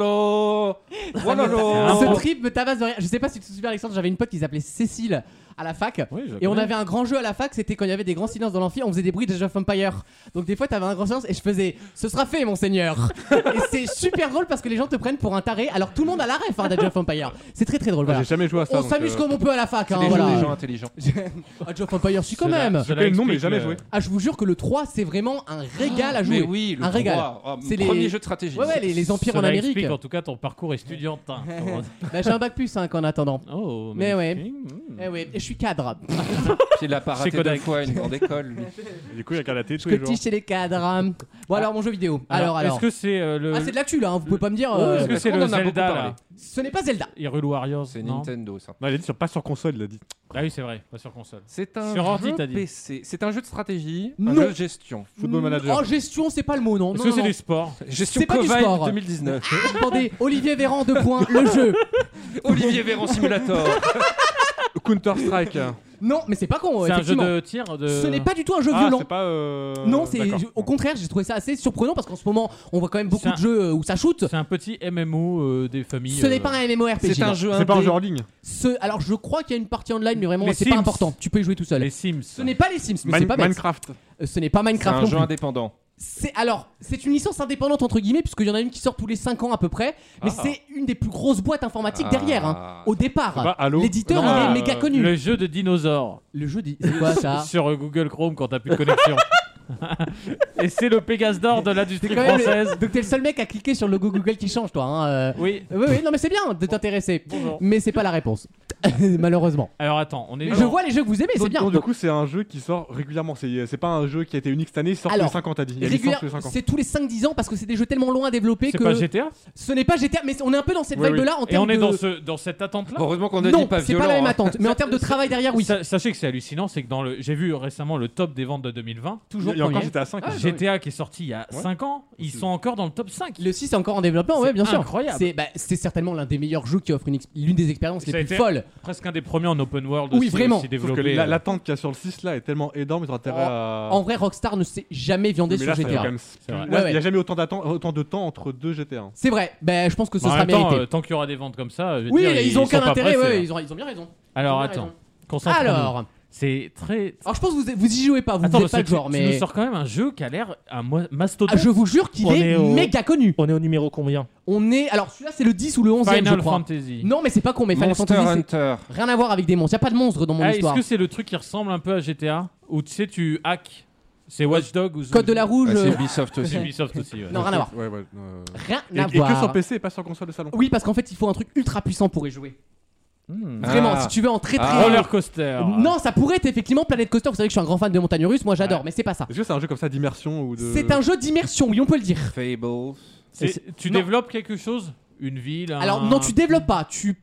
Speaker 6: Walolo
Speaker 5: Ah,
Speaker 2: Ce
Speaker 5: bon.
Speaker 6: Walolo.
Speaker 2: trip me tabasse de rien. Je sais pas si tu te souviens, Alexandre, j'avais une pote qui s'appelait Cécile à la fac.
Speaker 5: Oui, je
Speaker 2: Et on
Speaker 5: connais.
Speaker 2: avait un grand jeu à la fac, c'était quand il y avait des grands silences dans l'amphi, on faisait des bruits de Age of Empire. Donc des fois, t'avais un grand silence et je faisais Ce sera fait,
Speaker 5: *laughs*
Speaker 2: monseigneur. et c'est super drôle parce que les gens te prennent pour un taré. Alors tout le monde a la ref hein, d'Age of Empire. C'est très très drôle.
Speaker 3: Ah,
Speaker 2: voilà.
Speaker 3: J'ai jamais joué à ça.
Speaker 2: On
Speaker 3: donc,
Speaker 2: s'amuse
Speaker 3: euh,
Speaker 2: comme on peut à la fac.
Speaker 6: C'est
Speaker 2: Hein,
Speaker 6: des, gens-
Speaker 2: voilà.
Speaker 6: des gens intelligents.
Speaker 2: Age of Empire, si quand
Speaker 5: Cela-
Speaker 2: même.
Speaker 5: cela
Speaker 3: connais le nom, mais
Speaker 5: explique euh,
Speaker 3: jamais
Speaker 5: le-
Speaker 3: joué.
Speaker 2: Ah, je vous jure que le 3, c'est vraiment un régal à jouer.
Speaker 6: Mais oui, le
Speaker 2: Un régal.
Speaker 6: trois. Ah,
Speaker 2: C'est les-
Speaker 6: premier jeu de stratégie.
Speaker 2: Ouais, ouais, les, les empires en
Speaker 5: Cela
Speaker 2: Amérique.
Speaker 5: explique en tout cas ton parcours étudiantin.
Speaker 2: *laughs* Bah, j'ai un bac plus 5 en attendant.
Speaker 5: oh,
Speaker 2: Mais ouais.
Speaker 5: magnifique. Mm.
Speaker 2: Eh oui, et je suis cadre.
Speaker 6: Puis il a pas raté
Speaker 5: Chez
Speaker 6: deux
Speaker 5: Kodak.
Speaker 6: fois une grande
Speaker 2: *laughs*
Speaker 6: école. lui.
Speaker 3: Du coup, il y a qu'à la télé tous
Speaker 2: Que
Speaker 3: les jours.
Speaker 2: petit chez les cadres. Bon, alors, mon jeu vidéo. Alors, alors.
Speaker 5: Ah. Est-ce que c'est euh, le.
Speaker 2: Ah, c'est de l'actu là, hein, vous pouvez pas me dire.
Speaker 5: Oh,
Speaker 2: euh,
Speaker 5: Est-ce que c'est
Speaker 6: qu'on
Speaker 5: le
Speaker 6: en a beaucoup
Speaker 5: Zelda
Speaker 6: parlé.
Speaker 5: là
Speaker 2: Ce n'est pas Zelda.
Speaker 5: Hyrule Warriors
Speaker 6: C'est
Speaker 5: non
Speaker 6: Nintendo, ça.
Speaker 3: Non, il a dit sur, pas sur console, il a dit.
Speaker 5: Ah oui, c'est vrai, pas sur console.
Speaker 6: C'est un
Speaker 5: Sur ordi,
Speaker 6: jeu
Speaker 5: t'as dit.
Speaker 6: PC. C'est un jeu de stratégie,
Speaker 2: Non.
Speaker 6: un jeu de gestion.
Speaker 3: Football
Speaker 2: Mm,
Speaker 3: Manager.
Speaker 2: Oh, gestion, c'est pas le mot, non.
Speaker 5: Est-ce
Speaker 2: non,
Speaker 5: que
Speaker 2: non,
Speaker 5: c'est
Speaker 2: non.
Speaker 5: du sport
Speaker 6: Gestion
Speaker 2: Oh, C'est pas du
Speaker 6: Covid
Speaker 2: sport.
Speaker 6: 2019.
Speaker 2: Attendez, Olivier Véran, deux points,
Speaker 5: *laughs*
Speaker 2: le jeu.
Speaker 6: *laughs* Olivier Véran Simulator.
Speaker 3: Counter Strike.
Speaker 2: Non, mais c'est pas con,
Speaker 5: C'est un jeu
Speaker 2: Oh, effectivement.
Speaker 5: de tir de...
Speaker 2: Ce n'est pas du tout un jeu
Speaker 3: Ah,
Speaker 2: violent.
Speaker 3: c'est pas. euh,
Speaker 2: Non, c'est
Speaker 3: d'accord.
Speaker 2: je- au contraire, j'ai trouvé ça assez surprenant parce qu'en ce moment, on voit quand même beaucoup
Speaker 5: C'est un-
Speaker 2: de jeux euh, où ça shoot.
Speaker 5: C'est un petit MMO euh, des familles.
Speaker 2: Ce
Speaker 5: euh,
Speaker 2: n'est pas un MMORPG.
Speaker 6: C'est un
Speaker 2: non.
Speaker 6: jeu
Speaker 3: C'est pas un
Speaker 6: indé.
Speaker 3: jeu en ligne.
Speaker 2: Ce- Alors, je crois qu'il y a une partie online, mais vraiment,
Speaker 5: Les
Speaker 2: c'est pas
Speaker 5: Sims.
Speaker 2: important. Tu peux y jouer tout seul.
Speaker 5: Les Sims.
Speaker 2: Ce n'est pas les Sims, mais
Speaker 3: Mine-
Speaker 2: c'est pas bête.
Speaker 3: Minecraft.
Speaker 2: Euh, Ce n'est pas
Speaker 6: C'est
Speaker 2: Minecraft
Speaker 6: un
Speaker 2: non
Speaker 6: jeu
Speaker 2: plus.
Speaker 6: indépendant.
Speaker 2: C'est alors, c'est une licence indépendante entre guillemets puisqu'il y en a une qui sort tous les 5 ans à peu près, mais
Speaker 6: Ah.
Speaker 2: c'est une des plus grosses boîtes informatiques derrière hein.
Speaker 6: Ah.
Speaker 2: Au départ,
Speaker 3: C'est pas Halo
Speaker 2: l'éditeur il
Speaker 5: Ah, euh,
Speaker 2: est méga connu. Ah.
Speaker 5: Le jeu de dinosaures
Speaker 2: Le jeu dit *laughs* c'est quoi ça
Speaker 5: sur euh, Google Chrome quand t'as plus
Speaker 2: *laughs*
Speaker 5: de connexion. Et c'est le Pégase d'or de l'industrie
Speaker 2: T'es quand même le-
Speaker 5: française.
Speaker 2: Donc t'es le seul mec à cliquer sur le logo Google qui change toi hein. euh.
Speaker 5: Oui.
Speaker 2: Oui oui, non mais c'est bien de t'intéresser.
Speaker 5: Bonjour.
Speaker 2: Mais c'est pas la réponse. *laughs* Malheureusement.
Speaker 5: Alors attends, on est.
Speaker 2: Mais je vois les jeux que vous aimez, c'est
Speaker 3: Donc,
Speaker 2: bien.
Speaker 3: donc, du coup, c'est un jeu qui sort régulièrement. C'est c'est pas un jeu qui a été unique cette année, il sort tous les
Speaker 2: Alors,
Speaker 3: 5 ans, t'as dit. Il y a une
Speaker 2: Régulière-
Speaker 3: licence tous les 5 ans.
Speaker 2: c'est tous les 5-10 ans parce que c'est des jeux tellement loin à développer
Speaker 5: C'est
Speaker 2: que
Speaker 5: pas GTA
Speaker 2: ce n'est pas GTA, mais on est un peu dans cette
Speaker 3: Oui, oui.
Speaker 2: vibe là en
Speaker 5: Et
Speaker 2: termes
Speaker 5: on est
Speaker 2: de-
Speaker 5: dans, ce, dans cette attente-là
Speaker 6: Heureusement qu'on ne dit
Speaker 2: Non,
Speaker 6: pas
Speaker 2: c'est
Speaker 6: violent.
Speaker 2: pas la même
Speaker 6: hein.
Speaker 2: attente, mais en termes de travail derrière, Ah oui.
Speaker 5: Sa- Sachez que c'est hallucinant, c'est que dans le. J'ai vu récemment le top des ventes de 2020.
Speaker 2: Toujours
Speaker 3: Et encore,
Speaker 2: premier.
Speaker 3: j'étais à 5.
Speaker 5: GTA qui est sorti il y a 5 ans, ils sont encore dans le top 5.
Speaker 2: Le 6 est encore en développement,
Speaker 5: C'est
Speaker 2: ouais, bien sûr.
Speaker 5: incroyable.
Speaker 2: C'est bah, c'est certainement l'un des meilleurs jeux qui offre une ex- l'une des expériences
Speaker 5: Ça
Speaker 2: les
Speaker 5: a
Speaker 2: plus
Speaker 5: été-
Speaker 2: folles.
Speaker 5: Presque un des premiers en open world
Speaker 2: Oui,
Speaker 5: aussi,
Speaker 2: vraiment.
Speaker 5: aussi
Speaker 2: Sauf que
Speaker 3: Sauf que
Speaker 5: développé.
Speaker 3: les-
Speaker 5: euh,
Speaker 3: la- l'attente qu'il y a sur le 6 là est tellement énorme, ils ont intérêt
Speaker 5: Ah.
Speaker 3: à.
Speaker 2: En vrai, Rockstar ne s'est jamais viandé
Speaker 3: Mais
Speaker 2: sur
Speaker 3: là, c'est
Speaker 2: GTA.
Speaker 3: quand même-
Speaker 5: C'est vrai.
Speaker 3: là,
Speaker 2: Ouais, ouais.
Speaker 3: Il n'y a jamais autant, d'attente- autant de temps entre deux GTA.
Speaker 2: C'est vrai, ben, je pense que ce
Speaker 5: en
Speaker 2: sera
Speaker 5: même temps,
Speaker 2: mérité.
Speaker 5: euh, tant qu'il y aura des ventes comme ça, je veux
Speaker 2: oui,
Speaker 5: dire,
Speaker 2: ils ont
Speaker 5: sont
Speaker 2: aucun
Speaker 5: pas
Speaker 2: intérêt,
Speaker 5: pressés,
Speaker 2: ouais,
Speaker 5: hein.
Speaker 2: ils, ont, ils ont bien raison.
Speaker 5: Alors
Speaker 2: Ils ont bien
Speaker 5: attends,
Speaker 2: raison.
Speaker 5: concentrons-nous.
Speaker 2: Alors,
Speaker 5: c'est très.
Speaker 2: alors, je pense que vous, vous y jouez pas, vous
Speaker 5: Attends,
Speaker 2: n'êtes
Speaker 5: parce
Speaker 2: pas
Speaker 5: que
Speaker 2: le
Speaker 5: tu,
Speaker 2: genre,
Speaker 5: tu
Speaker 2: mais.
Speaker 5: nous sors quand même un jeu qui a l'air un mo-
Speaker 2: Ah,
Speaker 5: mastodonte.
Speaker 2: je vous jure qu'il
Speaker 4: On
Speaker 2: est,
Speaker 4: est au-
Speaker 2: méga connu.
Speaker 4: On est au numéro combien
Speaker 2: On est. Alors, celui-là, c'est le 10 ou le 11 je
Speaker 5: Final
Speaker 2: crois.
Speaker 5: Fantasy.
Speaker 2: Non, mais c'est pas con, mais Final
Speaker 6: Monster
Speaker 2: Fantasy. c'est-
Speaker 6: Hunter.
Speaker 2: Rien à voir avec des monstres, y a pas de monstres dans mon
Speaker 5: Ah, Est-ce
Speaker 2: histoire.
Speaker 5: que c'est le truc qui ressemble un peu à GTA Où tu sais, tu hack C'est Watchdog ou
Speaker 2: Code de la rouge.
Speaker 6: Ah, c'est
Speaker 2: euh,
Speaker 6: Ubisoft aussi.
Speaker 5: C'est Ubisoft aussi. ouais.
Speaker 2: Non, rien à voir.
Speaker 3: Ouais, ouais, euh,
Speaker 2: Rien
Speaker 3: Et,
Speaker 2: à
Speaker 3: et
Speaker 2: voir.
Speaker 3: que sur PC et pas sur console de salon.
Speaker 2: Oui, parce qu'en fait, il faut un truc ultra puissant pour y jouer. *laughs*
Speaker 5: Hmm.
Speaker 2: Vraiment,
Speaker 6: Ah.
Speaker 2: si tu veux en très très.
Speaker 6: Ah.
Speaker 5: Roller coaster.
Speaker 2: Euh, Non, ça pourrait être effectivement Planet Coaster. Vous savez que je suis un grand fan de montagne russe, moi j'adore, mais c'est pas ça.
Speaker 3: Est-ce que c'est un jeu comme ça d'immersion ou de.
Speaker 2: C'est un jeu d'immersion, oui, on peut le dire.
Speaker 6: Fable.
Speaker 5: C'est-
Speaker 4: c'est-
Speaker 5: Tu
Speaker 4: non.
Speaker 5: développes quelque chose Une ville un-
Speaker 2: Alors, non, tu développes pas, tu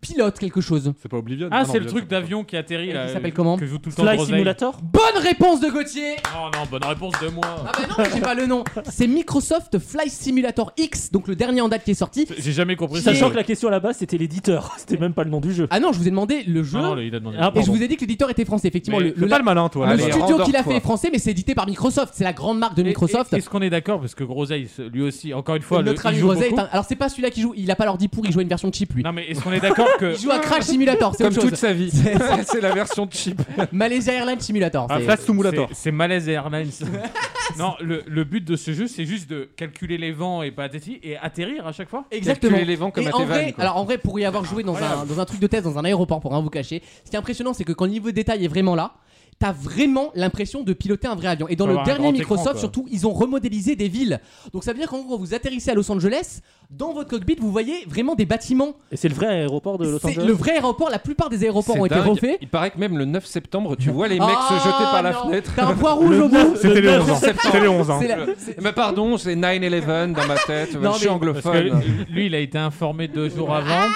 Speaker 2: pilotes quelque chose.
Speaker 3: C'est pas Oblivion
Speaker 5: Ah,
Speaker 3: non,
Speaker 5: c'est le
Speaker 3: Oblivion,
Speaker 5: truc
Speaker 3: c'est pas ça.
Speaker 5: d'avion qui atterrit
Speaker 2: Il
Speaker 5: là.
Speaker 2: s'appelle
Speaker 5: euh,
Speaker 2: comment
Speaker 5: Que joue tout le temps
Speaker 4: Fly
Speaker 5: Groseille.
Speaker 4: Simulator
Speaker 2: Bonne réponse de Gauthier
Speaker 5: Non, non, bonne réponse de moi.
Speaker 2: Ah bah non, mais j'ai pas le nom. C'est Microsoft Flight Simulator X, donc le dernier en date qui est sorti.
Speaker 5: J'ai jamais compris ça.
Speaker 4: Sachant que la question là-bas, c'était l'éditeur. *laughs* C'était même pas le nom du jeu.
Speaker 2: Ah non, je vous ai demandé le jeu.
Speaker 5: Non, non, il a demandé.
Speaker 4: Ah,
Speaker 2: et je
Speaker 4: pardon.
Speaker 2: vous ai dit que l'éditeur était français, effectivement.
Speaker 5: Mais
Speaker 2: le,
Speaker 5: fais
Speaker 2: le-
Speaker 3: Pas le malin, toi.
Speaker 2: le
Speaker 6: Allez,
Speaker 3: là-bas.
Speaker 2: studio qui l'a
Speaker 6: rendors-toi.
Speaker 2: fait est français, mais c'est édité par Microsoft. C'est la grande marque de
Speaker 5: Et-
Speaker 2: Microsoft.
Speaker 5: et- Est-ce qu'on est d'accord Parce que Groseille, ce- lui aussi, encore une fois, le,
Speaker 2: Notre
Speaker 5: il
Speaker 2: ami
Speaker 5: joue
Speaker 2: Rosé est
Speaker 5: beaucoup.
Speaker 2: un- Alors, c'est pas celui-là qui joue, il a pas l'ordi pour, il joue à une version cheap lui.
Speaker 5: Non, mais est-ce qu'on est
Speaker 2: *laughs*
Speaker 5: d'accord que.
Speaker 2: Il joue à Crash Simulator, c'est
Speaker 6: Comme
Speaker 2: autre
Speaker 6: toute
Speaker 2: chose. *laughs*
Speaker 6: sa vie. c'est la version cheap.
Speaker 2: Malaysia Airlines Simulator.
Speaker 5: Ah,
Speaker 2: c'est-
Speaker 5: Flight
Speaker 3: Simulator.
Speaker 5: C'est- C'est Malaise Airlines. *laughs* non, le, le but de ce jeu, c'est juste de calculer les vents et pas atterrir et atterrir à chaque fois.
Speaker 2: Exactement.
Speaker 6: Calculer les vents comme
Speaker 2: Et
Speaker 6: à
Speaker 2: en
Speaker 6: tes
Speaker 2: vrai,
Speaker 6: vannes, quoi.
Speaker 2: alors en vrai, pour y avoir joué dans un, dans un truc de test dans un aéroport, pour rien vous cacher, ce qui est impressionnant, c'est que quand le niveau de détail est vraiment là, t'as vraiment l'impression de piloter un vrai avion. Et dans
Speaker 5: Faut
Speaker 2: le
Speaker 5: avoir un
Speaker 2: dernier
Speaker 5: grand écran,
Speaker 2: Microsoft,
Speaker 5: quoi.
Speaker 2: surtout, ils ont remodélisé des villes. Donc ça veut dire qu'en gros, quand vous atterrissez à Los Angeles, dans votre cockpit, vous voyez vraiment des bâtiments.
Speaker 4: Et c'est le vrai aéroport de Los
Speaker 2: C'est
Speaker 4: Angeles
Speaker 2: le vrai aéroport. La plupart des aéroports ont été
Speaker 6: dingue.
Speaker 2: refaits.
Speaker 6: Il paraît que même le 9 septembre, tu vois les mecs se
Speaker 2: Ah,
Speaker 6: jeter par la
Speaker 2: non.
Speaker 6: fenêtre.
Speaker 2: T'as un point rouge au bout.
Speaker 3: C'était les 11 ans.
Speaker 6: septembre.
Speaker 3: C'était les 11 ans.
Speaker 2: C'est la- c'est-
Speaker 6: Mais pardon, c'est 9-11 dans ma
Speaker 2: Non,
Speaker 6: tête. je suis
Speaker 2: mais-
Speaker 5: Parce que
Speaker 6: anglophone.
Speaker 5: *laughs* lui, il a été informé deux jours avant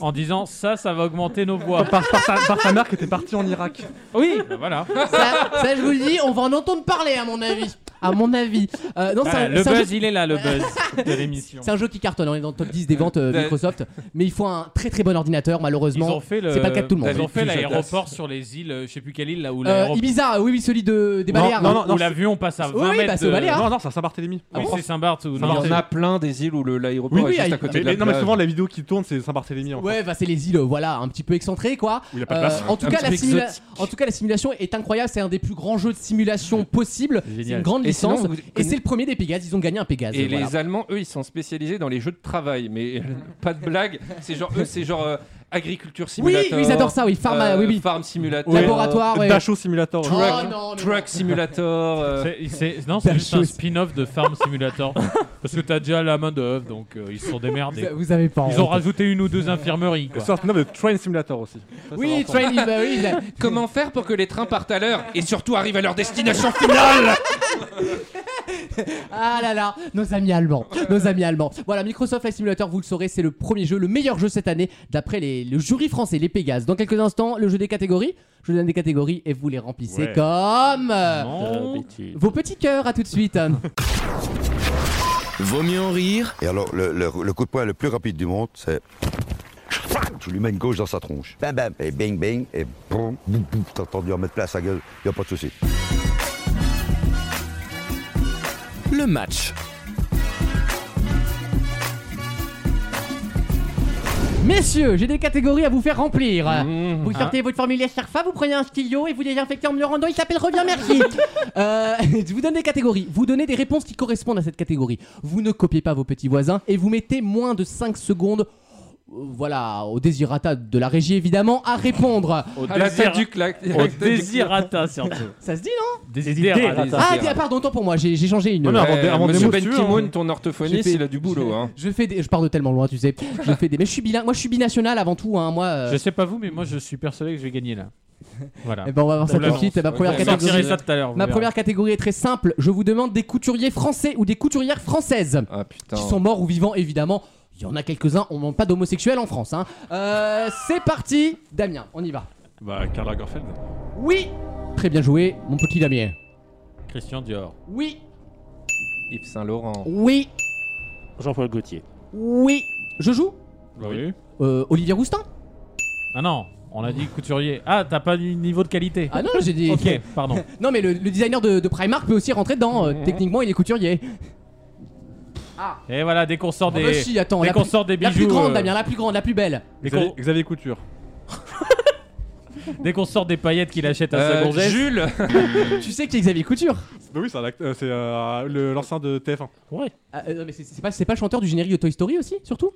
Speaker 5: en disant ça, ça va augmenter nos voix.
Speaker 3: Par, par sa, par sa mère qui était partie en Irak.
Speaker 5: Oui, bah voilà.
Speaker 2: ça, ça, je vous le dis, on va en entendre parler, à mon avis. À mon avis. Euh, non, c'est
Speaker 5: Voilà,
Speaker 2: un-
Speaker 5: Ah, le
Speaker 2: c'est un jeu-
Speaker 5: buzz, il est là, le *laughs* buzz de l'émission.
Speaker 2: C'est un jeu qui cartonne, on est dans le top 10 des ventes euh,
Speaker 6: Da-
Speaker 2: Microsoft, mais il faut un très très bon ordinateur
Speaker 5: Ils
Speaker 2: malheureusement.
Speaker 5: ont fait le.
Speaker 2: c'est pas le cas de tout le monde.
Speaker 5: Ils ont fait
Speaker 6: David
Speaker 5: l'aéroport sur les îles, euh, je sais plus quelle île là où
Speaker 2: Euh,
Speaker 5: l'aéroport.
Speaker 2: Ibiza, oui oui celui de des
Speaker 3: Non,
Speaker 2: Baléares.
Speaker 3: non, non,
Speaker 5: où l'avion passe à
Speaker 2: Oui,
Speaker 5: 20
Speaker 2: oui,
Speaker 5: mètres.
Speaker 2: bah, c'est
Speaker 5: de-
Speaker 2: au Baléares.
Speaker 3: Non, non, c'est à Saint-Barthélemy.
Speaker 2: Ah
Speaker 5: Oui,
Speaker 2: bon
Speaker 5: c'est Saint-Barth ou
Speaker 6: Il y
Speaker 5: non,
Speaker 6: en a
Speaker 5: c'est-
Speaker 6: plein des îles où le- l'aéroport
Speaker 2: Oui, oui,
Speaker 6: est juste
Speaker 2: il-
Speaker 6: à côté
Speaker 3: Mais,
Speaker 6: de la
Speaker 3: mais- non, mais
Speaker 6: plage.
Speaker 3: souvent, la vidéo qui tourne, c'est Saint-Barthélemy. en fait.
Speaker 2: Ouais, bah c'est les îles, euh, voilà, un petit peu excentrées quoi.
Speaker 3: Où il a pas de
Speaker 2: Euh,
Speaker 3: place.
Speaker 2: en, tout
Speaker 6: Un
Speaker 2: cas,
Speaker 6: petit
Speaker 2: la
Speaker 6: peu
Speaker 2: simula-
Speaker 6: exotique.
Speaker 2: en tout cas, la simulation est incroyable. C'est un des plus grands jeux de simulation possible. C'est une grande
Speaker 6: Et sinon,
Speaker 2: licence.
Speaker 6: vous
Speaker 2: et
Speaker 6: connaissez-
Speaker 2: c'est le premier des Pégases. Ils ont gagné un Pégase.
Speaker 6: Et
Speaker 2: voilà.
Speaker 6: les Allemands, eux, ils sont spécialisés dans les jeux de travail, mais euh, *laughs* pas de blague. C'est genre, eux, c'est genre euh, agriculture
Speaker 2: Oui,
Speaker 6: simulator.
Speaker 2: oui, ils adorent ça. Oui, Pharma,
Speaker 6: euh,
Speaker 2: oui, oui.
Speaker 6: Farm simulator.
Speaker 3: Oui. Euh,
Speaker 2: Laboratoire, ouais.
Speaker 3: Dacho Simulator.
Speaker 2: Oh,
Speaker 3: ouais.
Speaker 2: non, mais
Speaker 6: Truck simulator. euh,
Speaker 5: C'est- c'est- Non, c'est
Speaker 2: Dash
Speaker 5: juste un
Speaker 2: aussi.
Speaker 5: spin-off de Farm Simulator.
Speaker 2: *laughs*
Speaker 5: Parce que t'as déjà la main d'œuvre, donc euh, ils se sont démerdés.
Speaker 2: Vous, vous avez pas.
Speaker 5: Ils ont
Speaker 2: honte.
Speaker 5: rajouté une ou deux infirmeries, quoi.
Speaker 3: Sorte de Train Simulator aussi. Ça, ça
Speaker 2: Oui,
Speaker 3: va ensemble.
Speaker 2: Train bah oui, ils a-
Speaker 6: Comment faire pour que les trains partent à l'heure et surtout arrivent à leur destination finale
Speaker 2: Ah là là, nos amis allemands, nos amis allemands. Voilà, Microsoft Flight Simulator, vous le saurez, c'est le premier jeu, le meilleur jeu cette année, d'après les- le jury français, les Pégases. Dans quelques instants, le jeu des catégories. Je vous donne des catégories et vous les remplissez
Speaker 5: Ouais.
Speaker 2: comme euh,
Speaker 5: Non.
Speaker 2: vos petits cœurs. À tout de suite.
Speaker 1: Vaut mieux en rire
Speaker 11: Et alors, le, le- le coup de poing le plus rapide du monde, c'est. Je lui mets une gauche dans sa tronche. Bam, bam. Et bing, bing. Et boum, boum, boum. T'as entendu en mettre plein à sa gueule. Y a pas de souci.
Speaker 1: le match.
Speaker 2: Messieurs, j'ai des catégories à vous faire remplir. Vous
Speaker 5: Ah.
Speaker 2: sortez votre formulaire Sherpa, vous prenez un stylo et vous désinfectez en me le rendant. Il s'appelle Reviens Merci. Euh, je vous donne des catégories. Vous donnez des réponses qui correspondent à cette catégorie. Vous ne copiez pas vos petits voisins et vous mettez moins de 5 secondes. euh, Voilà, au désirata de la régie évidemment, à répondre.
Speaker 5: Au
Speaker 6: À *laughs* la
Speaker 5: désir-
Speaker 6: tête du clac.
Speaker 5: Au
Speaker 2: *laughs*
Speaker 5: désirata, surtout.
Speaker 2: Ça se dit, non
Speaker 5: Désirata.
Speaker 6: Désirata.
Speaker 2: Ah,
Speaker 6: Désirata.
Speaker 2: ah, pardon, autant pour moi, j'ai j'ai changé une.
Speaker 3: Oh
Speaker 2: euh,
Speaker 3: Non, non, avant des- avant des
Speaker 6: Monsieur
Speaker 3: mots,
Speaker 6: Ben
Speaker 3: tu veux,
Speaker 6: Kimoun,
Speaker 3: hein.
Speaker 6: ton
Speaker 2: J'ai
Speaker 6: orthophoniste,
Speaker 2: fait-
Speaker 6: il a du boulot. Hein.
Speaker 2: Je fais des, je pars de tellement loin, tu sais. Je fais des, mais je suis bilingue. Moi, je suis binational avant tout. Hein, moi. euh,
Speaker 5: Je sais pas vous, mais moi je suis persuadé que je vais
Speaker 2: *laughs*
Speaker 5: gagner là. Voilà.
Speaker 2: eh ben, on va voir ça tout de
Speaker 5: Problème.
Speaker 2: suite. Ma première
Speaker 5: Vous
Speaker 2: catégorie.
Speaker 5: sortirez ça tout à l'heure. vous
Speaker 2: Ma
Speaker 5: verrez.
Speaker 2: première catégorie est très simple. Je vous demande des couturiers français ou des couturières françaises
Speaker 6: Ah putain.
Speaker 2: qui sont morts ou vivants, évidemment. Il y en a quelques-uns. On ne manque pas d'homosexuels en France. hein. Euh, c'est parti, Damien. On y va.
Speaker 3: Bah, Karl Lagerfeld.
Speaker 2: Oui. Très bien joué, mon petit Damien.
Speaker 5: Christian Dior.
Speaker 2: Oui.
Speaker 6: Yves Saint Laurent.
Speaker 2: Oui.
Speaker 4: Jean-Paul Gaultier.
Speaker 2: Oui. Je joue.
Speaker 3: Bah
Speaker 5: Oui.
Speaker 2: Euh, Olivier Roustin.
Speaker 5: Ah non, on a dit couturier. Ah, t'as pas du niveau de qualité.
Speaker 2: Ah non, j'ai dit. *laughs*
Speaker 5: Ok, pardon.
Speaker 2: Non, mais le, le designer de, de Primark peut aussi rentrer dedans. euh,
Speaker 5: Mmh.
Speaker 2: Techniquement, il est couturier.
Speaker 5: Et voilà, dès qu'on sort
Speaker 2: Ah
Speaker 5: des.
Speaker 2: bah si, attends,
Speaker 5: dès
Speaker 2: la,
Speaker 5: qu'on
Speaker 2: plus-
Speaker 5: sort des
Speaker 2: la
Speaker 5: bijoux.
Speaker 2: plus grande,
Speaker 5: euh,
Speaker 2: Damien, la plus grande, la plus belle.
Speaker 5: dès qu'on-
Speaker 3: Xavier Couture.
Speaker 5: Dès qu'on sort des paillettes qu'il achète à
Speaker 3: Euh,
Speaker 5: sa
Speaker 2: *laughs*
Speaker 5: gonzesse.
Speaker 3: Jules
Speaker 2: Tu sais qui est Xavier Couture
Speaker 3: Bah oui, c'est un act- euh, c'est euh, le- l'ancien de TF1.
Speaker 4: Ouais.
Speaker 2: Ah, euh, non, mais c'est- c'est pas, c'est pas le chanteur du générique de Toy Story aussi, surtout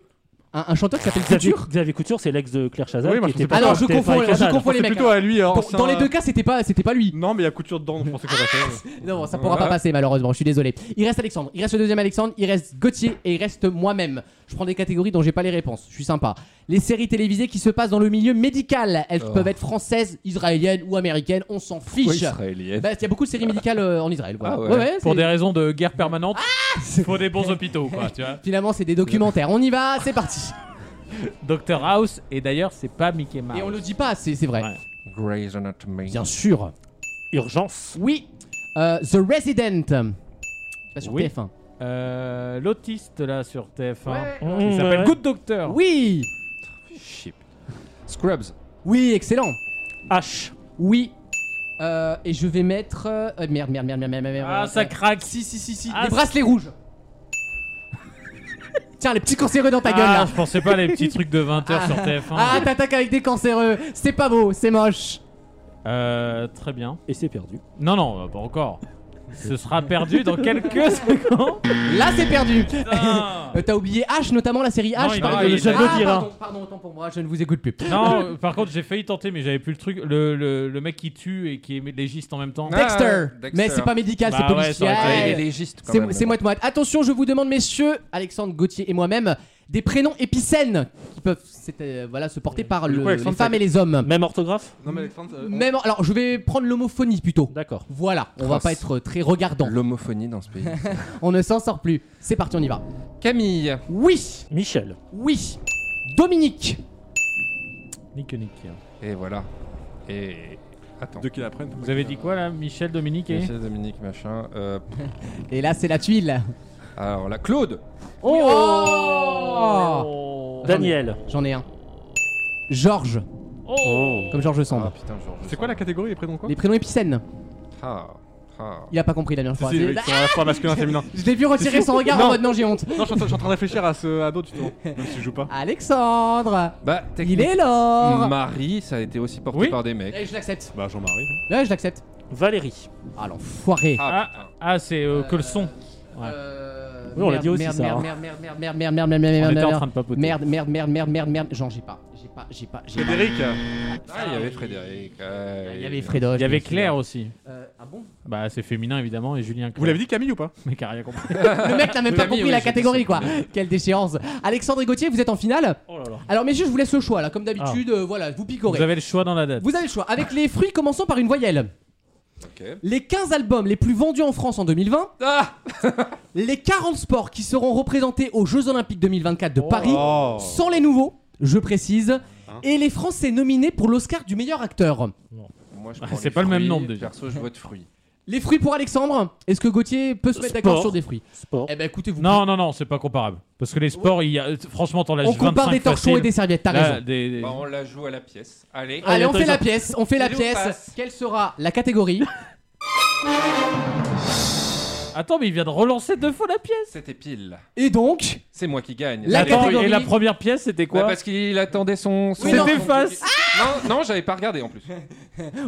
Speaker 2: un, un chanteur qui s'appelle
Speaker 4: Xavier,
Speaker 2: Couture
Speaker 4: Xavier Couture, c'est l'ex de Claire Chazal.
Speaker 3: Oui, moi,
Speaker 4: qui
Speaker 3: je pensais
Speaker 4: était
Speaker 3: pas
Speaker 2: Ah non, je
Speaker 4: était
Speaker 2: confonds,
Speaker 4: pas avec
Speaker 2: je
Speaker 4: Chazal.
Speaker 2: confonds les mecs. hein.
Speaker 3: plutôt à lui, hein,
Speaker 2: Pour-
Speaker 3: ancien- euh,
Speaker 2: dans les deux cas, c'était pas, c'était pas lui.
Speaker 3: Non, mais il y a Couture dedans, donc je pensais que ça passait.
Speaker 2: Non, ça pourra pas passer malheureusement, je suis désolé. Il reste Alexandre, il reste le deuxième Alexandre, il reste Gauthier et il reste moi-même. Je prends des catégories dont j'ai pas les réponses, je suis sympa. Les séries télévisées qui se passent dans le milieu médical, elles
Speaker 6: Oh.
Speaker 2: peuvent être françaises, israéliennes ou américaines, on s'en fiche.
Speaker 6: israélienne.
Speaker 2: Bah, il y a beaucoup de séries médicales euh, en Israël, voilà.
Speaker 6: Ah ouais.
Speaker 5: Pour
Speaker 2: c'est-
Speaker 5: des raisons de guerre permanente,
Speaker 2: Ah,
Speaker 5: faut des bons hôpitaux, quoi,
Speaker 2: *laughs*
Speaker 5: tu vois.
Speaker 2: Finalement, c'est des documentaires. On y va, c'est parti.
Speaker 5: Dr House, et d'ailleurs, c'est pas Mickey Mouse.
Speaker 2: Et on le dit pas, c'est c'est vrai.
Speaker 5: Ah Ouais.
Speaker 6: Grey's Anatomy.
Speaker 2: Bien sûr.
Speaker 4: Urgence.
Speaker 2: Oui, euh, The Resident. C'est pas sur
Speaker 5: Oui.
Speaker 2: TF1.
Speaker 5: Euh, L'autiste, là, sur TF1.
Speaker 4: Mmh,
Speaker 5: Il s'appelle
Speaker 4: ouais.
Speaker 5: Good Doctor.
Speaker 2: Oui,
Speaker 6: Shit. Scrubs.
Speaker 2: oui, excellent.
Speaker 5: Ah,
Speaker 4: H.
Speaker 2: Oui. Euh, et je vais mettre. euh, merde, merde, merde, merde, merde, merde.
Speaker 5: Ah,
Speaker 2: merde.
Speaker 5: ça craque. Si, si, si, si.
Speaker 2: Les bracelets rouges. Tiens, les petits cancéreux dans ta gueule là.
Speaker 5: Ah, je pensais pas les petits trucs de 20h sur TF1.
Speaker 2: Ah, t'attaques avec des cancéreux. C'est pas beau, c'est moche.
Speaker 5: Euh, très bien.
Speaker 4: Et c'est perdu.
Speaker 5: Non, non, euh, pas encore. Ce sera perdu dans quelques secondes.
Speaker 2: Là, c'est perdu.
Speaker 5: Putain.
Speaker 2: Euh, T'as oublié H, notamment la série H.
Speaker 5: il
Speaker 2: par
Speaker 5: a-
Speaker 2: exemple.
Speaker 5: il a-
Speaker 2: Ah,
Speaker 5: je
Speaker 4: le dirai.
Speaker 2: Pardon, pardon, autant pour moi, je ne vous écoute plus.
Speaker 5: *laughs* Non, euh, par contre, j'ai failli tenter, mais j'avais plus le truc. Le, le, le mec qui tue et qui est légiste en même temps.
Speaker 6: Ah,
Speaker 2: Dexter.
Speaker 6: Dexter.
Speaker 2: Mais c'est pas médical,
Speaker 5: Bah
Speaker 2: c'est
Speaker 5: ouais,
Speaker 2: policier.
Speaker 5: ça aurait été-
Speaker 6: Ah,
Speaker 2: Ouais.
Speaker 6: il est légiste quand même.
Speaker 2: C'est c'est moite-moite. Attention, je vous demande, messieurs, Alexandre, Gauthier et moi-même, des prénoms épicènes qui peuvent c'est, euh, voilà, se porter par
Speaker 3: Du
Speaker 2: le-
Speaker 3: coup,
Speaker 2: les
Speaker 3: Alexandre,
Speaker 2: femmes
Speaker 3: t'as-
Speaker 2: et les hommes.
Speaker 4: Même orthographe
Speaker 3: Non, mais Alexandre. euh, on-
Speaker 2: Même, alors, je vais prendre l'homophonie plutôt.
Speaker 4: D'accord.
Speaker 2: Voilà, on
Speaker 6: Oh,
Speaker 2: va pas
Speaker 6: c'est-
Speaker 2: être très regardant.
Speaker 6: L'homophonie dans
Speaker 2: *laughs*
Speaker 6: ce pays.
Speaker 2: On ne s'en sort plus. C'est parti, on y va.
Speaker 6: Camille.
Speaker 2: Oui,
Speaker 4: Michel.
Speaker 2: oui. Dominique.
Speaker 5: Nick, nick.
Speaker 6: Et voilà. Et. Attends.
Speaker 3: Deux qui l'apprennent.
Speaker 5: Vous avez dit quoi là Michel, Dominique et.
Speaker 6: Michel Dominique, machin. Euh, pff,
Speaker 2: Et là, c'est la tuile.
Speaker 6: alors là, Claude.
Speaker 2: Oh,
Speaker 5: Oh.
Speaker 4: Daniel.
Speaker 2: J'en ai un. Georges,
Speaker 5: Oh.
Speaker 2: comme Georges Sand.
Speaker 6: Ah putain, Georges.
Speaker 3: C'est quoi la catégorie et prénom quoi
Speaker 2: Les prénoms épicènes.
Speaker 6: Ah. ah.
Speaker 2: Il a pas compris, Damien, je
Speaker 3: Si,
Speaker 2: crois.
Speaker 3: si,
Speaker 2: Bah, C'est-
Speaker 3: ils sont à la fois masculin
Speaker 2: *laughs*
Speaker 3: et féminin.
Speaker 2: Je l'ai vu retirer son regard en
Speaker 3: Non.
Speaker 2: mode non, j'ai honte.
Speaker 3: Non, je suis en train- je suis en train de réfléchir à, ce, à d'autres
Speaker 2: *laughs*
Speaker 3: justement. Même si je joue pas.
Speaker 2: Alexandre.
Speaker 6: Bah,
Speaker 2: Il
Speaker 6: techniquement,
Speaker 2: est
Speaker 5: Mm.
Speaker 2: l'or
Speaker 6: Marie, ça a été aussi porté
Speaker 5: Oui.
Speaker 6: par des mecs.
Speaker 2: Eh, je l'accepte.
Speaker 3: Bah, Jean-Marie.
Speaker 2: Ouais, je l'accepte.
Speaker 4: Valérie.
Speaker 2: Ah, l'enfoiré.
Speaker 6: Ah, putain.
Speaker 5: Ah, ah, c'est euh, que le son. ouais. Ah.
Speaker 2: Euh,
Speaker 4: Oui, on l'a
Speaker 2: merde,
Speaker 4: dit aussi,
Speaker 2: merde,
Speaker 4: ça,
Speaker 2: Merde,
Speaker 4: hein.
Speaker 2: merde, merde, merde, merde, merde, merde, merde,
Speaker 5: On
Speaker 2: merde,
Speaker 5: était en
Speaker 2: merde,
Speaker 5: train de papoter.
Speaker 2: merde, merde, merde, merde, merde, merde, Genre, j'ai pas, j'ai pas, j'ai pas, j'ai pas.
Speaker 3: Frédéric.
Speaker 6: Ah, il y avait Frédéric. euh,
Speaker 2: Il y avait Fredo.
Speaker 5: Il y avait Claire aussi.
Speaker 2: ah bon
Speaker 5: Bah, c'est féminin évidemment et Julien.
Speaker 3: Vous l'avez dit Camille ou pas
Speaker 5: Mais qui a rien compris.
Speaker 2: Le mec n'a même
Speaker 6: Oui,
Speaker 2: pas
Speaker 6: oui,
Speaker 2: compris
Speaker 6: oui,
Speaker 2: la
Speaker 6: j'ai
Speaker 2: catégorie
Speaker 6: dit
Speaker 2: quoi.
Speaker 6: ça.
Speaker 2: Quelle déchéance. Alexandre et Gauthier, vous êtes en finale.
Speaker 5: Oh là là.
Speaker 2: Alors messieurs, je vous laisse le choix là, comme d'habitude. euh, Voilà, vous
Speaker 5: Ah. Vous
Speaker 2: picorez.
Speaker 5: avez le choix dans la date.
Speaker 2: Vous avez le choix. Avec les fruits, commençons par une voyelle.
Speaker 6: Ok.
Speaker 2: Les 15 albums les plus vendus en France en 2020.
Speaker 6: Ah
Speaker 2: Les 40 sports qui seront représentés aux Jeux Olympiques 2024 de Paris.
Speaker 3: Oh.
Speaker 2: sans les nouveaux, je précise, et les Français nominés pour l'Oscar du meilleur acteur.
Speaker 6: Moi, je
Speaker 5: Ah,
Speaker 6: prends
Speaker 5: c'est
Speaker 6: les
Speaker 5: pas le même
Speaker 6: fruits,
Speaker 5: nombre, déjà.
Speaker 6: Perso, je vote fruits.
Speaker 2: Les fruits pour Alexandre. Est-ce que Gauthier peut se mettre d'accord
Speaker 4: Sport.
Speaker 2: sur des fruits
Speaker 4: Sport.
Speaker 2: Eh ben écoutez, vous.
Speaker 5: Non, non, non, c'est pas comparable. Parce que les sports, il y a... franchement, t'en lâches
Speaker 2: on
Speaker 5: 25
Speaker 2: compare des torchons
Speaker 5: faciles.
Speaker 2: et des serviettes, t'as
Speaker 5: Là,
Speaker 2: raison.
Speaker 5: des- des-
Speaker 6: Bah, on la joue à la pièce. Allez.
Speaker 2: Allez, on
Speaker 4: attends,
Speaker 2: fait la
Speaker 4: attends.
Speaker 2: pièce, on fait la
Speaker 6: Allez, on
Speaker 2: pièce.
Speaker 6: passe.
Speaker 2: Quelle sera la catégorie
Speaker 5: Attends, mais il vient de relancer deux fois la pièce.
Speaker 6: C'était pile.
Speaker 2: Et donc,
Speaker 6: C'est moi qui gagne.
Speaker 2: La
Speaker 6: C'était
Speaker 5: Attends,
Speaker 2: catégorie.
Speaker 5: Et la première pièce, c'était
Speaker 6: Bah,
Speaker 5: quoi
Speaker 6: Parce qu'il attendait son. son-
Speaker 2: Oui, non.
Speaker 5: *laughs* C'était face.
Speaker 6: Non, non, j'avais pas regardé en plus.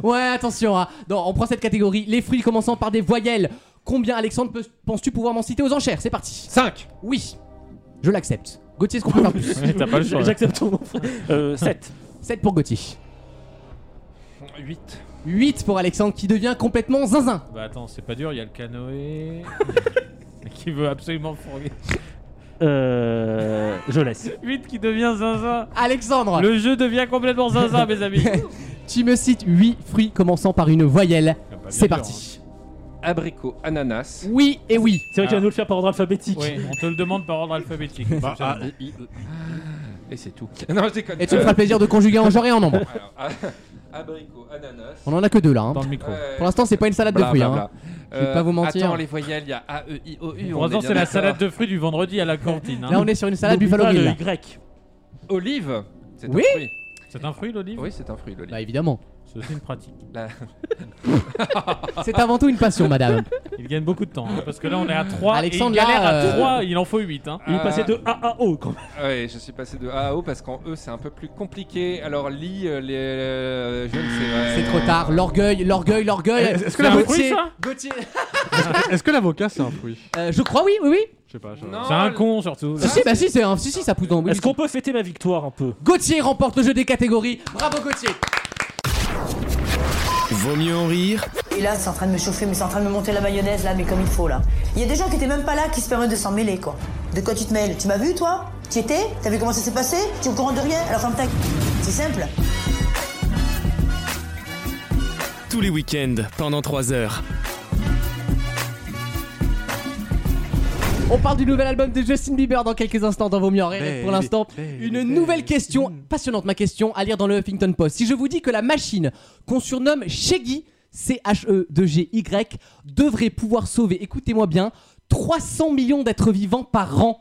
Speaker 2: ouais, attention, hein. Non, on prend cette catégorie. Les fruits commençant par des voyelles. Combien, Alexandre, peux- penses-tu pouvoir m'en citer aux enchères C'est parti.
Speaker 6: 5
Speaker 2: Oui, je l'accepte. Gauthier, est-ce qu'on
Speaker 5: *laughs*
Speaker 2: peut faire plus
Speaker 5: Ouais, T'as
Speaker 2: *laughs*
Speaker 5: pas le choix.
Speaker 4: J'accepte ton nom. Euh, 7.
Speaker 2: 7 pour Gauthier.
Speaker 6: 8
Speaker 2: 8 pour Alexandre qui devient complètement zinzin.
Speaker 5: Bah attends, c'est pas dur, il y a le
Speaker 2: *laughs*
Speaker 5: canoë. qui veut absolument fourguer.
Speaker 4: Euh, je laisse.
Speaker 5: 8 qui devient zinzin.
Speaker 2: Alexandre,
Speaker 5: Le jeu devient complètement zinzin, mes amis.
Speaker 2: tu me cites 8 fruits commençant par une voyelle.
Speaker 5: Ah, bah, hein.
Speaker 2: C'est parti.
Speaker 6: Abricot, ananas.
Speaker 2: Oui et oui.
Speaker 4: C'est vrai qu'il
Speaker 5: Ah.
Speaker 4: va nous le faire par ordre alphabétique.
Speaker 5: Oui, on te le demande par ordre alphabétique.
Speaker 3: Bah, ah,
Speaker 5: exceptionnellement.
Speaker 3: i- i-
Speaker 6: Et c'est tout. *laughs* Non, je déconne.
Speaker 2: Et tu me
Speaker 6: Euh,
Speaker 2: feras le plaisir de conjuguer en genre et en nombre.
Speaker 6: alors, ah, *laughs* abricot, ananas.
Speaker 2: On en a que deux là. hein.
Speaker 5: Dans le micro.
Speaker 6: Ouais.
Speaker 2: Pour l'instant, c'est pas une salade de
Speaker 6: Bla,
Speaker 2: fruits.
Speaker 6: bla,
Speaker 2: Hein.
Speaker 6: bla.
Speaker 2: vais
Speaker 6: Euh,
Speaker 2: pas vous mentir.
Speaker 6: Attends, les voyelles, il y a A, E, I, O, U.
Speaker 5: Pour l'instant, c'est la salade de fruits du vendredi à la cantine. hein.
Speaker 2: Là, on est sur une salade
Speaker 4: N'oublie
Speaker 2: buffalo
Speaker 4: pas
Speaker 2: grill.
Speaker 4: le
Speaker 2: là.
Speaker 4: Y.
Speaker 6: Olive. C'est un
Speaker 2: Oui.
Speaker 6: fruit.
Speaker 5: C'est un fruit l'olive
Speaker 6: Oui, c'est un fruit l'olive.
Speaker 2: Bah évidemment.
Speaker 5: C'est aussi une pratique.
Speaker 2: C'est avant tout une passion, madame.
Speaker 5: Il gagne beaucoup de temps hein, parce que là on est à 3
Speaker 2: Alexandre,
Speaker 5: et il galère
Speaker 2: là, euh, Ah, oh,
Speaker 5: à 3, il en faut 8 hein.
Speaker 4: Euh,
Speaker 6: Il est passé de
Speaker 4: A à O quand même.
Speaker 6: Ouais, Ah, je suis passé de A à O parce qu'en E c'est un peu plus compliqué. Alors lit euh, les euh, je ne sais ouais.
Speaker 2: C'est trop tard. L'orgueil, l'orgueil, l'orgueil.
Speaker 3: Est-ce que la
Speaker 2: Gauthier-
Speaker 3: fruit, ça
Speaker 2: Gauthier.
Speaker 3: Est-ce que l'avocat c'est un fruit
Speaker 2: Euh, je crois oui, oui, oui.
Speaker 3: Je sais pas. je-
Speaker 6: Non,
Speaker 5: C'est un con surtout.
Speaker 2: Ah, si, bah si, c'est un- si, si, ça pousse dans. oui,
Speaker 4: Est-ce qu'on peut fêter ma victoire un peu
Speaker 2: Gauthier remporte le jeu des catégories. Bravo Gauthier.
Speaker 1: Vaut mieux en rire
Speaker 12: Et là, c'est en train de me chauffer, mais c'est en train de me monter la mayonnaise, là, mais comme il faut, là. Il y a des gens qui étaient même pas là qui se permettent de s'en mêler, quoi. De quoi tu te mêles Tu m'as vu, toi Tu y étais T'as vu comment ça s'est passé Tu es au courant de rien Alors ferme ta gueule. C'est simple.
Speaker 1: tous les week-ends pendant 3 heures.
Speaker 2: On parle du nouvel album de Justin Bieber dans quelques instants dans Vos mieux en rire.
Speaker 1: Mais-
Speaker 2: Et Pour l'instant,
Speaker 1: mais-
Speaker 2: une nouvelle question passionnante, ma question à lire dans le Huffington Post. Si je vous dis que la machine qu'on surnomme Shaggy, E C-H-E-2-G-Y, devrait pouvoir sauver, écoutez-moi bien, 300 millions d'êtres vivants par an,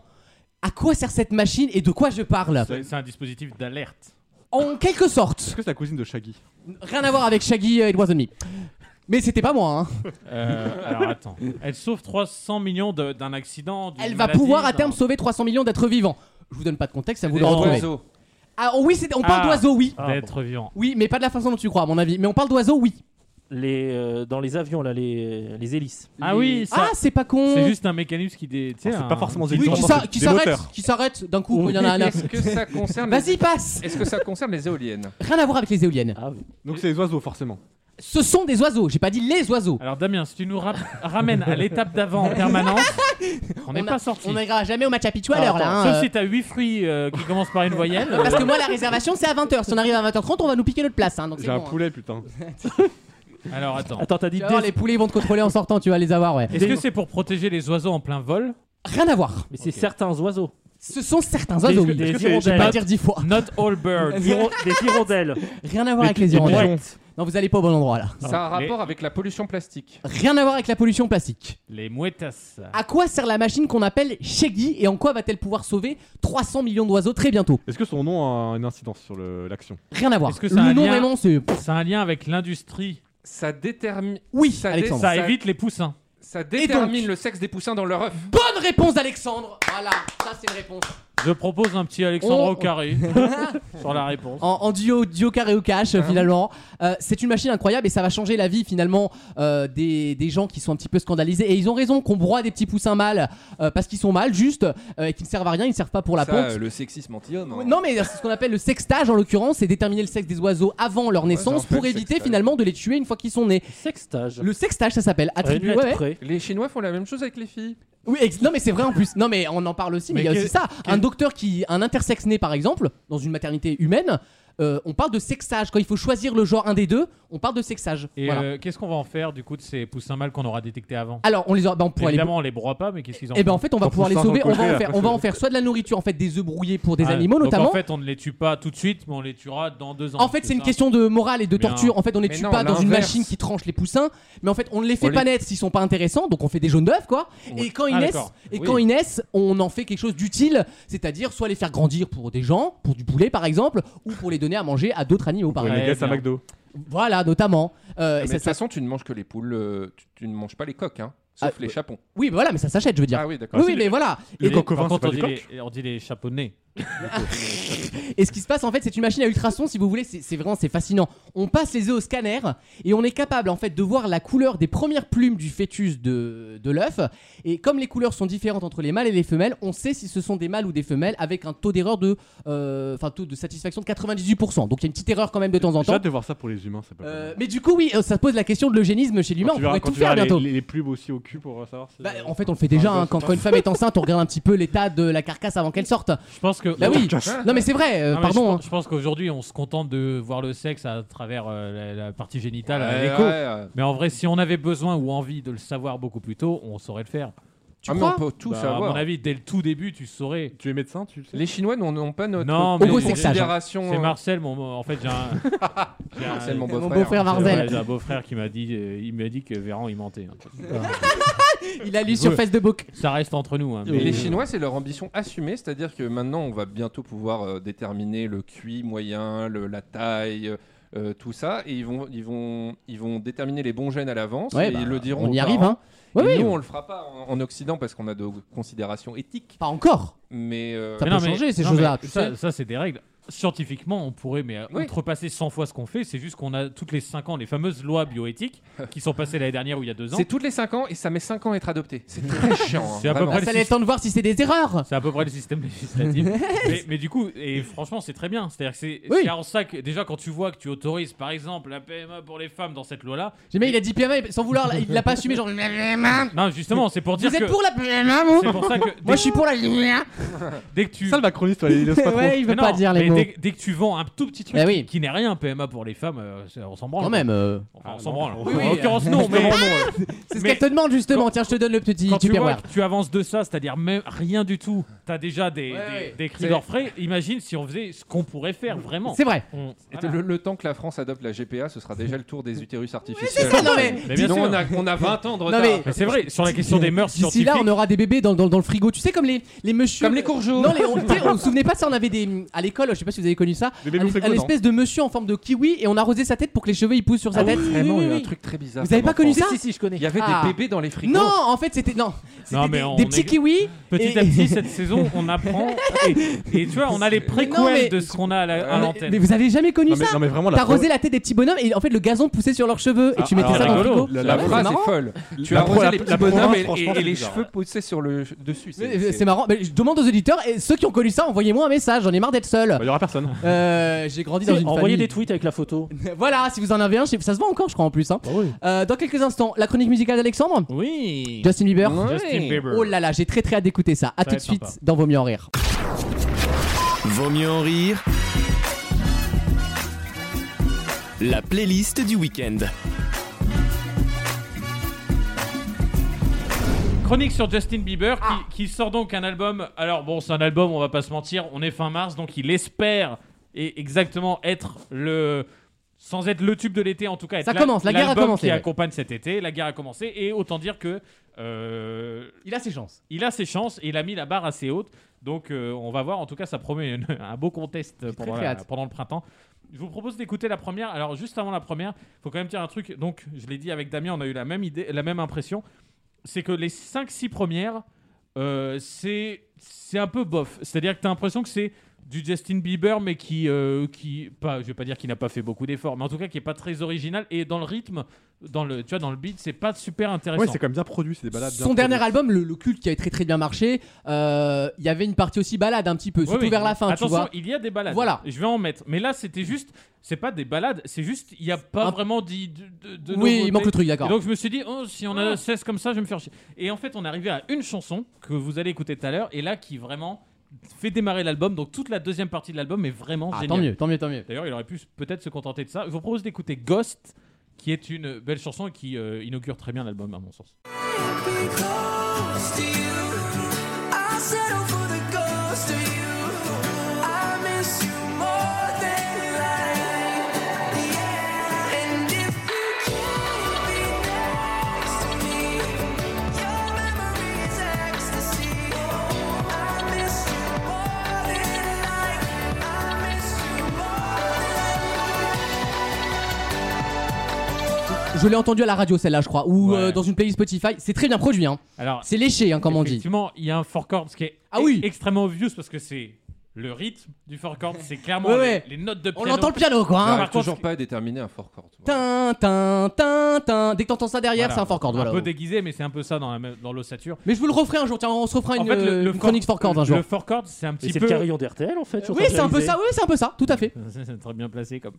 Speaker 2: à quoi sert cette machine et de quoi je parle
Speaker 5: C'est c'est un dispositif d'alerte.
Speaker 2: En quelque sorte,
Speaker 3: Est-ce que c'est la cousine de Shaggy
Speaker 2: rien à voir avec Shaggy et It Wasn't Me. Mais c'était pas moi, hein.
Speaker 5: *laughs* Euh, alors attends. Elle sauve 300 millions de- d'un accident. d'une
Speaker 2: Elle va
Speaker 5: maladie,
Speaker 2: pouvoir à
Speaker 5: d'un-
Speaker 2: terme sauver 300 millions d'êtres vivants. Je vous donne pas de contexte, ça vous
Speaker 5: des
Speaker 2: le retrouvez.
Speaker 6: oiseaux.
Speaker 2: Ah oh oui, c'est- on parle
Speaker 5: Ah.
Speaker 2: d'oiseaux, oui.
Speaker 5: D'être vivant.
Speaker 2: Oui, mais pas de la façon dont tu crois, à mon avis. Mais on parle d'oiseaux, oui.
Speaker 4: les, euh, Dans les avions, là, les, les hélices.
Speaker 5: Ah oui, ça.
Speaker 2: Ah, c'est pas con.
Speaker 5: c'est juste un mécanisme qui dé... tu sais,
Speaker 3: Oh, c'est
Speaker 5: un-
Speaker 3: pas forcément
Speaker 5: qui-
Speaker 3: des-
Speaker 2: Oui, qui s'a- qui
Speaker 3: Des
Speaker 2: s'arrête,
Speaker 3: moteurs.
Speaker 2: qui s'arrête d'un coup. quand Il y en a un.
Speaker 6: *laughs* Est-ce que ça concerne les...
Speaker 2: Vas-y, passe.
Speaker 6: Est-ce que ça concerne les éoliennes
Speaker 2: Rien à voir avec les éoliennes.
Speaker 4: Ah oui.
Speaker 3: Donc c'est les oiseaux forcément.
Speaker 2: Ce sont des oiseaux. J'ai pas dit les oiseaux.
Speaker 5: Alors Damien, si tu nous ra- ramènes à l'étape d'avant
Speaker 2: *laughs*
Speaker 5: en permanence, on n'est
Speaker 2: a-
Speaker 5: pas sorti.
Speaker 2: On n'ira jamais au Machu Picchu à
Speaker 5: Ah,
Speaker 2: l'heure là.
Speaker 5: attends,
Speaker 2: hein,
Speaker 5: Sauf
Speaker 2: euh.
Speaker 5: si t'as 8 fruits euh, qui commencent par une voyelle.
Speaker 2: Parce que
Speaker 5: euh,
Speaker 2: moi, la réservation, c'est à 20h. Si on arrive à 20h30, on va nous piquer notre place. hein, donc c'est
Speaker 3: J'ai un
Speaker 2: bon, hein.
Speaker 3: poulet putain.
Speaker 5: euh, Alors attends.
Speaker 4: Attends, t'as dit
Speaker 2: Tu vas voir,
Speaker 4: des-
Speaker 2: les poulets ils vont te contrôler en sortant, tu vas les avoir, ouais.
Speaker 5: Est-ce que c'est pour protéger les oiseaux en plein vol
Speaker 2: Rien à voir.
Speaker 4: Mais c'est certains *laughs* oiseaux.
Speaker 2: Ce sont certains oiseaux,
Speaker 4: Des-
Speaker 2: oui.
Speaker 4: des
Speaker 2: Je
Speaker 4: hirondelles.
Speaker 2: vais pas dire dix fois.
Speaker 5: Not all birds.
Speaker 4: Des hiro- des hirondelles.
Speaker 2: Rien à voir *laughs* avec les hirondelles. Non, vous allez pas au bon endroit là.
Speaker 6: Ça a un
Speaker 5: les-
Speaker 6: rapport avec la pollution plastique.
Speaker 2: Rien à voir avec la pollution plastique.
Speaker 5: Les mouettas.
Speaker 2: À quoi sert la machine qu'on appelle Shaggy et en quoi va-t-elle pouvoir sauver 300 millions d'oiseaux très bientôt
Speaker 3: Est-ce que son nom a une incidence sur le- l'action
Speaker 2: Rien à voir.
Speaker 5: Est-ce que ça a
Speaker 2: le
Speaker 5: un
Speaker 2: nom
Speaker 5: lien
Speaker 2: vraiment c'est
Speaker 5: C'est un lien avec l'industrie.
Speaker 6: Ça détermine
Speaker 2: Oui,
Speaker 6: ça, dé-
Speaker 2: Alexandre.
Speaker 5: Ça
Speaker 6: ça-
Speaker 5: évite les poussins.
Speaker 6: ça détermine
Speaker 2: donc
Speaker 6: le sexe des poussins dans leur œuf.
Speaker 2: Bonne réponse d'Alexandre. Voilà, ça c'est une réponse.
Speaker 5: Je propose un petit Alexandre
Speaker 2: Oh. *laughs*
Speaker 5: au carré *laughs* sur la réponse.
Speaker 2: En, en duo, duo carré au cash euh, finalement. Euh, c'est une machine incroyable et ça va changer la vie finalement euh, des, des gens qui sont un petit peu scandalisés et ils ont raison qu'on broie des petits poussins mâles euh, parce qu'ils sont mâles juste euh, et qu'ils ne servent à rien, ils ne servent pas pour la
Speaker 6: Ça,
Speaker 2: ponte.
Speaker 6: euh, le sexisme anti-homme. hein.
Speaker 2: Non mais c'est ce qu'on appelle le sextage en l'occurrence, c'est déterminer le sexe des oiseaux avant leur naissance
Speaker 6: ça s'appelle
Speaker 2: pour éviter
Speaker 6: sextage.
Speaker 2: finalement de les tuer une fois qu'ils sont nés.
Speaker 4: Sextage.
Speaker 2: Le sextage ça s'appelle
Speaker 4: À une
Speaker 2: attribuer
Speaker 4: lettre
Speaker 2: ouais, ouais.
Speaker 4: près.
Speaker 6: Les Chinois font la même chose avec les filles.
Speaker 2: Oui, ex- non mais c'est vrai en plus. Non mais on en parle aussi, mais il y a
Speaker 5: Mais
Speaker 2: aussi
Speaker 5: que-
Speaker 2: ça. Un docteur qui, un intersexe né par exemple, dans une maternité humaine, euh, on parle de sexage. Quand il faut choisir le genre un des deux, on parle de sexage.
Speaker 5: Et
Speaker 2: Voilà.
Speaker 5: euh, qu'est-ce qu'on va en faire du coup de ces poussins mâles qu'on aura détectés avant
Speaker 2: Alors on les aura, bah, on pourra les.
Speaker 5: Évidemment, on les broie pas, mais qu'est-ce qu'ils en
Speaker 2: Et ben en
Speaker 5: font
Speaker 2: fait on va
Speaker 3: Quand
Speaker 2: pouvoir les
Speaker 3: poussins
Speaker 2: sauver.
Speaker 3: sont
Speaker 2: On va
Speaker 3: cochés,
Speaker 2: en faire,
Speaker 3: après,
Speaker 2: on va
Speaker 3: c'est-
Speaker 2: en faire soit de la nourriture, en fait des œufs brouillés pour des
Speaker 5: Ah,
Speaker 2: animaux
Speaker 5: donc
Speaker 2: notamment.
Speaker 5: En fait, on ne les tue pas tout de suite, mais on les tuera dans deux ans.
Speaker 2: En fait, c'est une
Speaker 5: ça
Speaker 2: question de morale et de
Speaker 5: Mais
Speaker 2: torture. En fait, on les
Speaker 6: mais
Speaker 2: tue
Speaker 6: non,
Speaker 2: pas dans une
Speaker 6: l'inverse.
Speaker 2: machine qui tranche les poussins, mais en fait, on ne les fait
Speaker 6: On
Speaker 2: pas
Speaker 6: les-
Speaker 2: naître s'ils sont pas intéressants, donc on fait des jaunes d'œufs, quoi.
Speaker 5: Oui.
Speaker 2: Et quand ils
Speaker 5: Ah,
Speaker 2: naissent,
Speaker 5: d'accord.
Speaker 2: et
Speaker 6: Oui.
Speaker 2: quand ils naissent, on en fait quelque chose d'utile, c'est-à-dire soit les faire grandir pour des gens, pour du poulet par exemple, ou pour les donner à manger à d'autres animaux, par
Speaker 3: Pour
Speaker 2: exemple.
Speaker 3: les
Speaker 5: Ouais,
Speaker 3: gars à
Speaker 5: bien.
Speaker 3: McDo.
Speaker 2: Voilà, notamment. Euh,
Speaker 6: Ah,
Speaker 2: et
Speaker 6: Mais de
Speaker 2: ça,
Speaker 6: toute
Speaker 2: ça-
Speaker 6: façon, tu ne manges que les poules, euh, tu, tu ne manges pas les coques, hein, sauf
Speaker 2: Ah,
Speaker 6: les
Speaker 2: ouais.
Speaker 6: chapons.
Speaker 2: Oui, mais voilà, mais ça s'achète, je veux dire.
Speaker 6: Ah oui, d'accord.
Speaker 2: oui, oui, mais voilà.
Speaker 3: Le
Speaker 5: Les-
Speaker 3: coq au vin,
Speaker 5: par contre,
Speaker 3: c'est
Speaker 5: on
Speaker 3: pas
Speaker 5: dit,
Speaker 3: du coq
Speaker 5: les, on dit les chapeaux-nez.
Speaker 2: Et ce qui se passe en fait, c'est une machine à ultrasons, si vous voulez, c'est c'est vraiment c'est fascinant. On passe les œufs au scanner et on est capable en fait de voir la couleur des premières plumes du fœtus de, de l'œuf. Et comme les couleurs sont différentes entre les mâles et les femelles, on sait si ce sont des mâles ou des femelles avec un taux d'erreur de, euh, enfin taux de satisfaction de 98%. Donc il y a une petite erreur quand même de temps en
Speaker 3: J'ai
Speaker 2: temps.
Speaker 3: hâte de voir ça pour les humains, c'est pas mal.
Speaker 2: Euh, mais du coup oui, euh, ça pose la question de l'eugénisme chez l'humain.
Speaker 3: Quand
Speaker 2: On
Speaker 3: tu verras-
Speaker 2: pourrait
Speaker 3: quand
Speaker 2: tout
Speaker 3: tu
Speaker 2: faire
Speaker 3: verras
Speaker 2: bientôt.
Speaker 3: les, les pubs aussi au cul pour savoir si.
Speaker 2: Bah, en fait, on le fait déjà.
Speaker 3: Ah, non,
Speaker 2: hein,
Speaker 3: c'est
Speaker 2: quand,
Speaker 3: pas-
Speaker 2: quand une femme est enceinte, on regarde un petit peu l'état de la carcasse avant qu'elle sorte.
Speaker 5: Je pense que.
Speaker 2: Bah oui.
Speaker 3: Carcasse.
Speaker 2: Non mais c'est vrai. euh,
Speaker 5: Non, mais je
Speaker 2: pardon.
Speaker 5: pense- Je, pense qu'aujourd'hui, on se contente de voir le sexe à travers euh, la, la partie génitale, à
Speaker 2: Ah,
Speaker 6: Ouais,
Speaker 5: l'écho.
Speaker 6: ouais, ouais.
Speaker 5: Mais en vrai, si on avait besoin ou envie de le savoir beaucoup plus tôt, on saurait le faire.
Speaker 2: Tu
Speaker 6: Ah, mais
Speaker 2: crois
Speaker 6: on peut tout
Speaker 5: Bah, à
Speaker 6: savoir.
Speaker 5: mon avis, dès le tout début, tu saurais.
Speaker 3: Tu es médecin, tu le sais
Speaker 6: Les Chinois n'en ont pas notre
Speaker 5: Non, mais-
Speaker 2: Homosexage, hein.
Speaker 6: considération.
Speaker 5: C'est Marcel, mon, mon- en fait, j'ai un. j'ai un-
Speaker 6: Marcel, mon
Speaker 2: Mon
Speaker 6: beau-frère.
Speaker 2: beau-frère hein.
Speaker 5: Ouais,
Speaker 2: Marcel.
Speaker 5: j'ai un beau-frère qui m'a dit, euh, il m'a dit que Véran il mentait. hein.
Speaker 2: Il a lu sur Face de Book.
Speaker 5: Ça reste entre nous. hein, mais-
Speaker 6: les Chinois, c'est leur ambition assumée, c'est-à-dire que maintenant, on va bientôt pouvoir euh, déterminer le QI moyen, le- la taille, euh, tout ça, et ils vont, ils, vont, ils vont déterminer les bons gènes à l'avance,
Speaker 2: Ouais,
Speaker 6: et
Speaker 2: bah,
Speaker 6: ils le diront.
Speaker 2: on
Speaker 6: aux
Speaker 2: y arrive,
Speaker 6: parents.
Speaker 2: hein. Ouais,
Speaker 6: Et
Speaker 2: ouais.
Speaker 6: nous, on le fera pas en, en Occident parce qu'on a de considérations éthiques.
Speaker 2: Pas encore.
Speaker 6: Mais euh,
Speaker 2: Ça peut
Speaker 5: mais-
Speaker 2: changer, ces
Speaker 5: non,
Speaker 2: choses-là,
Speaker 5: mais
Speaker 2: tu
Speaker 5: Ça,
Speaker 2: sais.
Speaker 5: ça, c'est des règles. Scientifiquement, on pourrait mais euh,
Speaker 6: Oui.
Speaker 5: outrepasser 100 fois ce qu'on fait. C'est juste qu'on a toutes les 5 ans les fameuses lois bioéthiques qui sont passées l'année dernière ou il y a 2 ans.
Speaker 6: C'est toutes les 5 ans et ça met 5 ans à être adopté. C'est très chiant. hein,
Speaker 5: *laughs* C'est à peu
Speaker 6: vraiment.
Speaker 5: près
Speaker 2: Bah, Ça allait temps de voir si c'est des erreurs.
Speaker 5: C'est à peu près le
Speaker 2: *laughs*
Speaker 5: système législatif. mais, mais du coup, et franchement, c'est très bien. C'est-à-dire que c'est
Speaker 2: Oui.
Speaker 5: c'est en ça que déjà quand tu vois que tu autorises par exemple la PMA pour les femmes dans cette loi-là.
Speaker 2: J'ai il a dit PMA et sans vouloir, là, il l'a pas assumé. Genre,
Speaker 5: Non, justement, c'est pour dire
Speaker 2: Vous êtes
Speaker 5: que-
Speaker 2: pour la PMA, vous
Speaker 5: C'est pour ça que-
Speaker 2: Moi, je suis pour la.
Speaker 5: Dès que tu...
Speaker 3: Ça, le macroniste, ouais, il laisse pas
Speaker 2: *laughs*
Speaker 3: trop.
Speaker 2: Ouais, il veut
Speaker 5: Mais
Speaker 2: pas dire les
Speaker 5: mais
Speaker 2: mots.
Speaker 5: Dès, dès que tu vends un tout petit truc
Speaker 2: Eh
Speaker 5: qui-
Speaker 2: oui.
Speaker 5: qui, n'est rien, PMA pour les femmes, euh, c'est- on s'en branle.
Speaker 2: Quand
Speaker 5: quoi.
Speaker 2: même, euh.
Speaker 5: Enfin, on s'en branle.
Speaker 2: Oui, oui.
Speaker 5: en l'occurrence, non, euh, mais.
Speaker 2: Justement, non, C'est ce qu'elle te demande justement. Tiens, je te donne le petit
Speaker 5: Quand tu, vois
Speaker 2: tupperware.
Speaker 5: que tu avances de ça, c'est-à-dire même rien du tout, t'as déjà des, des- des cris
Speaker 2: C'est-
Speaker 5: d'orfraie. Imagine si on faisait ce qu'on pourrait faire vraiment.
Speaker 2: C'est vrai.
Speaker 5: On-
Speaker 6: Et
Speaker 5: voilà.
Speaker 6: le, le temps que la France adopte la GPA, ce sera déjà le tour des utérus
Speaker 2: c'est
Speaker 6: artificiels.
Speaker 2: ça, non, mais-
Speaker 5: Mais bien
Speaker 6: Sinon,
Speaker 5: sûr.
Speaker 6: on a, on a 20 ans de
Speaker 2: Non,
Speaker 6: retard.
Speaker 2: mais-
Speaker 5: Mais c'est vrai, sur la question des mœurs
Speaker 2: D'ici là,
Speaker 5: scientifiques.
Speaker 2: on aura des bébés dans, dans- dans le frigo. Tu sais, *laughs* comme les, les monsieur.
Speaker 6: Comme les courgeaux.
Speaker 2: Non, les, on, tu sais, on se souvenait pas de ça. On avait des. À l'école, je sais pas si vous avez connu ça.
Speaker 6: Des bébés
Speaker 2: un,
Speaker 6: au frigo,
Speaker 2: un
Speaker 6: non
Speaker 2: espèce de monsieur en forme de kiwi et on arrosait sa tête pour que les cheveux ils poussent sur sa tête.
Speaker 6: Ah Vraiment, il y a un truc très bizarre.
Speaker 2: Vous avez
Speaker 6: comme
Speaker 2: pas connu
Speaker 6: enfant.
Speaker 2: ça
Speaker 4: Si, si, je connais.
Speaker 6: Il y avait
Speaker 2: Ah.
Speaker 6: des bébés dans les frigos.
Speaker 2: Non, en fait, c'était. Non.
Speaker 5: Non,
Speaker 2: C'était
Speaker 5: mais
Speaker 2: des,
Speaker 5: on
Speaker 2: des
Speaker 5: est-
Speaker 2: petits kiwis.
Speaker 5: Petit
Speaker 2: et-
Speaker 5: à petit, cette saison, on apprend. Et, et tu vois, on a les préquels
Speaker 2: non, mais-
Speaker 5: de ce qu'on a à la- à
Speaker 2: Mais-
Speaker 5: l'antenne.
Speaker 2: Mais vous avez jamais connu
Speaker 3: Non, mais-
Speaker 2: ça
Speaker 3: non, mais vraiment, la
Speaker 2: T'arrosais
Speaker 3: pro-
Speaker 2: la tête des petits bonhommes et en fait le gazon poussait sur leurs cheveux et tu mettais
Speaker 5: alors,
Speaker 2: ça dans le
Speaker 5: rigolo.
Speaker 2: frigo.
Speaker 6: La
Speaker 2: Ah Ouais,
Speaker 6: phrase
Speaker 2: c'est marrant.
Speaker 6: est folle. Tu
Speaker 3: La
Speaker 6: as
Speaker 3: pro-
Speaker 6: arrosé
Speaker 3: la-
Speaker 6: les
Speaker 3: la
Speaker 6: petits
Speaker 3: province,
Speaker 6: bonhommes et,
Speaker 3: franchement,
Speaker 6: et- et
Speaker 3: c'est
Speaker 6: les
Speaker 3: bizarre,
Speaker 6: cheveux
Speaker 3: ouais.
Speaker 6: poussés sur le dessus.
Speaker 2: Mais, euh, C'est marrant. Mais je demande aux auditeurs et ceux qui ont connu ça, envoyez-moi un message. J'en ai marre d'être seul.
Speaker 3: Bah, Il y aura personne.
Speaker 2: Euh, J'ai grandi dans une
Speaker 4: Envoyez
Speaker 2: famille.
Speaker 4: des tweets avec la photo.
Speaker 2: *laughs* Voilà, si vous en avez un, je sais- ça se vend encore, je crois en plus. hein. Euh, dans quelques instants, la chronique musicale d'Alexandre.
Speaker 5: Oui.
Speaker 2: Justin Bieber.
Speaker 5: Justin Bieber.
Speaker 2: Oh là là, j'ai très très hâte d'écouter ça. À
Speaker 5: va
Speaker 2: tout de
Speaker 5: être
Speaker 2: suite
Speaker 5: sympa.
Speaker 2: dans Vos mieux en rire.
Speaker 1: Vaut mieux en rire. La playlist du week-end.
Speaker 5: Chronique sur Justin Bieber qui,
Speaker 2: Ah.
Speaker 5: qui sort donc un album. Alors bon, c'est un album, on va pas se mentir, on est fin mars, donc il espère et exactement être le sans être le tube de l'été en tout cas. Être
Speaker 2: Ça commence, la guerre a
Speaker 5: l'album
Speaker 2: commencé,
Speaker 5: Qui
Speaker 2: ouais.
Speaker 5: accompagne cet été, la guerre a commencé et autant dire que euh,
Speaker 2: Il a ses chances.
Speaker 5: il a ses chances et il a mis la barre assez haute. Donc euh, on va voir. En tout cas, ça promet une- *laughs* un beau contest pendant,
Speaker 2: très
Speaker 5: la-
Speaker 2: hâte.
Speaker 5: pendant le printemps. Je vous propose d'écouter la première. Alors juste avant la première, faut quand même dire un truc. Donc je l'ai dit avec Damien, on a eu la même idée, la même impression. C'est que les 5-6 premières, euh, c'est c'est un peu bof. C'est-à-dire que t'as l'impression que c'est du Justin Bieber, mais qui, euh, qui pas, je vais pas dire qu'il n'a pas fait beaucoup d'efforts, mais en tout cas qui est pas très original et dans le rythme, dans le, tu vois, dans le beat, c'est pas super intéressant.
Speaker 3: Ouais, c'est quand même bien produit, c'est des balades. bien
Speaker 2: Son dernier
Speaker 3: produites.
Speaker 2: album, le, le culte qui avait très très bien marché, euh, il y avait une partie aussi balade un petit peu, surtout
Speaker 5: Oui, oui.
Speaker 2: vers la fin,
Speaker 5: Attention,
Speaker 2: tu vois.
Speaker 5: il y a des balades.
Speaker 2: Voilà.
Speaker 5: Je vais en mettre. Mais là, c'était juste. C'est pas des balades, c'est juste. Il n'y a pas
Speaker 2: Un-
Speaker 5: vraiment dit de, de- de
Speaker 2: Oui, il
Speaker 5: nouveautés.
Speaker 2: manque le truc, d'accord.
Speaker 5: Et Donc je me suis dit, oh, si on a 16 comme ça, je vais me faire chier. Et en fait, on est arrivé à une chanson que vous allez écouter tout à l'heure. Et là, qui vraiment fait démarrer l'album. Donc toute la deuxième partie de l'album est vraiment
Speaker 2: Ah,
Speaker 5: géniale.
Speaker 2: tant mieux, tant mieux, tant mieux.
Speaker 5: D'ailleurs, il aurait pu peut-être se contenter de ça. Je vous propose d'écouter Ghost, qui est une belle chanson et qui euh, inaugure très bien l'album, à mon sens.
Speaker 2: Je l'ai entendu à la radio celle-là, je crois, ou euh, dans une playlist Spotify. C'est très bien produit, hein.
Speaker 5: Alors,
Speaker 2: C'est léché, hein, comme on dit.
Speaker 5: Effectivement, il y a un four chords qui est
Speaker 2: Ah oui.
Speaker 5: e- extrêmement obvious parce que c'est le rythme du four chords, c'est clairement
Speaker 2: Ouais, ouais.
Speaker 5: Les, les notes de
Speaker 2: On
Speaker 5: piano.
Speaker 2: entend le piano, quoi.
Speaker 5: Ah,
Speaker 2: Hein.
Speaker 5: par
Speaker 6: J'arrive
Speaker 5: contre,
Speaker 6: toujours pas à déterminer un fort corps.
Speaker 2: Tin, tin, tin, tin. Dès que t'entends ça derrière,
Speaker 5: Voilà.
Speaker 2: c'est un four chord, voilà.
Speaker 5: Un peu déguisé, mais c'est un peu ça dans, la même- dans l'ossature.
Speaker 2: Mais je vous le referai un jour, tiens, on se refera
Speaker 5: En
Speaker 2: une,
Speaker 5: fait, le-
Speaker 2: euh,
Speaker 5: le
Speaker 2: une
Speaker 5: four-
Speaker 2: chronique four chord un jour.
Speaker 5: Le four chords, c'est un
Speaker 4: Et
Speaker 5: petit
Speaker 4: c'est
Speaker 5: peu.
Speaker 4: le carillon d'RTL en fait. je
Speaker 2: Oui,
Speaker 4: crois,
Speaker 2: c'est un peu
Speaker 4: réalisé.
Speaker 2: ça, oui, c'est un peu ça, tout à fait.
Speaker 5: C'est *laughs* c'est très bien placé
Speaker 4: *laughs*
Speaker 5: comme.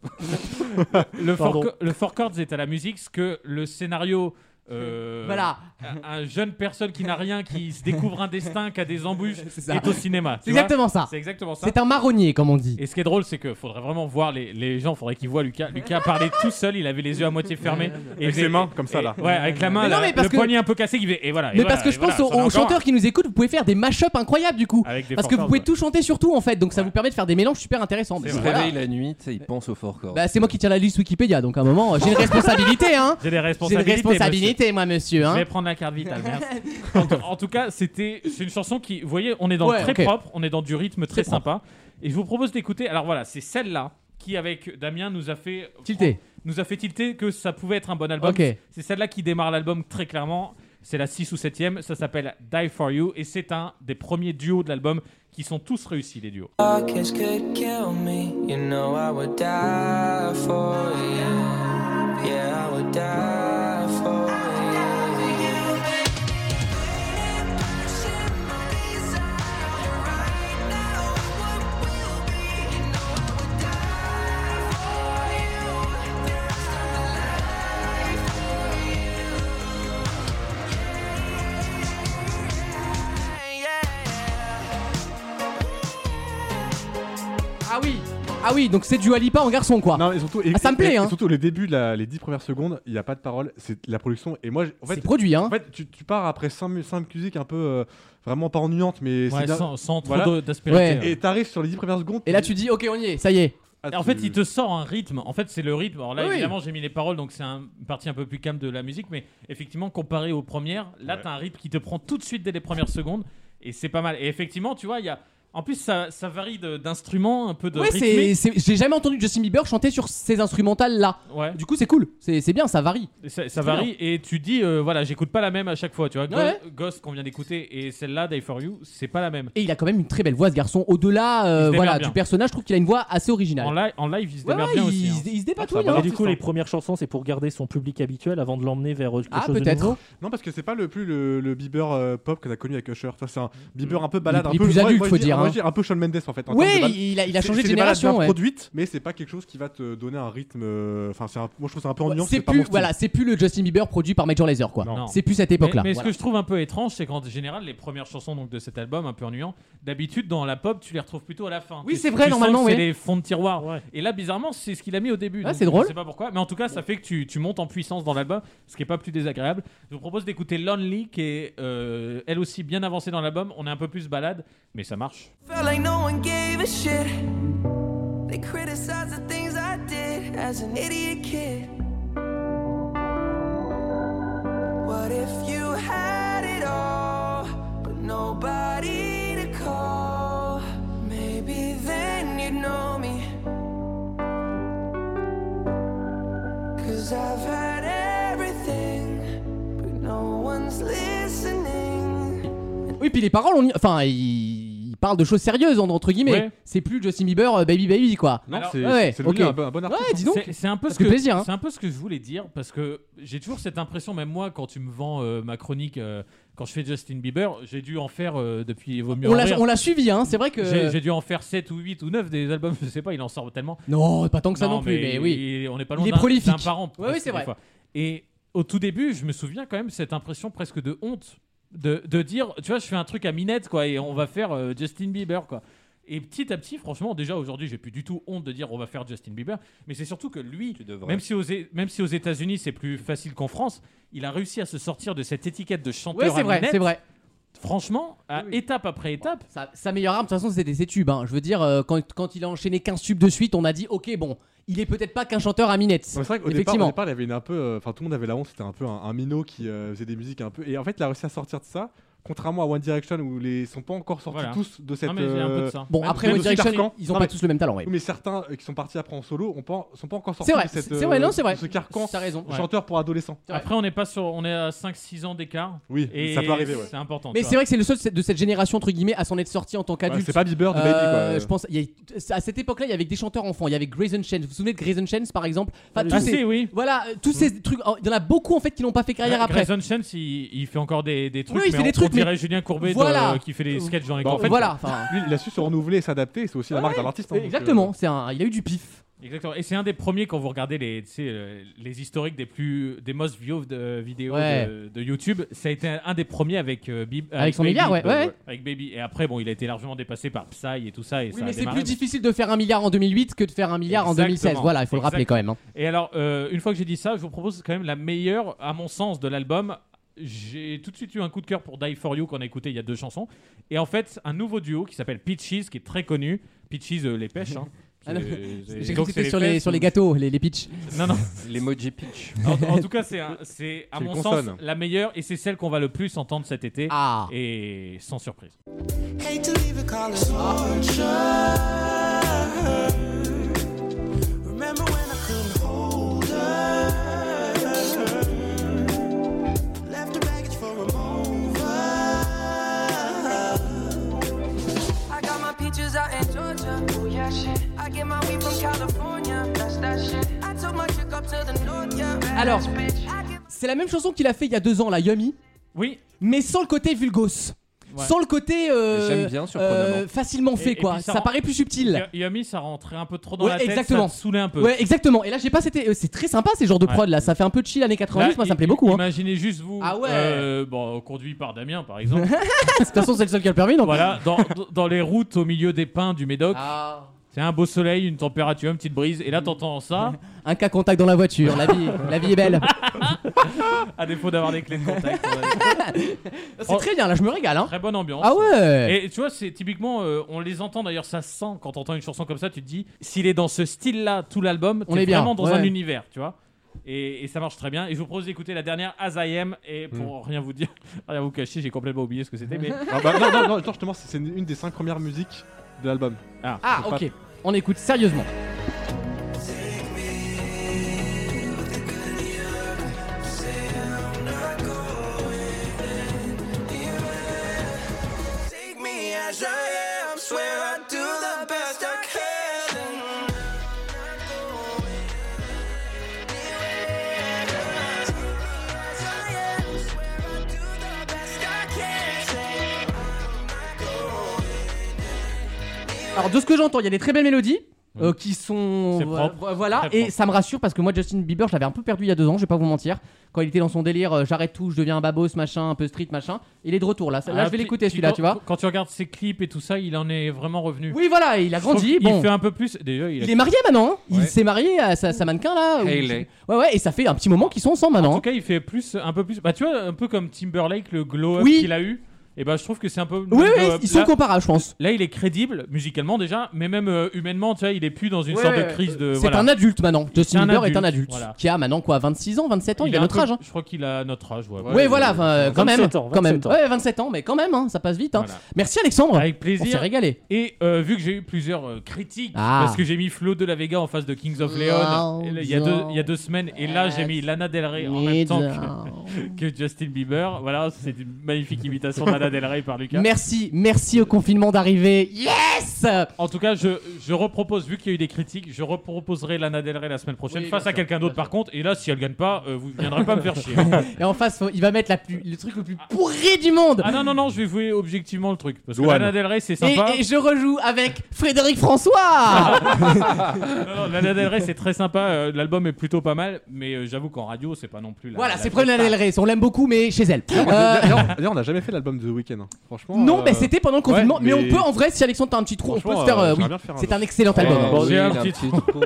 Speaker 5: le,
Speaker 4: Pardon.
Speaker 5: four, co- le four chords est à la musique, ce que le scénario. euh,
Speaker 2: *laughs* Voilà.
Speaker 5: un- Un jeune personne qui n'a rien, qui se découvre un destin, qui a des embûches,
Speaker 2: ça.
Speaker 5: est au cinéma. tu
Speaker 2: *laughs* C'est
Speaker 5: vois.
Speaker 2: exactement ça.
Speaker 5: C'est exactement ça.
Speaker 2: C'est un marronnier, comme on dit.
Speaker 5: Et ce qui est drôle, c'est que faudrait vraiment voir les, les gens, faudrait qu'ils voient Lucas. Lucas parlait tout seul, il avait les yeux à moitié fermés. Et
Speaker 3: Avec ses
Speaker 5: des-
Speaker 3: mains, comme ça, là.
Speaker 5: et- ouais, avec la main,
Speaker 2: Mais non,
Speaker 5: là,
Speaker 2: mais parce
Speaker 5: le
Speaker 2: que-
Speaker 5: poignet un peu cassé. il fait- Et voilà, et
Speaker 2: Mais
Speaker 5: voilà,
Speaker 2: parce que
Speaker 5: et
Speaker 2: je
Speaker 5: voilà,
Speaker 2: pense
Speaker 5: ça en
Speaker 2: aux,
Speaker 5: est
Speaker 2: aux
Speaker 5: encore
Speaker 2: chanteurs
Speaker 5: un.
Speaker 2: qui nous écoutent, vous pouvez faire des mashups incroyables du coup.
Speaker 5: Avec des
Speaker 2: Parce que vous
Speaker 5: fanfares,
Speaker 2: pouvez
Speaker 5: ouais.
Speaker 2: tout chanter sur tout en fait, donc ça vous permet de faire des mélanges super intéressants.
Speaker 6: Il
Speaker 2: Mais
Speaker 6: se
Speaker 2: voilà.
Speaker 6: réveille la nuit, tu sais, il pense au fort corps.
Speaker 2: Bah, c'est moi qui tiens la liste Wikipédia, donc à un moment, euh, j'ai une responsabilité, hein.
Speaker 5: J'ai des
Speaker 2: J'ai une
Speaker 5: responsabilités.
Speaker 2: responsabilité, m'embêter, moi, monsieur.
Speaker 5: Je
Speaker 2: hein.
Speaker 5: vais prendre la carte vitale, merci.
Speaker 2: *laughs*
Speaker 5: en, tout- en tout cas, c'était c'est une chanson qui, vous voyez, on est dans
Speaker 2: Ouais,
Speaker 5: le très
Speaker 2: ok.
Speaker 5: propre, on est dans du rythme très sympa. Et je vous propose d'écouter. Alors voilà, c'est celle-là qui, avec Damien, nous a fait
Speaker 2: Tilter.
Speaker 5: Nous a fait tilter que ça pouvait être un bon album.
Speaker 2: Ok.
Speaker 5: C'est celle-là qui démarre l'album très clairement. C'est la 6 ou 7ème, ça s'appelle Die For You et c'est un des premiers duos de l'album qui sont tous réussis les duos.
Speaker 13: Podcast could kill me. You know I would die for you. Yeah, I would die for you.
Speaker 2: Ah oui Ah oui, donc c'est du Alipa en garçon, quoi.
Speaker 3: Non, et surtout, et-
Speaker 2: ah, ça me
Speaker 3: et-
Speaker 2: plaît,
Speaker 3: et
Speaker 2: hein.
Speaker 3: Surtout, les débuts, de la- les 10 premières secondes, il n'y a pas de parole, c'est la production. Et moi, j- en fait,
Speaker 2: C'est produit, hein.
Speaker 3: En fait, tu, tu pars après 5 musiques un peu euh, vraiment pas ennuyantes, mais
Speaker 5: Ouais,
Speaker 3: bien-
Speaker 5: sans- sans trop de- d'aspérité, hein.
Speaker 3: Et t'arrives sur les 10 premières secondes. ah,
Speaker 2: Et là, tu dis, ok, on y est, ça y est.
Speaker 5: Et en fait, il te sort un rythme. En fait, c'est le rythme. Alors là,
Speaker 2: Oui.
Speaker 5: évidemment, j'ai mis les paroles, donc c'est un- une partie un peu plus calme de la musique. Mais effectivement, comparé aux premières, là, t'as un rythme qui te prend tout de suite dès les premières secondes. Et c'est pas mal. Et effectivement, tu vois, il y a. En plus, ça, ça varie de- d'instruments, un peu de.
Speaker 2: Ouais, c'est,
Speaker 5: rythmique.
Speaker 2: c'est- j'ai jamais entendu Justin Bieber chanter sur ces instrumentales là.
Speaker 5: Ouais.
Speaker 2: Du coup, c'est cool, c'est, c'est bien, ça varie.
Speaker 5: Et Ça, ça varie et tu dis euh, voilà j'écoute pas la même à chaque fois tu vois Go-
Speaker 2: Ouais.
Speaker 5: Ghost qu'on vient d'écouter et celle-là Day for You c'est pas la même
Speaker 2: Et il a quand même une très belle voix, ce garçon. Au-delà, euh,
Speaker 5: Il se démerde
Speaker 2: voilà,
Speaker 5: bien.
Speaker 2: du personnage, je trouve qu'il a une voix assez originale.
Speaker 5: en, li- en live il se
Speaker 2: Ouais,
Speaker 5: démerde
Speaker 2: ouais,
Speaker 5: bien
Speaker 2: il-
Speaker 5: aussi hein.
Speaker 2: il se- il se débat tout,
Speaker 5: Ah,
Speaker 2: il
Speaker 5: c'est un
Speaker 2: est
Speaker 5: bon
Speaker 4: Et du coup,
Speaker 5: artiste,
Speaker 4: les
Speaker 5: hein.
Speaker 4: premières chansons, c'est pour garder son public habituel avant de l'emmener vers euh, quelque
Speaker 3: Ah,
Speaker 4: chose de
Speaker 3: peut-être.
Speaker 4: nouveau.
Speaker 3: Non, parce que c'est pas le plus le, le Bieber euh, pop que t'as connu avec Usher. Toi, c'est un Bieber un peu balade,
Speaker 2: Il-
Speaker 3: un
Speaker 2: il est
Speaker 3: peu
Speaker 2: plus
Speaker 3: moi,
Speaker 2: adulte,
Speaker 3: moi, je
Speaker 2: faut
Speaker 3: dis-
Speaker 2: dire,
Speaker 3: moi,
Speaker 2: hein.
Speaker 3: je dis un peu Sean Mendes en fait. en
Speaker 2: Oui,
Speaker 3: termes de balade.
Speaker 2: il a- il a
Speaker 3: C'est-
Speaker 2: changé de
Speaker 3: C'est des balades
Speaker 2: génération,
Speaker 3: bien
Speaker 2: ouais.
Speaker 3: produites, mais c'est pas quelque chose qui va te donner un rythme. euh, Enfin, c'est un- moi je trouve c'est un peu
Speaker 2: Ouais,
Speaker 3: ennuyant.
Speaker 2: c'est
Speaker 3: pas mon
Speaker 2: plus,
Speaker 3: style.
Speaker 2: voilà, c'est plus le Justin Bieber produit par Major Lazer, quoi.
Speaker 5: Non.
Speaker 2: C'est plus cette époque-là.
Speaker 5: Mais, mais ce
Speaker 2: Voilà.
Speaker 5: que je trouve un peu étrange, c'est qu'en général, les premières chansons donc, de cet album, un peu ennuyant, d'habitude, dans la pop, tu les retrouves plutôt à la fin.
Speaker 2: Oui,
Speaker 5: Tu-
Speaker 2: c'est vrai,
Speaker 5: tu sens
Speaker 2: normalement,
Speaker 5: que C'est
Speaker 2: oui.
Speaker 5: les fonds de tiroir. Et là, bizarrement, c'est ce qu'il a mis au début.
Speaker 2: Ah,
Speaker 5: donc
Speaker 2: c'est drôle.
Speaker 5: Je sais pas pourquoi. Mais en tout cas, ça fait que tu, tu montes en puissance dans l'album, ce qui est pas plus désagréable. Je vous propose d'écouter Lonely, qui est euh, elle aussi bien avancée dans l'album. On est un peu plus balade, mais ça marche.
Speaker 13: Felt like no one gave a shit. They criticized the things I did as an idiot kid. What if you had it all, but nobody to call? Maybe then you'd know me. Cause I've had everything, but no one's listening.
Speaker 2: Oui, puis les paroles, on y- enfin, il... il parle de choses sérieuses en- entre guillemets.
Speaker 5: Ouais.
Speaker 2: C'est plus Justin Bieber, euh, baby baby, quoi.
Speaker 5: Non,
Speaker 2: Alors-
Speaker 5: c'est-
Speaker 2: ouais,
Speaker 5: c'est devenu
Speaker 2: ok.
Speaker 5: un bon- un bon
Speaker 2: Ouais, dis donc.
Speaker 5: C'est- C'est un peu
Speaker 2: Ça
Speaker 5: ce
Speaker 2: fait
Speaker 5: que
Speaker 2: plaisir. hein.
Speaker 5: c'est un peu ce que je voulais dire parce que j'ai toujours cette impression, même moi, quand tu me vends euh, ma chronique, euh, quand je fais Justin Bieber, j'ai dû en faire euh, depuis vaut mieux
Speaker 2: On
Speaker 5: en
Speaker 2: l'a-
Speaker 5: rire.
Speaker 2: on l'a suivi, hein, c'est vrai que-
Speaker 5: j'ai j'ai dû en faire 7 ou 8 ou 9 des albums, je sais pas, il en sort tellement.
Speaker 2: Non, pas tant que ça non plus, mais oui.
Speaker 5: il- on n'est pas
Speaker 2: Il
Speaker 5: loin
Speaker 2: est
Speaker 5: d'un-
Speaker 2: prolifique.
Speaker 5: d'un par an.
Speaker 2: Ouais, oui,
Speaker 5: presque,
Speaker 2: c'est
Speaker 5: des
Speaker 2: vrai.
Speaker 5: fois. Et au tout début, je me souviens quand même cette impression presque de honte de, de dire, tu vois, je fais un truc à minette quoi, et on va faire euh, Justin Bieber quoi. Et petit à petit, franchement, déjà aujourd'hui, j'ai plus du tout honte de dire on va faire Justin Bieber, mais c'est surtout que lui, même si aux, É- même si aux États-Unis c'est plus facile qu'en France, il a réussi à se sortir de cette étiquette de chanteur
Speaker 2: Ouais, c'est
Speaker 5: à
Speaker 2: vrai,
Speaker 5: minette.
Speaker 2: c'est vrai.
Speaker 5: Franchement, à étape après étape,
Speaker 2: ça, Sa meilleure arme, de toute façon, c'était ses tubes. hein. Je veux dire, euh, quand, quand il a enchaîné 15 tubes de suite, on a dit, ok, bon, il est peut-être pas qu'un chanteur à minette.
Speaker 3: Ouais, C'est vrai qu'au départ, au
Speaker 2: Effectivement.
Speaker 3: départ, il y avait une un peu. euh, Enfin, tout le monde avait la honte, c'était un peu un, un minot qui euh, faisait des musiques un peu. Et en fait, il a réussi à sortir de ça. Contrairement à One Direction où les sont pas encore sortis
Speaker 2: Voilà.
Speaker 3: tous de cette.
Speaker 2: Non, mais j'ai un peu de ça. Bon,
Speaker 3: même
Speaker 2: après,
Speaker 3: de
Speaker 2: One
Speaker 3: ce
Speaker 2: Direction,
Speaker 3: carcan.
Speaker 2: ils ont
Speaker 3: Non,
Speaker 2: pas
Speaker 3: mais-
Speaker 2: tous le même talent, ouais.
Speaker 3: Oui, mais certains euh, qui sont partis après en solo ont pas, sont pas encore sortis
Speaker 2: C'est vrai,
Speaker 3: de cette, euh,
Speaker 2: c'est vrai, non, c'est vrai.
Speaker 3: de ce carcan
Speaker 2: T'as raison.
Speaker 3: de chanteur pour adolescents.
Speaker 5: après on n'est pas sur, on est à 5-6 ans d'écart.
Speaker 3: Oui,
Speaker 5: et
Speaker 3: ça peut arriver, ouais.
Speaker 5: C'est important.
Speaker 2: Mais
Speaker 5: tu
Speaker 2: c'est
Speaker 5: vois.
Speaker 2: vrai que c'est le seul de cette- de cette génération entre guillemets à s'en être sorti en tant qu'adulte.
Speaker 3: c'est pas Bieber de
Speaker 5: Ah,
Speaker 3: Baby, quoi.
Speaker 2: Euh, Je pense. il y a- à cette époque-là, il y avait des chanteurs enfants. Il y avait Grayson Chance. Vous vous souvenez de Grayson Chance par exemple Enfin,
Speaker 5: Ah
Speaker 2: tous
Speaker 5: si,
Speaker 2: ces-
Speaker 5: oui.
Speaker 2: Voilà, euh, tous ces trucs. oh, Il y en a beaucoup en fait qui n'ont pas fait carrière
Speaker 5: Gra-
Speaker 2: après.
Speaker 5: Grayson Chance, il, il fait encore des, des trucs.
Speaker 2: Oui, il
Speaker 5: mais
Speaker 2: fait
Speaker 5: on,
Speaker 2: des trucs,
Speaker 5: on dirait
Speaker 2: mais-
Speaker 5: Julien Courbet de-
Speaker 2: Voilà.
Speaker 5: qui fait des sketchs dans les
Speaker 3: Bah, en
Speaker 5: campagnes. *laughs*
Speaker 3: fait, lui, il a su se renouveler et s'adapter. et C'est aussi la marque d'un artiste. hein, donc, euh,
Speaker 2: Exactement. C'est un. Il a eu du pif.
Speaker 5: Exactement. Et c'est un des premiers quand vous regardez les, tu sais, euh, les historiques des plus des most viewed euh, vidéos
Speaker 2: Ouais.
Speaker 5: de, de YouTube. Ça a été un, un des premiers avec euh, Bib-
Speaker 2: Avec son
Speaker 5: Baby,
Speaker 2: milliard, ouais, ouais, ouais.
Speaker 5: Avec Baby. Et après, bon, il a été largement dépassé par Psy et tout ça. Et
Speaker 2: Oui,
Speaker 5: ça a
Speaker 2: mais c'est
Speaker 5: démarré,
Speaker 2: plus difficile de faire un milliard en 2008 que de faire un milliard en 2016.
Speaker 5: Exactement.
Speaker 2: Voilà, il faut le rappeler quand même. hein.
Speaker 5: Et alors, euh, une fois que j'ai dit ça, je vous propose quand même la meilleure, à mon sens, de l'album. J'ai tout de suite eu un coup de cœur pour Die For You qu'on a écouté il y a deux chansons. Et en fait, un nouveau duo qui s'appelle Peaches, qui est très connu. Peaches, euh, les pêches. hein.
Speaker 2: *laughs* Ah non,
Speaker 5: C'est-
Speaker 2: j'ai cru
Speaker 5: et donc,
Speaker 2: que
Speaker 5: c'est
Speaker 2: c'était sur
Speaker 5: fesses
Speaker 2: les, sur les
Speaker 5: ou-
Speaker 2: gâteaux, les, les pitchs.
Speaker 5: Non, non.
Speaker 2: *laughs*
Speaker 6: L'emoji pitch.
Speaker 5: En, en tout cas, c'est, un- c'est à
Speaker 6: C'est
Speaker 5: mon
Speaker 6: une
Speaker 5: sens
Speaker 6: consonne.
Speaker 5: la meilleure et c'est celle qu'on va le plus entendre cet été.
Speaker 2: Ah.
Speaker 5: Et sans surprise.
Speaker 13: Hate to leave it, call it torture. Remember when I couldn't hold her? Left her baggage for a mover. I got my peaches out in Georgia. Oh yeah, shit. I get my weed from California. That's that shit. I took my chick up to the north, yeah.
Speaker 2: Alors,
Speaker 13: Badass bitch. I get
Speaker 2: C'est la même chanson qu'il a fait il y a deux ans, la Yummy.
Speaker 5: Oui.
Speaker 2: Mais sans le côté vulgos. Sans le côté euh,
Speaker 5: J'aime bien,
Speaker 2: euh,
Speaker 5: surprenamment.
Speaker 2: facilement fait,
Speaker 5: Et- et
Speaker 2: quoi.
Speaker 5: puis
Speaker 2: ça
Speaker 5: rend-
Speaker 2: paraît plus subtil.
Speaker 5: Y- Yami, ça rentrait un peu trop dans
Speaker 2: Ouais,
Speaker 5: la tête.
Speaker 2: exactement.
Speaker 5: Ça te saoulait un peu.
Speaker 2: Ouais, exactement. Et là, j'ai pas, c'était, euh, c'est très sympa ces genres de
Speaker 5: Ouais.
Speaker 2: prod là. Ça fait un peu chill années 90,
Speaker 5: Là,
Speaker 2: moi ça
Speaker 5: i-
Speaker 2: me plaît beaucoup. hein.
Speaker 5: Imaginez juste vous.
Speaker 2: Ah ouais.
Speaker 5: euh, bon, conduit par Damien, par exemple.
Speaker 2: De toute façon, c'est le seul qui a le permis, donc.
Speaker 5: *laughs*
Speaker 2: euh,
Speaker 5: voilà, dans, dans les routes au milieu des pins du Médoc. C'est un beau soleil, une température, une petite brise. Et là, t'entends ça.
Speaker 2: Un cas contact dans la voiture. La *laughs* vie, la vie est belle.
Speaker 5: à défaut d'avoir des clés de contact. on va dire.
Speaker 2: C'est très bien. Là, je me régale. Hein.
Speaker 5: Très bonne ambiance.
Speaker 2: Ah ouais.
Speaker 5: Et tu vois, c'est typiquement, euh, on les entend d'ailleurs, ça se sent quand t'entends une chanson comme ça, tu te dis, s'il est dans ce style-là, tout l'album,
Speaker 2: On
Speaker 5: t'es
Speaker 2: est bien,
Speaker 5: vraiment dans
Speaker 2: ouais.
Speaker 5: un univers, tu vois. Et, et ça marche très bien. Et je vous propose d'écouter la dernière As I Am. Et pour
Speaker 2: Hmm.
Speaker 5: rien vous dire, *laughs* rien vous cacher, j'ai complètement oublié ce que c'était. Mais
Speaker 3: Ah bah, non, non, non, attends, justement, c'est c'est une des cinq premières musiques de l'album.
Speaker 5: Ah,
Speaker 2: Ah,
Speaker 3: Faut pas-
Speaker 2: ok. On écoute sérieusement.
Speaker 13: Take me as I am, swear I do the best I can.
Speaker 2: Alors, de ce que j'entends, il y a des très belles mélodies. euh, qui sont
Speaker 5: C'est
Speaker 2: voilà,
Speaker 5: propre,
Speaker 2: voilà
Speaker 5: très
Speaker 2: et
Speaker 5: propre.
Speaker 2: ça me rassure parce que moi Justin Bieber je l'avais un peu perdu il y a deux ans je vais pas vous mentir quand il était dans son délire euh, j'arrête tout je deviens un babos machin un peu street machin il est de retour *laughs* là là
Speaker 5: Ah,
Speaker 2: je vais
Speaker 5: puis-
Speaker 2: l'écouter
Speaker 5: puis
Speaker 2: celui-là
Speaker 5: quand-
Speaker 2: tu vois
Speaker 5: Quand tu regardes ses clips et tout ça, il en est vraiment revenu.
Speaker 2: Oui, voilà, il a
Speaker 5: Je trouve
Speaker 2: grandi,
Speaker 5: qu'il
Speaker 2: bon.
Speaker 5: fait un peu plus. Déjà, il, a-
Speaker 2: il est marié maintenant hein. il s'est marié à sa, sa mannequin là ou-
Speaker 5: Hailey.
Speaker 2: ouais ouais et ça fait un petit moment qu'ils sont ensemble
Speaker 5: En
Speaker 2: maintenant
Speaker 5: tout cas, il fait plus, un peu plus. Bah, tu vois, un peu comme Timberlake, le glow-up
Speaker 2: Oui.
Speaker 5: qu'il a eu. Et bah, je trouve que c'est un peu.
Speaker 2: oui oui
Speaker 5: glow-up.
Speaker 2: ils sont
Speaker 5: euh, Là-
Speaker 2: comparables je pense
Speaker 5: Là, il est crédible musicalement déjà, mais même euh, humainement, tu vois, il est plus dans une
Speaker 2: Ouais,
Speaker 5: sorte
Speaker 2: ouais,
Speaker 5: de crise de.
Speaker 2: c'est
Speaker 5: voilà.
Speaker 2: un adulte maintenant
Speaker 5: C'est
Speaker 2: Justin
Speaker 5: un
Speaker 2: Bieber est un
Speaker 5: adulte,
Speaker 2: adulte
Speaker 5: voilà.
Speaker 2: qui a maintenant quoi 26 ans 27 ans il, a
Speaker 5: un
Speaker 2: notre
Speaker 5: peu-
Speaker 2: âge hein.
Speaker 5: Je crois qu'il a notre âge. Ouais,
Speaker 2: Ouais, voilà, enfin, euh, quand même,
Speaker 5: 27 ans,
Speaker 2: quand même.
Speaker 5: 27 ans.
Speaker 2: Ouais, 27 ans, mais quand même, hein, ça passe vite. hein.
Speaker 5: Voilà.
Speaker 2: Merci Alexandre.
Speaker 5: Avec
Speaker 2: On
Speaker 5: plaisir.
Speaker 2: s'est régalé.
Speaker 5: Et euh, vu que j'ai eu plusieurs euh, critiques,
Speaker 2: Ah.
Speaker 5: parce que j'ai mis Flo de la Vega en face de Kings of Leon
Speaker 2: Wow,
Speaker 5: il y, a deux, il y a deux semaines, et là j'ai mis Lana Del Rey en même temps que, que Justin Bieber. Voilà, c'est une magnifique imitation de Lana Del Rey par Lucas.
Speaker 2: Merci, merci au confinement d'arriver. Yes.
Speaker 5: En tout cas, je, je repropose, vu qu'il y a eu des critiques, je reproposerai Lana Del Rey la semaine prochaine
Speaker 2: Oui,
Speaker 5: face
Speaker 2: bien
Speaker 5: à quelqu'un d'autre par contre. Et là, si elle gagne pas, euh, vous ne viendrez pas me faire
Speaker 2: *laughs*
Speaker 5: chier.
Speaker 2: Et en face, faut- il va mettre la plus- le truc le plus pourri du monde.
Speaker 5: Ah non, non, non, je vais jouer objectivement le truc. Parce que
Speaker 2: Douane.
Speaker 5: Lana Del Rey, c'est
Speaker 2: Et,
Speaker 5: sympa.
Speaker 2: et je rejoue avec Frédéric François.
Speaker 5: Non, non, Lana Del Rey, c'est très sympa. euh, L'album est plutôt pas mal, mais euh, j'avoue qu'en radio, c'est pas non plus. La,
Speaker 2: voilà, c'est
Speaker 5: la
Speaker 2: Fred Lana Del Rey. On l'aime beaucoup, mais chez
Speaker 3: *laughs*
Speaker 2: elle.
Speaker 3: D'ailleurs,
Speaker 2: Euh,
Speaker 3: d'ailleurs, d'ailleurs, on n'a jamais fait l'album de The Weeknd. hein. Franchement.
Speaker 2: Non,
Speaker 3: euh,
Speaker 2: mais c'était pendant le confinement.
Speaker 3: ouais,
Speaker 2: mais... on peut, en vrai, si Alexandre t'as un petit trou, on peut
Speaker 3: Franchement,
Speaker 2: se faire.
Speaker 3: euh,
Speaker 2: euh, oui,
Speaker 3: j'aimerais bien faire un Oh,
Speaker 2: c'est
Speaker 3: jour.
Speaker 2: un excellent album.
Speaker 5: Ouais, Bon, j'ai oui, un il a un petit petit trou.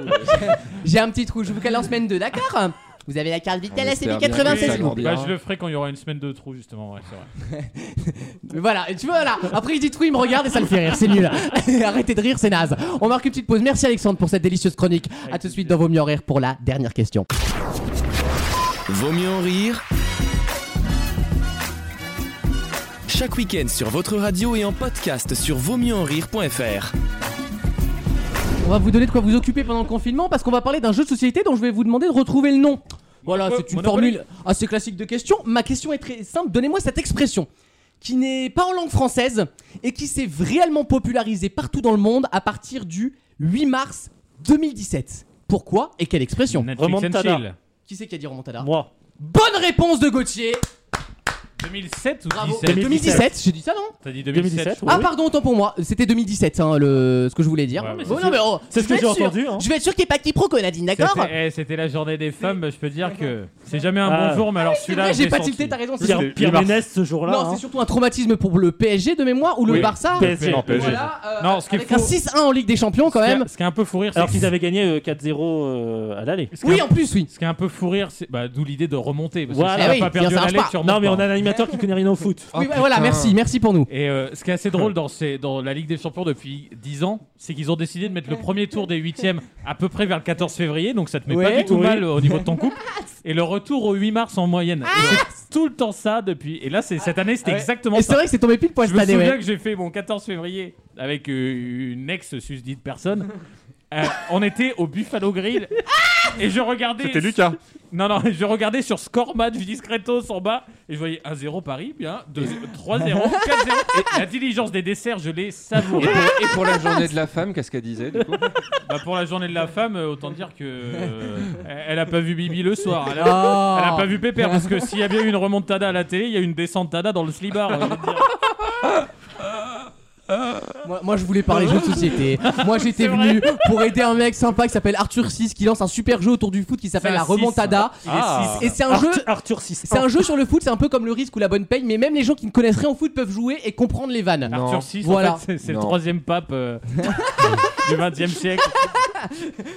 Speaker 2: J'ai un petit trou. Je vous cale en semaine de Dakar. Vous avez la carte vitale la CB 96 s'il vous plaît.
Speaker 5: Bah, je le ferai quand il y aura une semaine de trou, justement. Ouais, c'est vrai.
Speaker 2: Mais Voilà, et tu vois là, après il dit trou, il me regarde et ça le fait rire, c'est nul. *laughs* Arrêtez de rire, c'est naze. On marque une petite pause. Merci Alexandre pour cette délicieuse chronique. À tout de suite dans Vaut mieux en rire pour la dernière question.
Speaker 1: Vaut mieux en rire. Chaque week-end sur votre radio et en podcast sur vautmieuxenrire.fr.
Speaker 2: On va vous donner de quoi vous occuper pendant le confinement parce qu'on va parler d'un jeu de société dont je vais vous demander de retrouver le nom. Voilà, c'est une
Speaker 5: Monopoly.
Speaker 2: formule assez classique de question. Ma question est très simple. Donnez-moi cette expression qui n'est pas en langue française et qui s'est réellement popularisée partout dans le monde à partir du 8 mars 2017. Pourquoi et quelle expression
Speaker 5: Netflix and Remontada. chill.
Speaker 2: Qui c'est qui a dit remontada
Speaker 4: Moi.
Speaker 2: Bonne réponse de Gauthier.
Speaker 5: 2007 ou
Speaker 2: Bravo.
Speaker 5: 17
Speaker 2: 2017, j'ai dit ça non
Speaker 5: T'as dit 2017. je
Speaker 2: ah
Speaker 5: crois.
Speaker 2: pardon, autant pour moi. C'était 2017, hein, le... ce que je voulais dire. Bon,
Speaker 5: mais c'est
Speaker 2: non,
Speaker 5: sûr.
Speaker 2: mais, oh,
Speaker 5: C'est ce
Speaker 2: je
Speaker 5: que
Speaker 2: vais
Speaker 5: j'ai
Speaker 2: être sûr.
Speaker 5: entendu, hein.
Speaker 2: Je vais être sûr qu'il n'y ait pas quiproquo, Nadine, d'accord
Speaker 5: C'était eh, c'était la journée des femmes, bah, je
Speaker 2: *laughs*
Speaker 5: peux dire que c'est jamais un
Speaker 2: Ah.
Speaker 5: bon jour, mais
Speaker 2: Ah
Speaker 5: alors
Speaker 2: oui, c'est
Speaker 5: celui-là.
Speaker 2: vrai,
Speaker 5: je
Speaker 2: j'ai
Speaker 5: l'ai
Speaker 2: pas
Speaker 5: senti.
Speaker 2: tilté, t'as raison, c'est
Speaker 5: Pierre-
Speaker 2: sûr.
Speaker 5: Pierre Ménès,
Speaker 4: ce jour-là. hein.
Speaker 2: Non, c'est surtout un traumatisme pour le PSG de mémoire ou le
Speaker 5: Oui.
Speaker 2: Barça.
Speaker 5: PSG.
Speaker 4: Non, PSG.
Speaker 2: Voilà, euh,
Speaker 5: Non, ce qui est
Speaker 2: avec un
Speaker 5: faux-
Speaker 2: 6-1 en Ligue des Champions quand même.
Speaker 5: Ce qui est un peu fou rire, c'est
Speaker 4: Alors qu'ils avaient gagné euh, 4-0 euh, à l'aller.
Speaker 5: Oui, en
Speaker 2: plus, oui.
Speaker 5: Ce qui est un peu fou rire, c'est bah, d'où l'idée de remonter. Parce que
Speaker 4: Voilà.
Speaker 5: si
Speaker 4: Eh
Speaker 5: t'as
Speaker 4: oui,
Speaker 5: pas
Speaker 4: bien,
Speaker 5: perdu
Speaker 4: ça
Speaker 5: à
Speaker 4: marche
Speaker 5: l'aller,
Speaker 4: pas.
Speaker 5: tu
Speaker 4: Non,
Speaker 5: remontes
Speaker 4: mais on
Speaker 5: pas.
Speaker 4: a un animateur sûr qu'il connaît rien au foot.
Speaker 6: Oh.
Speaker 2: Oui,
Speaker 6: Ah,
Speaker 2: bah, voilà, merci, merci pour nous.
Speaker 5: Et euh, ce qui est assez drôle dans, ces, dans la Ligue des Champions depuis 10 ans, c'est qu'ils ont décidé de mettre le premier tour des huitièmes à peu près vers le 14 février, donc ça te met
Speaker 4: Ouais,
Speaker 5: pas du tout
Speaker 4: oui.
Speaker 5: mal au niveau de ton
Speaker 4: *laughs*
Speaker 5: couple. Et le retour au 8 mars en moyenne. Et
Speaker 4: Ah.
Speaker 5: c'est tout le temps ça depuis. Et là, c'est cette année, c'était
Speaker 2: Ouais.
Speaker 5: exactement
Speaker 2: Et
Speaker 5: ça.
Speaker 2: c'est vrai que c'est tombé pile poil
Speaker 5: Je
Speaker 2: cette
Speaker 5: me
Speaker 2: année.
Speaker 5: souviens
Speaker 2: ouais.
Speaker 5: que j'ai fait mon 14 février avec euh, une ex susdite personne. Euh, on était au Buffalo Grill et je regardais.
Speaker 3: C'était Lucas.
Speaker 5: Non, non, je regardais sur score match discretos en bas et je voyais 1-0 Paris, bien, 2 3-0,
Speaker 2: *laughs*
Speaker 5: 4-0. Et La diligence des desserts, je l'ai savouré.
Speaker 6: Et pour-
Speaker 2: *laughs*
Speaker 6: et pour la journée de la femme, qu'est-ce qu'elle disait du coup
Speaker 5: Bah, pour la journée de la femme, euh, autant dire que euh, elle a pas vu Bibi le soir. Elle a,
Speaker 2: Oh.
Speaker 5: elle a pas vu Pépère parce que s'il y avait eu une remontada à la télé, il y a eu une descentada dans le slibar. euh, je veux dire.
Speaker 2: Moi, moi, je voulais parler jeux de société. Moi j'étais venu pour aider un mec sympa qui s'appelle Arthur 6 qui lance un super jeu autour du foot qui s'appelle
Speaker 4: C'est un
Speaker 2: la Remontada.
Speaker 4: six, hein. Il est
Speaker 2: Ah.
Speaker 4: six.
Speaker 2: Et c'est un
Speaker 4: Arthur-
Speaker 2: jeu
Speaker 4: Arthur 6.
Speaker 2: C'est un jeu sur le foot, c'est un peu comme le risque ou la bonne paye, mais même les gens qui ne connaissent rien au foot peuvent jouer et comprendre les vannes.
Speaker 5: Arthur VI, en
Speaker 2: voilà.
Speaker 5: fait, c'est- c'est le troisième pape euh, du 20e siècle.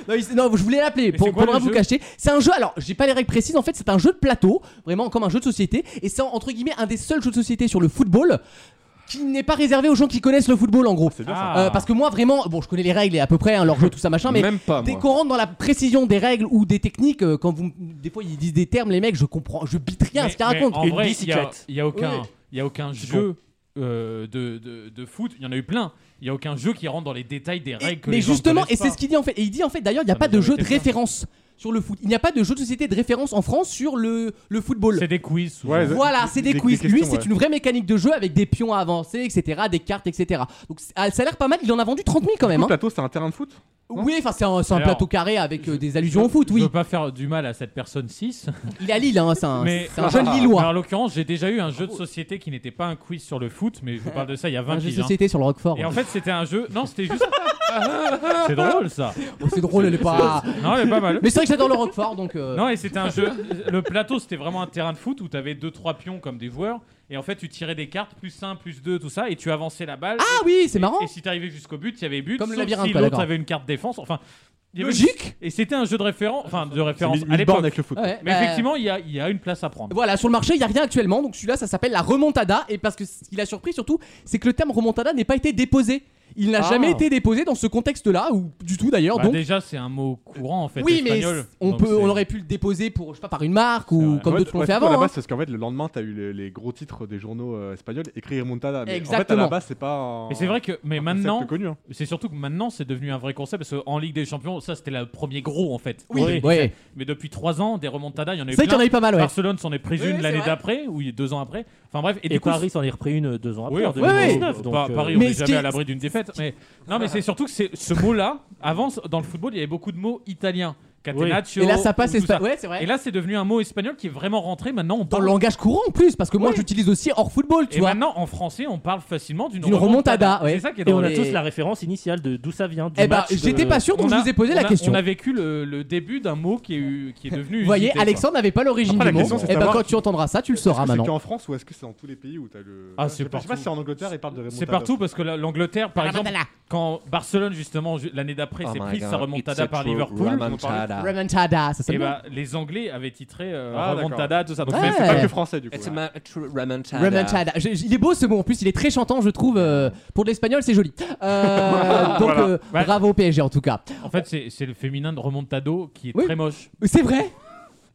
Speaker 2: Non, il- non, je voulais l'appeler pour,
Speaker 5: quoi
Speaker 2: pour
Speaker 5: le
Speaker 2: ne rien vous
Speaker 5: jeu
Speaker 2: cacher. C'est un jeu, alors j'ai pas les règles précises, en fait c'est un jeu de plateau, vraiment comme un jeu de société, et c'est entre guillemets un des seuls jeux de société sur le football qui n'est pas réservé aux gens qui connaissent le football en gros.
Speaker 5: ça.
Speaker 2: Euh, parce que moi vraiment, bon je connais les règles et à peu près hein, leur jeu tout ça machin, mais
Speaker 6: Même pas,
Speaker 2: dès
Speaker 6: moi.
Speaker 2: qu'on rentre dans la précision des règles ou des techniques, euh, quand vous, m- des fois ils disent des termes les mecs, je comprends, je bite rien à
Speaker 5: Mais-
Speaker 2: ce qu'ils
Speaker 5: mais
Speaker 2: racontent.
Speaker 5: en vrai, il y a- Il n'y a, aucun,
Speaker 2: Oui.
Speaker 5: il y a aucun jeu euh, de, de, de foot, il y en a eu plein. Il n'y a aucun jeu qui rentre dans les détails des règles que
Speaker 2: Mais
Speaker 5: les gens
Speaker 2: justement,
Speaker 5: connaissent
Speaker 2: et c'est
Speaker 5: pas.
Speaker 2: ce qu'il dit en fait. Et il dit en fait d'ailleurs, il n'y a pas de jeu de référence sur le foot. Il n'y a pas de jeu de société de référence en France sur le, le football. C'est
Speaker 5: des quiz. souvent.
Speaker 3: Ouais,
Speaker 2: voilà,
Speaker 3: des-
Speaker 2: c'est des,
Speaker 3: des-
Speaker 2: quiz.
Speaker 3: des
Speaker 2: Lui,
Speaker 3: questions,
Speaker 2: c'est
Speaker 3: ouais.
Speaker 2: une vraie mécanique de jeu avec des pions à avancer, etc., des cartes, etc. Donc c'est- ah, ça a l'air pas mal. Il en a vendu 30 000 quand même.
Speaker 3: Le
Speaker 2: hein.
Speaker 3: plateau, c'est un terrain de foot
Speaker 2: Oui, enfin c'est un, c'est un
Speaker 5: Alors,
Speaker 2: plateau carré avec euh, des allusions au foot.
Speaker 5: Je
Speaker 2: Oui,
Speaker 5: veux pas faire du mal à cette personne 6.
Speaker 2: il est à Lille, hein, c'est un,
Speaker 5: Mais
Speaker 2: c'est un jeune Lillois.
Speaker 5: Alors, en l'occurrence, j'ai déjà eu un jeu de société qui n'était pas un quiz sur le foot, mais je vous parle de ça il y a 20
Speaker 2: Un jeu de
Speaker 5: piges, hein.
Speaker 2: société sur le Roquefort.
Speaker 5: Et en fait, c'était un jeu. Non,
Speaker 2: *laughs*
Speaker 5: c'était juste. c'est drôle ça.
Speaker 2: Oh, c'est drôle, elle est
Speaker 5: *laughs*
Speaker 2: pas.
Speaker 5: Non, elle est pas mal.
Speaker 2: Mais c'est vrai que j'adore le Roquefort, donc. euh,
Speaker 5: Non, et
Speaker 2: *laughs*
Speaker 5: c'était un jeu. Le plateau, c'était vraiment un terrain de foot où t'avais 2-3 pions comme des joueurs. Et en fait, tu tirais des cartes, plus 1, plus 2, tout ça, et tu avançais la balle.
Speaker 2: Ah oui, c'est marrant.
Speaker 5: Et si t'arrivais jusqu'au but, il y avait but.
Speaker 2: Comme le
Speaker 5: sauf
Speaker 2: labyrinthe,
Speaker 5: Si
Speaker 2: quoi,
Speaker 5: l'autre
Speaker 2: d'accord.
Speaker 5: avait une carte défense. Enfin. il y avait-
Speaker 2: Logique.
Speaker 5: Et c'était un jeu de référence. Enfin, de référence.
Speaker 3: mille-
Speaker 5: à
Speaker 3: mille
Speaker 5: l'époque.
Speaker 3: bornes avec le foot.
Speaker 2: Ouais,
Speaker 5: Mais
Speaker 2: euh,
Speaker 5: effectivement, il y a, il y a une place à prendre.
Speaker 2: Voilà, sur le marché, il n'y a rien actuellement. Donc celui-là, ça s'appelle la remontada. Et parce que ce qui l'a surpris surtout, c'est que le terme remontada n'est pas été déposé. Il n'a
Speaker 5: Ah.
Speaker 2: jamais été déposé dans ce contexte-là, ou du tout d'ailleurs.
Speaker 5: Bah,
Speaker 2: donc
Speaker 5: déjà, c'est un mot courant en fait.
Speaker 2: oui, mais
Speaker 5: espagnol.
Speaker 2: c- on,
Speaker 5: Donc,
Speaker 2: peut,
Speaker 5: c'est-
Speaker 2: on aurait pu le déposer pour, je sais pas, par une marque ou comme
Speaker 3: Ouais,
Speaker 2: d'autres l'ont
Speaker 3: ouais,
Speaker 2: fait
Speaker 3: surtout à
Speaker 2: avant.
Speaker 3: la
Speaker 2: hein.
Speaker 3: base, parce qu'en fait, le lendemain, t'as eu le- les gros titres des journaux euh, espagnols écrits Remontada. Mais en fait, à
Speaker 2: Exactement. Ah,
Speaker 3: la base, c'est pas. un-
Speaker 5: Et c'est vrai que, mais
Speaker 3: un concept
Speaker 5: maintenant,
Speaker 3: connu, hein.
Speaker 5: c'est surtout que maintenant c'est devenu un vrai concept parce qu'en Ligue des Champions, ça c'était le premier gros en fait.
Speaker 2: Oui,
Speaker 5: Ouais.
Speaker 2: ouais.
Speaker 5: Mais depuis 3 ans, des remontadas, il y en a eu
Speaker 2: C'est vrai qu'il y en
Speaker 5: plein.
Speaker 2: a eu pas mal, ouais.
Speaker 5: Barcelone s'en est prise
Speaker 2: Oui, oui,
Speaker 5: une
Speaker 2: c'est
Speaker 5: l'année
Speaker 2: vrai.
Speaker 5: d'après, ou deux ans après. Enfin bref, et,
Speaker 4: Et,
Speaker 5: du coup,
Speaker 4: Paris s'en est repris une deux ans après.
Speaker 5: Oui,
Speaker 4: en
Speaker 5: enfin, bon,
Speaker 4: 2019, donc,
Speaker 5: pas-
Speaker 4: euh,
Speaker 5: Paris, on n'est jamais à l'abri d'une défaite. Mais non, mais c'est surtout que c'est ce mot-là. Avant, c- dans le football, il y avait beaucoup de mots italiens. Catenaccio.
Speaker 2: Et là, ça passe
Speaker 5: ou tout
Speaker 2: espa-
Speaker 5: ça.
Speaker 2: ouais, c'est vrai.
Speaker 5: Et là, c'est devenu un mot espagnol qui est vraiment rentré. Maintenant, on
Speaker 2: Dans
Speaker 5: parle.
Speaker 2: le langage courant en plus, parce que moi j'utilise aussi hors football, tu
Speaker 5: Et
Speaker 2: vois.
Speaker 5: maintenant, en français, on parle facilement d'une
Speaker 2: D'une remontada, ouais.
Speaker 5: C'est ça qui est
Speaker 4: Et on
Speaker 5: drôle.
Speaker 4: a tous la référence initiale de d'où ça vient. du
Speaker 2: Eh ben,
Speaker 4: match euh, de-
Speaker 2: j'étais pas sûr, donc
Speaker 5: On
Speaker 2: je
Speaker 5: a-
Speaker 2: vous ai posé la
Speaker 5: on a-
Speaker 2: question.
Speaker 5: On a vécu le, le début d'un mot qui est, eu-
Speaker 2: *laughs*
Speaker 5: qui est devenu.
Speaker 2: Vous voyez,
Speaker 5: usité,
Speaker 2: Alexandre
Speaker 5: quoi.
Speaker 2: n'avait pas l'origine
Speaker 3: Après,
Speaker 2: du
Speaker 3: la
Speaker 2: mot.
Speaker 3: question, c'est
Speaker 2: Et ben
Speaker 3: savoir-
Speaker 2: quand tu entendras ça, tu le sauras
Speaker 3: Est-ce que
Speaker 2: maintenant.
Speaker 3: C'est qu'en France ou est-ce que c'est dans tous les pays où t'as le.
Speaker 5: Ah,
Speaker 3: Je
Speaker 5: c'est
Speaker 3: sais pas- Je sais pas
Speaker 5: partout.
Speaker 3: si c'est en Angleterre, ils parlent de Remontada.
Speaker 5: C'est partout parce que la- l'Angleterre, par exemple,
Speaker 2: Remontada.
Speaker 5: quand Barcelone justement ju- l'année d'après
Speaker 6: Oh
Speaker 5: s'est
Speaker 6: my
Speaker 5: prise
Speaker 6: God,
Speaker 5: sa
Speaker 6: it's a
Speaker 5: remontada par
Speaker 6: true
Speaker 5: Liverpool,
Speaker 2: Ah.
Speaker 6: remontada.
Speaker 2: Remontada, ça
Speaker 5: et
Speaker 2: s'appelle.
Speaker 5: bah, les Anglais avaient titré euh,
Speaker 3: Ah, d'accord.
Speaker 5: remontada tout ça. Donc
Speaker 2: Ouais.
Speaker 5: c'est-
Speaker 2: C'est pas que
Speaker 3: français du coup.
Speaker 6: It's a true remontada.
Speaker 2: Remontada. Je- je- Il est beau ce mot en plus, il est très chantant, je trouve. euh, pour de l'espagnol, c'est joli.
Speaker 5: *laughs*
Speaker 2: Euh, donc,
Speaker 5: Voilà.
Speaker 2: euh,
Speaker 5: Ouais.
Speaker 2: bravo au PSG en tout cas.
Speaker 5: En fait, c'est c'est le féminin de remontado qui est
Speaker 2: Oui.
Speaker 5: très moche.
Speaker 2: C'est vrai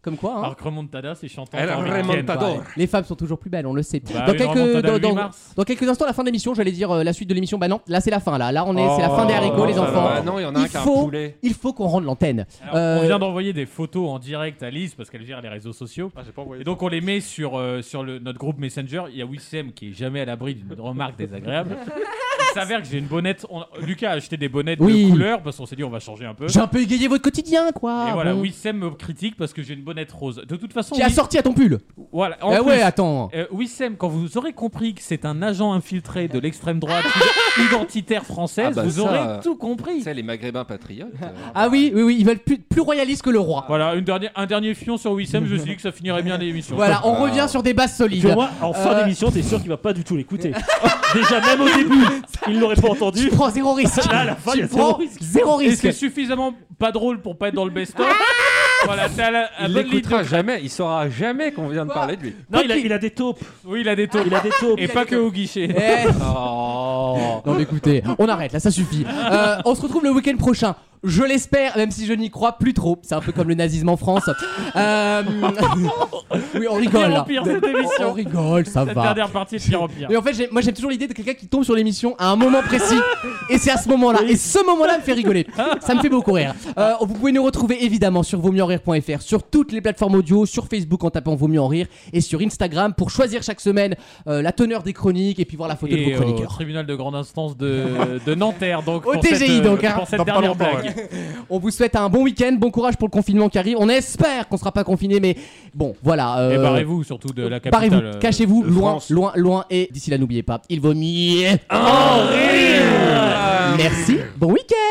Speaker 2: Comme quoi, hein.
Speaker 5: Alors que remontada, c'est chantant.
Speaker 6: Elle
Speaker 5: t'as envie de
Speaker 6: remontado.
Speaker 5: ken.
Speaker 2: Ah Les femmes sont toujours plus belles, on le sait.
Speaker 5: Bah,
Speaker 2: dans,
Speaker 5: une
Speaker 2: quelques,
Speaker 5: remontada
Speaker 2: dans,
Speaker 5: le huit
Speaker 2: dans-
Speaker 5: mars.
Speaker 2: dans quelques instants, la fin de l'émission, j'allais dire euh, la suite de l'émission. Bah non, là c'est la fin, là. Là, on est, c'est la fin des haricots, les
Speaker 6: ça
Speaker 2: enfants.
Speaker 6: va. Bah non, il y en a un qui a un
Speaker 2: faut,
Speaker 6: poulet.
Speaker 2: il faut qu'on rende l'antenne.
Speaker 5: Alors, On
Speaker 2: Euh,
Speaker 5: vient d'envoyer des photos en direct à Lise parce qu'elle gère les réseaux sociaux.
Speaker 3: Ah,
Speaker 5: et donc on les met sur, euh, sur le- notre groupe Messenger. Il y a Wissem qui est jamais à l'abri d'une remarque désagréable. Il s'avère que j'ai une bonnette. on- Lucas a acheté des bonnettes
Speaker 2: Oui.
Speaker 5: de couleur parce qu'on s'est dit on va changer un peu.
Speaker 2: J'ai un peu égayé votre quotidien, quoi.
Speaker 5: Et voilà,
Speaker 2: Bon.
Speaker 5: Wissem me critique parce que j'ai une bonnette rose. De toute façon,
Speaker 2: Qui a
Speaker 5: Wiss-
Speaker 2: sorti à ton pull
Speaker 5: Voilà.
Speaker 2: Eh
Speaker 5: plus,
Speaker 2: ouais, attends.
Speaker 5: euh, Wissem, quand vous aurez compris que c'est un agent infiltré de l'extrême droite *laughs* id- identitaire française,
Speaker 2: bah
Speaker 5: vous aurez tout. compris.
Speaker 6: C'est les Maghrébins patriotes.
Speaker 2: *laughs*
Speaker 6: euh,
Speaker 2: Ah oui, oui, oui, ils veulent plus, plus royalistes que le roi.
Speaker 5: Voilà, une dernière, un dernier fion sur Wissem. je me suis dit que ça finirait bien l'émission.
Speaker 2: Voilà, on revient sur des bases solides.
Speaker 4: Pour moi, en fin
Speaker 2: Euh,
Speaker 4: d'émission, t'es sûr qu'il va pas du tout
Speaker 2: *laughs*
Speaker 4: l'écouter. Déjà, même au début, il l'aurait pas entendu.
Speaker 2: Tu prends zéro risque.
Speaker 4: Là, à la fin,
Speaker 2: Tu
Speaker 4: il y a zéro
Speaker 2: prends
Speaker 4: risque.
Speaker 2: zéro
Speaker 5: Et
Speaker 2: risque.
Speaker 5: c'est suffisamment pas drôle pour pas être dans le best-of.
Speaker 2: Ah
Speaker 5: Voilà, t'as la- un
Speaker 6: il
Speaker 5: bon lead
Speaker 6: l'écoutera
Speaker 5: de-
Speaker 6: jamais, il saura jamais qu'on vient de parler de lui.
Speaker 4: Non, il a, il a des taupes.
Speaker 5: Oui, il a
Speaker 2: Ah,
Speaker 5: des taupes.
Speaker 4: Il a des taupes.
Speaker 5: Et pas que au guichet.
Speaker 2: Eh.
Speaker 6: Oh. *laughs*
Speaker 2: Non mais écoutez, on arrête là, ça suffit. Euh, on se retrouve le week-end prochain. Je l'espère, même si je n'y crois plus trop. C'est un peu comme le nazisme en France. Euh, *laughs* Oui, on rigole.
Speaker 5: Pire en
Speaker 2: là.
Speaker 5: pire, cette émission.
Speaker 2: On rigole, ça
Speaker 5: Cette
Speaker 2: va.
Speaker 5: dernière partie est de pire en pire.
Speaker 2: Mais en fait, j'ai- moi j'aime toujours l'idée de quelqu'un qui tombe sur l'émission à un moment précis. Et c'est à ce moment-là. Et ce moment-là me fait rigoler. Ça me fait beaucoup rire. Euh, vous pouvez nous retrouver évidemment sur vaumieuxenrire.fr, sur toutes les plateformes audio, sur Facebook en tapant Vaut mieux en rire, et sur Instagram pour choisir chaque semaine euh, la teneur des chroniques et puis voir la photo de
Speaker 5: Et euh,
Speaker 2: vos
Speaker 5: au
Speaker 2: chroniqueurs.
Speaker 5: tribunal de grande instance de, de Nanterre, donc
Speaker 2: Au
Speaker 5: pour
Speaker 2: TGI,
Speaker 5: cette, euh,
Speaker 2: donc, hein.
Speaker 5: pour cette
Speaker 2: Dans pas
Speaker 5: dernière
Speaker 2: longtemps,
Speaker 5: blague.
Speaker 2: On vous souhaite un bon week-end, bon courage pour le confinement qui arrive. On espère qu'on sera pas confiné, mais bon, voilà. euh,
Speaker 5: Et barrez-vous surtout de la capitale.
Speaker 2: Barrez-vous,
Speaker 5: euh,
Speaker 2: cachez-vous,
Speaker 5: de
Speaker 2: loin,
Speaker 5: France.
Speaker 2: loin, loin,
Speaker 5: Oh, Ah.
Speaker 2: et d'ici là, n'oubliez pas, il vaut mieux en rire. Merci, bon week-end